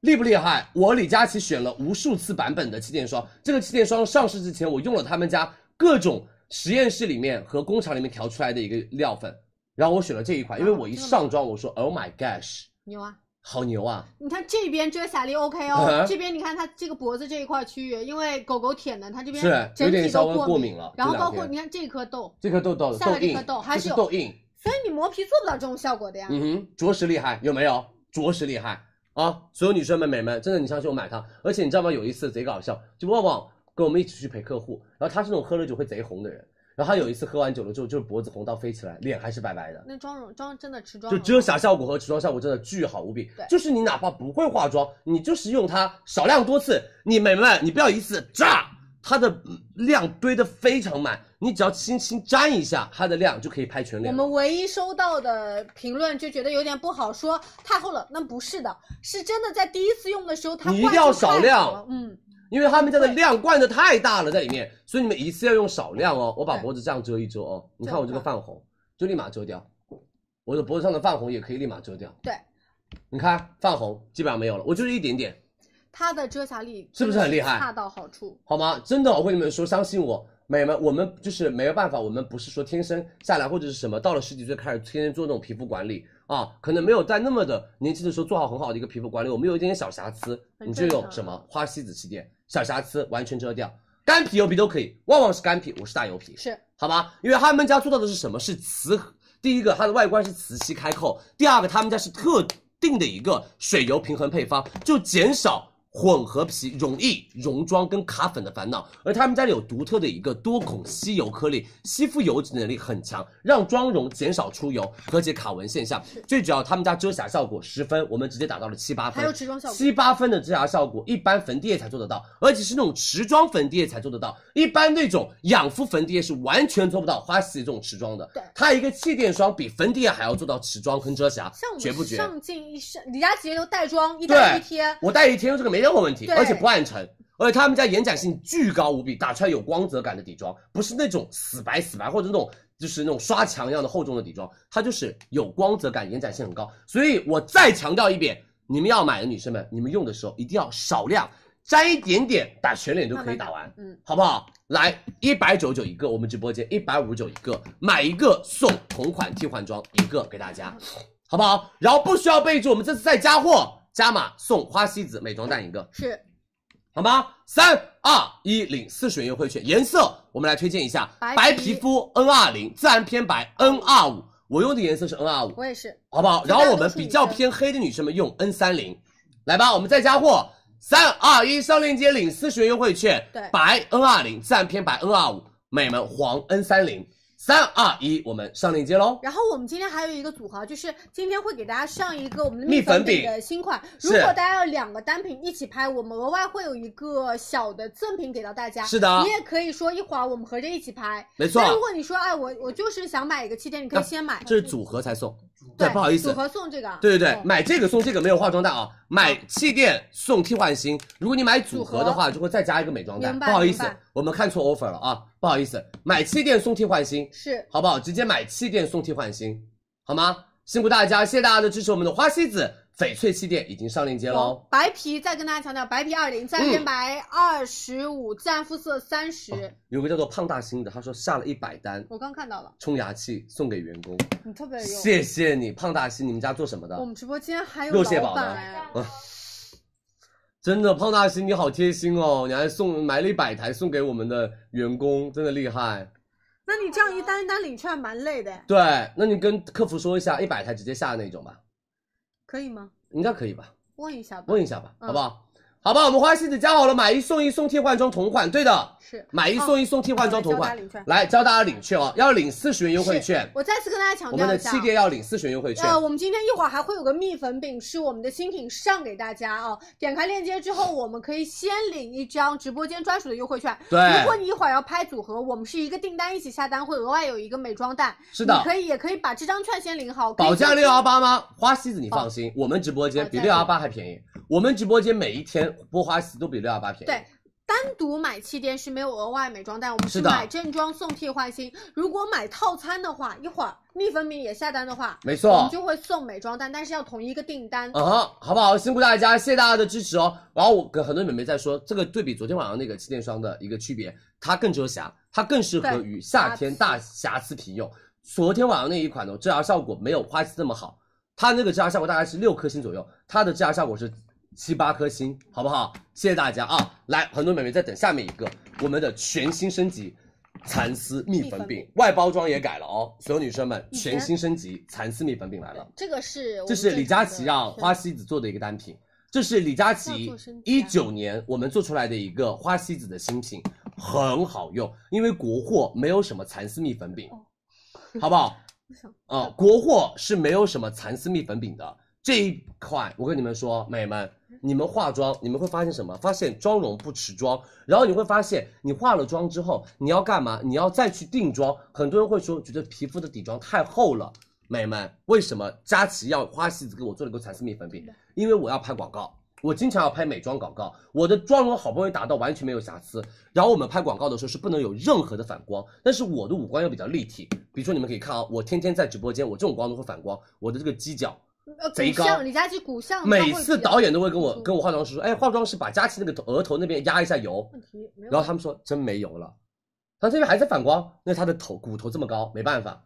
厉不厉害？我李佳琦选了无数次版本的气垫霜，这个气垫霜上市之前，我用了他们家各种实验室里面和工厂里面调出来的一个料粉，然后我选了这一款，因为我一上妆，我说 Oh my gosh，牛啊！好牛啊！你看这边遮瑕力 OK 嗯哦，哼这边你看它这个脖子这一块区域，因为狗狗舔的，它这边是有整点体稍都微过敏了然后这两包括天你看这颗痘，这颗痘痘下痘来这印颗，痘还这是是有痘印，所以你磨皮做不到这种效果的呀。嗯哼，着实厉害，有没有？着实厉害啊！所有女生们、美们，真的你相信我买它，而且你知道吗？有一次贼搞笑，就旺旺跟我们一起去陪客户，然后他是那种喝了酒会贼红的人，然后他有一次喝完酒了之后，就是脖子红到飞起来，脸还是白白的。那妆容妆真的持妆就容遮瑕效果和持妆效果真的巨好无比对。就是你哪怕不会化妆，你就是用它少量多次，你美们你不要一次炸，它的嗯量堆的非常满，你只要轻轻沾一下，它的量就可以拍全我脸。们唯一收到的评论就觉得有点不好，说太厚了。那不是的，是真的在第一次用的时候，它你一定要画质太少量好了嗯，因为他们家的量灌的太大了在里面，所以你们一次要用少量哦。我把脖子这样遮一遮哦，你看我这个泛红就立马遮掉，我的脖子上的泛红也可以立马遮掉。对，你看泛红基本上没有了，我就是一点点，它的遮瑕力是不是很厉害真的是恰到好处。好吗？真的，我跟你们说，相信我，美们，我们就是没有办法，我们不是说天生下来或者是什么，到了十几岁开始天天做那种皮肤管理啊，可能没有在那么的年轻的时候做好很好的一个皮肤管理，我们有一点点小瑕疵，很你就正用常什么花西子气垫，小瑕疵完全遮掉，干皮油皮都可以。旺旺是干皮，我是大油皮，是好吧？因为他们家做到的是什么？是磁，第一个它的外观是磁吸开扣，第二个他们家是特定的一个水油平衡配方，就减少混合皮容易溶妆跟卡粉的烦恼。而他们家有独特的一个多孔吸油颗粒，吸附油脂能力很强，让妆容减少出油，和解卡纹现象。最主要他们家遮瑕效果十分，我们直接打到了七八分，还有持妆效果七八分的遮瑕效果，一般粉底液才做得到，而且是那种持妆粉底液才做得到。一般那种养肤粉底液是完全做不到花西子这种持妆的。对它一个气垫霜比粉底液还要做到持妆跟遮瑕，像我绝不绝？上镜一上，李佳琦都带妆一对带一天，我戴一天用这个没任何问题，对而且不暗沉，而且他们家延展性巨高无比，打出来有光泽感的底妆，不是那种死白死白或者那种就是那种刷墙一样的厚重的底妆，它就是有光泽感，延展性很高。所以我再强调一遍，你们要买的女生们，你们用的时候一定要少量，沾一点点，打全脸就可以打完。嗯，好不好？来，一百九九一个，我们直播间一百五九一个，买一个送同款替换装一个给大家，嗯好不好？然后不需要备注，我们这次再加货加码送花西子美妆蛋一个，是好吗？三二一，领四十元优惠券，颜色我们来推荐一下，白皮白皮肤 N 二零自然偏白 N 二五，我用的颜色是 N 二五，我也是，好不好？其然他后我们都是比女较生偏黑的女生们用 N 三零，来吧，我们再加货，三二一，上链接领四十元优惠券，对白 N 二零，自然偏白 N 二五，美们黄 N 三零，三二一，我们上链接喽。然后我们今天还有一个组合，就是今天会给大家上一个我们的蜜粉粉饼的新款。是如果大家要两个单品一起拍，我们额外会有一个小的赠品给到大家。是的你也可以说一会儿我们合着一起拍。没错啊那如果你说哎我我就是想买一个气垫，你可以先买。这是组合才送，对，不好意思组，合送这个。对对对嗯，买这个送这个没有化妆蛋啊，买气垫送替换芯。如果你买组合的话，就会再加一个美妆蛋。明不白好意思明白，我们看错 offer 了啊，不好意思，买气垫送替换芯，是好不好？直接买气垫送替换芯，好吗？辛苦大家，谢谢大家的支持。我们的花西子翡翠气垫已经上链接哦喽。白皮，再跟大家强调，白皮二零，自然嗯偏白二十五，自然肤色三十。有个叫做胖大星的，他说下了一百单我刚看到了，冲牙器送给员工，你特别有用。谢谢你，胖大星。你们家做什么我的？们直播间还有肉蟹老堡的板哎，真的，胖大星你好贴心哦，你还送买了一百台送给我们的员工，真的厉害。那你这样一单一单领券蛮累的，对，那你跟客服说一下，一百台直接下那种吧，可以吗？应该可以吧？问一下吧。问一下吧，嗯好不好？好吧，我们花西子加好了，买一送一送替换装同款，对的，是买一送一送替换装同款哦。来教大家领券哦，要领四十元优惠券，我再次跟大家强我调们的一下啊气。垫要领四十元优惠券。呃，我们今天一会儿还会有个蜜粉饼，是我们的新品上给大家啊。点开链接之后，我们可以先领一张直播间专属的优惠券。对如果你一会儿要拍组合，我们是一个订单一起下单，会额外有一个美妆蛋。是的哦你可以也可以把这张券先领好。可以保价先六幺八吗？花西子你放心，我们直播间比保六价幺八还便宜。我们直播间每一天播花西子都比六幺八便宜。对，单独买气垫是没有额外美妆蛋，我们是是的买正装送替换芯。如果买套餐的话，一会儿蜜粉饼也下单的话，没我错们。就会送美妆蛋，但是要同一个订单。嗯哼，好不好？辛苦大家，谢谢大家的支持哦。然后我跟很多美眉在说，这个对比昨天晚上那个气垫霜的一个区别，它更遮瑕，它更适合对于夏天大瑕疵皮用。昨天晚上那一款呢，遮瑕效果没有花西那么好，它那个遮瑕效果大概是六颗星左右，它的遮瑕效果是七八颗星，好不好？谢谢大家啊！来，很多美眉在等下面一个我们的全新升级。蚕丝蜜蜜粉粉饼外包装也改了哦，所有女生们以前全新升级蚕丝蜜粉饼来了。这个是我们这是李佳琦正啊常让的花西子做的一个单品，这是李佳要琦做升级一啊九年我们做出来的一个花西子的新品，很好用，因为国货没有什么蚕丝蜜粉饼，好不好？啊、国货是没有什么蚕丝蜜粉饼的这一款，我跟你们说，美们，你们化妆，你们会发现什么？发现妆容不持妆，然后你会发现，你化了妆之后，你要干嘛？你要再去定妆。很多人会说，觉得皮肤的底妆太厚了。美们，为什么佳琦要花西子给我做了个蚕丝蜜粉饼？因为我要拍广告，我经常要拍美妆广告，我的妆容好不容易达到完全没有瑕疵，然后我们拍广告的时候是不能有任何的反光，但是我的五官又比较立体，比如说你们可以看啊，我天天在直播间，我这种光都会反光，我的这个犄角，呃，贼骨高相，李佳琦骨相，每次导演都会跟我嗯跟我化妆师说，哎，化妆师把佳琪那个额头那边压一下油，问题没有，然后他们说真没油了，他这边还在反光，那他的头骨头这么高，没办法，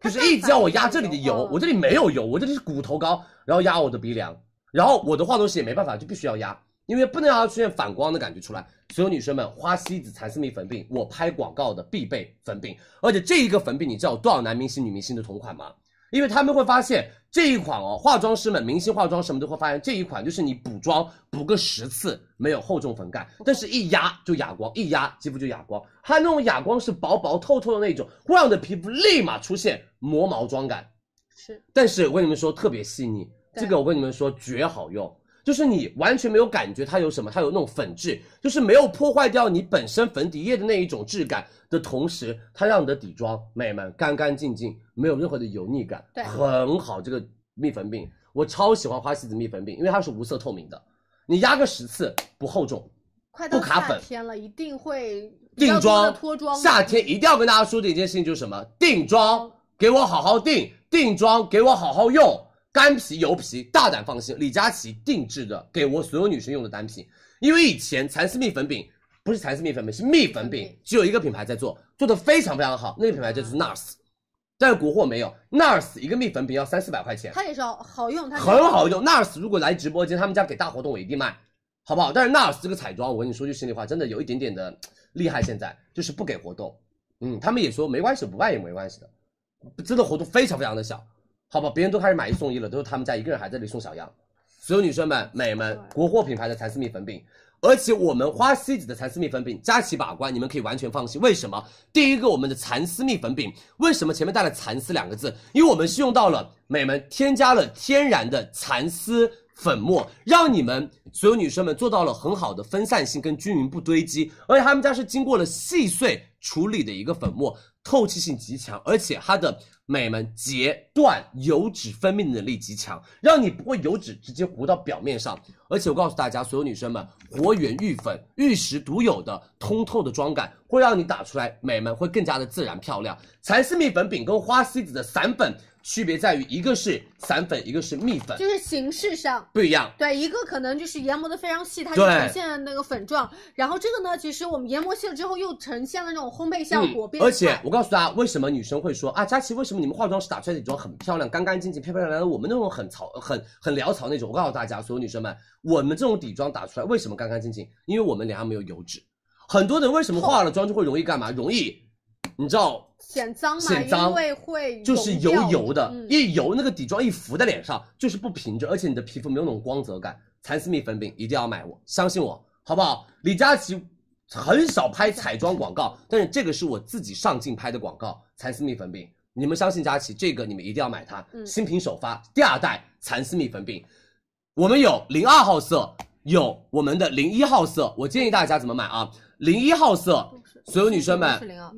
就是一直要我压这里的油嗯，我这里没有油，我这里是骨头高，然后压我的鼻梁，然后我的化妆师也没办法，就必须要压，因为不能让它出现反光的感觉出来。所有女生们，花西子蚕丝蜜粉饼，我拍广告的必备粉饼，而且这一个粉饼，你知道有多少男明星、女明星的同款吗？因为他们会发现这一款哦，化妆师们、明星化妆师们都会发现这一款就是你补妆补个十次没有厚重粉感，但是一压就哑光，一压肌肤就哑光。它那种哑光是薄薄透透的那种，会让你的皮肤立马出现磨毛妆感。是但是我跟你们说，特别细腻，对这个我跟你们说绝好用，就是你完全没有感觉它有什么，它有那种粉质，就是没有破坏掉你本身粉底液的那一种质感的同时，它让你的底妆美们干干净净，没有任何的油腻感，对很好。这个蜜粉饼我超喜欢花西子蜜粉饼，因为它是无色透明的，你压个十次不厚重。快到不卡夏粉天了，一定会比较定多的妆脱妆的，夏天一定要跟大家说的一件事情就是什么？定妆，给我好好定，定妆给我好好用，干皮油皮大胆放心，李佳琦定制的给我所有女生用的单品，因为以前蚕丝蜜粉饼不是蚕丝蜜粉饼，是蜜粉蜜粉饼饼，只有一个品牌在做，做的非常非常好，那个品牌就是 NARS，但是国货没有，NARS 一个蜜粉饼要三四百块钱，它也是好好用，它是很好用。NARS 如果来直播间，他们家给大活动，我一定卖，好不好？但是 NARS 这个彩妆，我跟你说句心里话，真的有一点点的厉害，现在就是不给活动。嗯，他们也说没关系，不卖也没关系的，真的活动非常非常的小，好吧？别人都开始买一送一了，都是他们家一个人还在这里送小样。所有女生们、美们，国货品牌的蚕丝蜜粉饼，而且我们花西子的蚕丝蜜粉饼，佳琦把关，你们可以完全放心。为什么？第一个，我们的蚕丝蜜粉饼，为什么前面带了“蚕丝”两个字？因为我们是用到了美们添加了天然的蚕丝粉末，让你们所有女生们做到了很好的分散性跟均匀不堆积，而且他们家是经过了细碎处理的一个粉末，透气性极强，而且它的美们截断油脂分泌的能力极强，让你不会油脂直接糊到表面上。而且我告诉大家，所有女生们，活源玉粉玉石独有的通透的妆感，会让你打出来美们会更加的自然漂亮。蚕丝蜜粉饼跟花西子的散粉区别在于，一个是散粉，一个是蜜粉，就是形式上。不一样。对，一个可能就是研磨的非常细，它就对呈现了那个粉状。然后这个呢，其实我们研磨细了之后，又呈现了那种烘焙效果，嗯变。而且态我告诉大家，为什么女生会说啊，佳琪，为什么你们化妆师打出来的底妆很漂亮、干干净净、漂漂亮亮的？我们那种很草、很很潦草那种。我告诉大家，所有女生们，我们这种底妆打出来为什么干干净净？因为我们脸上没有油脂。很多人为什么化了妆就会容易干嘛？容易，你知道显脏嘛，显脏因为会就是油溶掉油的，嗯一油那个底妆一浮在脸上，就是不平整，而且你的皮肤没有那种光泽感。蚕丝蜜粉饼一定要买我，相信我，好不好？李佳琦很少拍彩妆广告，但是这个是我自己上镜拍的广告，蚕丝蜜粉饼，你们相信佳琦，这个你们一定要买它，嗯新品首发第二代蚕丝蜜粉饼，我们有零二号色，有我们的零一号色，我建议大家怎么买啊？零一号色，所有女生们，是零啊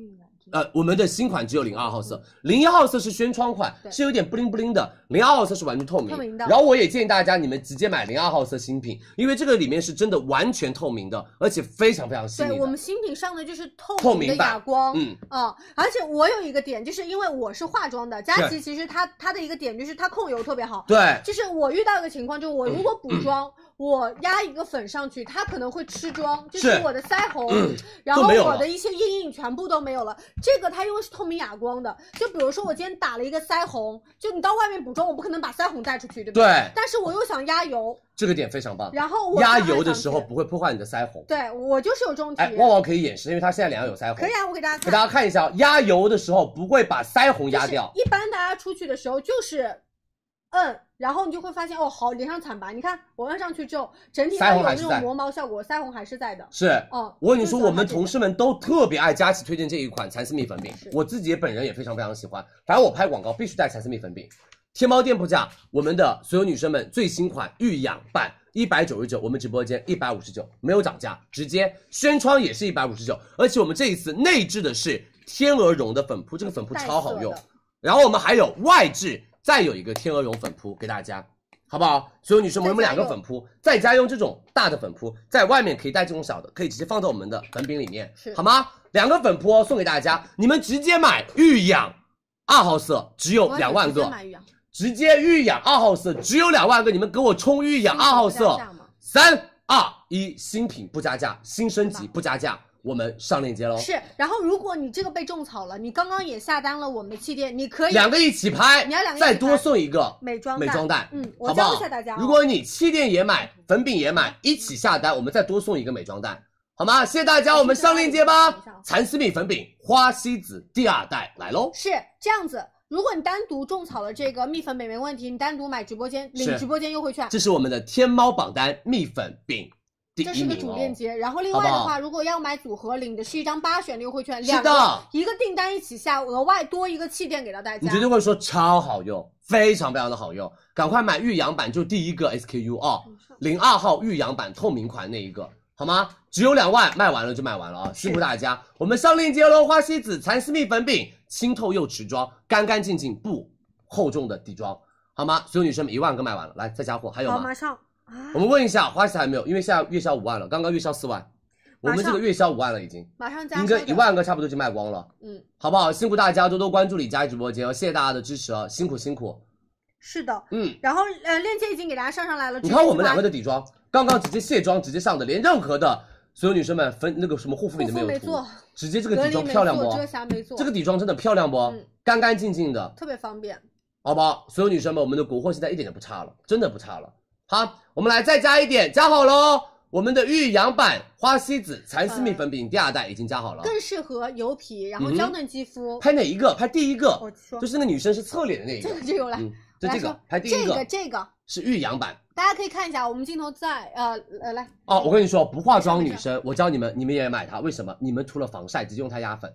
呃，我们的新款只有零二号色，零一号色是轩窗款，嗯对是有点布灵布灵的，零二号色是完全透明。透明的然后我也建议大家你们直接买零二号色新品，因为这个里面是真的完全透明的，而且非常非常细腻的。对我们新品上的就是透透明的明版哑光，嗯，啊、而且我有一个点，就是因为我是化妆的，佳对琪其实她她的一个点就是她控油特别好，对就是我遇到一个情况，就是嗯我如果补妆，我压一个粉上去，它可能会吃妆，就是是我的腮红，嗯然后都没有了我的一些阴影全部都没有了。这个它因为是透明哑光的，就比如说我今天打了一个腮红，就你到外面补妆，我不可能把腮红带出去，对不对？对，但是我又想压油，这个点非常棒。然后我压就按油的上时候去不会破坏你的腮红。对我就是有这种体哎，验。旺旺可以演示，因为她现在脸上有腮红。可以啊，我给大家给看。大家看一下哦，压油的时候不会把腮红压掉。就是一般大家出去的时候就是摁，然后你就会发现哦，好脸上惨白。你看我摁上去之后，整体腮上有红还那是种在磨毛效果，腮红还是在的。是，哦，我跟你说，就是我们它这同个事们都特别爱佳琦推荐这一款蚕丝蜜粉饼是，我自己也本人也非常非常喜欢。反正我拍广告必须带蚕丝蜜粉饼。天猫店铺价，我们的所有女生们最新款玉养版一百九十九，我们直播间一百五十九，没有涨价，直接轩窗也是一百五十九，而且我们这一次内置的是天鹅绒的粉扑，这个粉扑带超好色用的。然后我们还有外置，再有一个天鹅绒粉扑给大家，好不好？所有女生们，在我们家两个用粉扑，在家用这种大的粉扑，在外面可以带这种小的，可以直接放到我们的粉饼里面是，好吗？两个粉扑哦送给大家，你们直接买玉养二号色，只有两我要万直接个，买玉啊直接玉养二号色只有两万个，你们给我冲玉养二号新品不加色价吗，三二一，新品不加价，新升好级吧不加价，我们上链接喽，是，然后如果你这个被种草了，你刚刚也下单了我们的气垫，你可以两个一起拍，你要两个一起拍再多送一个美妆美妆蛋，嗯，我好不好教一下大家、哦。如果你气垫也买，粉饼也买，一起下单，我们再多送一个美妆蛋，好吗？谢谢大哎家，我们上链接吧等一下啊。蚕丝米粉饼花西子第二代来喽，是这样子，如果你单独种草了这个蜜粉饼没问题，你单独买直播间领是直播间优惠券，这是我们的天猫榜单蜜粉饼第这一是个名主哦。链接。然后另好不外的好话，如果要买组合，领的是一张八选的优惠券，是两个的，一个订单一起下，额外多一个气垫给到大你家绝。对会说超好用，非常非常的好用，赶快买玉阳版，就第一个 SKU 哦，零二号玉阳版透明款那一个，好吗？只有两万，卖完了就卖完了啊，辛苦大家，我们上链接喽。花西子蚕丝蜜粉饼，清透又持妆，干干净净不厚重的底妆，好吗？所有女生们一万个卖完了，来再加货还有好，吗马？上啊我，们问一下花西子还没有，因为现在月销五万了，刚刚月销四万，我们马上这个月销五万了已经，马上加应购该的。一万个差不多就卖光了。嗯，好不好？辛苦大家多多关注李佳琦直播间哦，谢谢大家的支持哦，辛苦辛苦。是的。嗯，然后呃，链接已经给大家上上来了。你看我们两两个的底妆，刚刚直接卸妆直接上的，连任何的所有女生们分那个什么护肤品都护肤有没涂做，直接这个隔底离妆没漂亮不啊做，？遮瑕没做，这个底妆真的漂亮不嗯？干干净净的，特别方便。好不好？所有女生们，我们的国货现在一点都不差了，真的不差了。好，我们来再加一点，加好喽。我们的玉阳版花西子蚕丝蜜粉饼第二代已经加好了，更适合油皮，然后嗯娇嫩肌肤。拍哪一个？拍第一我个，说就是那个女生是侧脸的那一这个个，这个我来，嗯，我就来这说个，拍第一这个个这个，是玉阳版。大家可以看一下，我们镜头在呃呃来，哦，我跟你说，不化妆女生，我教你们，你们也买它。为什么？你们涂了防晒，直接用它压粉。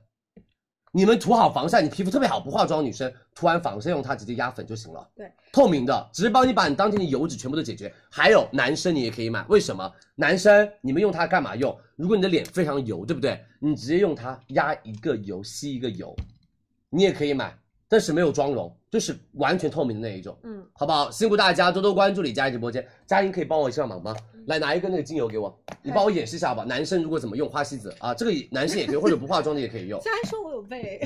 你们涂好防晒，你皮肤特别好。不化妆女生涂完防晒，用它直接压粉就行了。对，透明的，直接帮你把你当天的油脂全部都解决。还有男生你也可以买，为什么？男生你们用它干嘛用？如果你的脸非常油，对不对？你直接用它压一个油，吸一个油，你也可以买，但是没有妆容，就是完全透明的那一种。嗯，好不好？辛苦大家多多关注李佳琦直播间。佳音可以帮我一下忙吗？来拿一个那个精油给我，嗯你帮我演示一下吧。男生如果怎么用花西子啊，这个也男生也可以，或者不化妆的也可 以用。虽然说我有背，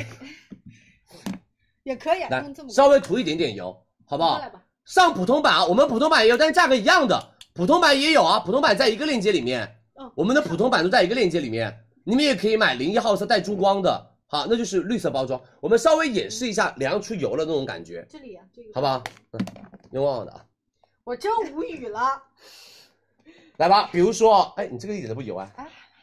也可以啊来啊用这，么稍微涂一点点油，好不过好来？吧，上普通版啊，我们普通版也有，但是价格一样的。普通版也有啊，普通版在一个链接里面，嗯，我们的普通版都在一个链接里面。你们也可以买零一号色带珠光的，好，那就是绿色包装。我们稍微演示一下凉出油了那种感觉，这里啊，这个好不好？嗯，用旺旺的啊。我真无语了，来吧，比如说，哎，你这个一点都不油啊，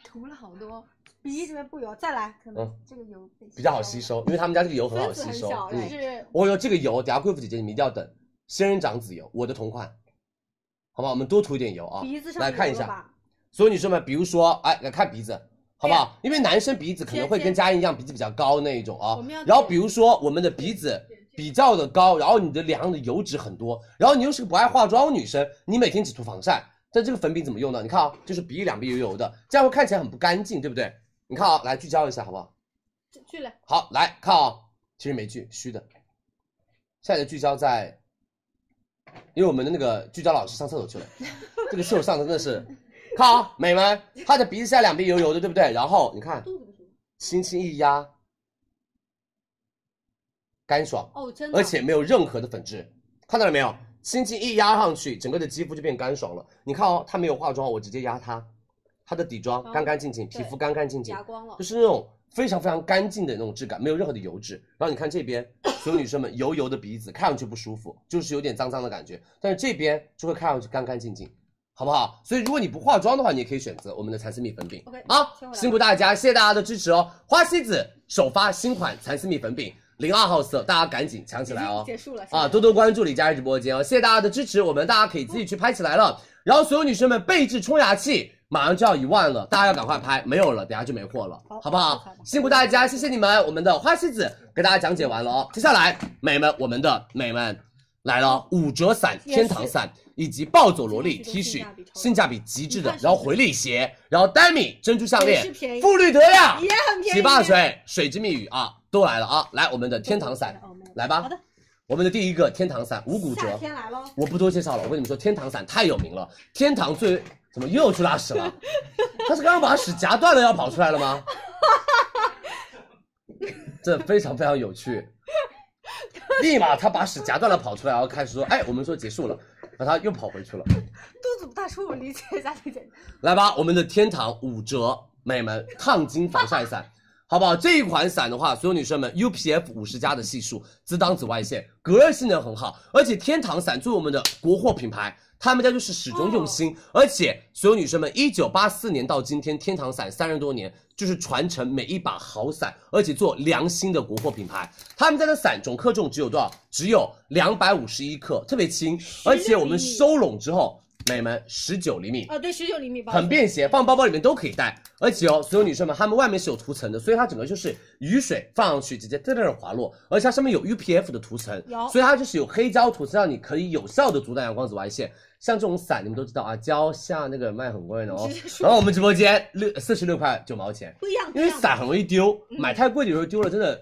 涂了好多，鼻这边不油，再来，可能这个油被嗯比较好吸收。收，因为他们家这个油很好分子吸很收。小，就哎嗯，是我有这个油，等下贵妇姐姐你们一定要等，仙人掌籽油，我的同款，好不好？我们多涂一点油啊。鼻子上来看一有了下，吧，所有女生们，比如说，哎，来看鼻子。好不好？因为男生鼻子可能会尖尖跟佳音一样，鼻子比较高那一种啊我们要。然后比如说我们的鼻子比较的高，然后你的脸上的油脂很多，然后你又是个不爱化妆的女生，你每天只涂防晒，但这个粉饼怎么用呢？你看啊，就是鼻翼两边油油的，这样会看起来很不干净，对不对？你看啊，来聚焦一下好不好？这去了，好，来看啊、其实没聚，虚的。现在的聚焦在，因为我们的那个聚焦老师上厕 所去了，这个厕所上的真的是，看啊、美们，她的鼻子下两边油油的，对不对？然后你看，肚子不舒服，轻轻一压，干爽，哦，真的，而且没有任何的粉质，看到了没有？轻轻一压上去，整个的肌肤就变干爽了。你看哦，她没有化妆，我直接压她，她的底妆哦干干净净，对皮肤干干净净夹，光了就，是那种非常非常干净的那种质感，没有任何的油脂。然后你看这边，所有女生们油油的鼻子，看上去不舒服，就是有点脏脏的感觉，但是这边就会看上去干干净净。好不好？所以如果你不化妆的话，你也可以选择我们的蚕丝蜜粉饼。 OK，啊切回，来辛苦大家，谢谢大家的支持哦！花西子首发新款蚕丝蜜粉饼，零二号色，大家赶紧抢起来哦！已经结束了啊，多多关注李佳琦直播间哦，谢谢大家的支持，我们大家可以自己去拍起来了。然后所有女生们，备至冲牙器马上就要一万了，大家要赶快拍，没有了等下就没货了，好好不好好好？辛苦大家，谢谢你们，我们的花西子给大家讲解完了哦。接下来，美们，我们的美们来了，哦五折伞、也是天堂伞以及暴走萝莉这个 T 东西恤性价比超，高性价比极致你的看，是不然是后回力鞋，然后丹米珍珠项也哎是链便宜，哎馥绿德亮也很便宜，洗发水、水之密语啊，都来了啊！来，我们的天堂伞哦没有，来吧好的，我们的第一个天堂伞五骨夏折，天来喽，我不多介绍了。我跟你们说，天堂伞太有名了，天堂最怎么又去拉屎 了？他是刚刚把屎夹断了要跑出来了吗？这非常非常有趣。立马他把屎夹断了跑出来，然后开始说：“哎，我们说结束了。”然后他又跑回去了。肚子不大舒服，理解一下，理 解。来吧，我们的天堂五折，美们，烫金防晒伞，好不好？这一款伞的话，所有女生们 UPF 五十加的系数，自当紫外线，隔热性能很好，而且天堂伞作为我们的国货品牌。他们家就是始终用心，哦而且所有女生们，一九八四年到今天，天堂伞三十多年，就是传承每一把好伞，而且做良心的国货品牌。他们家的伞总克重只有多少？只有两百五十一克，特别轻，而且我们厘米收拢之后，美们十九厘米，啊，对，十九厘米吧，很便携，放包包里面都可以带。而且哦，所有女生们，它们外面是有涂层的，所以它整个就是雨水放上去直接噔噔滑落，而且它上面有 UPF 的涂层有，所以它就是有黑胶涂层，让你可以有效的阻挡阳光紫外线。像这种伞，你们都知道啊，蕉下那个卖很贵的哦直接。说然后我们直播间六四十六块九毛钱，不一样，因为不一样伞很容易丢，买太贵的有时候丢了真的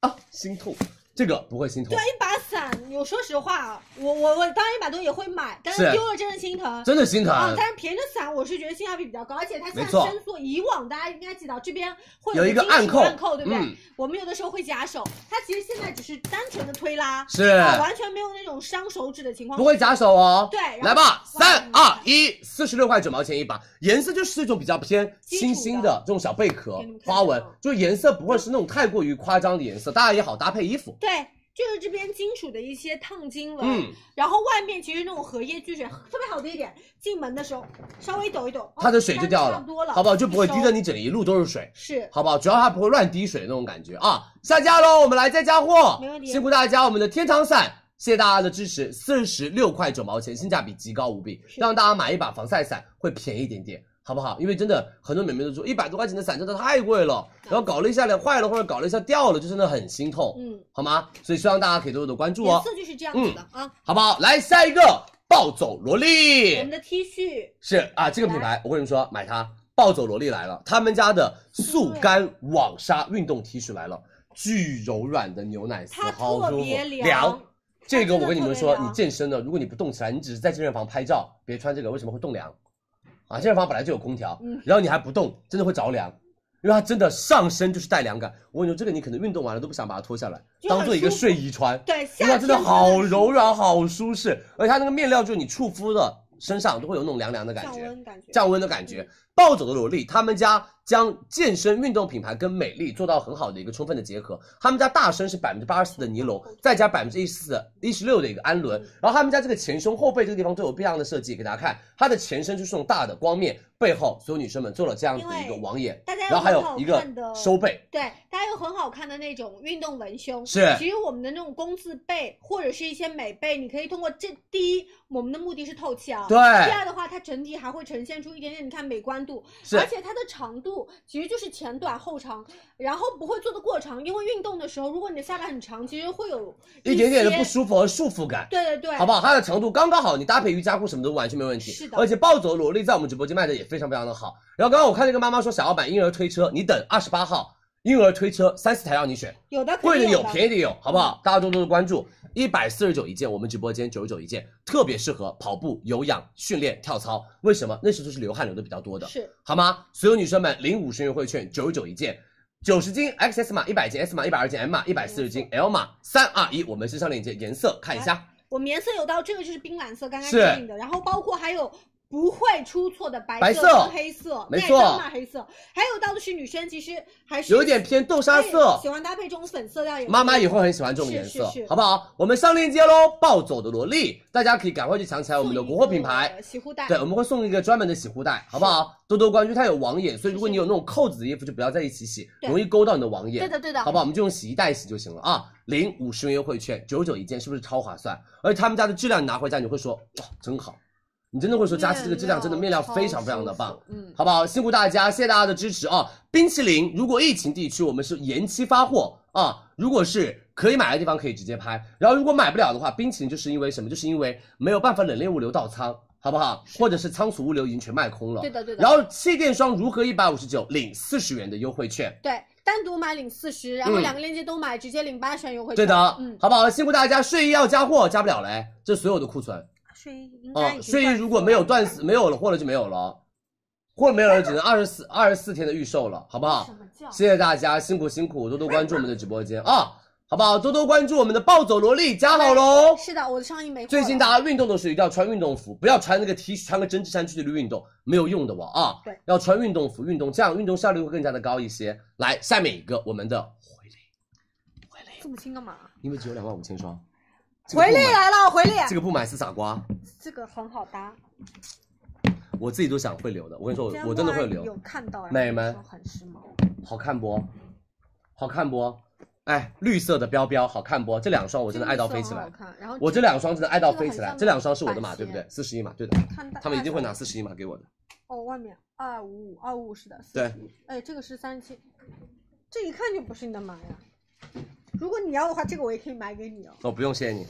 啊心痛。这个不会心痛对，一把伞，有说实话啊，我我我当然一把东西也会买，但是是丢了真是心疼。真的心疼。啊，但是平着伞，我是觉得性价比比较高，而且它现在呃没错伸缩，以往大家应该记到这边会有一个金属暗扣暗扣对不对？嗯我们有的时候会夹手，它其实现在只是单纯的推拉，是啊完全没有那种伤手指的情况不。会夹手哦。对然后来吧，三哇二一，四十六块九毛钱一把，颜色就是这种比较偏清基新础的的这种小贝壳给你们看花纹到，就颜色不会是那种太过于夸张的颜色，大家也好搭配衣服。对，就是这边金属的一些烫金纹，嗯，然后外面其实那种荷叶聚水，特别好的一点，进门的时候稍微抖一抖，它的水就掉哦差了不多，了，哦好不好？就不会滴的你。你整一路都是水。是好不好？主要它不会乱滴水那种感觉啊！下架喽，我们来再加货没问，题辛苦大家，我们的天堂伞。谢谢大家的支持，四十六块九毛钱，性价比极高无比，是让大家买一把防晒伞会便宜一点点，好不好？因为真的很多美眉都说一百多块钱的伞真的太贵了，然后搞了一下脸坏了或者搞了一下掉了，就真的很心痛，嗯，好吗？所以希望大家可以多多的关注颜哦，色就是这样子的啊。好不好？来下一个暴走萝莉，我们的 T 恤是啊，这个品牌我跟你们说，买它，暴走萝莉来了，他们家的速干网纱运动 T 恤来了，巨柔软的牛奶丝，它好特舒服，别凉这个我跟你们说它真的特别，你凉健身的，如果你不动起来，你只是在健身房拍照，别穿这个，为什么会冻凉？啊，健身房本来就有空调，嗯然后你还不动，真的会着凉，因为它真的上身就是带凉感。我跟你说，这个你可能运动完了都不想把它脱下来，就很当做一个舒服睡衣穿。对，夏因为它天真的好是柔软，好舒适，而且它那个面料就是你触肤的身上都会有那种凉凉的感降觉，温感觉，降温的感觉。暴走的萝莉，他们家将健身运动品牌跟美丽做到很好的一个充分的结合。他们家大身是百分之八十四的尼龙，再加百分之一四一十六的一个氨嗯纶，然后他们家这个前胸后背这个地方都有不一样的设计，给大家看，它的前身就是这种大的光面，背后所有女生们做了这样子的一个网眼，大家然后还很有好一个看的收背，对，大家有很好看的那种运动文胸。是其实我们的那种工字背或者是一些美背，你可以通过这第一，我们的目的是透气啊。对第二的话，它整体还会呈现出一点点，你看美观度，是而且它的长度其实就是前短后长，然后不会做的过长，因为运动的时候，如果你的下摆很长，其实会有一点点的些不舒服和束缚感。对对对，好不好？它的长度刚刚好，你搭配瑜伽裤什么的完全没问题。是的而且暴走萝莉在我们直播间卖的也非常非常的好。然后刚刚我看那个妈妈说想要买婴儿推车，你等二十八号婴儿推车三四台让你选，有的肯定贵的有，宜。便宜的有，好不好？大家多多的关注，一百四十九一件，我们直播间九十九一件，特别适合跑步、有氧、训练、跳操。为什么？那时候是流汗流的比较多的。是好吗？所有女生们领五十元优惠券，九十九一件，九十斤 XS 码，一百斤 S 码，一百二斤 M 码，一百四十斤 L 码，三二一，我们身上链接颜色看一下。我们颜色有到这个就是冰蓝色，干干是净净的，然后包括还有。不会出错的白白色色跟黑色，没耐错脏嘛啊黑色，还有到的是女生其实还是有一点偏豆沙色对，喜欢搭配这种粉色调也可以妈妈也会很喜欢这种颜色哎是是，是好不好？我们上链接喽，暴走的萝莉，大家可以赶快去抢起来我们的国货品牌。洗护带，对，我们会送一个专门的洗护带，好不好？多多关注，它有网眼，所以如果你有那种扣子的衣服，就不要在一起洗，对容易勾到你的网眼。对的对的好不好？我们就用洗衣袋洗就行了啊。领五十元优惠券，九九一件，是不是超划算？而且他们家的质量，你拿回家你会说哇，真好，你真的会说佳琪这个质量真的面料非常非常的棒嗯超舒。服，嗯，好不好？辛苦大家，谢谢大家的支持啊！冰淇淋，如果疫情地区，我们是延期发货啊。如果是可以买的地方，可以直接拍。然后如果买不了的话，冰淇淋就是因为什么？就是因为没有办法冷链物流到仓，好不好？或者是仓储物流已经全卖空了。对的对的然后气垫霜如何一百五十九领四十元的优惠券？对，单独买领四十，然后两个链接都买，直接领八十元优惠券。嗯对的，啊嗯，好不好？辛苦大家，睡衣要加货，加不了嘞，这所有的库存睡衣应啊该、已经睡衣断如果货没有了断死，没有了货了就没有了，货没有了只能二十四二十四天的预售了，好不好什？么叫谢谢大家，辛苦辛苦，多多关注我们的直播间啊，好不好？多多关注我们的暴走萝莉，加好喽！是的，我的上衣没货了。最近大家运动的时候一定要穿运动服，不要穿那个 T 恤，穿个针织衫去那里运动没有用的哇啊！对，要穿运动服运动，这样运动效率会更加的高一些。来，下面一个我们的回力，这么轻干嘛？因为只有两万五千双，这个回不力买来了，回力，这个不买是傻瓜，这个很好搭。我自己都想会留的。我跟你说，今我天我真的会有留，看到，美然后们说很时髦。好看不？好看不？哎，绿色的标标好看不？这两双我真的爱到飞起来这个绿色很好，看然后我这两双真的爱到飞起这个很来。像这两双是我的板码，鞋对不对？四十一码，对的，看到他们一定会拿大小四十一码给我的。哦，外面二五五二五五是的，对41，哎，这个是三十七，这一看就不是你的码呀。如果你要的话，这个我也可以买给你哦。哦，不用，谢谢你。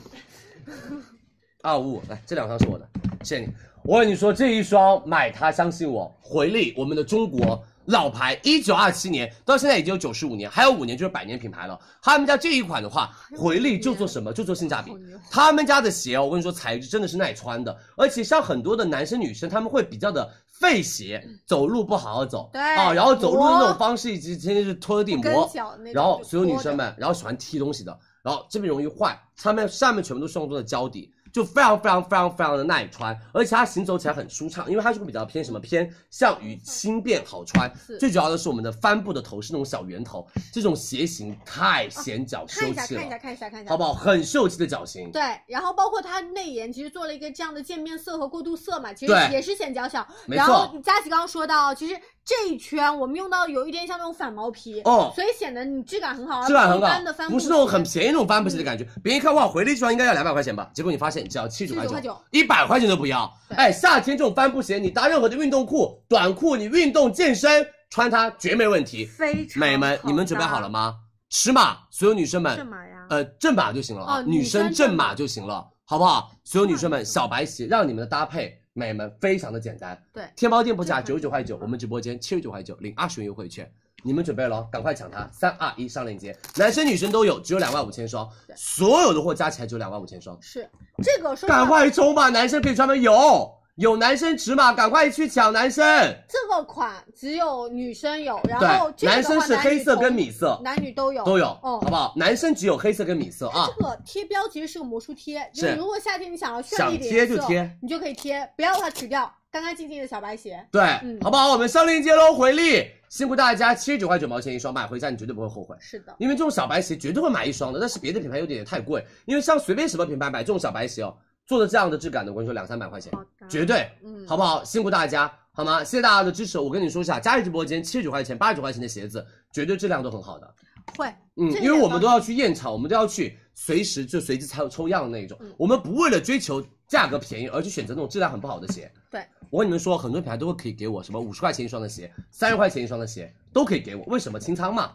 二五五，来，这两双是我的，谢谢你。我跟你说，这一双买它，相信我，回力我们的中国老牌，一九二七年到现在已经有九十五年，还有五年就是百年品牌了。他们家这一款的话，回力就做什么？就做性价比好牛。他们家的鞋哦，我跟你说，材质真的是耐穿的，而且像很多的男生女生，他们会比较的费鞋，走路不好好走，嗯对啊，然后走路的那磨种方式以及真的是拖地跟磨，脚那种然后就所有女拖着生们，然后喜欢踢东西的，然后这边容易坏，上面上面全部都是用做的胶底，就非常非常非常非常的耐穿，而且它行走起来很舒畅，因为它是个比较偏什么偏向于轻便好穿嗯是。最主要的是我们的帆布的头是那种小圆头，这种鞋型太显脚哦看羞一下，气了看一，下，看一下，看一下，好不好？很秀气的脚型。对，然后包括它内沿其实做了一个这样的渐变色和过渡色嘛，其实对也是显脚小。没然后错佳琪刚刚说到，其实这一圈我们用到有一点像那种反毛皮，哦所以显得你质感很好，质感而很不是一般的帆好，布不是那种很鞋便宜那种帆布鞋的感觉。别人一看哇，回力这双应该要两百块钱吧，结果你发现只要七十79块块九九，一百块钱都不要。对哎，夏天这种帆布鞋，你搭任何的运动裤、短裤，你运动健身穿它绝没问题。非常美们，你们准备好了？吗？尺码，所有女生正们，码呀，呃，正码就行了啊，哦女女生生正正码码就行了，好不好？所有女生正码们，就行小白鞋让你们的搭配，美们非常的简单。对天猫店铺价这九个十九块很九，好我们直播间七十九块九领二十元优惠券，你们准备了，赶快抢它！三二一，上链接，男生女生都有，只有两万五千双对，所有的货加起来只有两万五千双，是这个说实话赶快冲吧！男生可以专门有，有男生尺码，赶快去抢男生。这个款只有女生有，然后对，这个男的话生是黑色跟米色男女同，男女都有都有，好哦不。好？男生只有黑色跟米色啊这，个贴标其实是个魔术贴，就是是如果夏天你想要绚丽的想贴颜色就贴，你就可以贴，不要把它取掉，干干净净的小白鞋。对，嗯好不好？我们上链接喽，回力，辛苦大家，七十九块九毛钱一双，买回家你绝对不会后悔。是的，因为这种小白鞋绝对会买一双的，但是别的品牌有点太贵。因为像随便什么品牌买这种小白鞋哦，做的这样的质感的，我跟你说两三百块钱，好的，绝对，嗯好不好？辛苦大家，好吗？谢谢大家的支持。我跟你说一下，佳怡直播间七十九块钱、八十九块钱的鞋子，绝对质量都很好的。会，嗯，这一因为点我们方都要去验厂，我们都要去随时就随机抽抽样的那嗯种。我们不为了追求价格便宜而去选择那种质量很不好的鞋。 对，我跟你们说，很多品牌都会可以给我什么五十块钱一双的鞋，三十块钱一双的鞋都可以给我，为什么清仓嘛，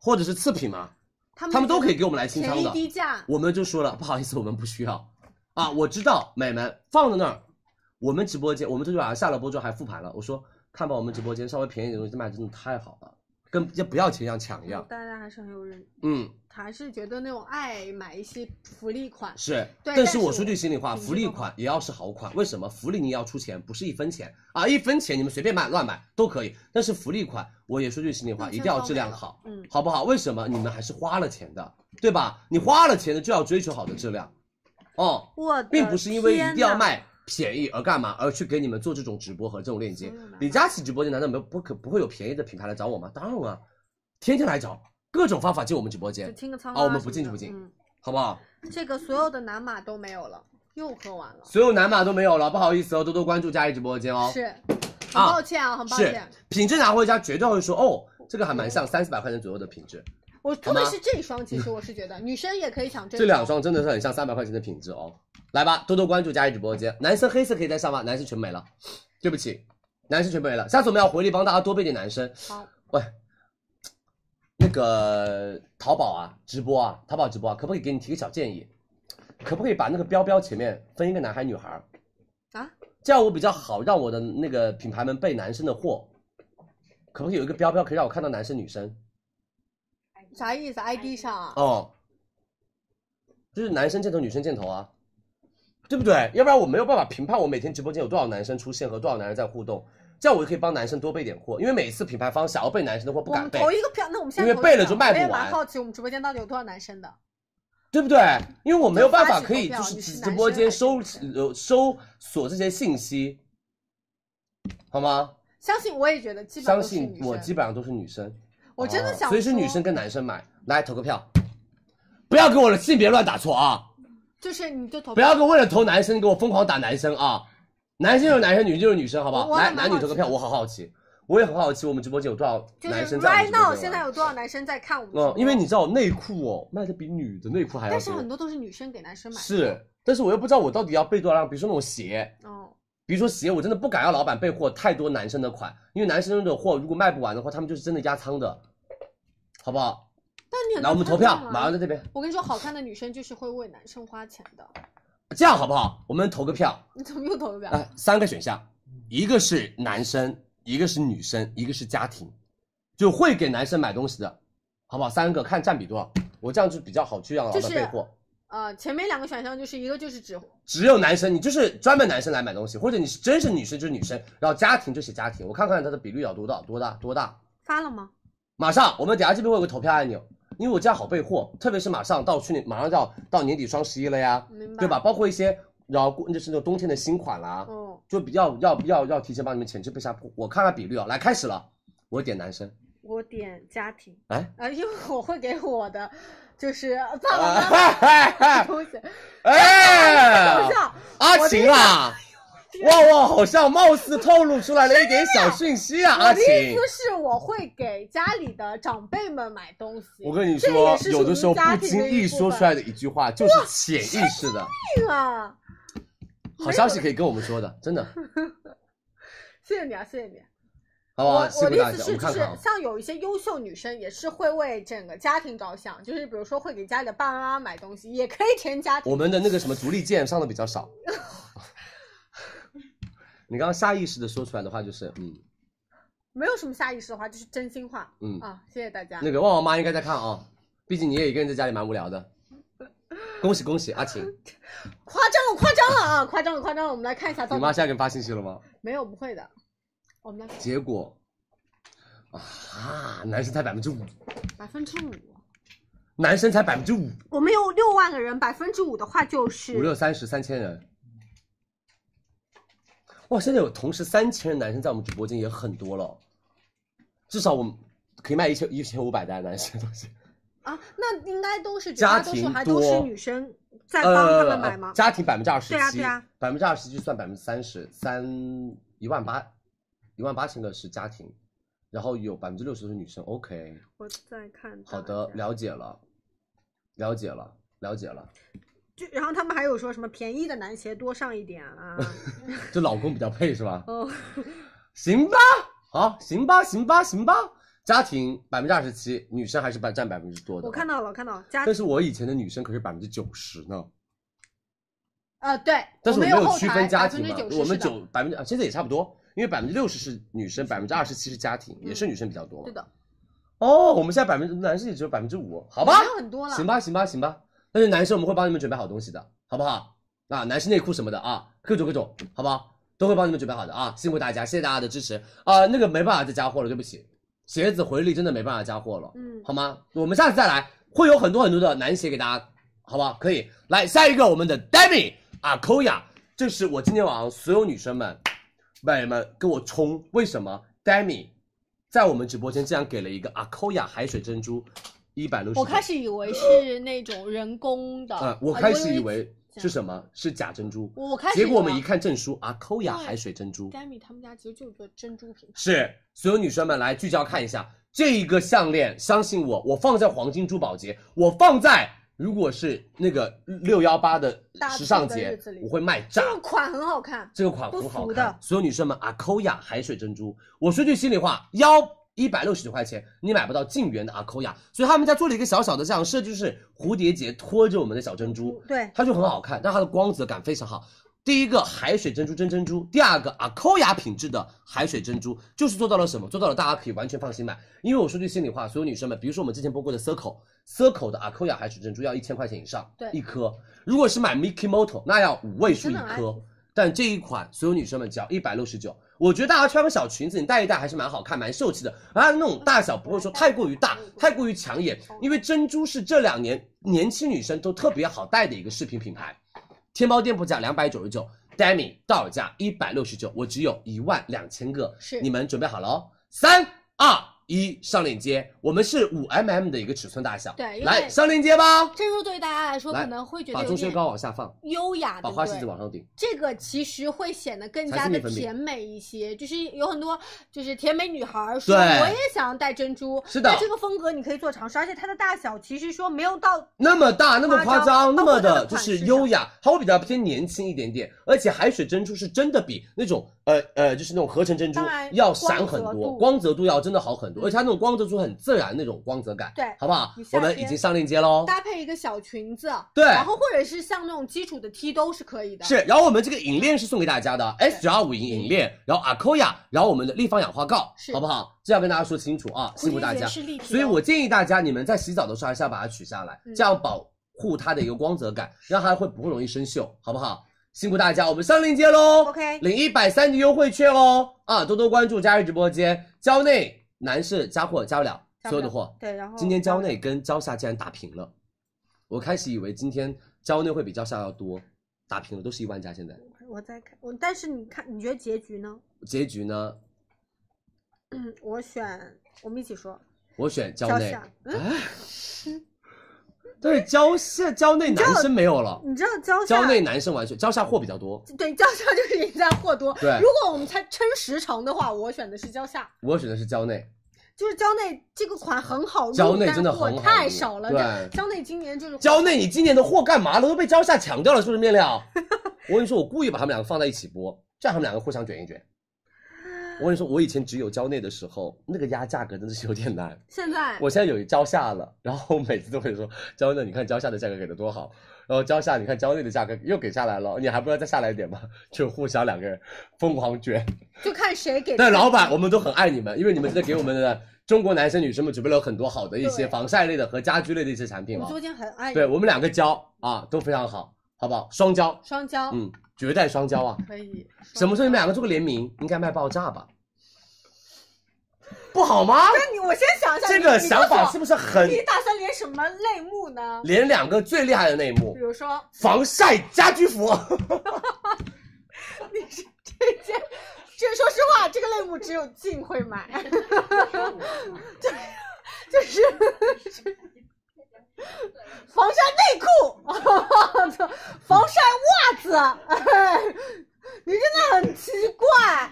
或者是次品嘛，他们他们都可以给我们来清便仓宜的。低价，我们就说了，不好意思，我们不需要啊。我知道，美们放在那儿，我们直播间，我们昨天晚上下了播之后还复盘了，我说看吧，我们直播间稍微便宜点东西卖得真的太好了，跟要不要钱一样抢一样。大家还是很有人，嗯，还是觉得那种爱买一些福利款，是，对但但是是我我说句心里话，品质福利更好款也要是好款。为什么？福利你也要出钱，不是一分钱啊，一分钱你们随便买乱买都可以。但是福利款，我也说句心里话，六一千定要方质便量了好，嗯，好不好？为什么？你们还是花了钱的，对吧？你花了钱的就要追求好的质量，哦，我的并不是因为一定要天哪，卖便宜而干嘛，而去给你们做这种直播和这种链接所有买。李佳琦直播间难道没有不可不会有便宜的品牌来找我吗？当然了，天天来找，各种方法进我们直播就间，清个仓啊我们什不么进的不进嗯好不好？这个所有的男码都没有了，又喝完了，所有男码都没有了，不好意思哦，多多关注佳怡直播间哦。是，很抱歉啊，很抱是歉，品质拿回家绝对会说哦，这个还蛮像三四百块钱左右的品质，我特别好吗是这双，其实我是觉得女生也可以抢这这两双真的是很像三百块钱的品质哦。来吧，多多关注佳怡直播间。男生黑色可以再上吗？男生全没了，对不起，男生全没了。下次我们要回力帮大家多备点男生。好，喂，那个淘宝啊，直播啊，淘宝直播啊，可不可以给你提个小建议？可不可以把那个标标前面分一个男孩女孩儿啊？这样我比较好让我的那个品牌们备男生的货。可不可以有一个标标可以让我看到男生女生？啥意思？ID 上啊？哦，就是男生箭头，女生箭头啊，对不对？要不然我没有办法评判我每天直播间有多少男生出现和多少男人在互动，这样我就可以帮男生多备点货，因为每次品牌方想要备男生的货不我敢们备，投一个票，那我们现在因为投一背个了就卖不我也蛮完好奇我们直播间到底有多少男生的？对不对？因为我没有办就发法起可以投就票是你是直播间男生收还是女呃搜索这些信息，好吗？相信我也觉得基本相都是信女我生基本上都是女生，我真的哦想、所以是女生，跟男生买，来投个票，不要给我的性别乱打错啊！就是你就投不要给我为了投男生给我疯狂打男生啊！男生就是男生，女生就是女生，好不好？我我来，还蛮男女投个票，好奇的我好好奇，我也很好奇，我们直播间有多少就男是生在我 right 们直播 now 间现在玩有多少男生在看我们直播？嗯，因为你知道内裤哦，卖的比女的内裤还要但是多很，多都是女生给男生买的，是，但是我又不知道我到底要备多少量，比如说那种鞋，哦，比如说鞋，我真的不敢要老板备货太多男生的款，因为男生的货如果卖不完的话，他们就是真的压仓的，好不好？但你很来，我们难投判票，断啊马上在这边，我跟你说，好看的女生就是会为男生花钱的。这样好不好？我们投个票，你怎么又投了表？哎，三个选项，一个是男生，一个是女生，一个是家庭，就会给男生买东西的，好不好？三个看占比多少，我这样就比较好去让老就板是备货。呃，前面两个选项就是一个就是指只有男生，你就是专门男生来买东西，或者你是真是女生就是女生，然后家庭就写家庭，我看看它的比率要多大多大多大。发了吗？马上，我们等下这边会有个投票按钮，因为我这样好备货，特别是马上到去年，马上到到年底双十一了呀，明白对吧？包括一些然后就是那种冬天的新款啦，哦，就比较要要要提前帮你们前置备下铺。我看看比率啊，来开始了，我点 男生，我点家庭，哎，呃，因为我会给我的就是爸爸妈妈买哎东西，哎搞，笑。阿晴啦，哇哇，好像貌似透露出来了一点小讯息啊，我阿的意晴思。是，我会给家里的长辈们买东西。我跟你这也说是，属于有的时候家不庭经的一意部说分啊出来的一句话，就是潜意识的这个，好消息可以跟我们说的，真的，谢谢你啊，谢谢你。好不我好？辛我苦的大意家，思我是，们就看是看啊。像有一些优秀女生也是会为整个家庭着想，就是比如说会给家里的爸爸妈妈买东西，也可以填家庭。我们的那个什么足力健上的比 较少。 你刚刚下意识的说出来的话就是，嗯没有什么下意识的话，就是真心话嗯，啊！谢谢大家。那个旺旺妈应该在看啊、毕竟你也一个人在家里蛮无聊的。恭喜恭喜，阿晴，夸张了，夸张了啊！夸张了，夸张了！我们来看一下到你妈底现在给你发信息了吗？没有不会的。我们来结果啊，男生才百分之五，百分之五，男生才百分之五，我们有六万个人，百分之五的话就是五六三十三千人。哇，现在有同时三千人男生在我们直播间也很多了，至少我们可以卖一千一千五百单男生的东西。啊，那应该都是绝家大多数庭还都是多女生在帮他们买吗？呃家庭百分之二十对啊七对啊，百分之二十七就算百分之三十三，一万八，一万八千个是家庭，然后有百分之六十是女生。OK，我再看好大家。的，了解了，了解了，了解了。就然后他们还有说什么便宜的男鞋多上一点 啊？就老公比较配 是吧？哦，行吧，好，行吧，行吧，行吧。家庭百分之二十七，女生还是百占百分之多的。我看，到了，我看到了家但是我以前的女生可是百分之九十呢。呃对，但是我我们没有有后区台分家庭嘛， 90%我们是的九百分之啊，现在也差不多，因为百分之六十是女生，百分之二十七是家庭，也是女生比较多嘛。对嗯的，哦，我们现在百分之男生也只有百分之五，好吧没？有很多了，行吧，行吧，行吧。但是男生我们会帮你们准备好东西的，好不好？啊，男生内裤什么的啊，各种各种，好不好？都会帮你们准备好的啊，辛苦大家，谢谢大家的支持啊、那个没办法再加货了，对不起，鞋子回力真的没办法加货了。嗯，好吗？我们下次再来，会有很多很多的男鞋给大家，好不好？可以来下一个，我们的 Demi 啊 k o y a 这是我今天晚上所有女生们、美们跟我冲，为什么 Demi 在我们直播间竟然给了一个 a k o y a 海水珍珠一百六十？我开始以为是那种人工的，呃，我啊开始以为这样是什么？是假珍珠。我我开始以结为啊，果我们一看证书 a k o y a 对海水珍珠 Demi 他们家其实就做珍珠品牌，是所有女生们来聚焦看一下这一个项链，相信我，我放在黄金珠宝节，我放在如果是那个六幺八的大促时尚的节日子里，我会卖炸这。个款很好看，这个款很不好服看的，所有女生们啊 k o y a 海水珍珠，我说句心里话，幺一百六十九块钱你买不到晋元的 a k o y a 所以他们家做了一个小小的这样设计，就是蝴蝶结托着我们的小珍珠，对，它就很好看，但它的光泽感非常好。第一个海水珍珠真珍珠，第二个阿扣雅品质的海水珍珠，就是做到了什么？做到了大家可以完全放心买。因为我说句心里话，所有女生们，比如说我们之前播过的 Circle Circle 的阿扣雅海水珍珠要一千块钱以上，对一颗。如果是买 Mickey Moto，那要五位数真一的很颗。但这一款所有女生们只要一百六十九，我觉得大家穿个小裙子，你戴一戴还是蛮好看、蛮秀气的。然后那种大小不会说太过于大、嗯太过于抢眼，因为珍珠是这两年年轻女生都特别好戴的一个饰品品牌。天猫店铺价两百九十九，Demi 到手价一百六十九，我只有一万两千个，是你们准备好了哦，三二一，上链接。我们是五 mm 的一个尺寸大小，对因为来上链接吧，珍珠对于大家来说来可能会觉把得中有身点高往下放，优雅，把啊对不花西子对？往上顶。这个其实会显得更才加是的蜜粉饼甜美一些，就是有很多就是甜美女孩儿说对我也想要戴珍珠，是的那这个风格你可以做尝试，而且它的大小其实说没有到那么大，那么夸张，那么包括它的的就款式是优雅，它会比较偏年轻一点点，而且海水珍珠是真的比那种呃呃，就是那种合成珍珠当然要闪很光泽多，度光泽度要真的好很多，嗯而且它那种光泽度很自然那种光泽感，对好不好你？夏我天们已经上链接喽，搭配一个小裙子，对然后或者是像那种基础的 T 都是可以的，是，然后我们这个嗯饮链是送给大家的 S 九二五银饮链，然后 Acoya，然后我们的立方氧化膏，是好不好？这要跟大家说清楚啊，辛苦大蝴家蝶结。是立体的，所以我建议大家，你们在洗澡的时候还是要把它取下来，嗯这样保护它的一个光泽感，让它会不会容易生锈，好不好？辛苦大家，我们上链接喽 OK 领一百三的优惠券哦！啊，多多关注，加入直播间。蕉内男士加货加不了，加不了所有的货。对，然后今天蕉内跟蕉下竟然打平了，我开始以为今天蕉内会比蕉下要多，打平了，都是一万加现在。我再看我，但是你看你觉得结局呢？ 结局呢，嗯，我选我们一起说，我选蕉内蕉下。 哎，对，蕉下蕉内男生没有了。你知道蕉下蕉内男生玩水，蕉下货比较多。对蕉下就是赢家货多，对如果我们猜撑十成的话，我选的是蕉下。我选的是蕉内，就是蕉内这个款很好入，蕉内但真的货很好太入少了。对这蕉内今年就是蕉内你今年的货干嘛了？都被蕉下抢掉了，是不是面料？ 我跟你说，我故意把他们两个放在一起播，这样他们两个互相卷一卷。我跟你说，我以前只有蕉内的时候，那个压价格真的是有点难。现在我现在有蕉下了，然后我每次都会说，蕉内你看蕉下的价格给的多好，然后蕉下你看蕉内的价格又给下来了，你还不要再下来一点吗？ 就互相两个人疯狂卷。就看谁给但老板，我们都很爱你们，因为你们真的给我们的中国男生女生们准备了很多好的一些对防晒类的和家居类的一些产我品们啊昨。天很爱对我们两个胶啊都非常好，好不好？双胶，双蕉，嗯，绝代双胶啊！可以什么时候你们两个做个联名，应该卖爆炸吧？不好吗？那你我先想一下，这你个想法是。不是很你告诉我你打算连什么类目呢？连两个最厉害的内幕比？如说， 防晒家居 服，你是这件，这说实话，这个类目只有静会买，就是就是防晒内裤， 防晒袜子， 哎，你真的很奇怪。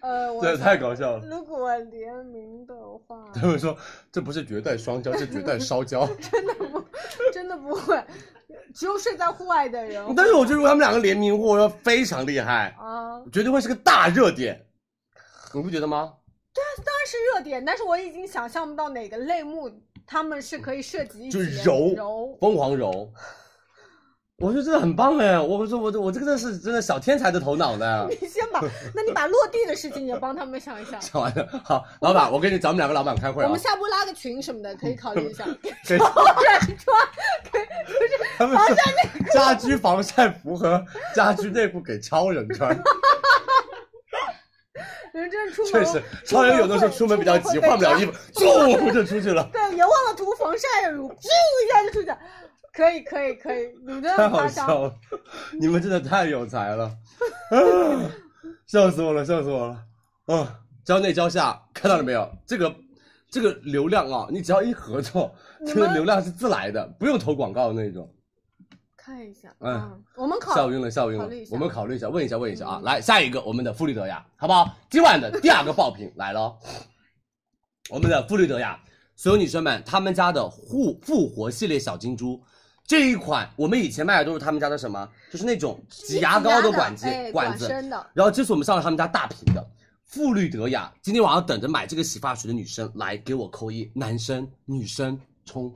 呃，我这太搞笑了。 如果联名的话，他们说这不是绝代双胶，是绝代烧 胶。真的不会，只有睡在户外的人会。 但是我觉得如果他们两个联名，我说非常厉害。啊，绝对会是个大热点，你不觉得吗？当然是热点，但是我已经想象不到哪个类目他们是可以涉及一起就是的揉揉， 疯狂揉。我觉得真的很棒哎！我说我我这个真的是真的小天才的头脑呢。你先把，那你把落地的事情也帮他们想一想。讲完了，好，老板，我跟你咱们两个老板开会我啊们，下播拉个群什么的，可以考虑 一下。哦给好软装，可以他们说 家居防晒服和 家居内裤给超人穿，人真的出门 确实，超人有的时候出门比较急，换不了衣服，咻就出去了，对，也忘了涂防晒乳，咻一下就出去了。可以可以可以，你们真的太很好夸笑张。了，你们真的太有才 了，啊笑死我了，笑死我了，啊，蕉内蕉下看到了没有？这个这个流量啊，你只要一合作，你这们个流量是自来的，不用投广告的那种。看一下，哎嗯，我们考笑晕了，笑晕考了虑一，下嗯我们考虑一下，问一下，问一下啊，来下一个我们的馥绿德雅，好不好？今晚的第二个爆品来了， 我们的馥绿德雅，所有女生们，他们家的护复活系列小金珠。这一款我们以前卖的都是他们家的什么？就是那种挤牙膏的管子，哎管管子，身的，然后这次我们上了他们家大瓶的馥绿德雅，今天晚上等着买这个洗发水的女生来给我扣一，男生、女生冲，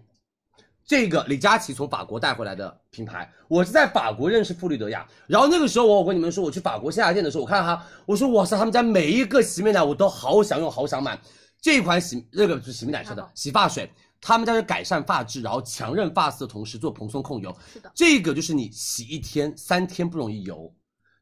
这个李佳琦从法国带回来的品牌，我是在法国认识馥绿德雅，然后那个时候我我跟你们说，我去法国线下店的时候，我看到它，我说哇塞，他们家每一个洗面奶我都好想用，好想买。这款洗那个不是洗面奶说的洗发水，他们家是改善发质，然后强韧发丝的同时做蓬松控油。是的，这个就是你洗一天三天不容易油，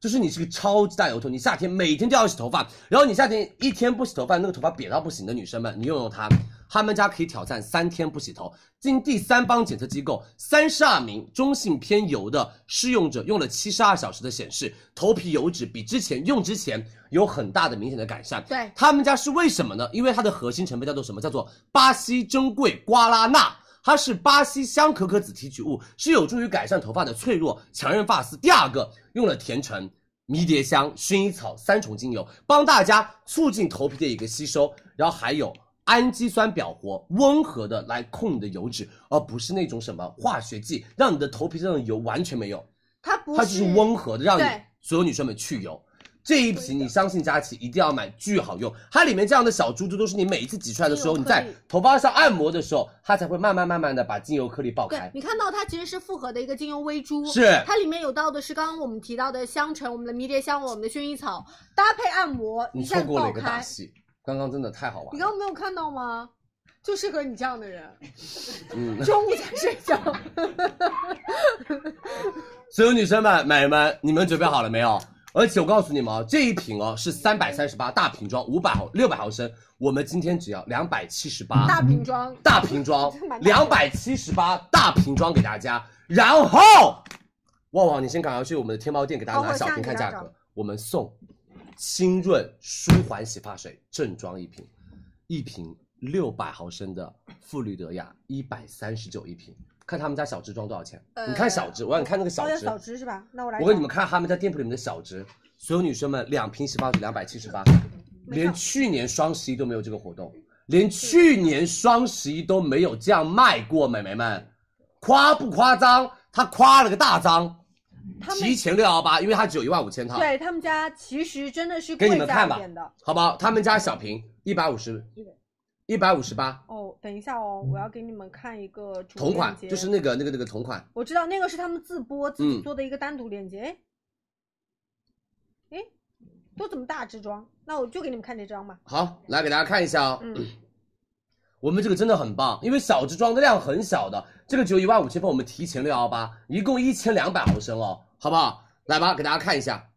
就是你是个超级大油头，你夏天每天都要洗头发，然后你夏天一天不洗头发，那个头发扁到不行的女生们，你用用它，他们家可以挑战三天不洗头。经第三方检测机构三十二名中性偏油的试用者用了七十二小时的显示，头皮油脂比之前用之前有很大的明显的改善。对他们家是为什么呢？因为它的核心成分叫做什么？叫做巴西珍贵瓜拉纳。它是巴西香可可籽提取物，是有助于改善头发的脆弱、强韧发丝。第二个用了甜橙、迷迭香、薰衣草三重精油，帮大家促进头皮的一个吸收，然后还有氨基酸表活，温和的来控你的油脂，而不是那种什么化学剂，让你的头皮上的油完全没有。它不它就是温和的，让你对所有女生们去油。这一瓶你相信佳琦一定要买，巨好用。它里面这样的小珠珠都是你每一次挤出来的时候，精油你颗粒在头发上按摩的时候，它才会慢慢慢慢的把精油颗粒爆对开。你看到它其实是复合的一个精油微珠，是它里面有到的是刚刚我们提到的香橙、我们的迷迭香、我们的薰衣草，搭配按摩一你下错子过了爆一个大开。戏，刚刚真的太好玩你了。刚刚没有看到吗？就适合你这样的人，嗯，中午才睡 觉。所有女生们、美人们，你们准备好了没有？而且我告诉你们啊，这一瓶哦是三百三十八大瓶装，五百毫六百毫升，我们今天只要两百七十八。大瓶装，大 瓶装蛮，大两的百七十八大瓶装给大家。然后，旺旺，你先赶快去我们的天猫店给大家好拿哦我小下瓶给看大价家格找，我们送清润舒缓洗发水正装一瓶，一瓶六百毫升的馥绿德雅一百三十九一瓶，看他们家小支装多少钱？呃你看小支，我想看那个小哦要支，小支是吧？那我来找。我给你们看他们家店铺里面的小支，所有女生们两瓶洗发水两百七十八，没连错去年双十一都没有这个活动，连去年双十一都没有这样卖过，美眉们，夸不夸张？他夸了个大张，他们提前六幺八，因为它只有一万五千套，对他们家其实真的是啊给你贵们在看一吧点的。好不好？他们家小瓶一百五十，一百五十八，哦，等一下哦，我要给你们看一个主同款链接就是那个那个那个同款，我知道那个是他们自播自己嗯做的一个单独链接。哎、诶都这么大支装，那我就给你们看这张吧。好，来给大家看一下哦。嗯， 我们这个真的很棒，因为小支装的量很小的，这个只有一万五千份，我们提前六幺八，一共一千两百毫升哦，好不好？来吧，给大家看一下，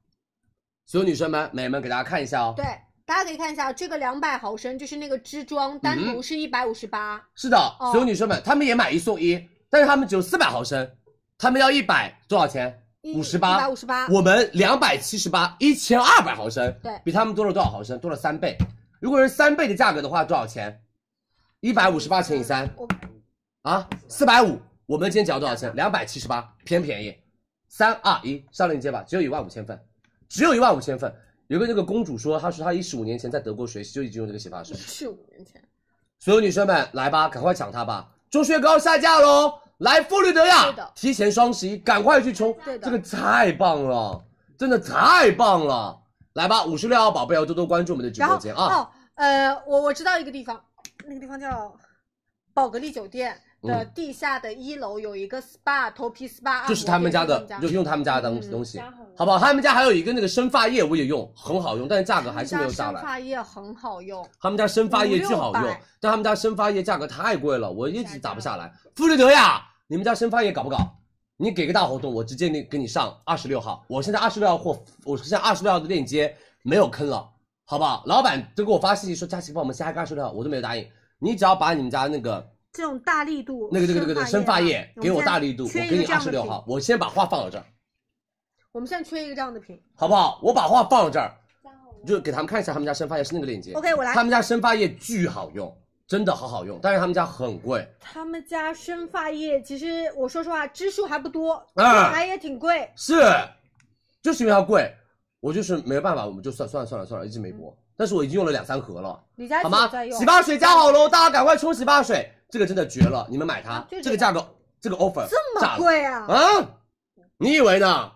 所有女生们、美人们，给大家看一下哦。对，大家可以看一下这个两百毫升，就是那个支装单嗯独是一百五十八，是的，哦所有女生们，她们也买一送一，但是她们只有四百毫升，她们要一百多少钱？五十一百八五，十八。我们两百七十八，一千二百毫升，啊对比他们多了多少毫升？多了三倍。如果是三倍的价格的话，多少钱？一百五十八乘以三，我啊，四百五，我们今天只要多少钱？两百七十八，偏便宜。三二一，上链接吧，只有一万五千份，只有一万五千份。有个那个公主说，她说她一十五年前在德国学习就已经用这个洗发水。是五年前，所有女生们，来吧，赶快抢它吧！钟薛高下架喽，来馥绿德对雅的，提前双十一，赶快去冲对！的这个太棒了，真的太棒了！来吧，五十六号宝贝要多多关注我们的直然播后间啊！哦，呃，我我知道一个地方，那个地方叫宝格丽酒店嗯的地下的一楼有一个 SPA 头皮 SPA，按摩就是他们家的店他，们就用他们家的东西嗯东西加好了，好不好？他们家还有一个那个生发液，我也用，很好用，但是价格还是没有下他们家来生。发液很好用，他们家生发液巨好用500，但他们家生发液价格太贵了，我一直打不下来。馥绿德雅，你们家生发液搞不搞？你给个大活动，我直接给给你上二十六号。我现在二十六号货，我现在二十六号的链接没有坑了，好不好？老板都给我发信息说佳琪帮我们加一个二十六号，我都没有答应。你只要把你们家那个这种大力度那个那个那个生发液啊给我大力度，我我们现在缺给一个你这二样十的六瓶号。我先把话放到这儿，我们现在缺一个这样的瓶。好不好？我把话放到这儿，加好了就给他们看一下他们家生发液是那个链接。 OK，我来他。们家生发液巨好用，真的好好用，但是他们家很贵。他们家生发液其实我说实话支数还不多，嗯还也挺贵。是，就是因为它贵，我就是没办法，我们就算算了算了算了，一直没播。但是我已经用了两三盒了，李佳琦好吗也嗯在？用洗发水加好喽，大家赶快冲洗发水，这个真的绝了，你们买它啊，就这个啊这个价格，这个 offer 这么炸了贵啊！啊？你以为呢？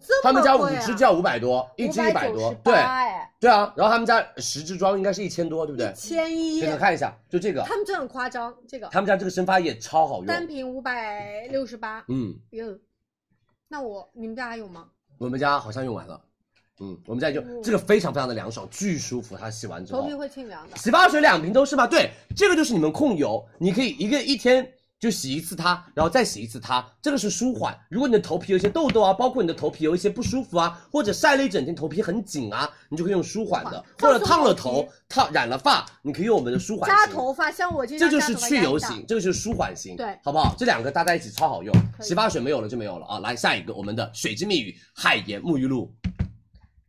这他们家么五贵啊只就要五百多，一只一百多，对哎，对啊。然后他们家十只装应该是一千多，对不对？千一给你，们看一下，就这个，他们这很夸张，这个他们家这个生发液超好单用。瓶五百六十八，嗯，哟，那我你们家还有吗？我们家好像用完了。嗯，我们家就这个非常非常的凉爽，巨舒服。它洗完之后，头皮会清凉的，洗发水两瓶都是吗？对，这个就是你们控油，你可以一个一天就洗一次它，然后再洗一次它，这个是舒缓。如果你的头皮有一些痘痘啊，包括你的头皮有一些不舒服啊，或者晒了一整天头皮很紧啊，你就可以用舒缓的，放或松者烫了头头皮、烫染了发，你可以用我们的舒缓扎型。头发像我经这常就扎是头发去压油力大型，这个就是舒缓型，对好不好？这两个搭在一起超好用。可以洗发水没有了就没有了啊！来下一个，我们的水之密语海盐沐浴露，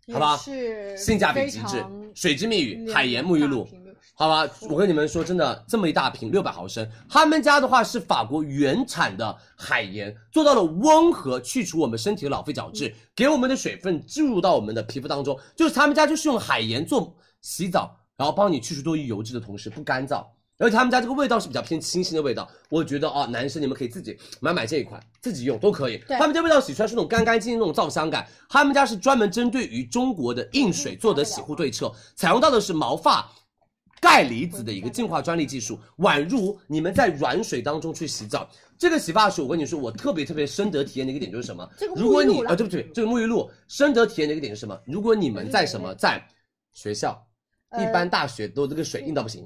也好吧是性价比非极致常。水之密语量海盐沐浴大露，频率好吧，我跟你们说，真的，这么一大瓶六百毫升，他们家的话是法国原产的海盐，做到了温和去除我们身体的老废角嗯质，给我们的水分注入到我们的皮肤当中。就是他们家就是用海盐做洗澡，然后帮你去除多余油脂的同时不干燥。而且他们家这个味道是比较偏清新的味道，我觉得啊，男生你们可以自己买买这一款，自己用都可以。对他们家味道洗出来是那种干干净净那种皂香感，他们家是专门针对于中国的硬水做的洗护对策，采用到的是毛发钙离子的一个净化专利技术，宛如你们在软水当中去洗澡。这个洗发水，我跟你说，我特别特别深得体验的一个点就是什么？这个沐浴露如果你啦啊，对不对？这个沐浴露深得体验的一个点是什么？如果你们在什么在学校，呃一般大学都那个水硬到不行，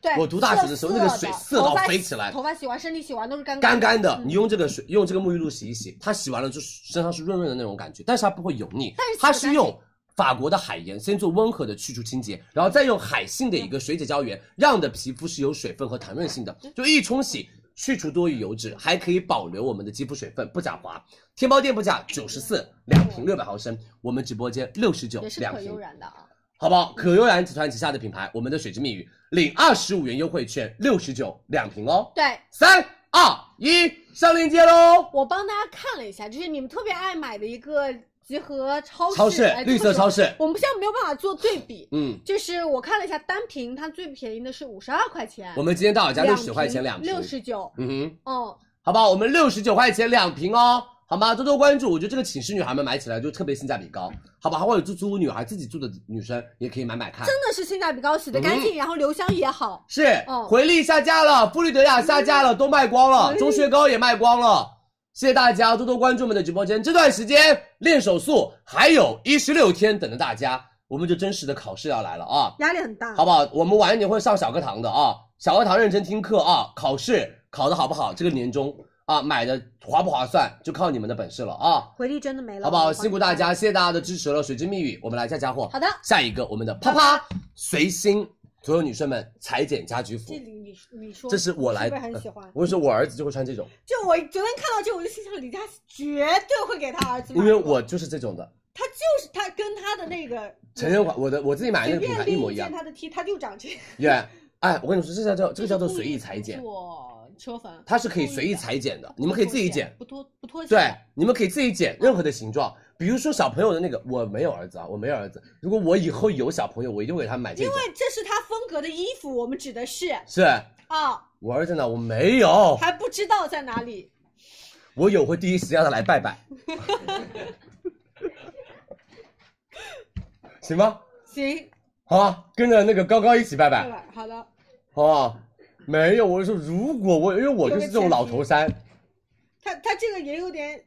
对，我读大学的时候涩那个涩水的涩到头发飞洗起来啊头发嗯洗完、身体洗完都是干干的。干的，你用这个水用这个沐浴露洗一洗，它洗完了就是身上是润润的那种感觉，但是它不会油腻但是，它洗是得干净用。法国的海盐先做温和的去除清洁，然后再用海性的一个水解胶原，让你的皮肤是有水分和弹润性的，嗯就一冲洗去除多余油脂，还可以保留我们的肌肤水分，不假滑。天猫店铺价九十四两瓶六百毫升，我们直播间六十九也是两可瓶悠，然的啊，好不好？可悠然集团旗下的品牌，我们的水之密语领二十五元优惠券，六十九两瓶哦。对。三二一，上链接喽！我帮大家看了一下，就是你们特别爱买的一个集合超市，超市哎，绿色超，市这个时，候我们现在没有办法做对比，嗯，就是我看了一下单瓶，它最便宜的是五十二块钱，我们今天到手价两六瓶十九块钱两瓶，六，十九，嗯哼，嗯，好不好？我们六十九块钱两瓶哦，好吗？多多关注，我觉得这个寝室女孩们买起来就特别性价比高，好吧？或者住租屋女孩自己住的女生也可以买买看。真的是性价比高，洗的嗯干净，然后留香也好，是哦，回力下架了，馥绿德雅下架了，都卖光了，哎钟薛高也卖光了。谢谢大家多多关注我们的直播间。这段时间练手速还有一十六天等着大家，我们就真实的考试要来了啊！压力很大，好不好？我们晚一点会上小课堂的啊，小课堂认真听课啊，考试考的好不好，这个年终啊买的划不划算，就靠你们的本事了啊，回力真的没了，好不好？我帮你辛苦大家，谢谢大家的支持了。水之密语，我们来下家伙。看。好的，下一个我们的啪啪随心，所有女生们裁剪家居服这，里你你说，这是我来呃是不是很喜欢？我跟你说，我儿子就会穿这种，就我昨天看到这，我就心想，李佳琦绝对会给他儿子买因一个，为我就是这种的他就是他跟他的那个成人款，我的我自己买的随那个品牌便一模拎一样件。他的 T，他就长这样。耶，哎，我跟你说，这叫叫这个叫做随意裁这剪是，做车缝，它是可以随意裁剪的，你们可以自己剪。不脱不脱鞋。对，你们可以自己剪任何的形状，比如说小朋友的那个，我没有儿子啊，我没有儿子。如果我以后有小朋友，我一定会给他买这因种。为这是他风格的衣服，我们指的是是啊，我儿子呢，我没有，还不知道在哪里。我有会第一时间让他来拜拜，行吗？行，好吧，跟着那个高高一起拜对拜，吧？好的，好不好？啊没有，我是说，如果我因为我就是这种老头衫，他他这个也有点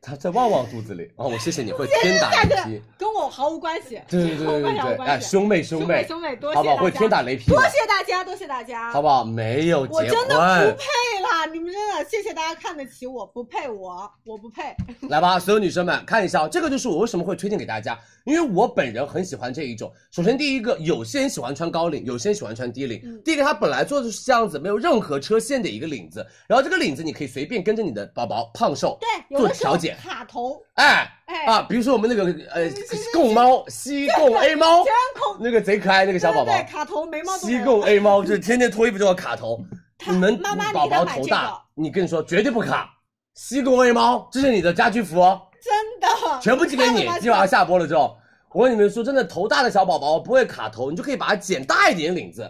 他在旺旺肚子里哦，我谢谢你会天打感雷觉劈，跟我毫无关系，对对跟我对对毫无对对，哎，关系兄妹兄兄妹，兄妹，多好谢不大好？家，会天打雷劈的多。谢大家，多谢大家，好不好？没有结我婚，真的不配啦！你们真的谢谢大家看得起我，不配我，我不配。来吧，所有女生们看一下哦，这个就是我为什么会推荐给大家，因为我本人很喜欢这一种。首先第一个，有些人喜欢穿高领，有些人喜欢穿低领。嗯第一个，它本来做的是这样子，没有任何车线的一个领子，然后这个领子你可以随便跟着你的宝宝胖瘦，对，有的时候做调解卡头，哎哎，啊，比如说我们那个呃是是是贡猫西贡 A 猫虽，然口那个贼可爱那个小宝宝对，对对卡头眉毛都没西有贡 A 猫就是天天脱衣服就要卡头，你们妈妈你宝给他宝买头这大个，你跟你说绝对不卡。西贡 A 猫，这是你的家居服哦。真的全部寄给你。看了吗今晚上下播了之后，我跟你们说，真的头大的小宝宝不会卡头，你就可以把它剪大一点领子，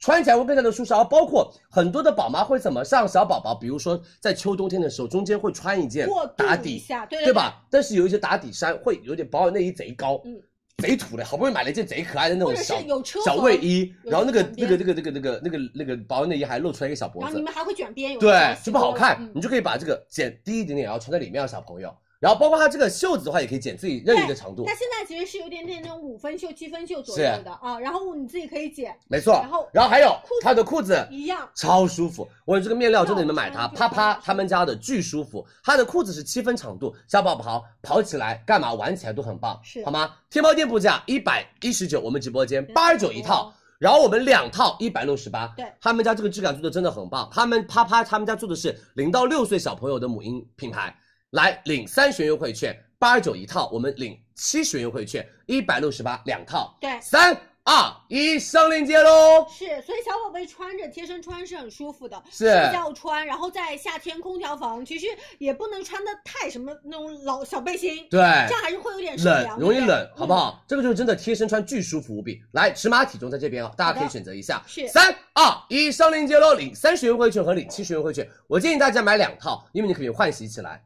穿起来会更加的舒适，然后包括很多的宝妈会怎么让小宝宝，比如说在秋冬天的时候，中间会穿一件过渡打一底，下，对对？吧？但是有一些打底衫会有点保暖内衣贼高，嗯贼土的，好不容易买了一件贼可爱的那或种者是小有车小缝卫衣，有然后那个两那边个那个那个那个那个那个保暖内衣还露出来一个小脖然后子你，们还会卷边，有对的，时就候不好看，嗯你就可以把这个剪低一点点，然后穿在里面让小朋友。然后包括它这个袖子的话，也可以剪自己任意的长度它，现在其实是有点点那种五分袖、七分袖左右的啊，然后你自己可以剪，没错。然后还有裤子它的裤子一样。超舒服，我跟你说这个面料真的，你们买它，要穿就啪啪，穿他们家的巨舒服。它的裤子是七分长度，小宝宝跑起来干嘛玩起来都很棒，是好吗？天猫店铺价一百一十九，我们直播间嗯八十九一套。然后我们两套一百六十八，对他们家这个质感做的真的很棒。他们啪啪，他们家做的是零到六岁小朋友的母婴品牌，来领三十元优惠券，八十九一套，我们领七十元优惠券，一百六十八两套。对三二一，上链接喽！是，所以小宝贝穿着贴身穿是很舒服的，是睡觉穿，然后在夏天空调房，其实也不能穿的太什么那种老小背心，对，这样还是会有点受冷，凉容易对冷，好不嗯好？这个就是真的贴身穿巨舒服无比。来，尺码体重在这边啊，大家可以选择一下。是三二一，上链接喽！领三十元优惠券和领七十元优惠券，我建议大家买两套，因为你可以换洗起来，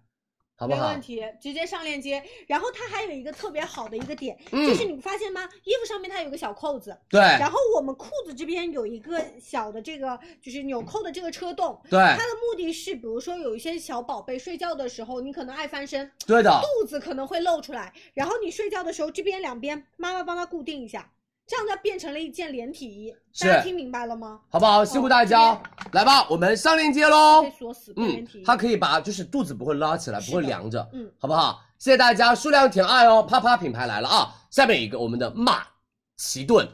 好不没好问？题，直接上链接。然后它还有一个特别好的一个点，嗯就是你发现吗？衣服上面它有个小扣子，对然后我们裤子这边有一个小的这个就是纽扣的这个车洞，它对的目的是，比如说有一些小宝贝睡觉的时候，你可能爱翻身，对的，肚子可能会露出来，然后你睡觉的时候这边两边妈妈帮它固定一下，这样它变成了一件连体衣。是大家听明白了吗？好不好？辛苦大哦家，哦来吧，我们上链接喽被。锁死变连嗯体衣。，它可以把就是肚子不会拉起来，是的不会凉着，嗯，好不好？谢谢大家，数量填爱哦，啪啪品牌来了啊！下面一个我们的马其顿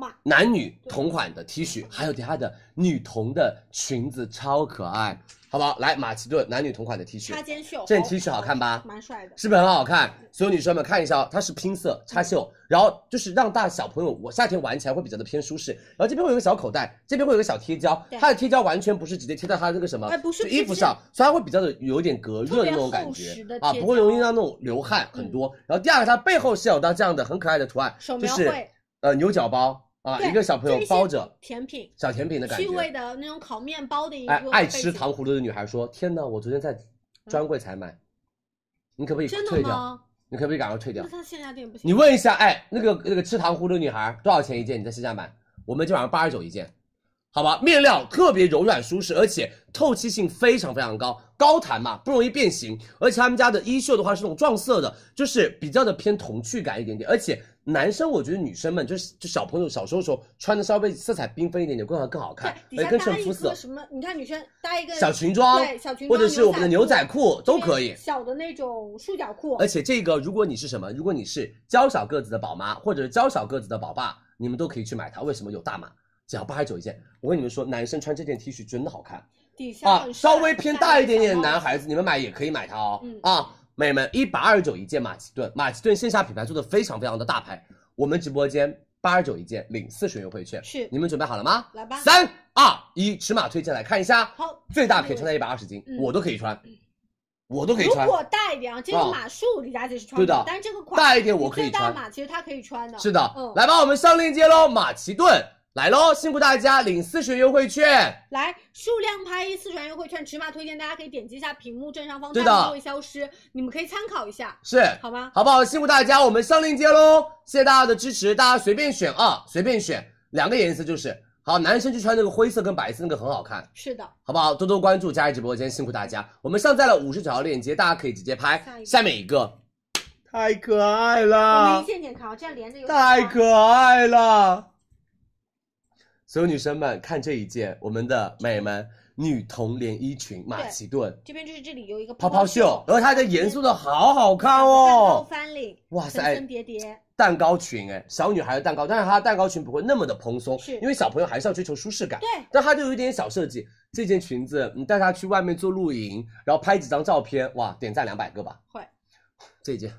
妈，男女同款的 T 恤，还有底下的女童的裙子，超可爱，好不好？来，马其顿男女同款的 T 恤插，肩袖，哦这件 T 恤好看吧蛮帅的。是不是很好看？所有女生们看一下哦，它是拼色插袖，然后就是让大小朋友我夏天玩起来会比较的偏舒适。然后这边会有一个小口袋，这边会有一个小贴胶，对它的贴胶完全不是直接贴到它那个什么，哎不是就衣服不是上，所以它会比较的有点隔热的那种感特别厚觉实的啊，贴不会胶嗯容易让那种流汗很多。然后第二个，它背后是有到这样的很可爱的图案，手就描是绘呃牛角包啊，对一个小朋友这些包着。甜品，小甜品的感趣味觉。的那种烤面包的一个哎，爱吃背景嗯糖葫芦的女孩说：“天哪，我昨天在专柜才买，你可不可以真退的掉？吗？你可不可以赶快退掉那？它线下店不行。你问一下，哎，那个那个吃糖葫芦的女孩多少钱一件？你在线下买，我们今晚上八十九一件，好吧？面料特别柔软舒适，而且透气性非常非常高，高弹嘛，不容易变形。而且他们家的衣袖的话是那种撞色的，就是比较的偏童趣感一点点，而且。”男生，我觉得女生们就是就小朋友小时候的时候穿的稍微色彩缤纷一点点，更好更好看，对，而底且更下衬搭一肤色个。什么？你看女生搭一个小裙装，对小裙或装，者是我们的牛仔裤都可以。哎小的那种束脚裤，而且这个，如果你是什么，如果你是娇小个子的宝妈，或者是娇小个子的宝爸，你们都可以去买它。为什么有大码？只要八十九一件，我跟你们说，男生穿这件 T 恤真的好看底下啊！很帅稍微偏大一点点的男，下孩子，你们买也可以买它哦。嗯啊，美们，一百二十九一件马其顿，马其顿线下品牌做的非常非常的大牌，我们直播间八十九一件，领四十元优惠券。是你们准备好了吗？来吧三二一，尺码推荐来看一下。面好。最大可以穿到一百二十斤，嗯我都可以穿，我都可以如穿。果大一点啊，这个啊码数李佳琦是穿对不的了，但是这个款大一点我可以最大穿，码其实它可以穿的。是的，嗯来吧，我们上链接喽，马其顿来喽，辛苦大家领四十元优惠券，来，数量拍一次转优惠券，尺码推荐，大家可以点击一下屏幕正上方，对的弹幕就会消失，你们可以参考一下，是好吗？好不好？辛苦大家，我们上链接喽，谢谢大家的支持，大家随便选啊，随便选两个颜色就是好，男生就穿那个灰色跟白色那个很好看。是的，好不好？多多关注佳怡直播间，辛苦大家。我们上在了五十九号链接，大家可以直接拍下一。个下面一个，太可爱我了们一件件看啊，这样连着有点太长可爱了！所有女生们看这一件，我们的美们女童连衣裙马其顿这边就是这里有一个泡泡袖，然后它的颜色色的好好看高哦，翻领，哇塞层层叠叠，蛋糕裙哎，小女孩的蛋糕，但是它的蛋糕裙不会那么的蓬松，是因为小朋友还是要追求舒适感，对，但它就有一点小设计。这件裙子，你带她去外面做露营，然后拍几张照片，哇，点赞两百个吧。会这件，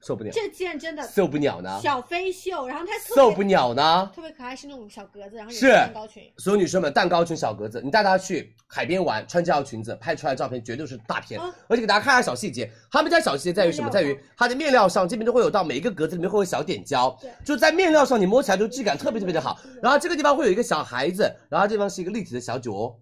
受不了，这件真的受不了呢，小飞袖，然后它特受别啊不了呢。特别可爱，是那种小格子，然后有是蛋糕裙。所有女生们，蛋糕裙、小格子，你带她去海边玩，穿这条裙子拍出来的照片绝对是大片。啊而且给大家看一下小细节，他们家小细节在于什么？面在料吗于它的面料上，这边都会有到每一个格子里面会有小点胶对，嗯就在面料上你摸起来就质感特别特别的好。然后这个地方会有一个小孩子，然后这地方是一个立体的小酒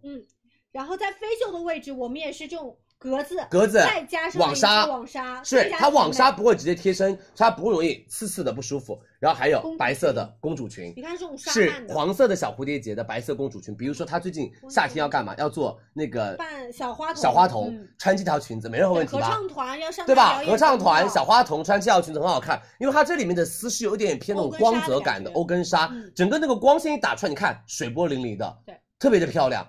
然后在飞袖的位置，我们也是这种格子，格子，再加上网纱一个网纱，是再加它上网纱美，不会直接贴身，它不会容易刺刺的不舒服。然后还有公主白色的公主裙，你看这种纱是曼的，黄色的小蝴蝶结的白色公主裙。比如说她最近夏天要干嘛？要做那个扮小花童，小花童嗯，穿这条裙子没任何对问题合吧？唱团要上对台吧表？演合唱团广告小花童穿这条裙子很好看，因为它这里面的丝是有一点偏那种光泽感的欧欧根纱嗯，整个那个光线一打出来，你看水波粼粼的，对，特别的漂亮。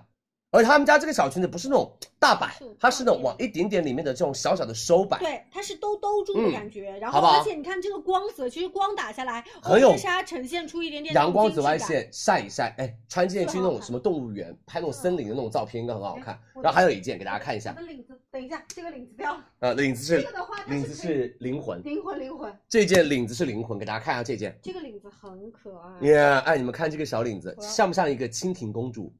而他们家这个小裙子不是那种大摆是，它是那种大往一点点里面的这种小小的收摆，对，它是兜兜住的感觉，然后嗯好不好而且你看这个光泽，其实光打下来，很有红纱呈现出一点点阳光那种紫外精致感。线晒一晒，哎，穿这件去很那好种看什么动物园拍那种森林的那种照片应该很好看哎。我然后还有一件给大家看一下我，的领子，等一下，这个领子掉了。呃，领子这是个的话，它领子是是灵魂可，以灵魂灵魂，这件领子是灵魂，给大家看一下这件。这个领子很可爱。耶、哎，你们看这个小领子，嗯我要像不像一个蜻蜓公主？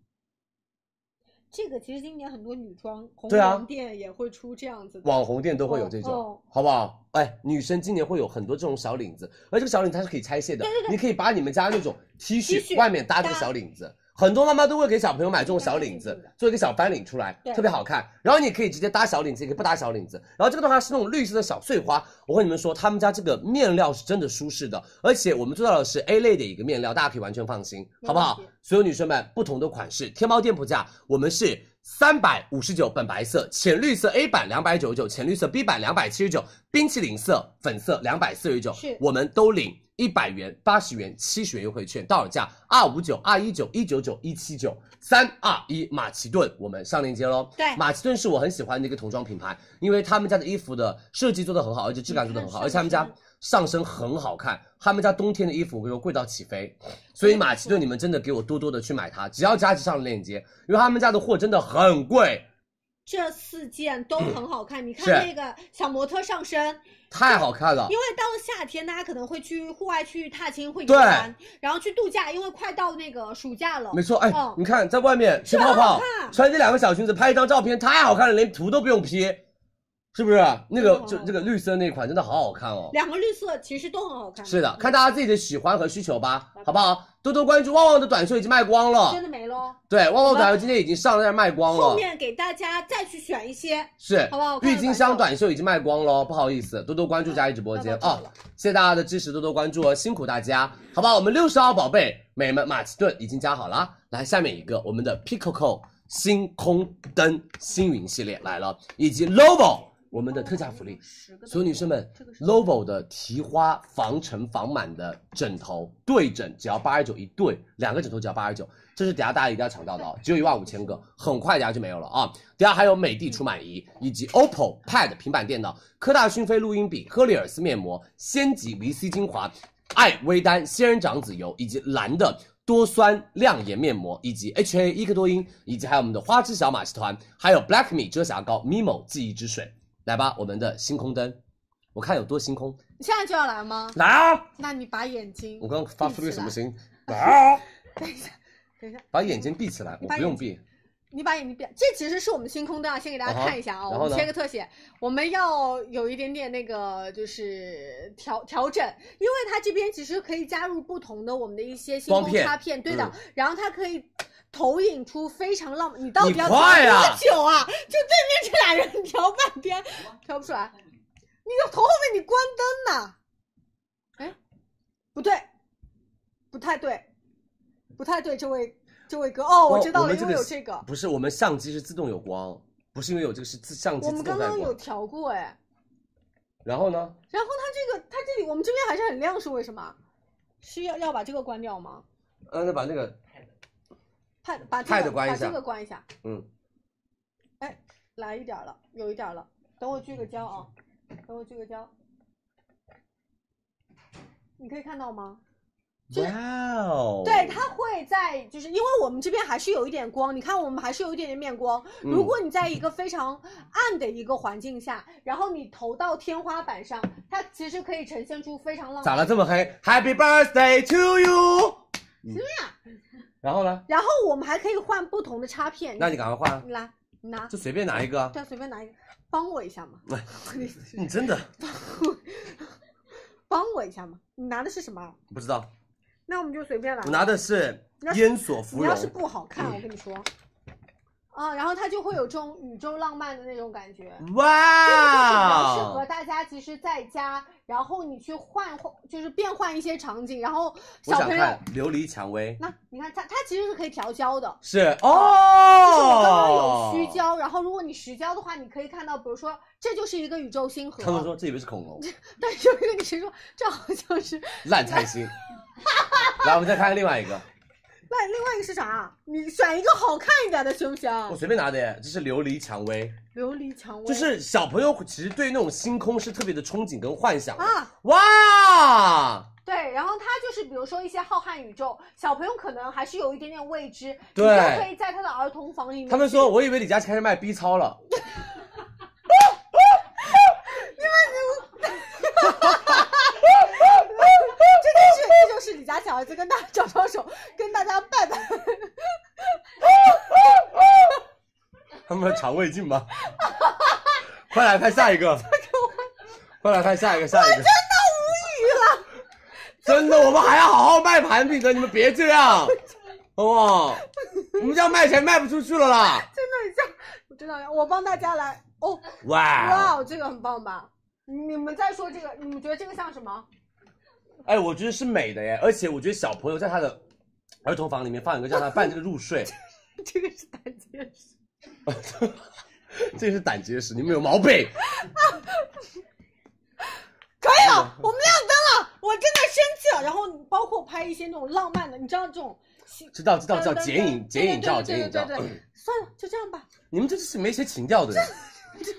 这个其实今年很多女装红对啊黄店也会出这样子的。网红店都会有这种，哦哦好不好？哎，女生今年会有很多这种小领子，而这个小领子它是可以拆卸的，对对对你可以把你们家那种 T 恤 T 恤外面搭这个搭小领子。很多妈妈都会给小朋友买这种小搭领这子个领子，做一个小翻领出来对，特别好看。然后你可以直接搭小领子，也可以不搭小领子。然后这个的话是那种绿色的小碎花，我跟你们说，他们家这个面料是真的舒适的，而且我们做到的是 A 类的一个面料，大家可以完全放心，没好不好问题？所有女生们，不同的款式，天猫店铺价我们是三百五十九本白色，浅绿色 A 版两百九十九，浅绿色 B 版两百七十九，冰淇淋色粉色两百四十九是，我们都领一百元、八十元、七十元优惠券，到手价二五九、二一九、一九九、一七九、三二一，马其顿，我们上链接喽。对马其顿是我很喜欢的一个童装品牌，因为他们家的衣服的设计做的很好，而且质感做的很你看好，而且他们上家身上身很好看，他们家冬天的衣服我跟你说贵到起飞，所以马其顿你们真的给我多多的去买它，只要佳琦上了链接，因为他们家的货真的很贵，这四件都很好看，你看是那个小模特上身，太好看了因。为到了夏天，大家可能会去户外去踏青，会游对玩，然后去度假，因为快到那个暑假了。没错，哎，嗯你看在外面吃泡是很好泡，看穿这两个小裙子拍一张照片，太好看了，连图都不用 P，是不是？真的那个好就看这个绿色那款真的好好看哦。两个绿色其实都很好看。是的，嗯看大家自己的喜欢和需求吧拜拜，好不好？多多关注旺旺的短袖已经卖光了嗯真，的没喽。对，旺旺短袖今天已经上在那儿卖光后了，面给大家再去选一些。是，好不好我看哦看哦郁金香短袖已经卖光了，不好意思，多多关注佳怡直播间那到啊这了！谢谢大家的支持，多多关注哦，辛苦大家，好不好？我们六十号宝贝美们马其顿已经加好了啊，来下面一个我们的 Picoco 星空灯星云系列来了，以及 Lovo 我们的特价福利，十个都所有女生们这个是，Lovo 的提花防尘防螨的枕头对枕只要八十九一对，两个枕头只要八十九，这是底下大家一定要抢到的啊，只有一万五千个，很快大家就没有了啊。底下还有美的除螨仪以及 OPPO Pad 平板电脑、科大讯飞录音笔、科丽尔斯面膜、仙极 VC 精华、艾薇丹仙人掌籽油以及蓝的多酸亮颜面膜，以及 HA 伊克多因，以及还有我们的花之小马戏团，还有 Black Me 遮瑕膏、Mimo 记忆之水。来吧，我们的星空灯，我看有多星空，你现在就要来吗？来啊！那你把眼睛我，刚刚发出了个什么声音？来啊！等一下，等一下，把眼睛闭起来，我不用 闭。你把眼睛闭。这其实是我们星空灯啊，先给大家啊哈看一下啊，然我后们呢贴个特写。我们要有一点点那个，就是调调整，因为它这边其实可以加入不同的我们的一些星光空片插片，对的嗯。然后它可以投影出非常浪漫。你到底你要快调啊多久啊？就对面这俩人调半天，调不出来。你的头后面你关灯呐？哎，不对，不太对，不太对，这位这位哥，哦，我知道我了，们因这为个有这个，不是我们相机是自动有光，不是因为有这个是自相机我自们动刚带刚有光。调过哎，然后呢？然后它这个它这里我们这边还是很亮，是为什么？是要要把这个关掉吗？嗯，那把那个，派把这派个的关一把下这个关一下，哎嗯，来一点儿了，有一点儿了，等我聚个焦啊，等我聚个焦，你可以看到吗？就是哇哦，对，它会在，就是因为我们这边还是有一点光，你看我们还是有一点点面光。嗯如果你在一个非常暗的一个环境下，然后你投到天花板上，它其实可以呈现出非常浪咋漫。了这么黑？Happy birthday to you！嗯行呀，然后呢？然后我们还可以换不同的插片。那你赶快换啊，你来，你拿，就随便拿一个啊。对，随便拿一个，帮我一下嘛， 你真的帮我一下嘛。你拿的是什么？啊不知道，那我们就随便来。我拿的是你要是烟锁你芙要是蓉。不好看，我跟你说，嗯啊，然后它就会有这种宇宙浪漫的那种感觉。这个就是比哇较适合哦！大家，其实在家，然后你去换换，就是变换一些场景，然后我小想朋友看，琉璃蔷薇那你看它它其实是可以调焦的，是就是我刚刚有哦。虚焦，然后如果你实焦的话，你可以看到，比如说这就是一个宇宙星他们河，说这以为是恐龙， 但是有一个女生说这好像是，烂菜 心。来，我们再看看另外一个，嗯那另外一个是啥？你选一个好看一点的行不行？我随便拿的耶，这是琉璃蔷薇，琉璃蔷薇就是小朋友其实对那种星空是特别的憧憬跟幻想的。啊，哇！对，然后它就是比如说一些浩瀚宇宙，小朋友可能还是有一点点未知，对你就可以在他的儿童房里面去。他们说，我以为李佳琦开始卖逼 操了。这就是这就是李佳琦儿子跟大家招招手，跟大家拜拜。他们肠胃镜吗？快来拍下一个，快来拍下一个，下一个。真的无语了。真的，我们还要好好卖产品的，你们别这样，好不好？我们这样卖钱卖不出去 了啦。真的很像，我真的，我帮大家来哦，哇，哇哦，这个很棒吧？你们在说这个，你们觉得这个像什么？哎，我觉得是美的耶，而且我觉得小朋友在他的儿童房里面放一个，让他伴这个入睡，这个是胆结石，这个是胆结石，你们有毛病。可以了，我们亮灯了，我真的生气了。然后包括拍一些那种浪漫的，你知道这种喜。知道知道知道，噔噔噔剪影剪影照，对剪对影照对。对对对，算了，就这样吧。你们这是没学情调的人，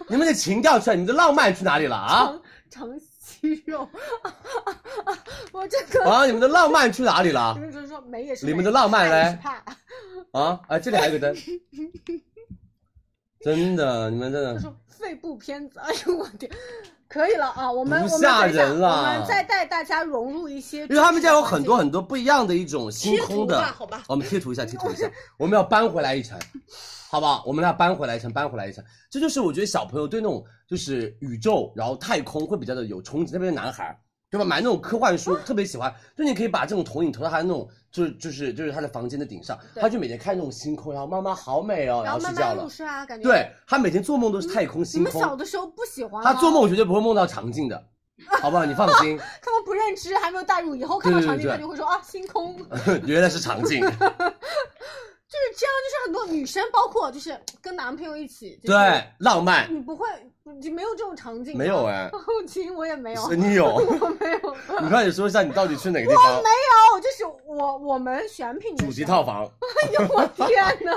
你们的情调去，了，你们的浪漫去哪里了啊？长长息肉，我这个啊，你们的浪漫去哪里了你们只是说美也是美，你们的浪漫派也是嘞派啊？哎，这里还有个灯，真的，你们真他的说肺部片子，哎呦我天，可以了啊！我们不我们吓等一下人了我们再带大家融入一些，因为他们家有很多很多不一样的一种星空的贴图啊吧好吧我们哦贴图一下，贴图一下，我们要搬回来一层，好不好？我们要搬回来一层，搬回来一层。这就是我觉得小朋友对那种就是宇宙，然后太空会比较的有憧憬，特别是男孩儿，对吧？买那种科幻书特别喜欢，就你可以把这种投影投到他的那种，就是就是就是他的房间的顶上，对他就每天看那种星空，然后妈妈好美哦，然后后睡慢觉慢了入。睡啊，感觉对他每天做梦都是太空你星们空，小的时候不喜欢啊他做，梦绝对不会梦到长镜的，好不好？你放 心。 他们不认知，还没有带入，以后看到对对场景对嗯他就会说啊，星空就是这样，原来是长镜， 就是很多女生，包括就是跟男朋友一起，就是对，浪漫你不会就没有这种场景吗，没有哎其实 我也没有，是你有，我没有， 你快点说一下你到底去哪个地方？没有，就是我我们选品的主题时候套房， 哎呦我天呐！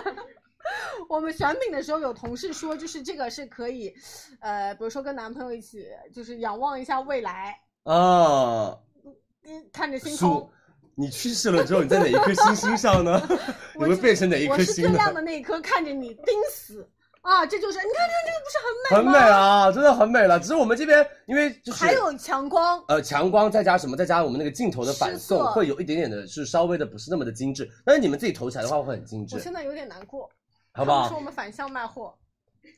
我们选品的时候有同事说，就是这个是可以，呃，比如说跟男朋友一起，就是仰望一下未来，啊，嗯，看着星空数。，你去世了之后，你在哪一颗星星 上呢？你我会是变成哪一我颗是最星呢？亮的那一颗，看着你盯死啊！这就是你看看这个不是很很美吗？美啊，真的很美了。只是我们这边因为就是还有强光，呃，强光再加什么，再加我们那个镜头的反失送，色会有一点点的，是稍微的不是那么的精致。但是你们自己投起来的话会很精我致，现在有点难过，好不好？他们说我们反向卖货，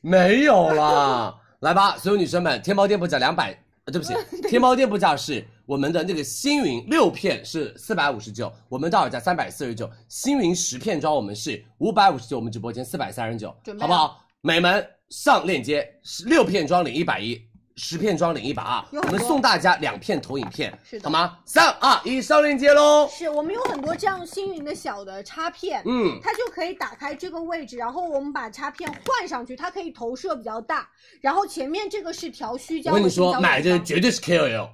没有啦， 来吧，所有女生们，天猫店铺价两百，呃，对不起，天猫店铺价是我们的那个星云六片是四百五十九，我们到手价三百四十九，星云十片装我们是五百五十九，我们直播间四百三十九准，备好不好？美们上链接，十六片装领一百一。十片装领一百二，有我很多们送大家两片投影片，是的好吗？三二一，上链接喽！是我们有很多这样星云的小的插片，嗯，它就可以打开这个位置，然后我们把插片换上去，它可以投射比较大。然后前面这个是调虚焦我的跟变你焦的地说，方，买这绝对是 KOL，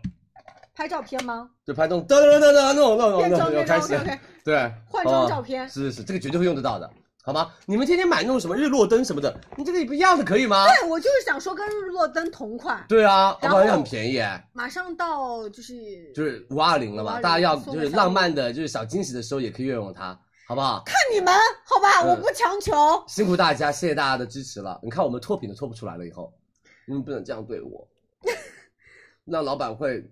拍照片吗？就拍那种噔噔噔噔噔那种那种变那装哦种，要变开装始 OK，对，换装哦照片是是是，这个绝对会用得到的，好吗？你们天天买那种什么日落灯什么的，你这个也不一样的可以吗？哎对，我就是想说跟日落灯同款，对啊，我然后好像很便宜哎，马上到就是就是五二零了嘛， 520大家要送就个是小浪礼漫的，就是小惊喜的时候也可以用用它，好不好？看你们好吧，嗯我不强求。辛苦大家，谢谢大家的支持了。你看我们脱品都脱不出来了，以后你们不能这样对 我，那老板会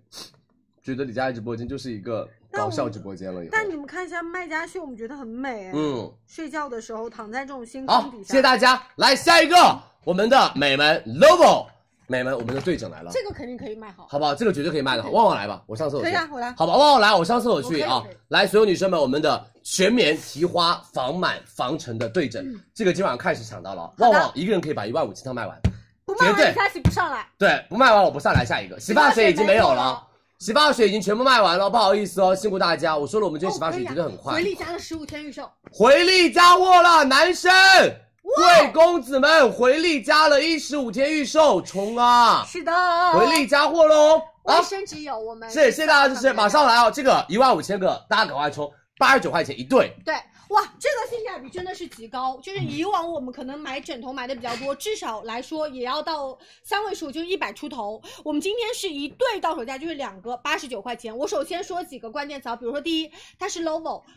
觉得李佳琦直播间就是一个搞笑直播间了。以后，但你们看一下卖家秀，我们觉得很美哎。嗯，睡觉的时候躺在这种星 好空，底下，谢谢大家。来下一个，我们的美们 Lovo，美们，我们的队长来了，这个肯定可以卖好。好不好？这个绝对可以卖的好。旺旺来吧，我上厕所去。可以啊，我来。好吧，旺旺来，我上厕所我可去以啊可以！来，所有女生们，我们的全棉提花防螨防尘的对嗯枕，这个今晚上开始抢到了。旺旺一个人可以把一万五千套卖完，不卖绝对完李佳琦不上来。对，不卖完我不上来下一个。洗发水已经没有了，洗发水已经全部卖完了，不好意思哦，辛苦大家。我说了，我们这哦些洗发可水以啊绝对很快回，力家的十五天预售，回力加货了，男生。贵公子们回力加了一十五天预售，冲啊！是的，回力加货喽！啊卫，生纸有我们。是谢谢大家支持，马上来哦！这个一万五千个，大家赶快冲，八十九块钱一对，对，哇，这个性价比真的是极高。就是以往我们可能买枕头买的比较多，至少来说也要到三位数，就是一百出头。我们今天是一对到手价就是两个八十九块钱。我首先说几个关键词啊，比如说第一，它是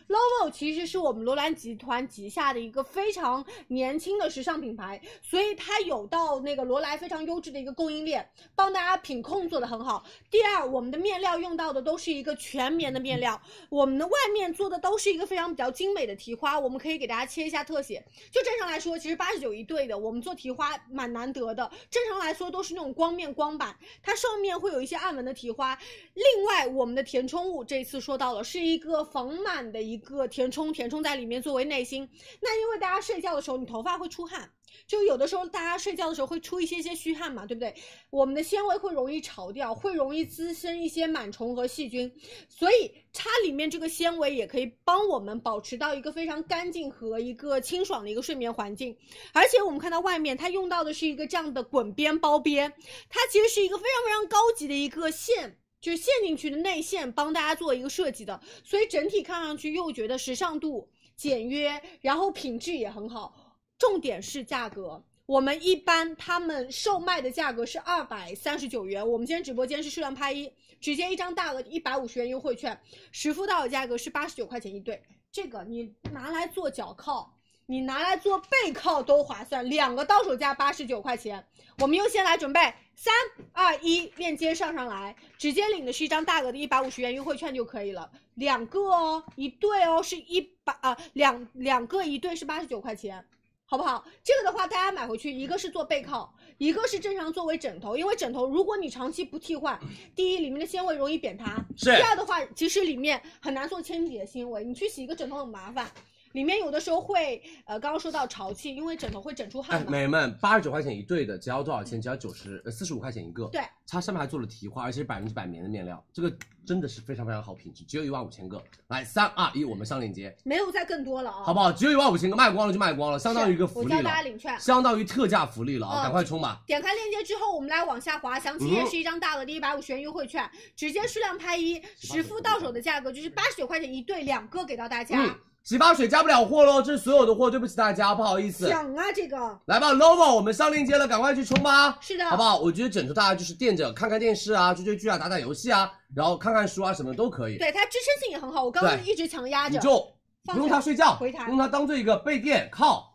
Lovo，Lovo 其实是我们罗兰集团旗下的一个非常年轻的时尚品牌，所以它有到那个罗莱非常优质的一个供应链，帮大家品控做的很好。第二，我们的面料用到的都是一个全棉的面料，我们的外面做的都是一个非常比较精美的提花，我们可以给大家切一下特写。就正常来说，其实八十九一对的，我们做提花蛮难得的。正常来说都是那种光面光板，它上面会有一些暗纹的提花。另外，我们的填充物这一次说到了，是一个防螨的一个填充，填充在里面作为内芯。那因为大家睡觉的时候，你头发会出汗，就有的时候大家睡觉的时候会出一些些虚汗嘛，对不对？我们的纤维会容易潮掉，会容易滋生一些螨虫和细菌，所以它里面这个纤维也可以帮我们保持到一个非常干净和一个清爽的一个睡眠环境。而且我们看到外面它用到的是一个这样的滚边包边，它其实是一个非常非常高级的一个线。就是陷进去的内线帮大家做一个设计的，所以整体看上去又觉得时尚度简约，然后品质也很好，重点是价格。我们一般他们售卖的价格是二百三十九元，我们今天直播间是数量拍一，直接一张大额一百五十元优惠券，实付到手价格是八十九块钱一对。这个你拿来做脚靠，你拿来做背靠都划算，两个到手价八十九块钱。我们优先来准备，三二一，链接上上来，直接领的是一张大额的一百五十元优惠券就可以了，两个哦，一对哦，是一百啊，两两个一对是八十九块钱。好不好？这个的话，大家买回去，一个是做背靠，一个是正常作为枕头，因为枕头如果你长期不替换，第一里面的纤维容易扁塌，是第二的话，其实里面很难做清洁纤维，你去洗一个枕头很麻烦，里面有的时候会呃，刚刚说到潮气，因为枕头会整出哎汗，嘛。美们，八十九块钱一对的，只要多少钱？只要九十呃四十五块钱一个。对，它上面还做了提花，而且是百分之百棉的面料，这个真的是非常非常好品质，只有一万五千个。来，三二一，我们上链接，没有再更多了啊、好不好？只有一万五千个，卖光了就卖光了，相当于一个福我利教了大，家领券。相当于特价福利了啊！哦赶快冲吧！点开链接之后，我们来往下滑，详情嗯页哼是一张大额的一百五十元优惠券，直接数量拍一，实付到手的价格就是八十九块钱一对，两个给到大家。嗯，洗发水加不了货喽，这是所有的货，对不起大家，不好意思。想啊，这个来吧，Lovo，我们上链接了，赶快去冲吧！是的，好不？好？我觉得枕头大家就是垫着看看电视啊，追追剧啊，打打游戏啊，然后看看书啊，什么都可以。对它支撑性也很好，我刚刚对一直强压你着，就放不用着它睡觉，回弹用它当做一个被垫靠。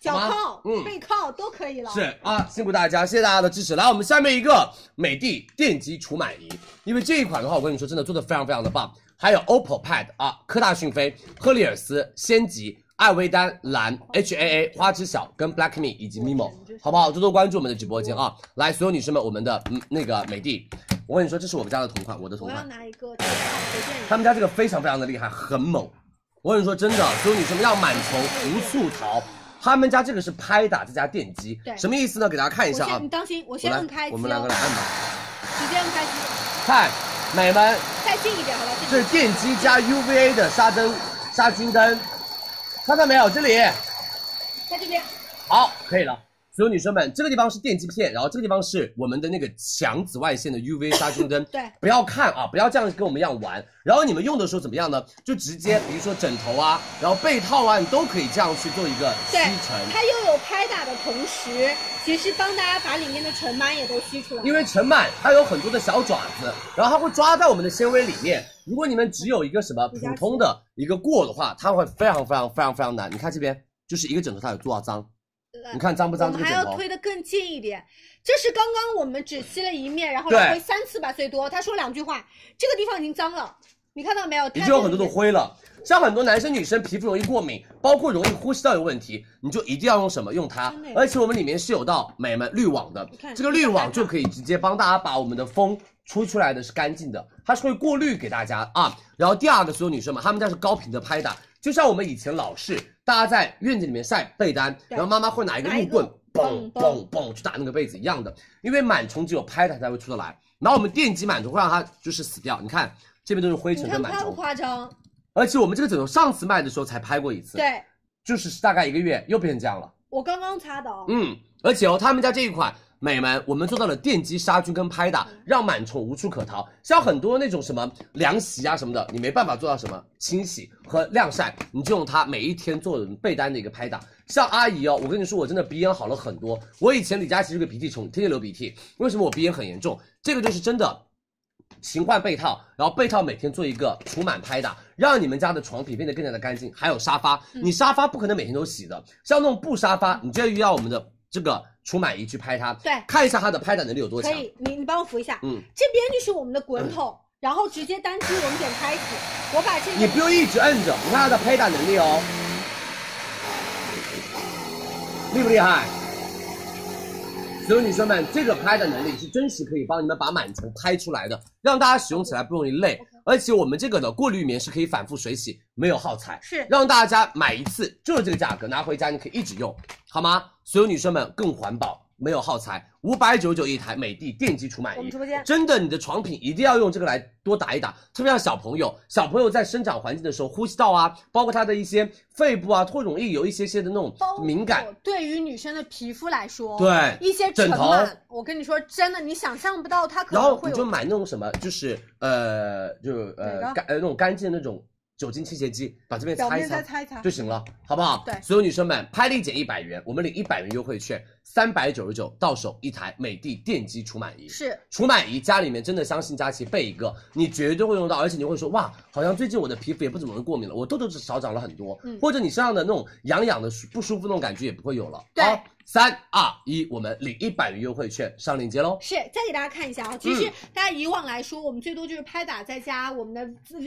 脚好吗靠、嗯背靠都可以了。是啊，辛苦大家，谢谢大家的支持。来，我们下面一个美的电机除螨仪，因为这一款的话，我跟你说，真的做的非常非常的棒。还有 OPPO Pad 啊，科大讯飞、赫丽尔斯、仙极、艾薇丹、蓝、HAA、花知晓跟 Blackme 以及 Mimo，好不好？多多关注我们的直播间啊！来，所有女生们，我们的嗯那个美的，我跟你说，这是我们家的同款，我的同我要款。拿一个这个随便你他们家这个非常非常的厉害，很猛。我跟你说，真的，所有女生们要螨虫无处逃。他们家这个是拍打再加电击，对什么意思呢？给大家看一我下啊先，你当心，我我先来摁开机我们两个哦来，按吧。直接摁开机，看，美们，再近一点好吧？这这是电击加 UVA 的杀灯杀菌灯，看到没有？这里，在这边，。好，可以了。所有女生们，这个地方是电击片，然后这个地方是我们的那个强紫外线的 UV 杀菌灯对不要看啊，不要这样跟我们一样玩。然后你们用的时候怎么样呢？就直接，比如说枕头啊，然后被套啊，你都可以这样去做一个吸对尘。它又有拍打的同时，其实帮大家把里面的尘螨也都吸出来。因为尘螨它有很多的小爪子，然后它会抓在我们的纤维里面。如果你们只有一个什么普通的一个过的话，它会非常非常非常非常难。你看这边就是一个枕头，它有多少脏？你看脏不我脏？们这个还枕要头。推得更近一点，就是刚刚我们只吸了一面，然后来回三次吧，最多。他说两句话，这个地方已经脏了，你看到没有？已它经有很多的灰了。像很多男生女生皮肤容易过敏，包括容易呼吸道有问题，你就一定要用什么用它真的耶。而且我们里面是有到美们滤网的你看，这个滤网就可以直接帮大家把我们的风吹出来的是干净的，它是会过滤给大家啊。然后第二个，所有女生们，她们家是高频的拍打，就像我们以前老是大家在院子里面晒被单，对然后妈妈会拿一个拿一木个嘣棍嘣嘣嘣去打那个被子一样的，因为螨虫只有拍打才会出得来，然后我们电击螨虫会让它就是死掉。你看这边都是灰你尘看跟螨夸不虫，夸张？而且我们这个枕头上次卖的时候才拍过一次，对就是大概一个月又变成这样了。我刚刚擦的哦，嗯，而且哦，他们家这一款美们，我们做到了电击杀菌跟拍打，让螨虫无处可逃。像很多那种什么凉席啊什么的，你没办法做到什么清洗和晾晒，你就用它每一天做被单的一个拍打。像阿姨哦，我跟你说，我真的鼻炎好了很多。我以前李佳琦是个鼻涕虫，天天流鼻涕。为什么我鼻炎很严重？这个就是真的勤换被套，然后被套每天做一个除螨拍打，让你们家的床品变得更加的干净。还有沙发，嗯你沙发不可能每天都洗的，像那种布沙发，你就要要我们的这个除螨仪去拍它，对看一下它的拍打能力有多可强。以，你你帮我扶一下。嗯，这边就是我们的滚筒，然后直接单击我们点开始，我把这你个不用一直摁着，你看它的拍打能力哦，厉不厉害？所有女生们，这个拍打能力是真实可以帮你们把螨虫拍出来的，让大家使用起来不容易累。而且我们这个的过滤棉是可以反复水洗，没有耗材，是让大家买一次就是这个价格，拿回家你可以一直用，好吗？所有女生们更环保，没有耗材，五百九十九一台美的电机除螨仪。我们直播间真的，你的床品一定要用这个来多打一打，特别像小朋友，小朋友在生长环境的时候，呼吸道啊，包括他的一些肺部啊，会容易有一些些的那种包裹敏感。，对于女生的皮肤来说，对一些尘枕头螨，我跟你说真的，你想象不到它可然能后会你有就买那种什么，就是呃，就是哪呃个干呃那种干净的那种酒精清洁剂，把这边表擦一面擦再。擦一 擦就。行了，好不好？对所有女生们，拍立减一百元，我们领一百元优惠券，三百九十九到手一台美的电击除螨仪。是除螨仪家里面真的相信佳琪备一个，你绝对会用到，而且你会说哇，好像最近我的皮肤也不怎么会过敏了，我痘痘是少长了很多，嗯或者你身上的那种痒痒的不舒服那种感觉也不会有了。对好，三二一，我们领一百元优惠券上链接喽。是，再给大家看一下啊，其嗯实大家以往来说，我们最多就是拍打再加我们的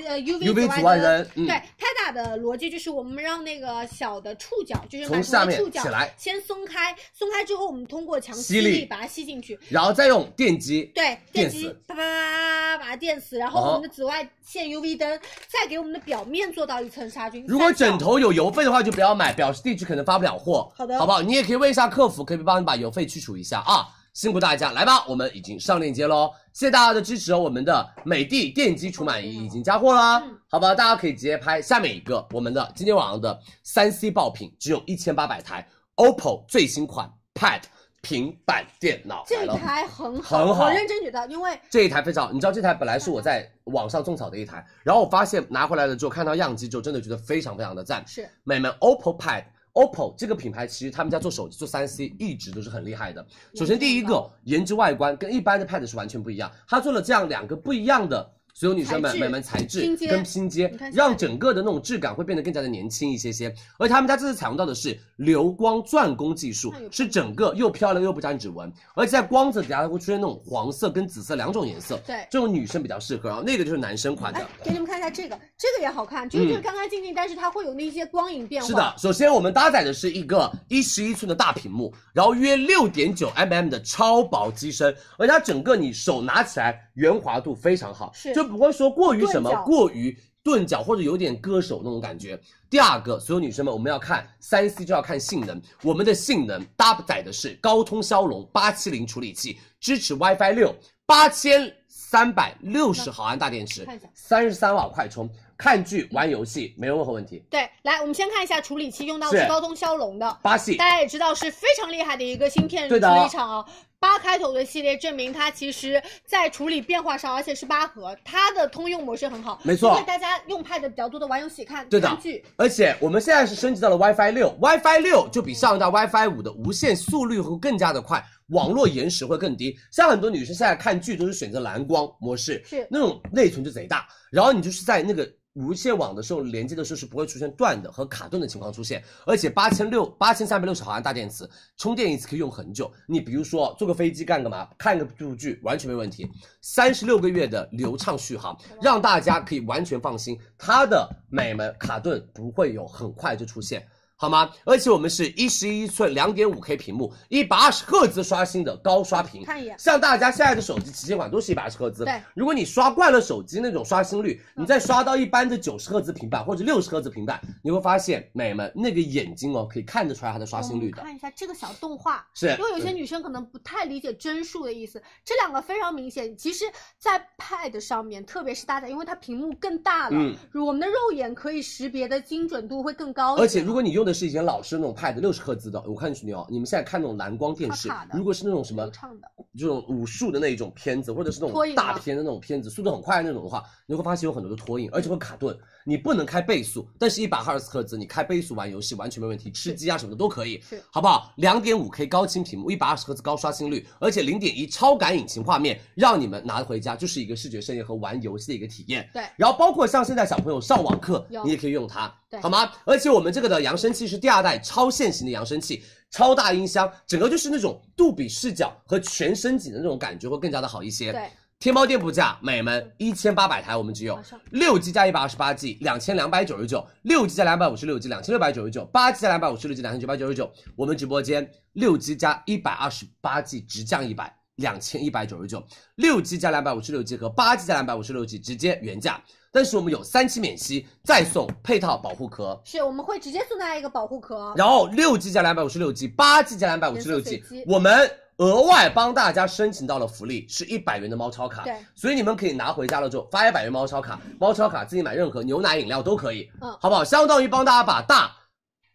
呃 UV UV 紫紫外灯。灯，嗯，对，拍打的逻辑就是我们让那个小的触角，就是从螨虫下的面触角起来先松开，松开之后，我们通过强吸力力把它吸进去。然后再用电击，对，电电击死啪啪啪啪把它电死，然后哦我们的紫外线 UV 灯再给我们的表面做到一层杀菌。如果三角枕头有邮费的话，就不要买，表示地区可能发不了货，好的好不好？你也可以问一下客服，可以帮你把邮费去除一下啊。辛苦大家，来吧，我们已经上链接喽，谢谢大家的支持哦。我们的美的电击除螨仪已经加货啦，嗯好吧，大家可以直接拍。下面一个，我们的今天晚上的三 C 爆品只有一千八百台，OPPO 最新款 Pad 平板电脑来这了。台很很好我认真觉得，因为这一台非常好，你知道这台本来是我在网上种草的一台，然后我发现拿回来了之后，看到样机之后，真的觉得非常非常的赞。是美们，OPPO Pad。OPPO 这个品牌其实他们家做手机做三 C 一直都是很厉害的。首先第一个颜值外观跟一般的 Pad 是完全不一样，它做了这样两个不一样的，所有女生材们质美们材质拼接跟拼接你看，让整个的那种质感会变得更加的年轻一些些。而他们家这次采用到的是流光转工技术那有，是整个又漂亮又不沾指纹，而且在光泽底下它会出现那种黄色跟紫色两种颜色，对这种女生比较适合，然后那个就是男生款的嗯哎。，给你们看一下这个，这个也好看，就是就是干干净净，但是它会有那些光影变化。是的，首先我们搭载的是一个一十一寸的大屏幕，然后约六点九 mm 的超薄机身，而且它整个你手拿起来圆滑度非常好，是就不会说过于什么钝角过于钝角或者有点割手那种感觉。第二个，所有女生们，我们要看三 C 就要看性能，我们的性能搭载的是高通骁龙八七零处理器，支持 WiFi 六，八千。三百六十毫安大电池看一下，三十三瓦快充，看剧玩游戏没有任何问题。对，来，我们先看一下处理器，用到的是是高通骁龙的，八系大家也知道是非常厉害的一个芯片处对的理厂啊。八开头的系列证明它其实在处理变化上，而且是八核，它的通用模式很好，没错因为大家用 Pad 比较多的玩游戏、看对的看剧，而且我们现在是升级到了 WiFi 六，WiFi 六就比上一代 WiFi 五的无线速率会更加的快，网络延时会更低。像很多女生现在看剧都是选择蓝光模式，是那种内存就贼大，然后你就是在那个。无线网的时候连接的时候是不会出现断的和卡顿的情况出现，而且八千六八千三百六十毫安大电池，充电一次可以用很久。你比如说坐个飞机干个嘛，看个部剧完全没问题。三十六个月的流畅续航，让大家可以完全放心，它的美们卡顿不会有很快就出现。好吗？而且我们是一十一寸两点五 K 屏幕，一百二十赫兹刷新的高刷屏。看一眼像大家现在的手机旗舰款都是一百二十赫兹。对嗯如果你刷惯了手机那种刷新率，你再刷到一般的九十赫兹平板或者六十赫兹平板，你会发现美们那个眼睛哦，可以看得出来它的刷哦我新们率的。看一下这个小动画，是嗯因为有些女生可能不太理解帧数的意思，这两个非常明显。其实，在 Pad 上面，特别是搭载，因为它屏幕更大了，嗯如我们的肉眼可以识别的精准度会更高一点。而且如果你用的是以前老式那种 Pad 六十赫兹的，我看你哦，你们现在看那种蓝光电视卡卡的，如果是那种什么流畅的，这种武术的那一种片子，或者是那脱啊影种吗大片的那种片子，速度很快的那种的话，你会发现有很多的脱影，而且会卡顿。你不能开倍速，但是一百二十赫兹，你开倍速玩游戏完全没问题，吃鸡啊什么的都可以是，好不好？两点五 K 高清屏幕，一百二十赫兹高刷新率，而且零点一超感引擎画面，让你们拿回家就是一个视觉盛宴和玩游戏的一个体验。对然后包括像现在小朋友上网课有，你也可以用它对，好吗？而且我们这个的扬声器是第二代超线型的扬声器，超大音箱，整个就是那种杜比视角和全身景的那种感觉会更加的好一些。对，天猫店铺价，美们一千八百台，我们只有马上六 G 加一百二十八 G 两千两百九十九，六 G 加两百五十六 G 两千六百九十九，八 G 加两百五十六 G 两千九百九十九。我们直播间六 G 加一百二十八 G 直降一百两千一百九十九，六 G 加两百五十六 G 和八 G 加两百五十六 G 直接原价，但是我们有三期免息，再送配套保护壳。是我们会直接送大家一个保护壳。然后六 G 加两百五十六 G，八 G 加两百五十六元素随 G，机我们额外帮大家申请到了福利，是一百元的猫超卡。对所以你们可以拿回家了之后发一百元猫超卡，猫超卡自己买任何牛奶饮料都可以，嗯好不好？相当于帮大家把大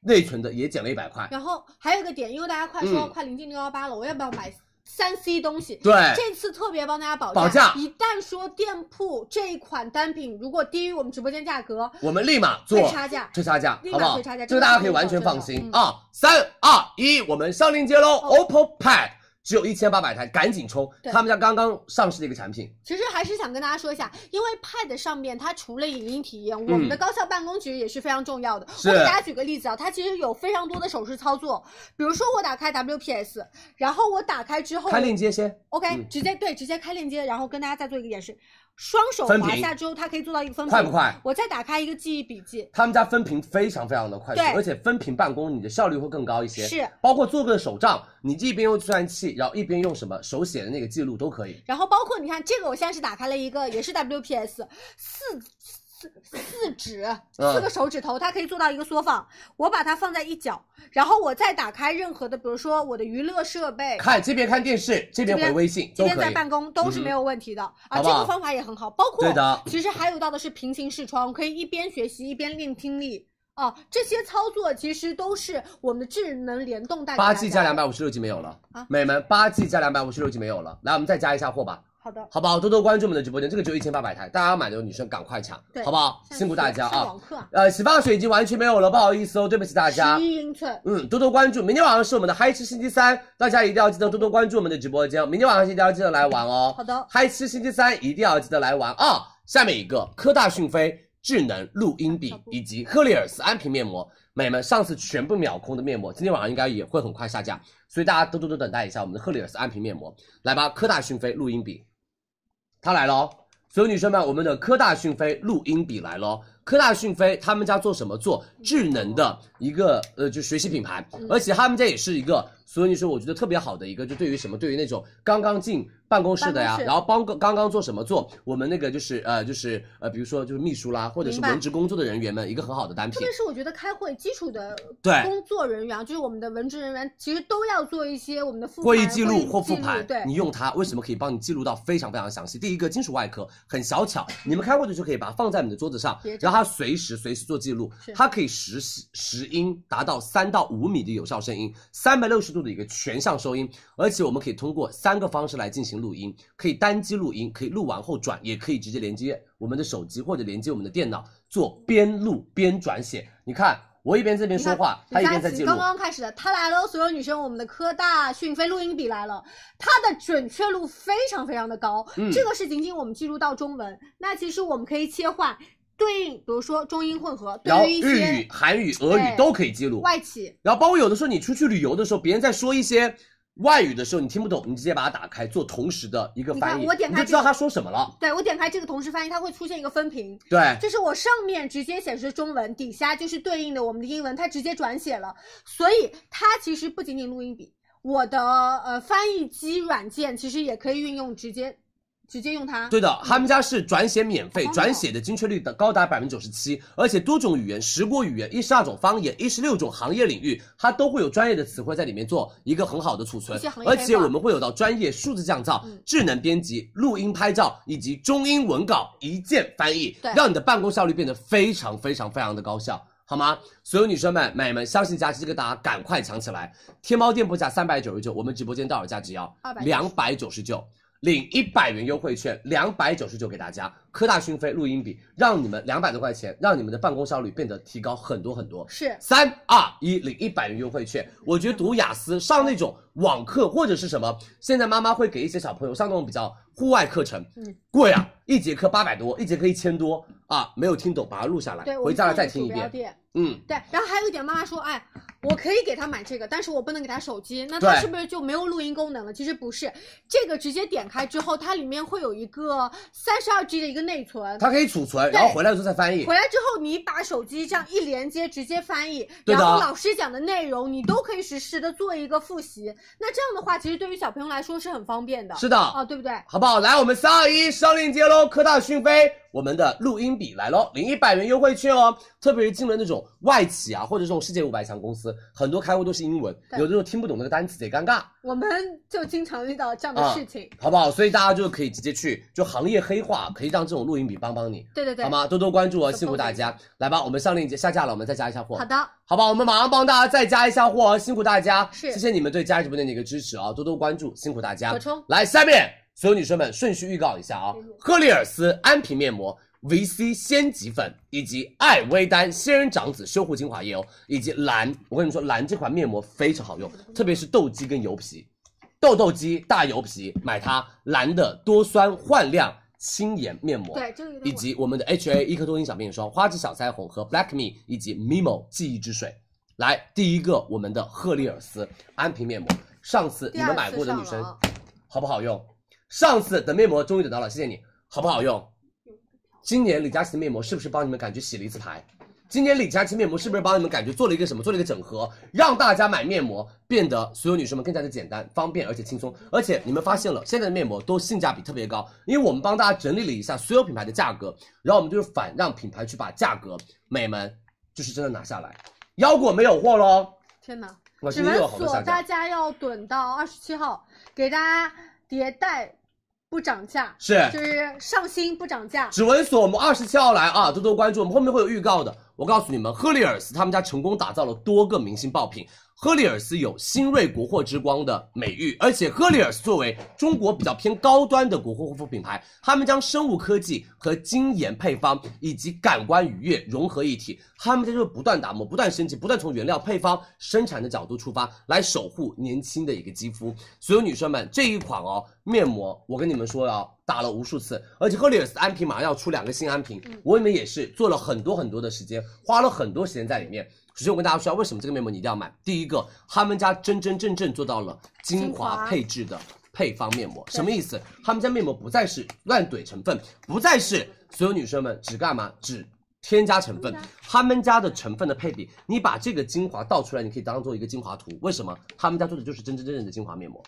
内存的也减了一百块。然后还有一个点，因为大家快说嗯快临近六幺八了，我要不要买三 C 东西？对，这次特别帮大家保保价一旦说店铺这一款单品如果低于我们直播间价格，我们立马会做差价。退差价立，马好不好退差价？这这个个是大家可可以以完全保证放心的嗯啊！三二一，我们上链接喽哦！OPPO Pad 只有一千八百台，赶紧冲！对他们家刚刚上市的一个产品，其实还是想跟大家说一下，因为 Pad 上面它除了影音体验，我们的高效办公其实也是非常重要的。嗯是我给大家举个例子啊，它其实有非常多的手势操作，比如说我打开 WPS，然后我打开之后开链接先。 ，OK，、嗯直接对直接开链接，然后跟大家再做一个演示，双手分滑屏下之后，它可以做到一个分屏，快不快？我再打开一个记忆笔记，他们家分屏非常非常的快速对，而且分屏办公，你的效率会更高一些。是，包括做个手账，你一边用计算器，然后一边用什么手写的那个记录都可以。然后包括你看这个，我现在是打开了一个也是 WPS 四。四四指，嗯四个手指头，它可以做到一个缩放。我把它放在一角，然后我再打开任何的，比如说我的娱乐设备，看这边看电视，这边回微信今都天可在以。嗯办公都是没有问题的、啊。好这不好个方法也很好，包括对的其实还有到的是平行视窗，可以一边学习一边练听力啊。这些操作其实都是我们的智能联动带给大八家 G 加两百五十六 G 没有了啊，美们，八 G 加两百五十六 G 没有了，来我们再加一下货吧，好的，好不好？多多关注我们的直播间，这个只有一千八百台，大家买的女生赶快抢对，好不好？辛苦大家上啊网！课啊，呃，洗发水已经完全没有了，不好意思哦，对不起大家。十一英寸，嗯，多多关注。明天晚上是我们的嗨吃星期三，大家一定要记得多多关注我们的直播间。哦明天晚上一定要记得来玩哦。好的嗨吃星期三一定要记得来玩啊、下面一个科大讯飞智能录音笔以及赫丽尔斯安瓶面膜，美们上次全部秒空的面膜，今天晚上应该也会很快下架，所以大家多多多等待一下我们的赫丽尔斯安瓶面膜。来吧，科大讯飞录音笔，它来喽！所有女生们，我们的科大讯飞录音笔来喽！科大讯飞他们家做什么？做智能的一个呃，就学习嗯品牌，而且他们家也是一个，所以你说我觉得特别好的一个，就对于什么，对于那种刚刚进办公室的办呀公，室然后帮个刚刚做什么做我们那个就是呃就是呃比如说就是秘书啦，或者是明白文职工作的人员们一个很好的单特品别，是我觉得开会基础的对工作人员啊，就是我们的文职人员，其实都要做一些我们的复盘会议记会录或复记录盘对，，你用它为什么可以帮你记录到非常非常详细？第一个金属外壳很小巧，你们开会的时候可以把它放在你的桌子上别，着然后它随时随时做记录是，它可以实时音达到三到五米的有效声音，三百六十度的一个全向收音，而且我们可以通过三个方式来进行录音，可以单击录音，可以录完后转，也可以直接连接我们的手机或者连接我们的电脑做边录边转写。你看我一边这边你看说话，他李一佳边在琦记录刚。刚开始的，他来了，所有女生，我们的科大讯飞录音笔来了，它的准确度非常非常的高。嗯这个是仅仅我们记录到中文，那其实我们可以切换对应，比如说中英混合，然后对于一日些语、韩语、俄语对都可以记录，外企，然后包括有的时候你出去旅游的时候，别人在说一些外语的时候，你听不懂，你直接把它打开做同时的一个翻你看译，我点开就知道他说什么了。对我点开这个同时翻译，它会出现一个分屏，对，就是我上面直接显示中文，底下就是对应的我们的英文，它直接转写了，所以它其实不仅仅录音笔，我的呃翻译机软件其实也可以运用，直接直接用它。对的，他们家是转写免费嗯好，棒哦转写的精确率的高达百分之九十七，而且多种语言，十国语言，一十二种方言，一十六种行业领域，它都会有专业的词汇在里面做一个很好的储存一些行，业而开且放我们会有到专业数字降噪嗯、智能编辑、录音拍照以及中英文稿一键翻译对，让你的办公效率变得非常非常非常的高效。好吗？所有女生们、美们，相信佳琪这个大家赶快抢起来！天猫店铺价三百九十九，我们直播间到手价只要两百九十九，领一百元优惠券，两百九十九给大家。科大讯飞录音笔，让你们两百多块钱，让你们的办公效率变得提高很多很多。是三二一，领一百元优惠券。我觉得读雅思上那种网课或者是什么，现在妈妈会给一些小朋友上那种比较户外课程，嗯贵啊，一节课八百多，一节课一千多啊，没有听懂把它录下来对，，我回们家了放再一个听一鼠标遍。垫嗯，对，然后还有一点，妈妈说，哎，我可以给他买这个，但是我不能给他手机，那对他是不是就没有录音功能了？其实不是，这个直接点开之后，它里面会有一个三十二 G 的一个内存。它可以储存，对然后回来的时候再翻译回。来之后，你把手机这样一连接，直接翻译，对的然后老师讲的内容你都可以实时的做一个复习。那这样的话，其实对于小朋友来说是很方便的。是的，哦，对不对？好不好？来，我们三二一上链接喽！科大讯飞，我们的录音笔来喽，领一百元优惠券哦。特别是进了那种外企啊，或者这种世界五百强公司，很多开会都是英文，对有的时候听不懂那个单词也尴尬，我们 就经常遇到这样的啊事情。好不好？所以大家就可以直接去，就行业黑化，可以让这种录音笔帮帮你，对对对，好吗？多多关注哦，辛苦大家。来吧，我们上链接下架了，我们再加一下货。好的，好吧，我们马上帮大家再加一下货哦，辛苦大家，是谢谢你们对佳怡直播间的一个支持啊，多多关注，辛苦大家。可冲来，下面所有女生们顺序预告一下啊，赫丽尔斯安瓶面膜、VC 鲜极粉以及艾薇丹仙人掌籽修护精华液哦，以及蓝，我跟你们说，蓝这款面膜非常好用，特别是痘肌跟油皮，痘痘肌、大油皮，买它蓝的多酸焕亮清颜面膜。对，这个有以点晚。及我们的 H A 伊克多因小面霜、花之小腮红和 Black Me 以及 Mimo 记忆之水。来，第一个我们的赫丽尔斯安瓶面膜，上次第你二们买次过的上女生了啊好不好用？上次的面膜终于等到了，谢谢你，好不好用？今年李佳琦的面膜是不是帮你们感觉洗了一次牌？今年李佳琦面膜是不是帮你们感觉做了一个什么？做了一个整合，让大家买面膜变得所有女生们更加的简单、方便而且轻松。而且你们发现了，现在的面膜都性价比特别高，因为我们帮大家整理了一下所有品牌的价格，然后我们就是反让品牌去把价格美们就是真的拿下来。腰果没有货喽，天哪！我指今天纹又有好多锁下大架，家要等到二十七号，给大家迭代不涨价，是就是上新不涨价。指纹锁，我们二十七号来啊，多多关注，我们后面会有预告的。我告诉你们，赫丽尔斯他们家成功打造了多个明星爆品。赫丽尔斯有新锐国货之光的美誉，而且赫丽尔斯作为中国比较偏高端的国货护肤品牌，他们将生物科技和精研配方以及感官愉悦融合一体。他们家就是不断打磨、不断升级、不断从原料、配方、生产的角度出发，来守护年轻的一个肌肤。所有女生们，这一款哦面膜，我跟你们说哦，打了无数次，而且赫丽尔斯安瓶马上要出两个新安瓶，嗯我们也是做了很多很多的时间，花了很多时间在里面。首先，我跟大家说，为什么这个面膜你一定要买？第一个，他们家真真正正做到了精精华华配置的配方面膜，什么意思？他们家面膜不再是乱怼成分，不再是所有女生们只干嘛只添加成分，他们家的成分的配比，你把这个精华倒出来，你可以当做一个精华涂。为什么？他们家做的就是真真正正的精华面膜。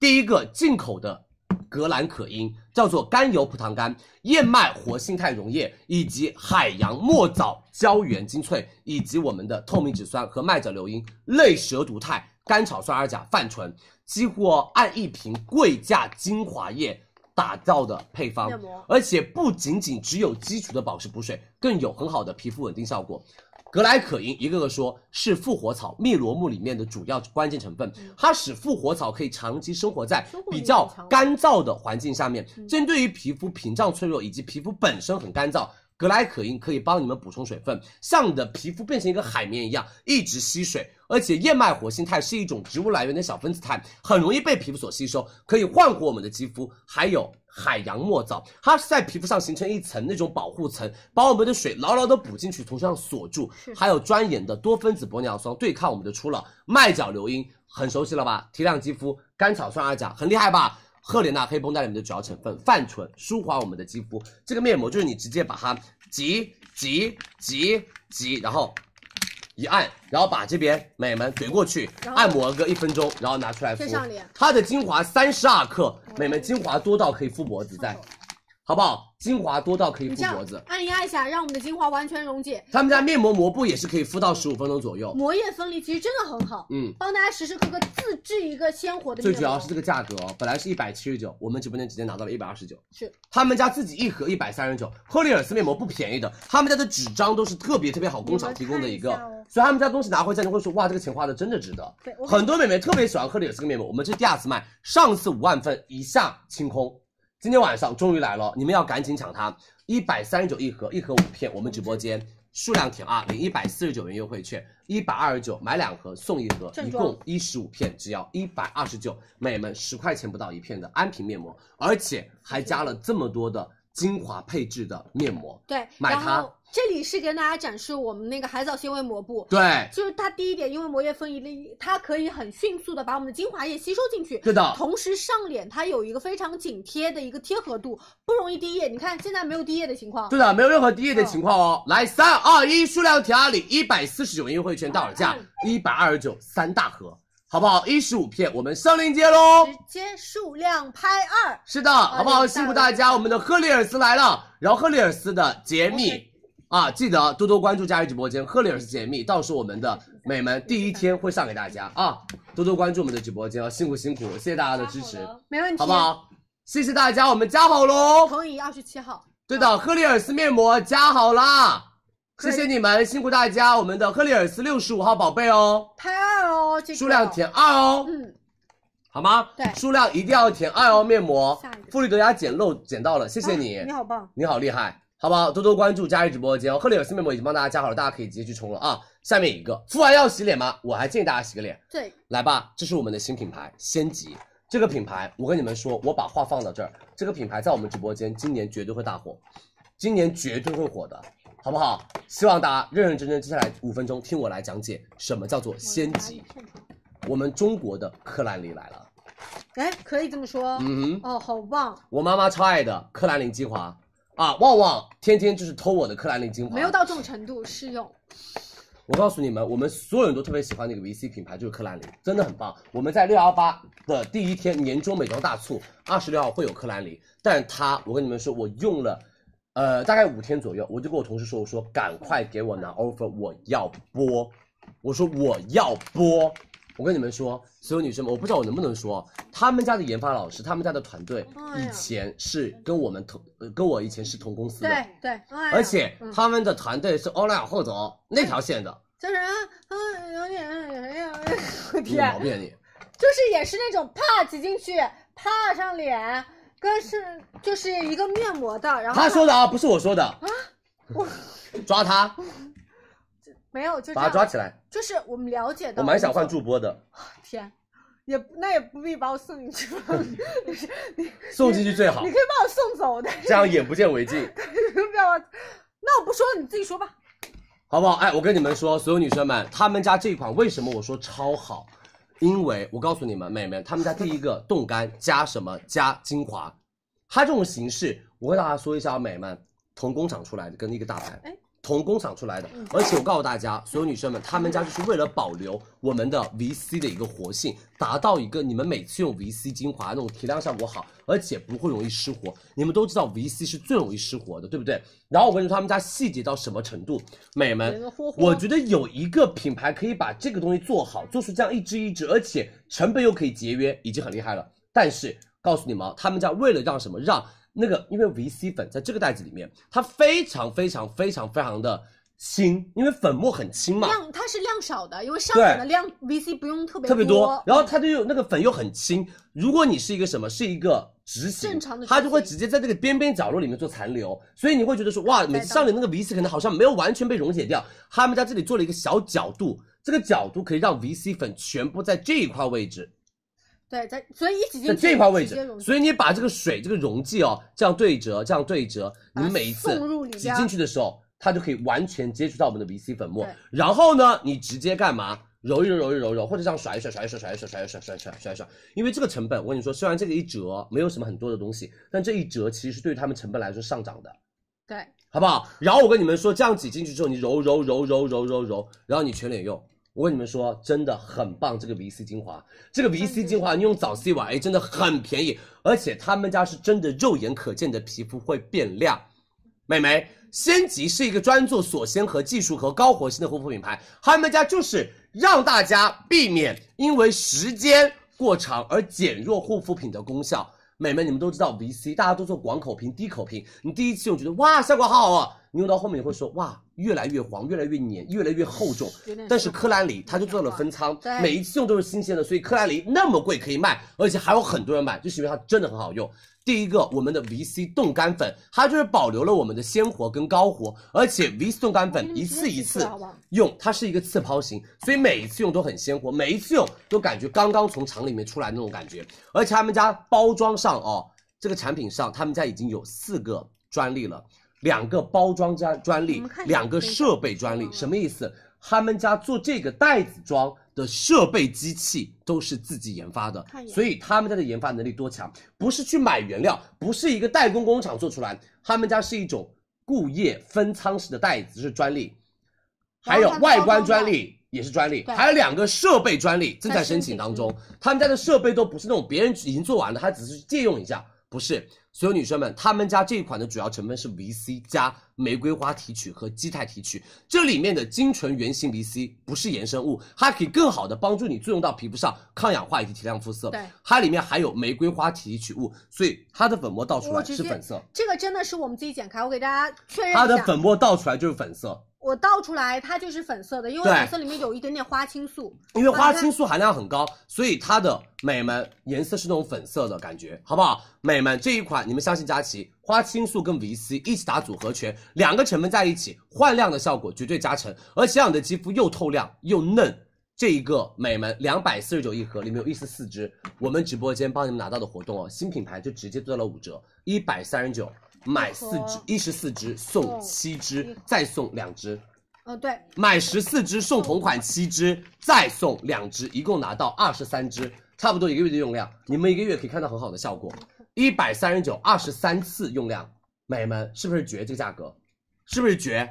第一个进口的格兰可因，叫做甘油葡糖苷、燕麦活性炭溶液，以及海洋墨藻胶原精粹，以及我们的透明质酸和麦角硫因、类蛇毒肽、甘草酸二钾、泛醇，几乎哦按一瓶贵价精华液打造的配方面膜，而且不仅仅只有基础的保湿补水，更有很好的皮肤稳定效果。格莱可因一个个说是复活草密罗木里面的主要关键成分，它使复活草可以长期生活在生活力比很较强干燥的环境下面。针对于皮肤屏障脆弱以及皮肤本身很干燥。格莱可因可以帮你们补充水分，像你的皮肤变成一个海绵一样，一直吸水。而且燕麦活性炭是一种植物来源的小分子炭，很容易被皮肤所吸收，可以焕活我们的肌肤。还有海洋墨藻，它是在皮肤上形成一层那种保护层，把我们的水牢牢的补进去，从身上锁住。是还有专研的多分子玻尿酸对抗我们的初老。麦角硫因很熟悉了吧？提亮肌肤，甘草酸二钾，很厉害吧？赫莲娜黑绷带里面的主要成分泛醇，舒缓我们的肌肤。这个面膜就是你直接把它挤挤挤挤，然后一按，然后把这边美们怼过去，然后按摩个一分钟，然后拿出来敷贴上脸。哦它的精华三十二克，美们精华多到可以敷脖子在，好不好？精华多到可以你敷这样脖子。按压一下，让我们的精华完全溶解，他们家面膜膜布也是可以敷到十五分钟左右。膜液分离其实真的很好，嗯，帮大家时时刻刻自制一个鲜活的面最膜。主要是这个价格哦，本来是一百七十九，我们直播间直接拿到了一百二十九。是他们家自己一盒一百三十九，赫丽尔斯面膜不便宜的，他们家的纸张都是特别特别好工厂提供的一个你们看一下哦，所以他们家东西拿回家你会说哇，这个钱花的真的值得对我。很多美眉特别喜欢赫丽尔斯面膜，我们这第二次卖，上次五万份一下清空，今天晚上终于来了，你们要赶紧抢它，一百三十九一盒，一盒五片，我们直播间。数量填啊，领一百四十九元优惠券，一百二十九买两盒送一盒，正一装共一十五片，只要一百二十九，美们十块钱不到一片的安瓶面膜，而且还加了这么多的精华配置的面膜，对，买然它后这里是跟大家展示我们那个海藻纤维膜布。对，就是它第一点，因为膜液分离了，它可以很迅速的把我们的精华液吸收进去。对的，同时上脸它有一个非常紧贴的一个贴合度，不容易滴液。你看现在没有滴液的情况，对的，没有任何低液的情况嗯哦。来，三二一，数量填啊，领一百四十九元优惠券，到手价嗯一百二十九，三大盒，好不好？一十五片，我们上链接喽。直接数量拍二。是的，好不好？领辛大苦了大家，我们的赫丽尔斯来了，然后赫丽尔斯的解密。哎啊，记得多多关注佳怡直播间，赫丽尔斯解密，到时候我们的美们第一天会上给大家啊，多多关注我们的直播间哦，辛苦辛苦，谢谢大家的支持，没问题，好不？好？谢谢大家，我们加好喽。彭怡二十七号，对的，赫丽尔斯面膜加好啦，谢谢你们，辛苦大家，我们的赫丽尔斯六十五号宝贝哦，拍二哦，这个数量填二哦。嗯，好吗？对数量一定要填二哦，面膜下一。个富丽德家捡漏捡到了，谢谢你，啊你好棒，你好厉害，好不好？多多关注佳怡直播间哦。赫丽尔斯面膜已经帮大家加好了，大家可以直接去冲了啊。下面一个，敷完要洗脸吗？我还建议大家洗个脸，对，来吧，这是我们的新品牌仙极。这个品牌，我跟你们说，我把话放到这儿，这个品牌在我们直播间今年绝对会大火，今年绝对会火的，好不好？希望大家认认真真，接下来五分钟听我来讲解什么叫做仙极，我们中国的克兰黎来了。哎，可以这么说，嗯哼，哦，好棒，我妈妈超爱的克兰林精华啊，旺旺天天就是偷我的克兰林精华。没有，到这种程度试用，我告诉你们，我们所有人都特别喜欢那个 VC 品牌，就是克兰林，真的很棒。我们在六幺八的第一天年终美妆大促，二十六号会有克兰林，但它我跟你们说，我用了。呃，大概五天左右，我就跟我同事说，我说赶快给我拿 offer，我要播，我说我要播。我跟你们说，所有女生们，我不知道我能不能说，他们家的研发老师，他们家的团队哎呀以前是跟我们同，呃跟我以前是同公司的，对对，哎呀而且嗯他们的团队是欧莱雅后走那条线的，就是啊，嗯，有点，哎呀，哎呀我你有毛天，病啊你？就是也是那种啪挤进去，啪上脸，跟是就是一个面膜的，然后他说的啊，不是我说的，我抓他，没有就这把他抓样，起来。就是我们了解到，我蛮想换，助播的，天，也那也不必把我送进去 吧，就是你送进去最好你，可以把我送走的，这样眼不见为净。不要把我，那我不说了，你自己说吧，好不好？哎，我跟你们说，所有女生们，他们家这一款为什么我说超好？因为我告诉你们，美们，他们家第一个冻干加什么加精华，它这种形式，我跟大家说一下，美们，同工厂出来的，跟一个大牌哎，同工厂出来的，而且我告诉大家，所有女生们，他们家就是为了保留我们的 VC 的一个活性，达到一个你们每次用 VC 精华那种提亮效果好，而且不会容易失活。你们都知道 VC 是最容易失活的，对不对？然后我跟你说，他们家细节到什么程度，美们有一个霍，霍我觉得有一个品牌可以把这个东西做好，做出这样一支一支，而且成本又可以节约，已经很厉害了。但是告诉你们啊，他们家为了让什么，让那个因为 VC 粉在这个袋子里面，它非常非常非常非常的轻，因为粉末很轻嘛，量它是量少的，因为上粉的量 VC 不用特别特别多嗯多，，然后它就有那个粉又很轻。如果你是一个什么，是一个直型，正常的它直就会型直接在这个边边角落里面做残留，所以你会觉得说哇，每次上脸那个 VC 可能好像没有完全被溶解掉，他们家这里做了一个小角度，这个角度可以让 VC 粉全部在这一块位置，对，在所以一挤进在去这一块位直接置溶，解所以你把这个水这个溶剂哦，这样对折，这样对折，把你它每一次送入里挤边进去的时候，它就可以完全接触到我们的 VC 粉末对。然后呢，你直接干嘛？揉一揉，揉一揉，揉，或者这样甩一甩，甩一甩，甩一甩，甩一甩，甩一甩，甩一甩。因为这个成本，我跟你说，虽然这个一折没有什么很多的东西，但这一折其实对于他们成本来说上涨的，对，好不好？然后我跟你们说，这样挤进去之后，你揉揉揉揉揉揉揉，然后你全脸用。我跟你们说，真的很棒，这个 VC 精华，这个 VC 精华你用早 C 晚 A 真的很便宜，而且他们家是真的肉眼可见的皮肤会变亮。美眉，仙极是一个专做锁鲜和技术和高活性的护肤品牌，他们家就是让大家避免因为时间过长而减弱护肤品的功效。美眉，你们都知道 VC，大家都做广口瓶、低口瓶，你第一次用觉得哇效果好好哦，你用到后面你会说哇越来越黄、越来越黏、越来越厚重有点，但是像科兰黎它就做到了分仓对，每一次用都是新鲜的，所以科兰黎那么贵可以卖，而且还有很多人买，就是因为它真的很好用。第一个，我们的 VC 冻干粉，它就是保留了我们的鲜活跟高活，而且 VC 冻干我粉给嗯你一们直次接一挤出次来好不好用，它是一个次抛型，所以每一次用都很鲜活，每一次用都感觉刚刚从厂里面出来那种感觉。而且他们家包装上哦，这个产品上他们家已经有四个专利了，两个包装专专我利们看，一下两个这个设备专利嗯，什么意思？他们家做这个袋子装的设备机器都是自己研发的看一，眼所以他们家的研发能力多强，不是去买原料，不是一个代工工厂做出来，他们家是一种固液分仓式的袋子，这是专利，然还后有它的外包观装专的利也是专利，对还有两个设备专利正在在申申请请当中。他们家的设备都不是那种别人已经做完了，他只是借用一下，不是。所有女生们，他们家这一款的主要成分是 VC 加玫瑰花提取和基肽提取，这里面的精纯原型 VC 不是衍生物，它可以更好的帮助你作用到皮肤上，抗氧化以及提亮肤色。对它里面含有玫瑰花提取物，所以它的粉末倒出我来直是接粉色，这个真的是我们自己剪开，我给大家确认一下。它的粉末倒出来就是粉色，我倒出来，它就是粉色的，因为对粉色里面有一点点花青素。因为花青素含量很高，所以它的美们颜色是那种粉色的感觉，好不好？美们这一款，你们相信佳琦，花青素跟 VC 一起打组合拳，两个成分在一起，焕亮的效果绝对加成，而且让你的肌肤又透亮又嫩。这一个美们两百四十九一盒，里面有一十四支，我们直播间帮你们拿到的活动哦，新品牌就直接做到了五折，一百三十九买四支，一十四支送七支，再送两支。嗯，对，买十四支送同款七支，再送两支，一共拿到二十三支，差不多一个月的用量。你们一个月可以看到很好的效果，一百三十九，二十三次用量，美们是不是绝？这个价格是不是绝？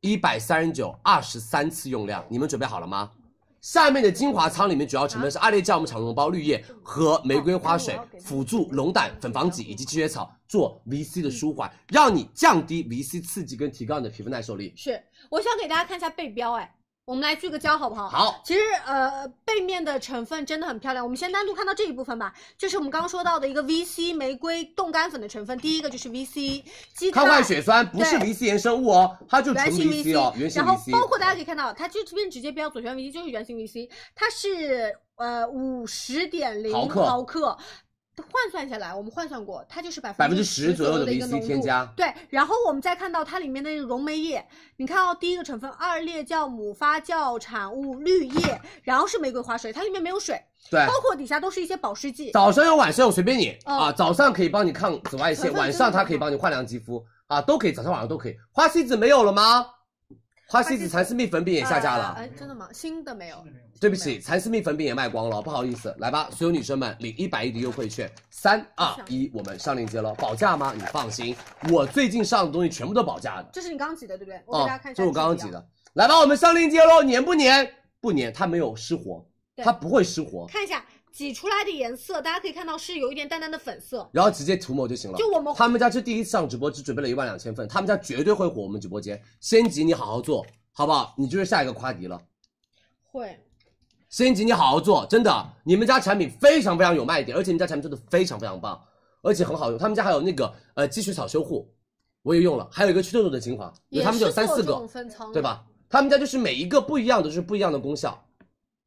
一百三十九，二十三次用量，你们准备好了吗？下面的精华舱里面主要成分是阿列佳我们常绒包绿叶和玫瑰花水啊哦那我要给，它辅助龙胆、粉防己以及积雪草做嗯 VC 的舒缓，让你降低 VC 刺激跟提高你的皮肤耐受力。是。我想给大家看一下背标，哎，我们来聚个焦好不好？。好，其实呃，背面的成分真的很漂亮。我们先单独看到这一部分吧，这是我们刚刚说到的一个 VC 玫瑰冻干粉的成分。第一个就是 VC 肌抗肽坏血酸不是对 VC 衍生物哦，它就纯原型 VC 哦，原型然后 VC。包括大家可以看到，它就这边直接标左旋 VC 就是原型 VC，它是呃五十点零毫克毫克。换算下来，我们换算过，它就是百10%左左右的的一个 VC 浓度添加对，然后我们再看到它里面的溶酶液，你看哦，第一个成分二裂酵母发酵产物绿叶，然后是玫瑰花水，它里面没有水，对，包括底下都是一些保湿剂。早上用晚上用随便你嗯啊，早上可以帮你抗紫外成线，分晚真的上它很可以好帮你焕亮肌肤啊，都可以，早上晚上都可以。花西子没有了吗？花西子蚕丝蜜粉饼也下架了。哎，真的吗？新的没有，对不起，蚕丝蜜粉饼也卖光了，不好意思。来吧，所有女生们领一百亿的优惠券，三二一，我们上链接喽。保价吗？你放心，我最近上的东西全部都保价的。这是你刚挤的对不对？我给哦，大家看一下，啊这是我刚刚挤。的。来吧，我们上链接喽，粘不粘？不粘，它没有失活，对它不会失活，看一下挤出来的颜色，大家可以看到是有一点淡淡的粉色。然后直接涂抹就行了。就我们他们家这第一次上直播只准备了一万两千份，他们家绝对会火。我们直播间先集你好好做，好不好？你就是下一个夸迪了。会，先集你好好做，真的，你们家产品非常非常有卖点，而且你们家产品做的非常非常棒，而且很好用。他们家还有那个呃积雪草修护，我也用了，还有一个祛痘痘的精华，也他们是就有三做四这个种，分仓的对？吧？他们家就是每一个不一样的，就是不一样的功效，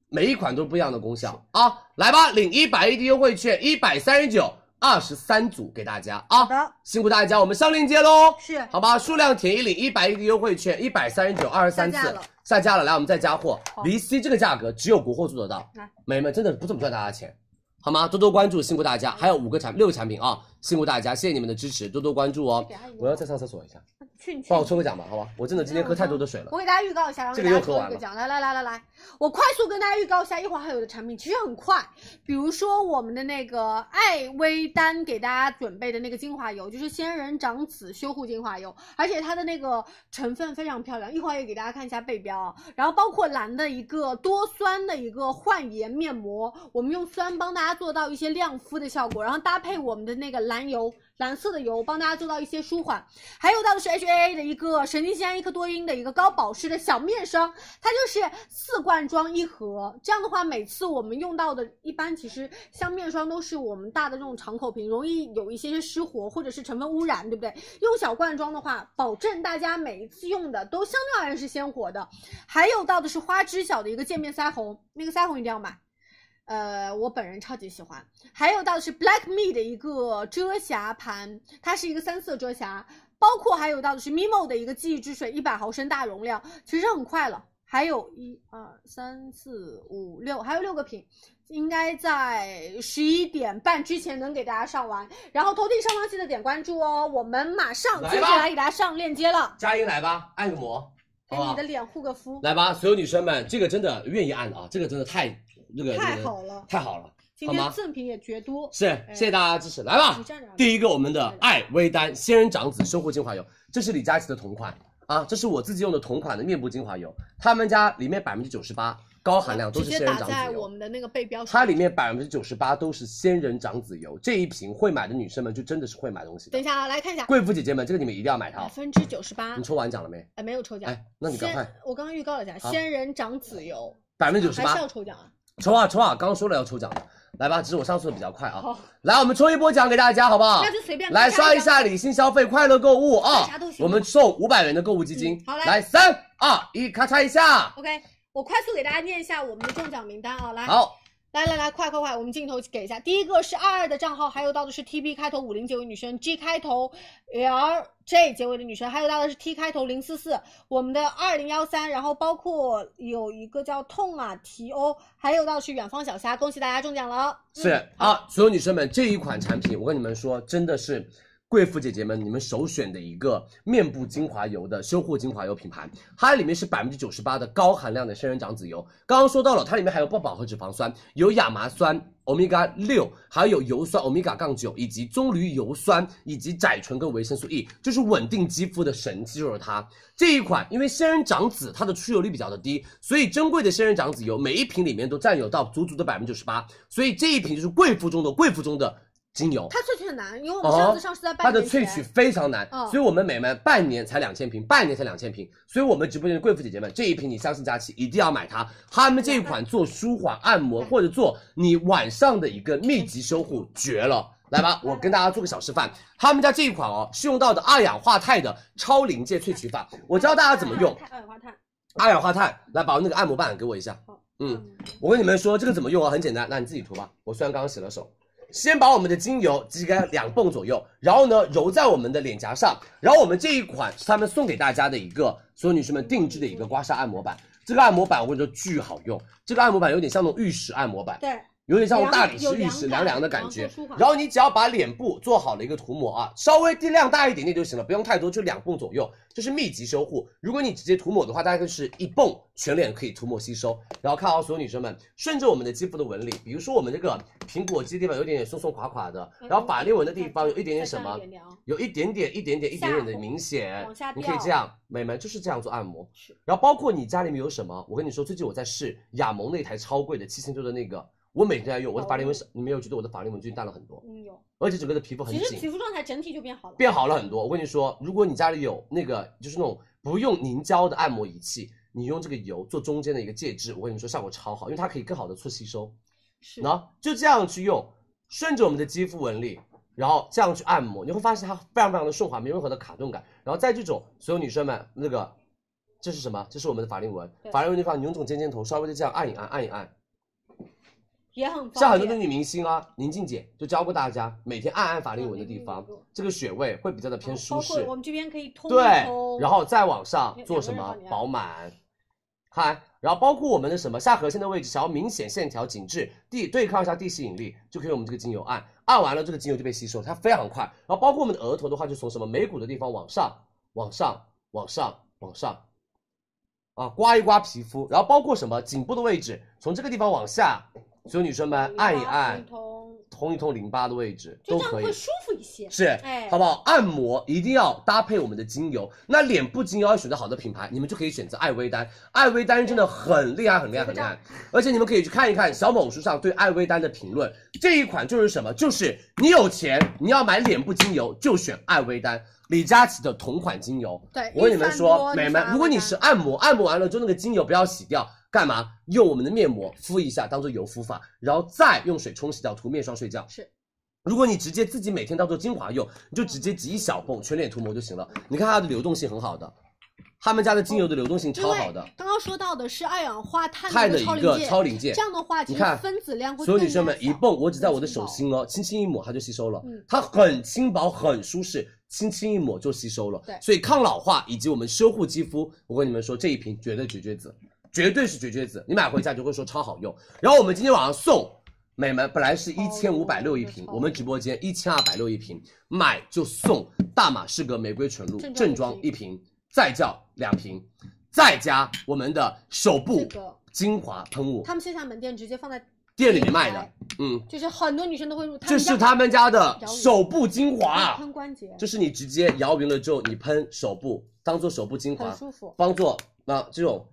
每一款都是不一样的功效啊！来吧，领一百亿的优惠券，一百三十九，二十三组给大家啊！的辛苦大家，我们上链接喽，是好吧？数量填一领一百亿的优惠券，一百三十九，二十三次下架了下架了，来我们再加货好，离 C 这个价格只有国货做得到来，美眉们真的不怎么赚大家钱。好吗？多多关注，辛苦大家！还有五个产六个产品啊，辛苦大家，谢谢你们的支持，多多关注哦给阿姨！我要再上厕所一下，去你去帮我抽个奖吧，好吧？我真的今天喝太多的水了。我给大家预告一下，然后这给个大家又喝抽完一个了奖。来来来来来，我快速跟大家预告一下，一会儿还有的产品其实很快，比如说我们的那个艾薇丹哎给大家准备的那个精华油，就是仙人掌籽修护精华油，而且它的那个成分非常漂亮，一会儿也给大家看一下背标啊。然后包括蓝的一个多酸的一个焕颜面膜，我们用酸帮大家做到一些亮肤的效果，然后搭配我们的那个蓝油。蓝色的油帮大家做到一些舒缓，还有到的是 HAA 的一个神经酰胺一克多因的一个高保湿的小面霜，它就是四罐装一盒。这样的话，每次我们用到的，一般其实像面霜都是我们大的这种敞口瓶，容易有一些是失活或者是成分污染，对不对？用小罐装的话，保证大家每一次用的都相对而言是鲜活的。还有到的是花知晓的一个界面腮红，那个腮红一定要买。呃，我本人超级喜欢。还有到的是 Black Me 的一个遮瑕盘，它是一个三色遮瑕，包括还有到的是 Mimo 的一个记忆之水，一百毫升大容量，其实很快了。还有一二三四五六，还有六个品，应该在十一点半之前能给大家上完。然后头顶上方记得点关注哦，我们马上接下来给大家上链接了，佳音来吧，按个摩，给好哎不你好的？脸护个肤，来吧，所有女生们，这个真的愿意按的啊，这个真的太那个太那个好了。太好了，今好天吗赠品也绝多，是谢谢大家支持，来吧你。站着啊。第一个，我们的艾薇丹仙人掌籽修护精华油，这是李佳琦的同款啊，这是我自己用的同款的面部精华油，他们家里面百分之九十八高含量都直是接仙打人掌在籽我油。们的那个背标它上。里面百分之九十八都是仙人掌籽油，这一瓶会买的女生们就真的是会买东西的等一。下啊，来看一下，贵妇姐姐们，这个你们一定要买它百哦。分之九十八你，抽完奖了没？哎，没有抽奖。哎，那你赶快，仙我刚刚预告了一下，好仙人掌籽油百分之九十还八是要抽奖啊？抽啊抽啊！刚刚说了要抽奖的，来吧，只是我上次的比较快啊好。来，我们抽一波奖给大家，好不好那？就随便来刷一张。下理性消费，快乐购物啊啥都！行我们送五百元的购物基金嗯。好来来三二一，咔嚓一下。 OK，我快速给大家念一下我们的中奖名单啊，来，好，来来来，快快快，我们镜头给一下。第一个是二二的账号，还有到的是 T B 开头五零结尾女生，G 开头呃 L J 结尾的女生，还有到的是 T 开头零四四，我们的二零幺三，然后包括有一个叫痛啊 T O，还有到的是远方小虾，恭喜大家中奖了。嗯是啊，所有女生们，这一款产品，我跟你们说，真的是。贵妇姐姐们，你们首选的一个面部精华油的修护精华油品牌，它里面是百分之九十八的高含量的仙人掌籽油。刚刚说到了，它里面还有不饱和脂肪酸，有亚麻酸、欧米伽六，还有油酸欧米伽杠九，以及棕榈油酸，以及窄醇跟维生素 E，就是稳定肌肤的神器，就是它。这一款因为仙人掌籽它的出油率比较的低，所以珍贵的仙人掌籽油每一瓶里面都占有到足足的百分之九十八，所以这一瓶就是贵妇中的贵妇中的精油。它萃取很难，因为我们上次上是在它半哦的年前。萃取非常难，嗯所以我们每们半年才两千瓶，半年才两千瓶，所以我们直播间的贵妇姐姐们，这一瓶你相信佳琪一定要买它。他们这一款做舒缓按摩或者做你晚上的一个密集修护，绝了！来嗯吧，我跟大家做个小示范。他们家这一款哦，是用到的二氧化钛的超临界萃取法，我教大家怎么用二氧化碳。二氧化钛。来，把那个按摩棒给我一下好。嗯，嗯，我跟你们说，这个怎么用啊？很简单，那你自己涂吧。我虽然刚刚洗了手，先把我们的精油挤干两泵左右，然后呢揉在我们的脸颊上。然后我们这一款是他们送给大家的一个所有女生们定制的一个刮痧按摩板，这个按摩板我跟你说巨好用，这个按摩板有点像那种玉石按摩板，对，有点像凉大理有石玉凉石感凉凉的然感后觉舒。缓然后你只要把脸部做好了一个涂抹啊，稍微地量大一点点就行了，不用太多，就两泵左右，这是密集修护。如果你直接涂抹的话，大概是一泵全脸可以涂抹吸收。然后看好所有女生们，顺着我们的肌肤的纹理，比如说我们这个苹果肌地方有点点松松垮垮的，哎然后法令纹的地方有一点点什再上么一点。点啊有一点点、一点点、一点点的明显往下，你可以掉这样，美们就是这样做按摩是。然后包括你家里面有什么，我跟你说，最近我在试雅萌那台超贵的七千多的那个，我每天在用，我的法哦令纹是，你没有觉得我的法令纹最近淡了很多，嗯有，而且整个的皮肤很其实皮紧，肤状态整体就变好了。变好了很多。我跟你说，如果你家里有那个就是那种不用凝胶的按摩仪器，你用这个油做中间的一个介质，我跟你说效果超好，因为它可以更好的做吸收。是然后就这样去用，顺着我们的肌肤纹理，然后这样去按摩，你会发现它非常非常的顺滑，没有任何的卡顿感。然后在这种所有女生们，那个这是什么？这是我们的法令纹对，法令纹地方你用这种尖尖头稍微的这样按一按，按一按。也很方便。像很多的女明星啊，宁静姐就教过大家，每天按按法令纹的地嗯方对对对，这个穴位会比较的偏哦包舒括适我。们这边可以通一对通，然后再往上两做什两么个人帮你按饱满，看，然后包括我们的什么下颌线的位置，想要明显线条紧致，地对抗一下地吸引力，就可以用我们这个精油按，按完了这个精油就被吸收，它非常快。然后包括我们的额头的话，就从什么眉骨的地方往上、往上、往上、往上，啊，刮一刮皮肤，然后包括什么颈部的位置，从这个地方往下，所有女生们淋巴按一通按一，通，通一通淋巴的位置就都这样可以会。舒服一些。是，哎好不好？按摩一定要搭配我们的精油。那脸部精油要选择好的品牌，你们就可以选择艾薇丹。艾薇丹真的很厉害，很厉害，很厉害。而且你们可以去看一看小某书上对艾薇丹的评论。这一款就是什么？就是你有钱，你要买脸部精油就选艾薇丹，李佳琦的同款精油。对我跟你们预算说，多美你们选，艾如果薇你丹是按摩，按摩完了之后那个精油不要洗掉，干嘛？用我们的面膜敷一下，当做油敷法，然后再用水冲洗掉，涂面霜睡觉。是。如果你直接自己每天当做精华用，你就直接挤一小泵全脸涂抹就行了。你看它的流动性很好的，他们家的精油的流动性因超好为的，刚刚说到的是二氧化碳钛的的超一临个界，超临界这。样的话，其你实看分子量会所有女更加生们一小泵，我只在我更的轻手薄心哦，轻轻一抹它就吸收了嗯，它很轻薄，很舒适，轻轻一抹就吸收了。对所以抗老化以及我们修护肌肤，我跟你们说，这一瓶绝对绝绝子，绝对是绝绝子，你买回家就会说超好用。然后我们今天晚上送。美们，本来哦是一千五百六一瓶，超我们直播间一千二百六一瓶，买就送大马士革玫瑰纯露正装正装一瓶一瓶，再叫两瓶，再加我们的手部这个精华喷雾，他们线下门店直接放在，店里面卖的，嗯，就是很多女生都会入，这是们家他们家的摇匀手部精华可以啊，喷关节，就是你直接摇匀了之后，你喷手部，当做手部精华很，舒服。当做啊这种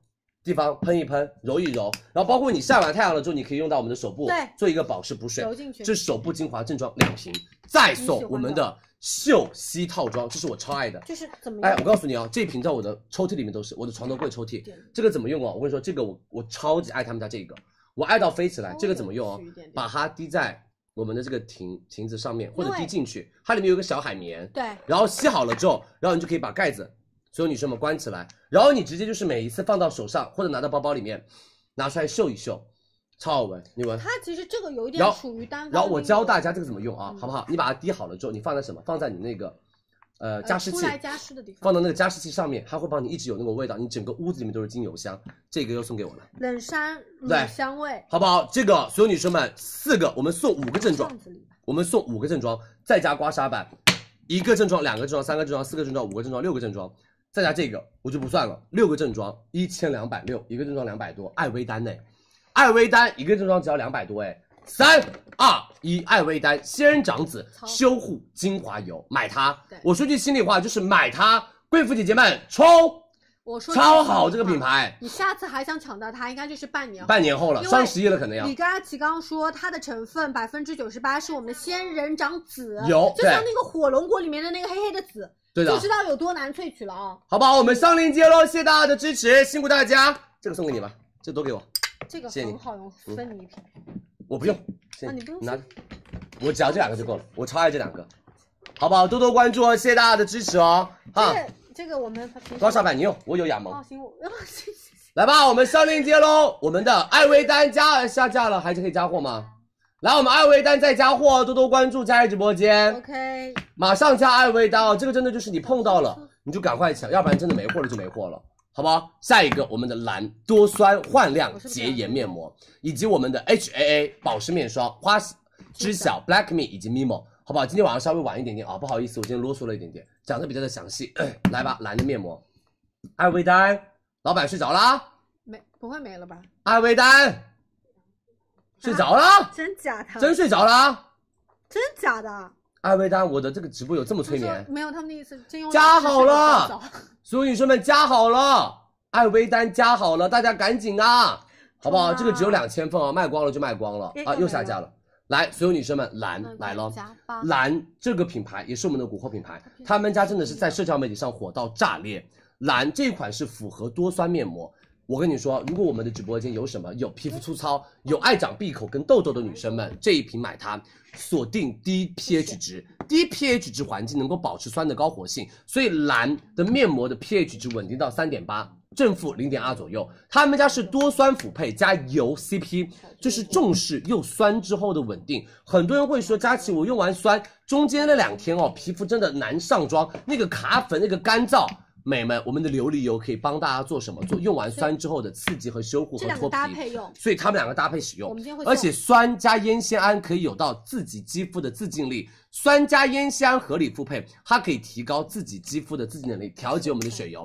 地方喷一喷，揉一揉，然后包括你晒完太阳了之后，你可以用到我们的手部对，做一个保湿补水揉。进去，这是手部精华正装两瓶，再你喜送欢我们的秀熙套装，这是我超爱的。就是怎么哎，样我告诉你啊，这瓶在我的抽屉里面都是，我的床头柜抽屉对。这个怎么用哦？我跟你说，这个我我超级爱他们家这个，我爱到飞起来。这个怎么用稍哦微有趣一点点？把它滴在我们的这个亭亭子上面，或者对滴进去，它里面有个小海绵，对，然后吸好了之后，然后你就可以把盖子，所有女生们关起来，然后你直接就是每一次放到手上或者拿到包包里面，拿出来嗅一嗅，超好闻，你闻。它其实这个有一然点后属于单方面的。然后我教大家这个怎么用啊，嗯好不好？你把它滴好了之后，你放在什么？放在你那个呃呃加湿器出，来加湿的地方，放到那个加湿器上面，它会帮你一直有那个味道，你整个屋子里面都是精油香。这个又送给我了，冷杉乳对香味，好不好？这个所有女生们，四个我们送五个正装巷，子里吧，我们送五个正装，再加刮痧板，一个正装，两个正装，三个正装，四个正装，五个正装，六个正装，再加这个我就不算了，六个正装一千两百六，一个正装两百多，艾薇丹呢、艾薇丹一个正装只要两百多哎、三二一，艾薇丹仙人掌籽操修护精华油，买它对。我说句心里话，就是买它，贵妇姐姐们冲，我说超好这个品。牌，你下次还想抢到它，应该就是半年后。半年后了，因为双十一了可能要李。佳琦刚刚说它的成分百分之九十八是我们的仙人掌籽，有就像对那个火龙果里面的那个黑黑的籽，对的就，知道有多难萃取了啊！好不好？我们上链接喽，谢谢大家的支持，辛苦大家。这个送给你吧，这个都给我。这个谢谢你很好用，嗯分你一瓶。我不用，啊你不用拿着，我只要这两个就够了，我超爱这两个，好不好？多多关注哦，谢谢大家的支持哦，哈，这个这个我们平时高小板你用，我有雅萌哦，， 行，我嗯哦行行行，来吧，我们上链接喽，我们的艾薇丹加下架了，还是可以加货吗？来，我们艾薇丹再加货哦，多多关注佳怡直播间， OK，马上加艾薇丹哦，这个真的就是你碰到了你就赶快抢，要不然真的没货了就没货了，好不好？下一个我们的蓝多酸焕亮我是不是洁颜面膜，以及我们的 HAA 保湿面霜，花知晓 Black Me 以及 Mimo，好不好？今天晚上稍微晚一点点啊，不好意思，我今天啰嗦了一点点，讲的比较的详细。 来吧，蓝的面膜，艾薇丹，老板睡着啦、没不会没了吧？艾薇丹睡着啦、真假的？真睡着啦、真假的？艾薇丹，我的这个直播有这么他催说眠，没有，他们的意思真用加好了，所有女生们加好了，艾薇丹加好了，大家赶紧啊，好不冲啊好？这个只有两千份啊，卖光了就卖光了哎啊，又又没下了架了。来，所有女生们，蓝来了，加八蓝这个品牌也是我们的国货品牌，他们家真的是在社交媒体上火到炸裂。蓝这款是复合多酸面膜，我跟你说，如果我们的直播间有什么有皮肤粗糙、有爱长闭口跟痘痘的女生们，这一瓶买它，锁定低 pH 值，低 pH 值环境能够保持酸的高活性，所以蓝的面膜的 pH 值稳定到三点八。正负零点二左右，他们家是多酸辅配加油 CP，就是重视又酸之后的稳定。很多人会说，佳琪，我用完酸中间那两天哦，皮肤真的难上妆，那个卡粉，那个干燥。美们，我们的琉璃油可以帮大家做什么？做用完酸之后的刺激和修护这和两脱个皮。搭配用，所以它们两个搭配使用我们今天会，而送且酸加烟酰胺可以有到自己肌肤的自净力，酸加烟酰胺合理复配，它可以提高自己肌肤的自净能力，调节我们的水油，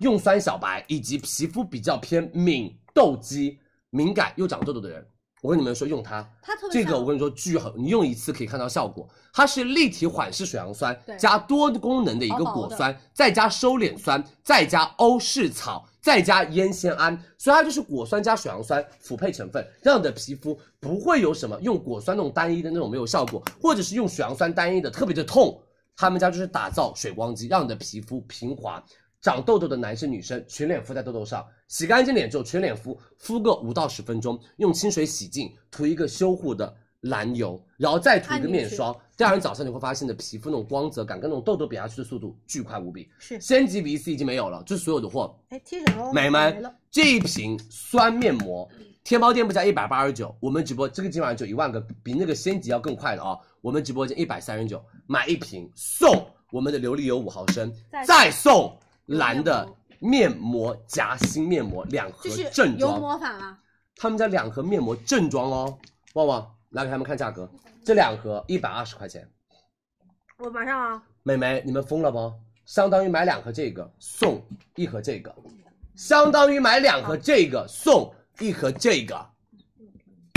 用酸小白以及皮肤比较偏敏痘肌、敏感又长痘痘的人，我跟你们说用它，它特别这像个我跟你说巨好，你用一次可以看到效果。它是立体缓释水杨酸对加多功能的一个薄薄果的酸，再加收敛酸，再加欧式草，再加烟酰胺，所以它就是果酸加水杨酸辅配成分，让你的皮肤不会有什么用果酸那种单一的那种没有效果，或者是用水杨酸单一的特别的痛。他们家就是打造水光肌，让你的皮肤平滑。长痘痘的男生女生，全脸敷在痘痘上，洗干净脸之后全脸敷，敷个五到十分钟，用清水洗净，涂一个修护的蓝油，然后再涂一个面霜。第二天早上你会发现你的皮肤那种光泽感跟那种痘痘比下去的速度巨快无比。是仙极 VC 已经没有了，就是所有的货哎贴纸哦，美没们了，这一瓶酸面膜，天猫店铺价一百八十九，我们直播这个今晚就一万个，比那个仙极要更快的啊！我们直播间一百三十九，买一瓶送我们的琉璃油五毫升，再再送蓝的面膜夹心面膜两盒就是正油装，膜法啊，他们家两盒面膜正装哦，旺旺来给他们看价格，这两盒一百二十块钱，我马上啊，美眉，你们疯了吗？相当于买两盒这个送一盒这个，相当于买两盒这个送一盒这个，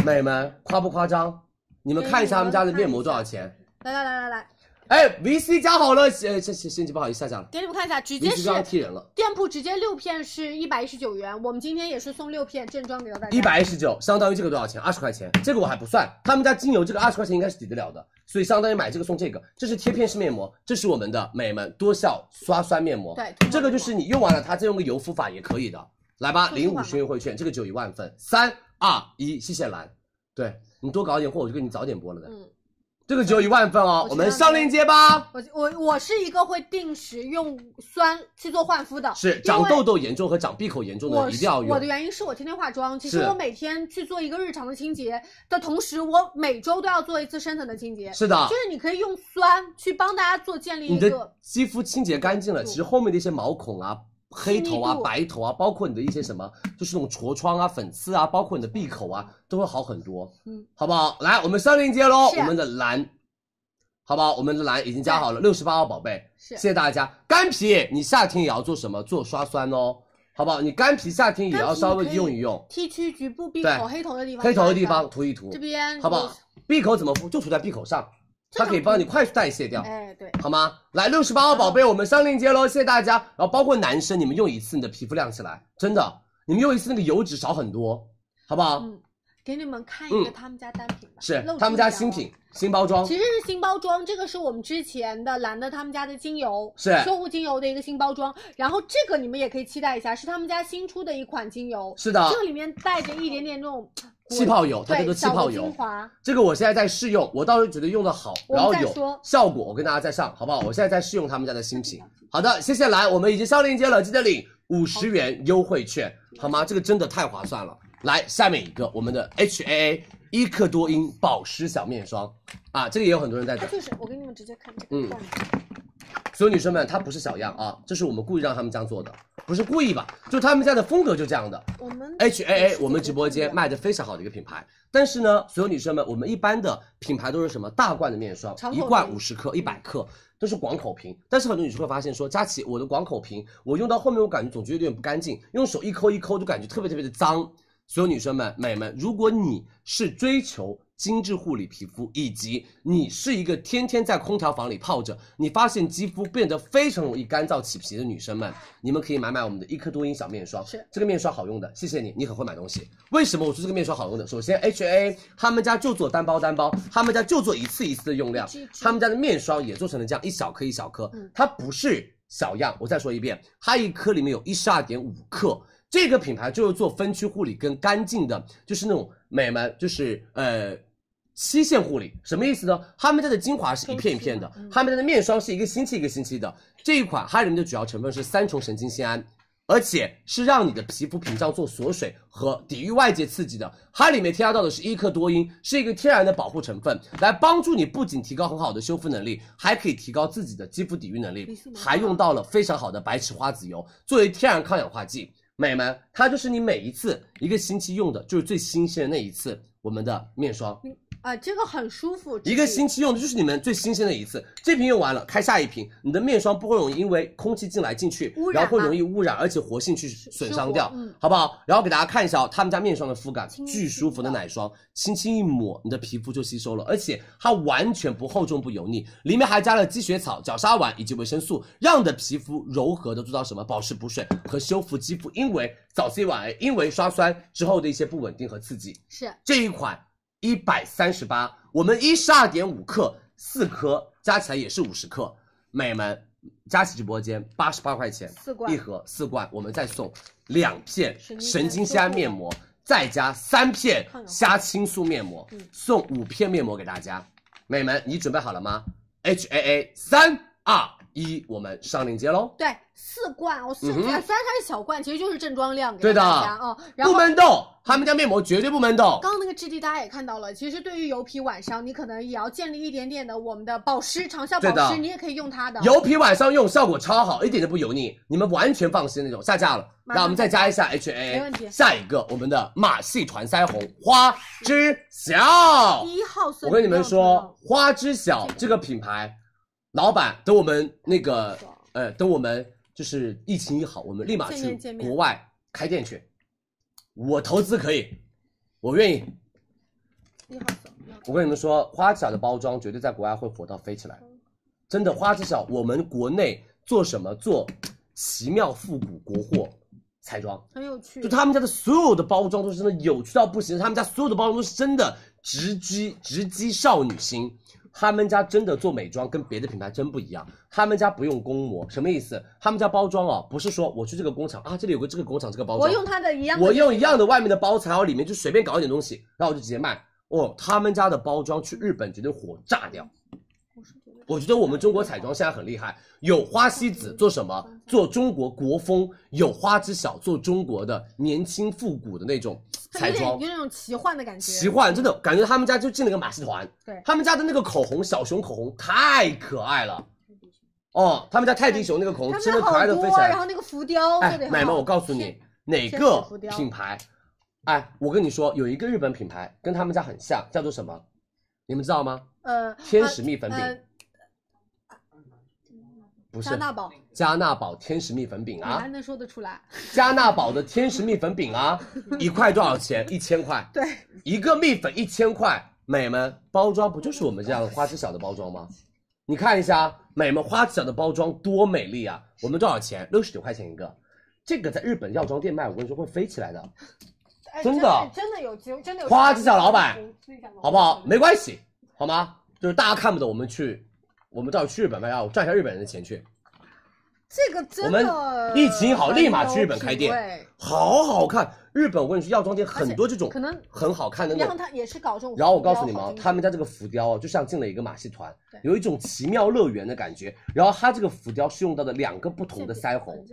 美们夸不夸张？你们看一下他们家的面膜多少钱？来来来来来，哎，VC 加好了，呃，这这星期不好意思下架了给你们看一下，直接，VC 是刚刚踢人了，店铺直接六片是一百一十九元，我们今天也是送六片正装给到大家，一百一十九，相当于这个多少钱？二十块钱，这个我还不算，他们家精油这个二十块钱应该是抵得了的，所以相当于买这个送这个。这是贴片式面膜，这是我们的美们多效刷酸面膜，对，这个就是你用完了它，再用个油敷法也可以的。来吧，做领舒五缓十优惠券，这个只有一万份。三二一，谢谢蓝。对你多搞点货，我就给你早点播了的。嗯，这个只有一万份哦，我我知道们上链接吧。我我我是一个会定时用酸去做焕肤的，是长痘痘严重和长闭口严重的我一是定要我的用。原因是我天天化妆，其实是我每天去做一个日常的清洁的同时，我每周都要做一次深层的清洁。是的就，是你可以用酸去帮大家做建立你一的个，肌肤清洁干净了，其实后面的一些毛孔啊、黑头啊细、密度白头啊，包括你的一些什么，就是那种痤疮啊、粉刺啊，包括你的闭口啊，都会好很多。嗯，好不好？来，我们上链接喽，是啊我们的蓝，好不好？我们的蓝已经加好了，六十八号宝贝。是谢谢大家。干皮，你夏天也要做什么？做刷酸哦，好不好？你干皮夏天也要稍微用一用， T 区局部闭口对黑头的地方，黑头的地方涂一涂这，边好不好？闭口怎么敷？就涂在闭口上，正它常可以帮你快速代谢掉。哎，对，好吗？来六十八号宝贝，我们上链接喽，谢谢大家。然后包括男生，你们用一次，你的皮肤亮起来，真的，你们用一次那个油脂少很多，好不好？嗯给你们看一个嗯他们家单品吧，是露出他们一家点新哦品新包装，其实是新包装，这个是我们之前的蓝的他们家的精油，是修护精油的一个新包装。然后这个你们也可以期待一下，是他们家新出的一款精油，是的这个里面带着一点点那种气泡油，它对叫做气小泡的油精。华，这个我现在在试用，我倒是觉得用的好，我然们后再有说效果，我跟大家再上，好不好？我现在在试用他们家的新品。好的，谢谢蓝，我们已经上链接了，记得领五十元优惠券，好吗？这个真的太划算了。来，下面一个我们的 HAA 伊克多因保湿小面霜啊，这个也有很多人在它等。就是我给你们直接看这个嗯罐子，所有女生们，它不是小样啊，这是我们故意让他们这样做的，不是故意吧，就他们家的风格就这样的。我们 H A A，我们直播间卖的非常好的一个品牌。但是呢，所有女生们，我们一般的品牌都是什么大罐的面霜长，口一瓶罐五十克、一百克，都是广口瓶。但是很多女生会发现说，佳琪，我的广口瓶，我用到后面我感觉总觉得有点不干净，用手一抠一抠就感觉特别特别的脏。所有女生们、美们，如果你是追求精致护理皮肤，以及你是一个天天在空调房里泡着，你发现肌肤变得非常容易干燥起皮的女生们，你们可以买买我们的一克多因小面霜，是这个面霜好用的，谢谢你，你很会买东西。为什么我说这个面霜好用的？首先，H A 他们家就做单包单包，他们家就做一次一次的用量一支一，支他们家的面霜也做成了这样一小颗一小颗嗯，它不是小样。我再说一遍，它一颗里面有一十二点五克。这个品牌就是做分区护理跟干净的，就是那种美们，就是呃。期限护理什么意思呢？他们家的精华是一片一片的分期嘛嗯，他们家的面霜是一个星期一个星期的。这一款它里面的主要成分是三重神经酰胺，而且是让你的皮肤屏障做锁水和抵御外界刺激的。它里面添加到的是伊克多因，是一个天然的保护成分，来帮助你不仅提高很好的修复能力，还可以提高自己的肌肤抵御能李力素，梅还用到了非常好的白池花籽油作为天然抗氧化剂。美们，它就是你每一次一个星期用的，就是最新鲜的那一次我们的面霜。啊，这个很舒服，一这个星期用的就是你们最新鲜的一次，这瓶用完了，开下一瓶。你的面霜不会容易因为空气进来进去污，染然后会吗容易污染，而且活性去损伤掉失活嗯，好不好？然后给大家看一下哦他们家面霜的肤感轻，轻巨舒服的奶霜，轻轻一抹，你的皮肤就吸收了，而且它完全不厚重不油腻，里面还加了积雪草、角鲨烷以及维生素，让你的皮肤柔和的做到什么保湿补水和修复肌肤，因为早 C 晚 A，因为刷酸之后的一些不稳定和刺激。是这一款一百三十八，我们一十二点五克四颗，加起来也是五十克，美们。佳琦直播间八十八块钱四罐一盒四罐，我们再送两片神经神经酰胺面膜，再加三片抗氧化虾青素面膜嗯，送五片面膜给大家。美们，你准备好了吗？H A A 三二一，我们上链接喽。对四罐，我四嗯哼罐，虽然它是小罐，其实就是正装量给对的大家哦。然不后闷痘，他们家面膜绝对不闷痘。刚刚那个质地大家也看到了，其实对于油皮晚上，你可能也要建立一点点的我们的保湿，长效对的保湿，你也可以用它的。哦油皮晚上用效果超好，一点都不油腻，你们完全放心那种。下架了，马上那我们再加一下 H A，没问题下一个我们的马戏团腮红花知晓，第一号色，哦我跟你们说，，花知晓这个品牌，老板等我们那个呃，等我们就是疫情一好，我们立马见去面见面国外开店去。我投资可以，我愿意。一号色，一号色我跟你们说，花知晓的包装绝对在国外会火到飞起来，真的。花知晓，我们国内做什么做奇妙复古国货彩妆，很有趣就。他们家的所有的包装都是真的有趣到不行，他们家所有的包装都是真的直击直击少女心。他们家真的做美妆跟别的品牌真不一样，他们家不用公模，什么意思？他们家包装哦，不是说我去这个工厂啊，这里有个这个工厂这个包我装，用它的一样的，我用一样的外面的包材，然后里面就随便搞一点东西，然后我就直接卖。哦，他们家的包装去日本绝对火炸掉。我是觉得我觉得我们中国彩妆现在很厉害，有花西子做什么？做中国国风，有花知晓做中国的年轻复古的那种它彩有点有妆，点那种奇幻的感觉，奇幻，真的感觉他们家就进了个马戏团。对他们家的那个口红，小熊口红太可爱了。哦，他们家泰迪熊那个口红他真们的可好爱的多飞起，来然。后那个浮雕做哎的，奶们，我告诉你，哪天个使浮雕品牌？哎，我跟你说，有一个日本品牌跟他们家很像，叫做什么？你们知道吗？呃，天使蜜粉饼、呃，不加是纳宝，加纳宝天使蜜粉饼你啊还，能说得出来？加纳宝的天使蜜粉饼啊，一块多少钱？一千块，对，一个蜜粉一千块。美们，包装不就是我们这样的花知晓的包装吗？你看一下，美们花知晓的包装多美丽啊！我们多少钱？六十九块钱一个，这个在日本药妆店卖，我跟你说会飞起来的。哎真的真的有机会，真的有花知晓老板，好不好？没没关系，好吗？就是大家看不懂，我们去，我们到去日本卖药，赚一下日本人的钱去，这个真我的，们疫情好立马去日本开店很有品味好好看。日本我跟你说，药妆店很多这种可能很好看的那然后种。他也是搞这种，然后我告诉你们啊，他们家这个浮雕哦，就像进了一个马戏团对，有一种奇妙乐园的感觉。然后它这个浮雕是用到的两个不同的腮红，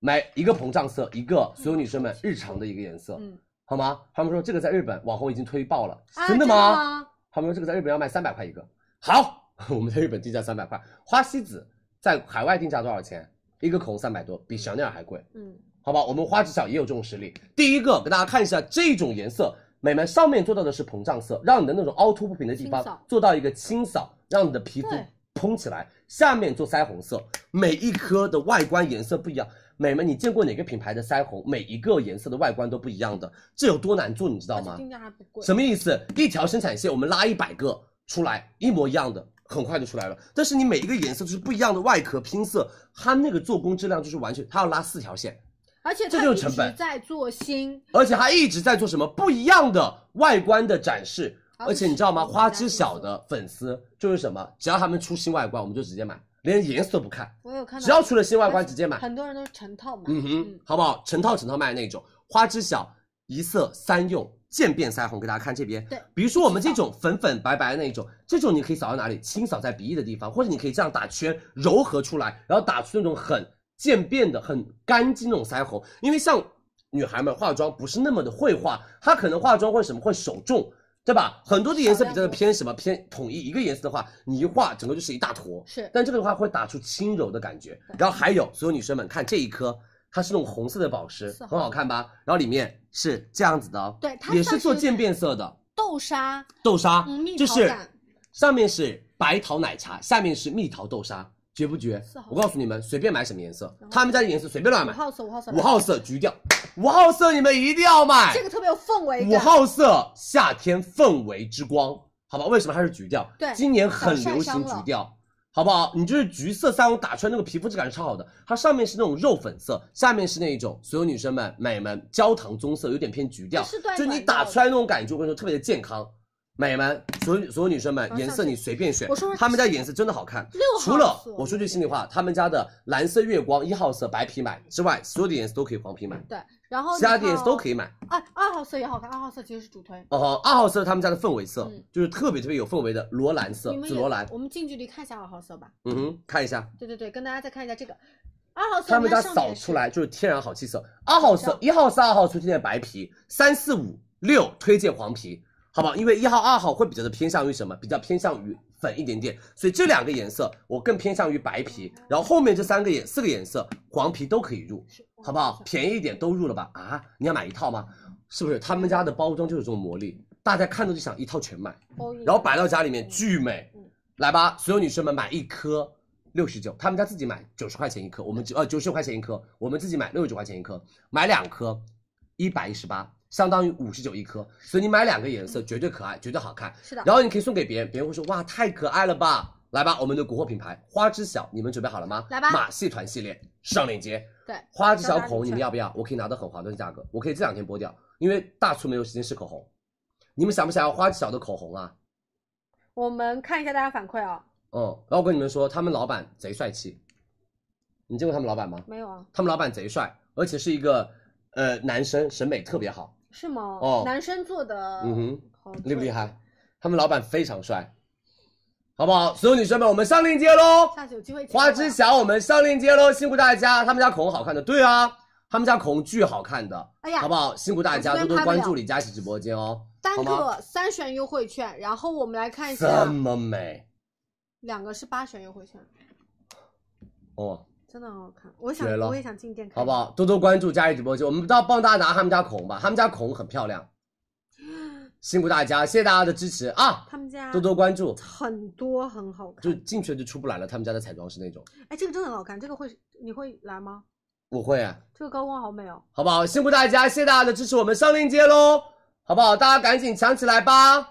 买一个膨胀色，一个所有女生们日常的一个颜色，嗯好吗？他们说这个在日本网红已经推爆了，啊真的真的吗？吗？他们说这个在日本要卖三百块 一个。好，我们在日本定价三百块，花西子在海外定价多少钱？一个口红三百多，比香奈儿还贵，嗯，好吧？我们花知晓也有这种实力。第一个给大家看一下这种颜色，美们上面做到的是膨胀色，让你的那种凹凸不平的地清扫方做到一个清扫，让你的皮肤对蓬起来。下面做腮红色，每一颗的外观颜色不一样。美们，你见过哪个品牌的腮红，每一个颜色的外观都不一样的？这有多难做，你知道而吗且？定价还不贵。什么意思？一条生产线，我们拉一百个出来，一模一样的，很快就出来了。但是你每一个颜色就是不一样的外壳拼色，它那个做工质量就是完全，它要拉四条线，而且这它就一是直成本在做新，而且它一直在做什么不一样的外观的展示。好而且你知道吗？是花知晓的粉丝就是什么，只要他们出新外观，我们就直接买，连颜色都不看，我有看到。只要出了新外观直接买。很多人都是成套买。嗯哼，好不好？成套成套卖的那种，花知晓一色三用，渐变腮红，给大家看这边。对，比如说我们这种粉粉白白的那种，这种你可以扫到哪里？轻扫在鼻翼的地方，或者你可以这样打圈柔合出来，然后打出那种很渐变的、很干净那种腮红。因为像女孩们化妆不是那么的会化，她可能化妆会什么会手重。对吧？很多的颜色比较的偏什么偏统一，一个颜色的话，你一画整个就是一大坨。是但这个的话会打出轻柔的感觉。然后还有所有女生们看这一颗，它是那种红色的宝石，是很好看吧？然后里面是这样子的哦，对它也算是做是渐变色的豆沙，豆沙嗯，蜜就桃是感上面是白桃奶茶，下面是蜜桃豆沙，绝不绝是好？我告诉你们，随便买什么颜色然，后他们家的颜色随便乱五买，号色，五号色，五号色橘调，五号色你们一定要买这。个特别有氛围感。五号色夏天氛围之光，好吧？为什么它是橘调？对今年很早流晒伤行橘了调，好不好？你就是橘色腮红打出来那个皮肤质感是超好的，它上面是那种肉粉色，下面是那一种所有女生们美们焦糖棕色，有点偏橘调，这是断就你管道打的出来那种感觉，我跟你说特别的健康。美们，所有所有女生们，嗯颜色上去你随便选，我说说他们家颜色真的好看。 六号色除了我说句心里话，他们家的蓝色月光一号色白皮买之外，所有的颜色都可以黄皮买，对，然后其他的颜色都可以。以买。哎，二号色也好看，二号色其实是主推。哦，二号色他们家的氛围色，嗯就是特别特别有氛围的罗兰色你，们紫也罗兰。我们近距离看一下二号色吧。嗯哼，看一下，对对对，跟大家再看一下这个二号色，他们家你看上扫面是出来就是天然好气色。二号色好、一号色、二号推荐白皮，三四五六推荐黄皮，好不好？因为一号、二号会比较的偏向于什么？比较偏向于粉一点点，所以这两个颜色我更偏向于白皮。然后后面这三个颜四个颜色黄皮都可以入，嗯是好不好？便宜一点都入了吧？啊，你要买一套吗？是不是？他们家的包装就有这种魔力，大家看到就想一套全买。 all in 然后摆到家里面巨美嗯。来吧，所有女生们买一颗六十九，他们家自己买九十块钱一颗，我们只呃九十块钱一颗，我们自己买六十九块钱一颗，买两颗一百一十八，相当于五十九一颗，所以你买两个颜色绝对可爱，绝对好看。嗯是的，然后你可以送给别人，别人会说哇太可爱了吧。来吧，我们的国货品牌花知晓，你们准备好了吗？来吧马戏团系列上链接。对，花知晓口让大家红你们去要不要？我可以拿到很划算的价格，我可以这两天播掉，因为大促没有时间试口红。你们想不想要花知晓的口红啊？我们看一下大家反馈啊，嗯，然后我跟你们说，他们老板贼帅气，你见过他们老板吗？没有啊，他们老板贼帅，而且是一个呃男生，审美特别好，是吗？哦男生做的，嗯哼，好厉不厉对害？他们老板非常帅，好不好？所有女生们，我们上链接喽！下次有机会见花吧知晓，我们上链接喽，辛苦大家，他们家口红好看的，对啊，他们家口红巨好看的，哎呀好不好？辛苦大家我这边多多拍不关了注李佳琦直播间哦，单好吗？个三选优惠券，然后我们来看一下这，么美两个是八选优惠券，哦，真的很好看，我想绝了我也想进店看，好不？好？多多关注佳怡直播间，我们到帮大家拿他们家口红吧，他们家口红很漂亮，辛苦大家，谢谢大家的支持啊！他们家多多关注，很多很好就看，进去就出不来了，他们家的彩妆是那种，哎，这个真的很好看，这个会你会来吗？我会、啊这个高光好美哦，好不好？辛苦大家，谢谢大家的支持，我们上链接喽，好不好？大家赶紧抢起来吧，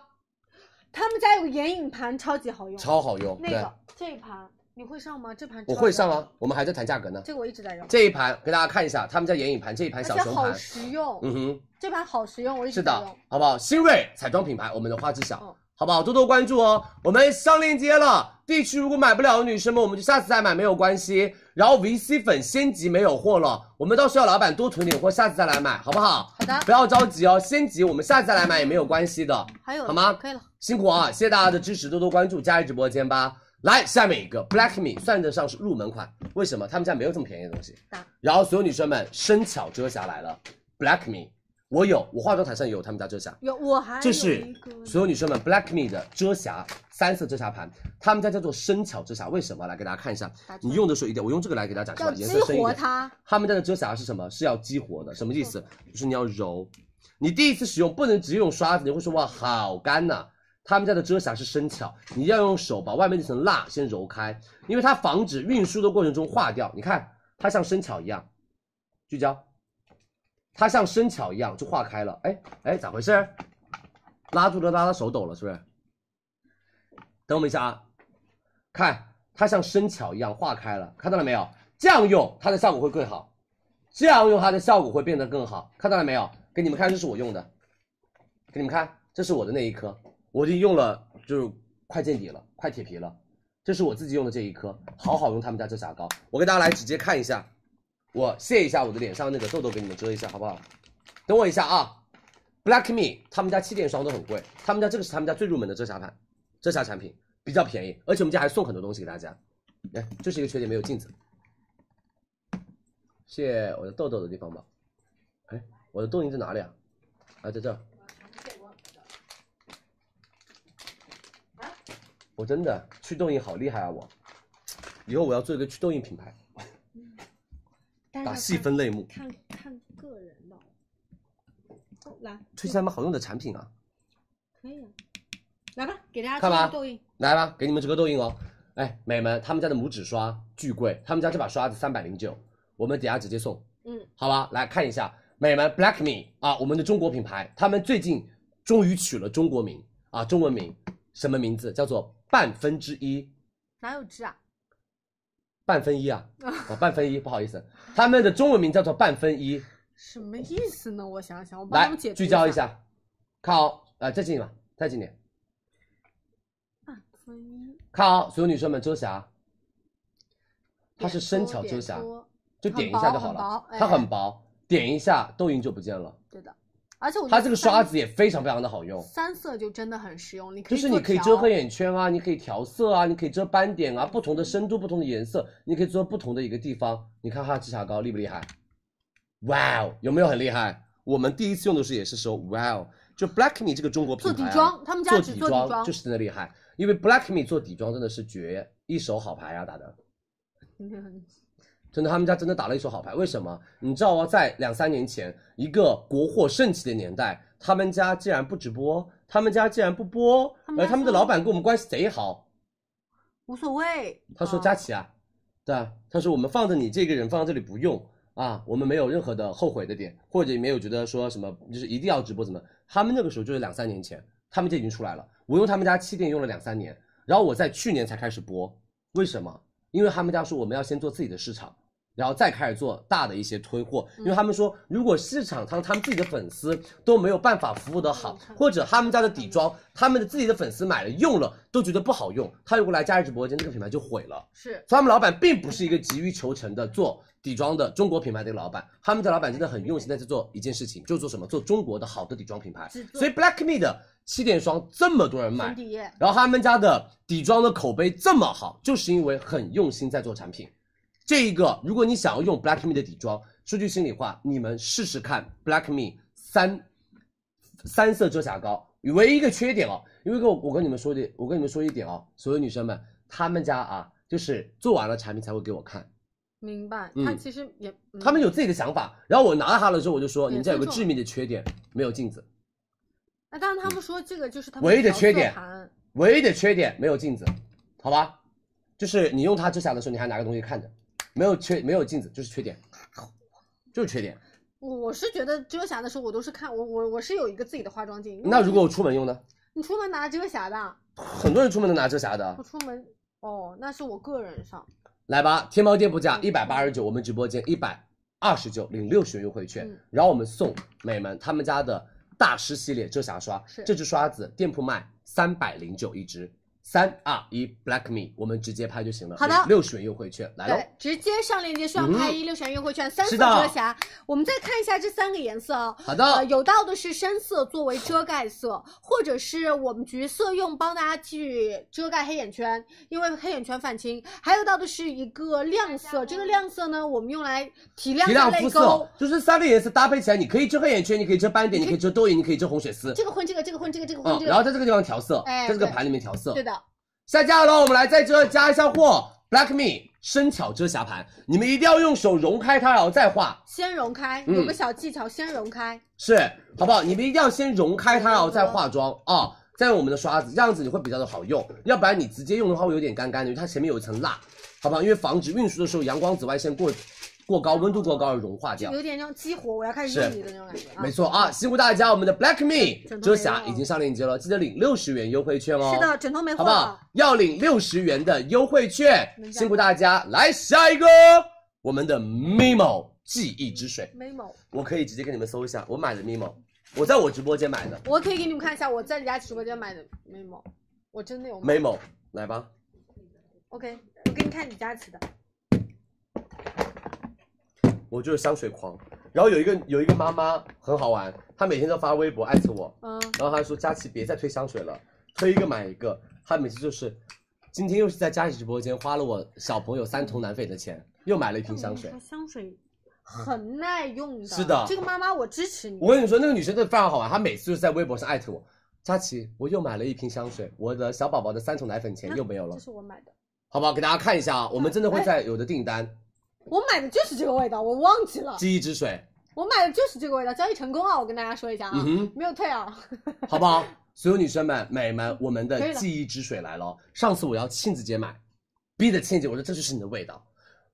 他们家有个眼影盘超级好用，超好用，那对，个这一盘你会上吗？这盘我超会级上好啊，我们还在谈价格呢用，。这个我一直在用，这一盘给大家看一下，他们家眼影盘这一盘而小且熊好盘，实用，嗯哼，这盘好实用，我一直是在的哦用。，好不好？新锐彩妆品牌，我们的花知晓嗯，好不好？多多关注哦。我们上链接了，地区如果买不了的女生们，我们就下次再买没有关系。然后 VC 粉先集没有货了，我们到时候要老板多囤点货，下次再来买，好不好？好的不要着急哦，先集，我们下次再来买也没有关系的，还有好吗？可以了，辛苦啊！谢谢大家的支持，多多关注佳怡直播间吧。来，下面一个 Black Me 算得上是入门款，为什么？他们家没有这么便宜的东西打。然后所有女生们，生巧遮瑕来了，Black Me 我有，我化妆台上也有他们家遮瑕。有我还这有是一个所有女生们 Black Me 的遮瑕三色遮瑕盘，他们家叫做生巧遮瑕，为什么？来给大家看一下打，出来你用的时候一定，我用这个来给大家要讲，颜激色深一活点。它，他们家的遮瑕是什么？是要激活的，什么意思？就是你要揉。你第一次使用不能直接用刷子，你会说哇好干呐、他们家的遮瑕是生巧，你要用手把外面那层蜡先揉开，因为它防止运输的过程中化掉。你看它像生巧一样，聚焦，它像生巧一样就化开了。哎哎，咋回事儿？拉住了拉到手抖了是不是？等我们一下啊，看它像生巧一样化开了，看到了没有？这样用它的效果会更好，这样用它的效果会变得更好，看到了没有？给你们看，这是我用的，给你们看，这是我的那一颗，我已经用了，就是快见底了，快铁皮了，这是我自己用的这一颗，好好用他们家遮瑕膏，我给大家来直接看一下，我卸一下我的脸上那个痘痘，给你们遮一下，好不好？等我一下啊，Black Me 他们家气垫霜都很贵，他们家这个是他们家最入门的遮瑕盘，遮瑕产品比较便宜，而且我们家还送很多东西给大家。来，这是一个缺点，没有镜子。卸我的痘痘的地方吧。哎，我的痘印在哪里啊？啊，在这儿。我真的祛痘印好厉害啊！我以后我要做一个祛痘印品牌，嗯但是打要细看分类目，看看个人的。哦来，推荐他们好用的产品啊。可以啊，来吧，给大家看做吧个痘印。来吧，给你们折个痘印哦。哎，美们，他们家的拇指刷巨贵，他们家这把刷子三百零九，我们底下直接送，嗯，好吧？来看一下美们 Black Me 啊，我们的中国品牌，他们最近终于取了中国名啊，中文名什么名字？叫做半分之一，哪有痣啊？半 分一啊，啊，半分一，不好意思，他们的中文名叫做半分一，什么意思呢？我想想，我帮他来们解读聚焦一。下，看哦，呃，再近一点吧，再近一点，半分一，看哦，所有女生们遮瑕，它是生巧点遮瑕，多就点一下就好了，很薄很薄哎它很薄，点一下痘印就不见了。对的。而且我觉得它这个三刷子也非常非常的好用，三色就真的很实用，你可就以是你做可以条遮黑眼圈啊，你可以调色啊，你可以遮斑点啊，不同的深度、不同的颜色，你可以做不同的一个地方。你看它的遮瑕膏厉不厉害？哇哦，有没有很厉害？我们第一次用的时候也是说哇哦，就 Black Me 这个中国品做牌、底啊、妆，他们家做只底做底妆妆就。是真的厉害，因为 Black Me 做底妆真的是绝一手好牌啊，打的。真的，他们家真的打了一手好牌。为什么？你知道吗？在两三年前，一个国货盛起的年代，他们家竟然不直播，他们家竟然不播他，们家而他们的说老板跟我们关系贼好。无所谓。他说：“啊佳琪啊，对啊，他说我们放着你这个人放在这里不用啊，我们没有任何的后悔的点，或者也没有觉得说什么就是一定要直播怎么。他们那个时候就是两三年前，他们就已经出来了。我用他们家气垫用了两三年，然后我在去年才开始播。为什么？因为他们家说我们要先做自己的市场。”然后再开始做大的一些推货，因为他们说，如果市场上他们自己的粉丝都没有办法服务的好，或者他们家的底妆，他们的自己的粉丝买了用了都觉得不好用，他如果来佳琦直播间，这个品牌就毁了。是所以他们老板并不是一个急于求成的做底妆的中国品牌的一个老板，他们家老板真的很用心在在做一件事情，就是做什么？做中国的好的底妆品牌只。做所以 Black Me 的气垫霜这么多人买粉，底液，然后他们家的底妆的口碑这么好，就是因为很用心在做产品。这一个，如果你想要用 Black Me 的底妆，说句心里话，你们试试看 Black Me 三三色遮瑕膏，唯一一个缺点哦，因为我我跟你们说的，我跟你们说一点哦，所有女生们，他们家啊，就是做完了产品才会给我看，明白？嗯它其实也，嗯他们有自己的想法。然后我拿到它了之后，我就说，也你们家有个尊重致命的缺点，没有镜子。那当然他们说这个就是他们嗯唯一的调缺色点盘唯一的缺点没有镜子，好吧？就是你用它遮瑕的时候，你还拿个东西看着，没有缺没有镜子就是缺点，就是缺点。我我是觉得遮瑕的时候，我都是看我我我是有一个自己的化妆镜。因为那如果我出门用呢？你出门拿遮瑕的，很多人出门都拿遮瑕的不。出门哦，那是我个人上。来吧，天猫店铺价一百八十九，我们直播间一百二十九领六十元优惠券，嗯然后我们送美们他们家的大师系列遮瑕刷是，这支刷子店铺卖三百零九一支，三二一，Black Me，我们直接拍就行了。好的六十元优惠券来喽嗯对。，直接上链接上拍一六元优惠券，三色是的遮瑕。我们再看一下这三个颜色哦。好的呃，有到的是深色作为遮盖色，或者是我们橘色用帮大家去遮盖黑眼圈，因为黑眼圈泛青。还有到的是一个亮色，这个亮色呢，我们用来提亮提下亮泪肤沟色。，就是三个颜色搭配起来，你可以遮黑眼圈，你可以遮斑点，你可以遮痘印，你可以遮红血丝，这个混这个，这个混这个，这个混嗯这，个。然后在这个地方调色，哎在这个对盘里面调色对。的，下架喽，我们来在这加一下货，Black Me 生巧遮瑕盘，你们一定要用手融开它，然后再画，先融开，嗯有个小技巧，先融开。是，好不好？你们一定要先融开它，然后再化妆啊、再用我们的刷子，这样子你会比较的好用，要不然你直接用的话会有点干干的，因为它前面有一层蜡，好不好？因为防止运输的时候阳光紫外线过过高，温度过高而融化掉。有点那种激活，我要开始是用你的那种感觉啊。嗯没错啊，辛苦大家，我们的 Black Me 枕头没了遮瑕已经上链接了，记得领六十元优惠券哦。是的，，枕头没好货不了好。？要领六十元的优惠券能，加辛苦大家。来下一个，我们的 Mimo 记忆之水，眉毛，我可以直接给你们搜一下，我买的 Mimo，我在我直播间买的我可以给你们看一下我在李佳琦直播间买的眉毛，我真的有买。 Mimo，来吧， OK，我给你看李佳琦的，我就是香水狂。然后有一个有一个妈妈很好玩，她每天都发微博艾特我，嗯，然后她说佳琪别再推香水了，推一个买一个。她每次就是，今天又是在佳琦直播间花了我小朋友三童男匪的钱，又买了一瓶香水它。香水很耐用的。是的这个妈妈我支持你。我跟你说，那个女生真的非常好玩，她每次就是在微博上艾特我，佳琪，我又买了一瓶香水，我的小宝宝的三桶奶粉钱又没有了嗯这，是我买的，好不好？给大家看一下啊，我们真的会在有的订单，我买的就是这个味道，我忘记了，记忆之水，我买的就是这个味道，交易成功啊！我跟大家说一下啊，嗯哼没有退啊。 好不好？所有女生们、美们，我们可以的了记忆之水来了。哦上次我要庆子姐买，逼的倩姐，我说这就是你的味道。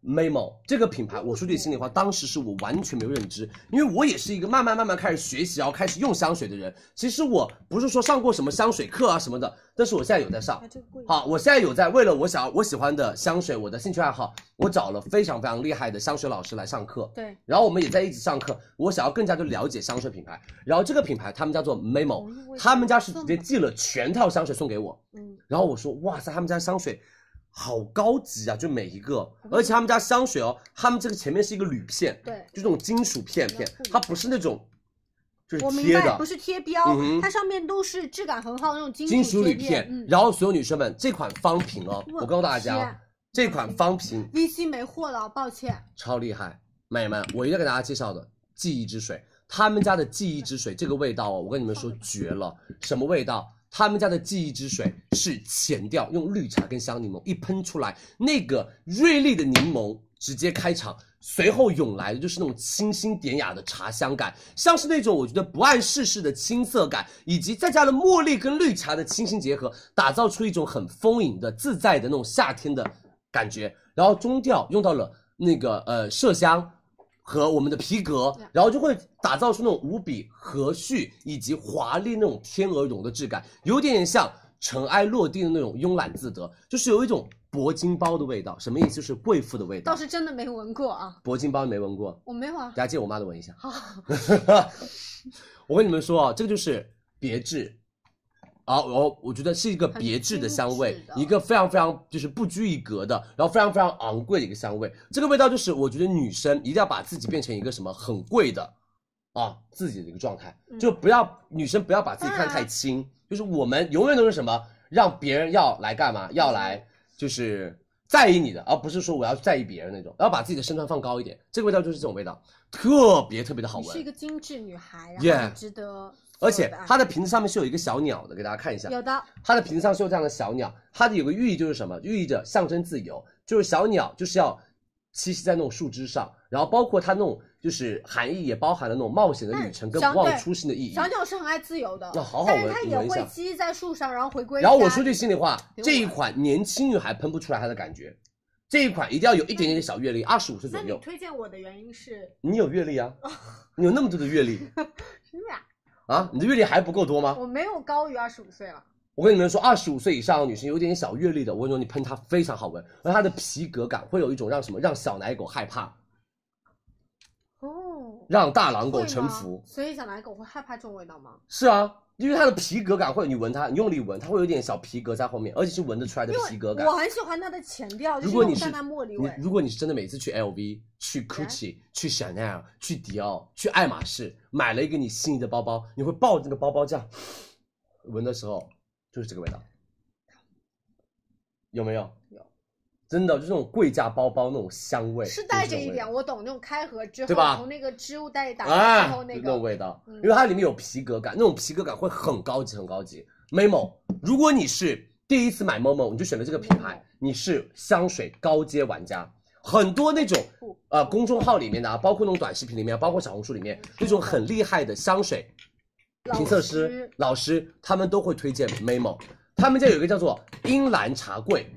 Memo 这个品牌，我说句心里话，当时是我完全没有认知，因为我也是一个慢慢慢慢开始学习，然后开始用香水的人。其实我不是说上过什么香水课啊什么的，但是我现在有在上啊，。这个贵。好，我现在有在为了我想要我喜欢的香水，我的兴趣爱好，我找了非常非常厉害的香水老师来上课。对，然后我们也在一起上课，我想要更加的了解香水品牌。然后这个品牌他们叫哦做 Memo，同一味道他们家是直接寄了全套香水送给我。嗯，然后我说哇塞，他们家香水好高级啊，就每一个，而且他们家香水哦，他们这个前面是一个铝片，嗯对就这种金属片片，它不是那种就是我明贴白，的不，是贴标，嗯哼它上面都是质感很好的那种金金属贴铝片片。。嗯然后所有女生们，这款方瓶哦，哇我告诉大家哦天，啊这款方瓶，VC 没货了，抱歉。超厉害，美们，我一定要给大家介绍的记忆之水，他们家的记忆之水这个味道哦，我跟你们说绝了，什么味道？他们家的记忆之水是前调，用绿茶跟香柠檬一喷出来，那个锐利的柠檬直接开场，随后涌来的就是那种清新典雅的茶香感，像是那种我觉得不谙世事的青涩感，以及再加了茉莉跟绿茶的清新结合，打造出一种很丰盈的、自在的那种夏天的感觉。然后中调用到了那个呃麝香和我们的皮革，然后就会打造出那种无比和煦以及华丽那种天鹅绒的质感，有点点像尘埃落定的那种慵懒自得，就是有一种铂金包的味道。什么意思？就是贵妇的味倒道。是真的没闻过啊，铂金包你没闻过？我没有啊。大家借我妈的闻一下。好， 我跟你们说啊，这个就是别致。啊，我我觉得是一个很别致的精香味致的，一个非常非常就是不拘一格的，然后非常非常昂贵的一个香味。这个味道就是我觉得女生一定要把自己变成一个什么很贵的，啊，自己的一个状态，嗯就不要女生不要把自己看太轻，就是我们永远都是什么让别人要来干嘛，嗯要来就是在意你的，而不是说我要在意别人那种，要把自己的身段放高一点。这个味道就是这种味道，特别特别的好你闻。是一个精致女孩，然 Yeah 后你值得所有的爱。啊而且它的瓶子上面是有一个小鸟的，给大家看一下。有的它的瓶子上是有这样的小鸟，它的有个寓意就是什么？寓意着象征自由，就是小鸟就是要栖息在那种树枝上，然后包括它那种就是含义也包含了那种冒险的旅程跟小不忘对初心的意义小。鸟是很爱自由的，那好好但是闻它你也闻一会下栖息在树上，然后回归家。然后我说句心里话，给我这一款年轻女孩喷不出来她的感觉，这一款一定要有一点点的小阅历，二十五岁左那你右。推荐我的原因是，你有阅历啊？你有那么多的阅历 是啊，啊？你的阅历还不够多吗？我没有高于二十五岁了，我跟你们说，二十五岁以上的女生有点小阅历的，我跟你说，你喷它非常好闻，而它的皮革感会有一种让什么让小奶狗害怕，哦，让大狼会狗吗臣服。所以小奶狗会害怕这种味道吗？是啊，因为它的皮革感会，你闻它，你用力闻，它会有点小皮革在后面，而且是闻得出来的皮因革为感我。很喜欢它的前调，就如是果那种你是淡淡茉莉你味。如果你是真的每次去 LV、去 Gucci、去 Chanel、去迪奥、去爱马仕买了一个你心仪的包包，你会抱着那个包包这样闻的时候，就是这个味道，有没有？有，真的就是那种贵价包包那种香味，是带着就是一这种味道点，我懂那种开盒之后，对吧从那个织物袋里打开哎，之后就那那种个，味道嗯，因为它里面有皮革感，那种皮革感会很高级，很高级。Memo，如果你是第一次买 Momo，你就选择这个品嗯牌，你是香水高阶玩家。很多那种不呃公众号里面的啊，包括那种短视频里面，包括小红书里面那种很厉害的香水嗯老评测师师、老师，他们都会推荐 Memo。他们家有一个叫做英兰茶柜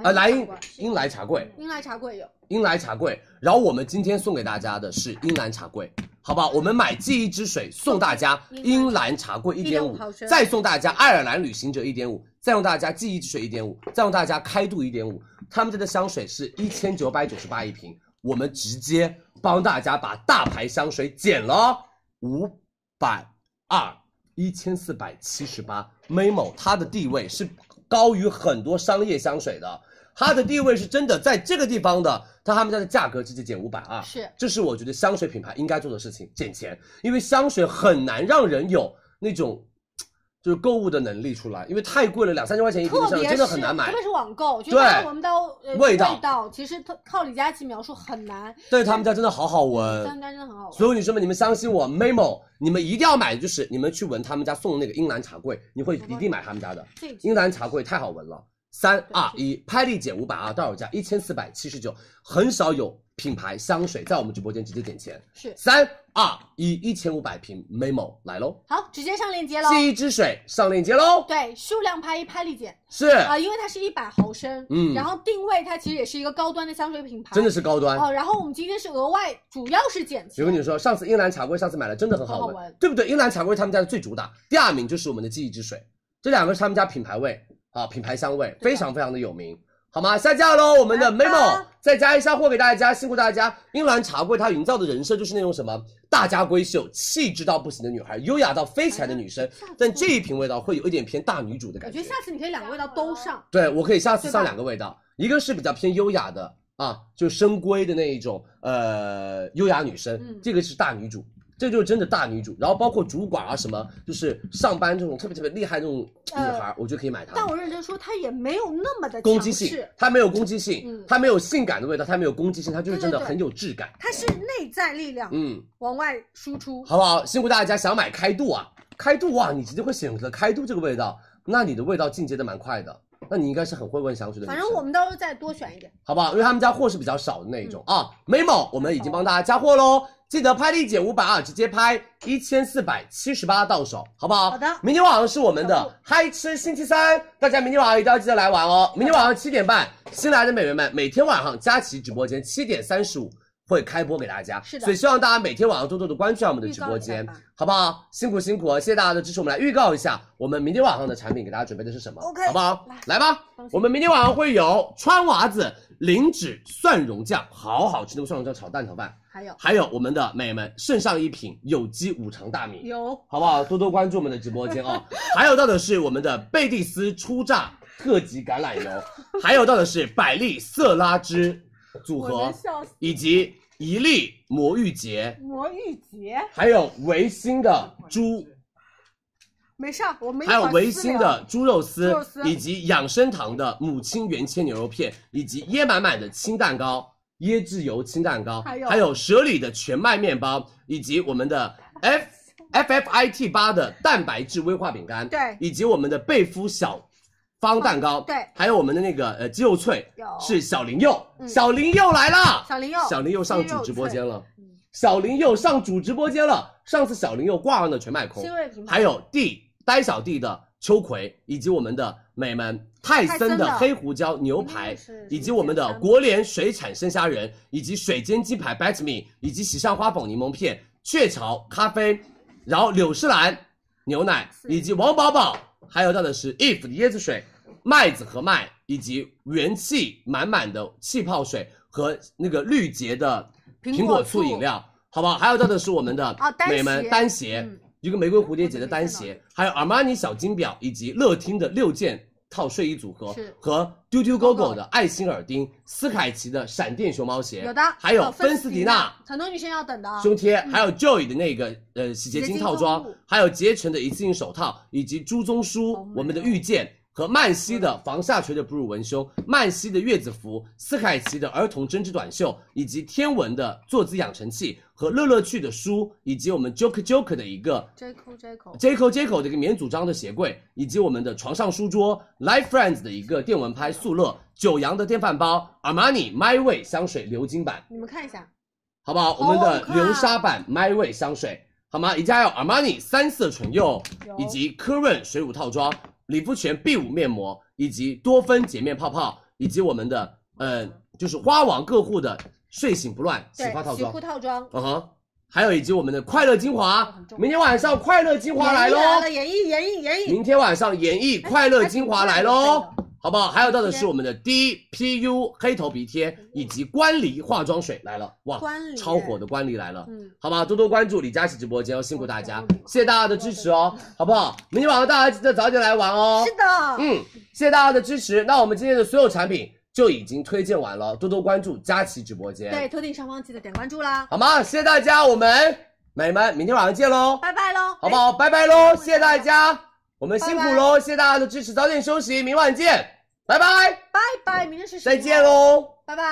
来呃，莱英英茶嗯柜英兰英来茶柜，茶柜有，英兰茶柜。然后我们今天送给大家的是英兰茶柜，好不好？我们买记忆之水送大家英兰茶柜一点1.5五毫，升再送大家爱尔兰旅行者一点五，再送大家记忆之水一点五，再送大家开度一点五。他们家的香水是一千九百九十八一瓶，我们直接帮大家把大牌香水减了五百二。一千四百七十八，Memo 它的地位是高于很多商业香水的，它的地位是真的在这个地方的，它他们家的价格直接减五百二，是这是我觉得香水品牌应该做的事情，减钱，因为香水很难让人有那种就是购物的能力出来，因为太贵了，两三千块钱一瓶的特香水别真的是很难买特别。是网购，就对是闻到呃味道道，其实特靠李佳琦描述很难，但是他们家真的好好闻，但但真的很好闻。呃所有女生们，你们相信我，Memo，你们一定要买，就是你们去闻他们家送的那个英兰茶柜，你会一定买他们家的。这英兰茶柜太好闻了。三二一，拍立减五百二，到手价一千四百七十九，很少有品牌香水在我们直播间直接减钱。是三二一，一千五百瓶 Memo 来喽！好，直接上链接喽。记忆之水上链接喽，对，数量拍一拍立减是，啊、因为它是一百毫升，嗯然后定位它其实也是一个高端的香水品牌，真的是高端。哦。然后我们今天是额外，主要是减我钱跟，你说，上次英兰茶柜上次买的真的很好很闻，好闻对不对？英兰茶柜是他们家的最主打，第二名就是我们的记忆之水，这两个是他们家品牌味啊，品牌香味对的非常非常的有名，好吗？下架喽，我们的来吧 Memo 再加一下货给大家，辛苦大家。英兰茶柜它营造的人设就是那种什么大家闺秀、气质到不行的女孩，优雅到飞起来的女生下次，但这一瓶味道会有一点偏大女主的我感觉觉。得下次你可以两个味道都上，对，我可以下次对吧上两个味道，一个是比较偏优雅的啊，就深闺的那一种，呃，优雅女生，嗯这个是大女主，这就是真的大女主。然后包括主管啊什么，就是上班这种特别特别厉害这种女呃孩儿，我觉得可以买它。但我认真说，它也没有那么的嗯攻击强性势，它没有攻击性，嗯它没有性感的味道，它没有攻击性，它就是对对真的对很有质感。它是内在力量、嗯，往外输出。好不好？辛苦大家，想买开度啊，开度哇，你直接会选择开度这个味道，那你的味道进阶的蛮快的，那你应该是很会闻香水的女生。反正我们到时候再多选一点，好不好？因为他们家货是比较少的那一种、嗯啊。眉毛我们已经帮大家加货喽，记得拍立减五百二，直接拍一千四百七十八到手，好不好？好的明天晚上是我们小布的嗨吃星期三，大家明天晚上一定要记得来玩哦。明天晚上七点半，新来的美眉们，每天晚上佳琦直播间七点三十五。会开播给大家，是的所以希望大家每天晚上多多的关注一下我们的直播预间告一下吧，好不好？辛苦辛苦，谢谢大家的支持。我们来预告一下，我们明天晚上的产品给大家准备的是什么 OK，好不好？来吧放心，我们明天晚上会有川娃子零脂蒜蓉酱，好好吃那个蒜蓉酱炒蛋炒饭，还有还有我们的美眉们圣上一品有机五常大米，有好不好？多多关注我们的直播间哦。还有到的是我们的贝蒂斯初榨特级橄榄油，还有到的是百利色拉汁组我合能，笑死，以及一粒魔芋结，魔芋结还有维新的猪没事儿，我们一还有会儿维私新聊的猪肉丝猪肉丝，以及养生堂的母亲原切牛肉片，以及椰满满的清蛋糕、椰制油清蛋糕，还有还有舍里的全麦面包，以及我们的 F F F I T 八的蛋白质威化饼干，对以及我们的贝夫小方蛋糕，对还有我们的那个呃鸡肉脆有，是小林柚，嗯小林柚来了，小林柚小林柚上主直播鸡肉间了嗯，小林柚上主直播间了，上次小林柚挂上的全卖空新，锐品牌，还有地呆小弟的秋葵，以及我们的美们泰森的黑胡椒牛排泰森的，以及我们的国联水产生虾仁，以及水煎鸡排 Bat Me，以及喜上花宝柠檬片、雀巢咖啡，然后柳诗兰牛奶，是以及王宝宝，还有到的是 If 的椰子水、麦子和麦，以及元气满满的气泡水和那个绿洁的苹果苹果醋饮料。好不好？还有到的是我们的哦单美们鞋单鞋嗯，一个玫瑰蝴蝶结的单鞋，还有 Armani 小金表以及乐听的六件套睡衣组合是，和丢丢狗狗的爱心耳钉，斯凯奇的闪电熊猫鞋，有的，还有芬芬斯迪娜。，很多女生要等的啊。胸贴，还有 Joy 的那个呃洗洁洁精精套装公布，还有洁辰的一次性手套，以及朱宗好书美哦我们的遇见和曼西的防下垂的哺乳文胸，曼西的月子服，斯凯奇的儿童针织短袖，以及天文的坐姿养成器和乐乐趣的书，以及我们 Joker Joker 的一个 J c o J c o Jaco Jaco 的一个免组装的鞋柜，以及我们的床上书桌，Life Friends 的一个电蚊拍速乐，九阳的电饭煲，Armani My Way 香水鎏金版。你们看一下，好不好？我好们的哦好看流沙版 My Way 香水，好吗？宜家有 Armani 三色唇釉，有以及科润水乳套装，理肤泉 B 五面膜，以及多芬洁面泡泡，以及我们的嗯、呃就是花王各户的睡醒不乱洗对发套，洗装护，套装，嗯哼，还有以及我们的快乐精华很重，要明天晚上快乐精华来喽，演绎来了，演绎，演绎，演绎，明天晚上演绎快乐精华来哎喽。好不好？还有到的是我们的 DPU 黑头鼻贴嗯以及关梨化妆水来了，哇，关梨超火的关梨来了，嗯，好吧，多多关注李佳琦直播间哦，辛苦大家我知道，谢谢大家的支持哦，好不好？明天晚上大家记得早点来玩哦是。的，嗯，谢谢大家的支持。那我们今天的所有产品就已经推荐完了，多多关注佳琦直播间，对，，头顶上方记得点关注啦，好吗？谢谢大家，我们美们明天晚上见喽，拜拜喽，好不好？拜拜喽，谢谢大家，我们辛苦喽，谢谢大家的支持，早点休息，明晚见，拜拜，哎？拜拜，明天是再见，喽。拜拜。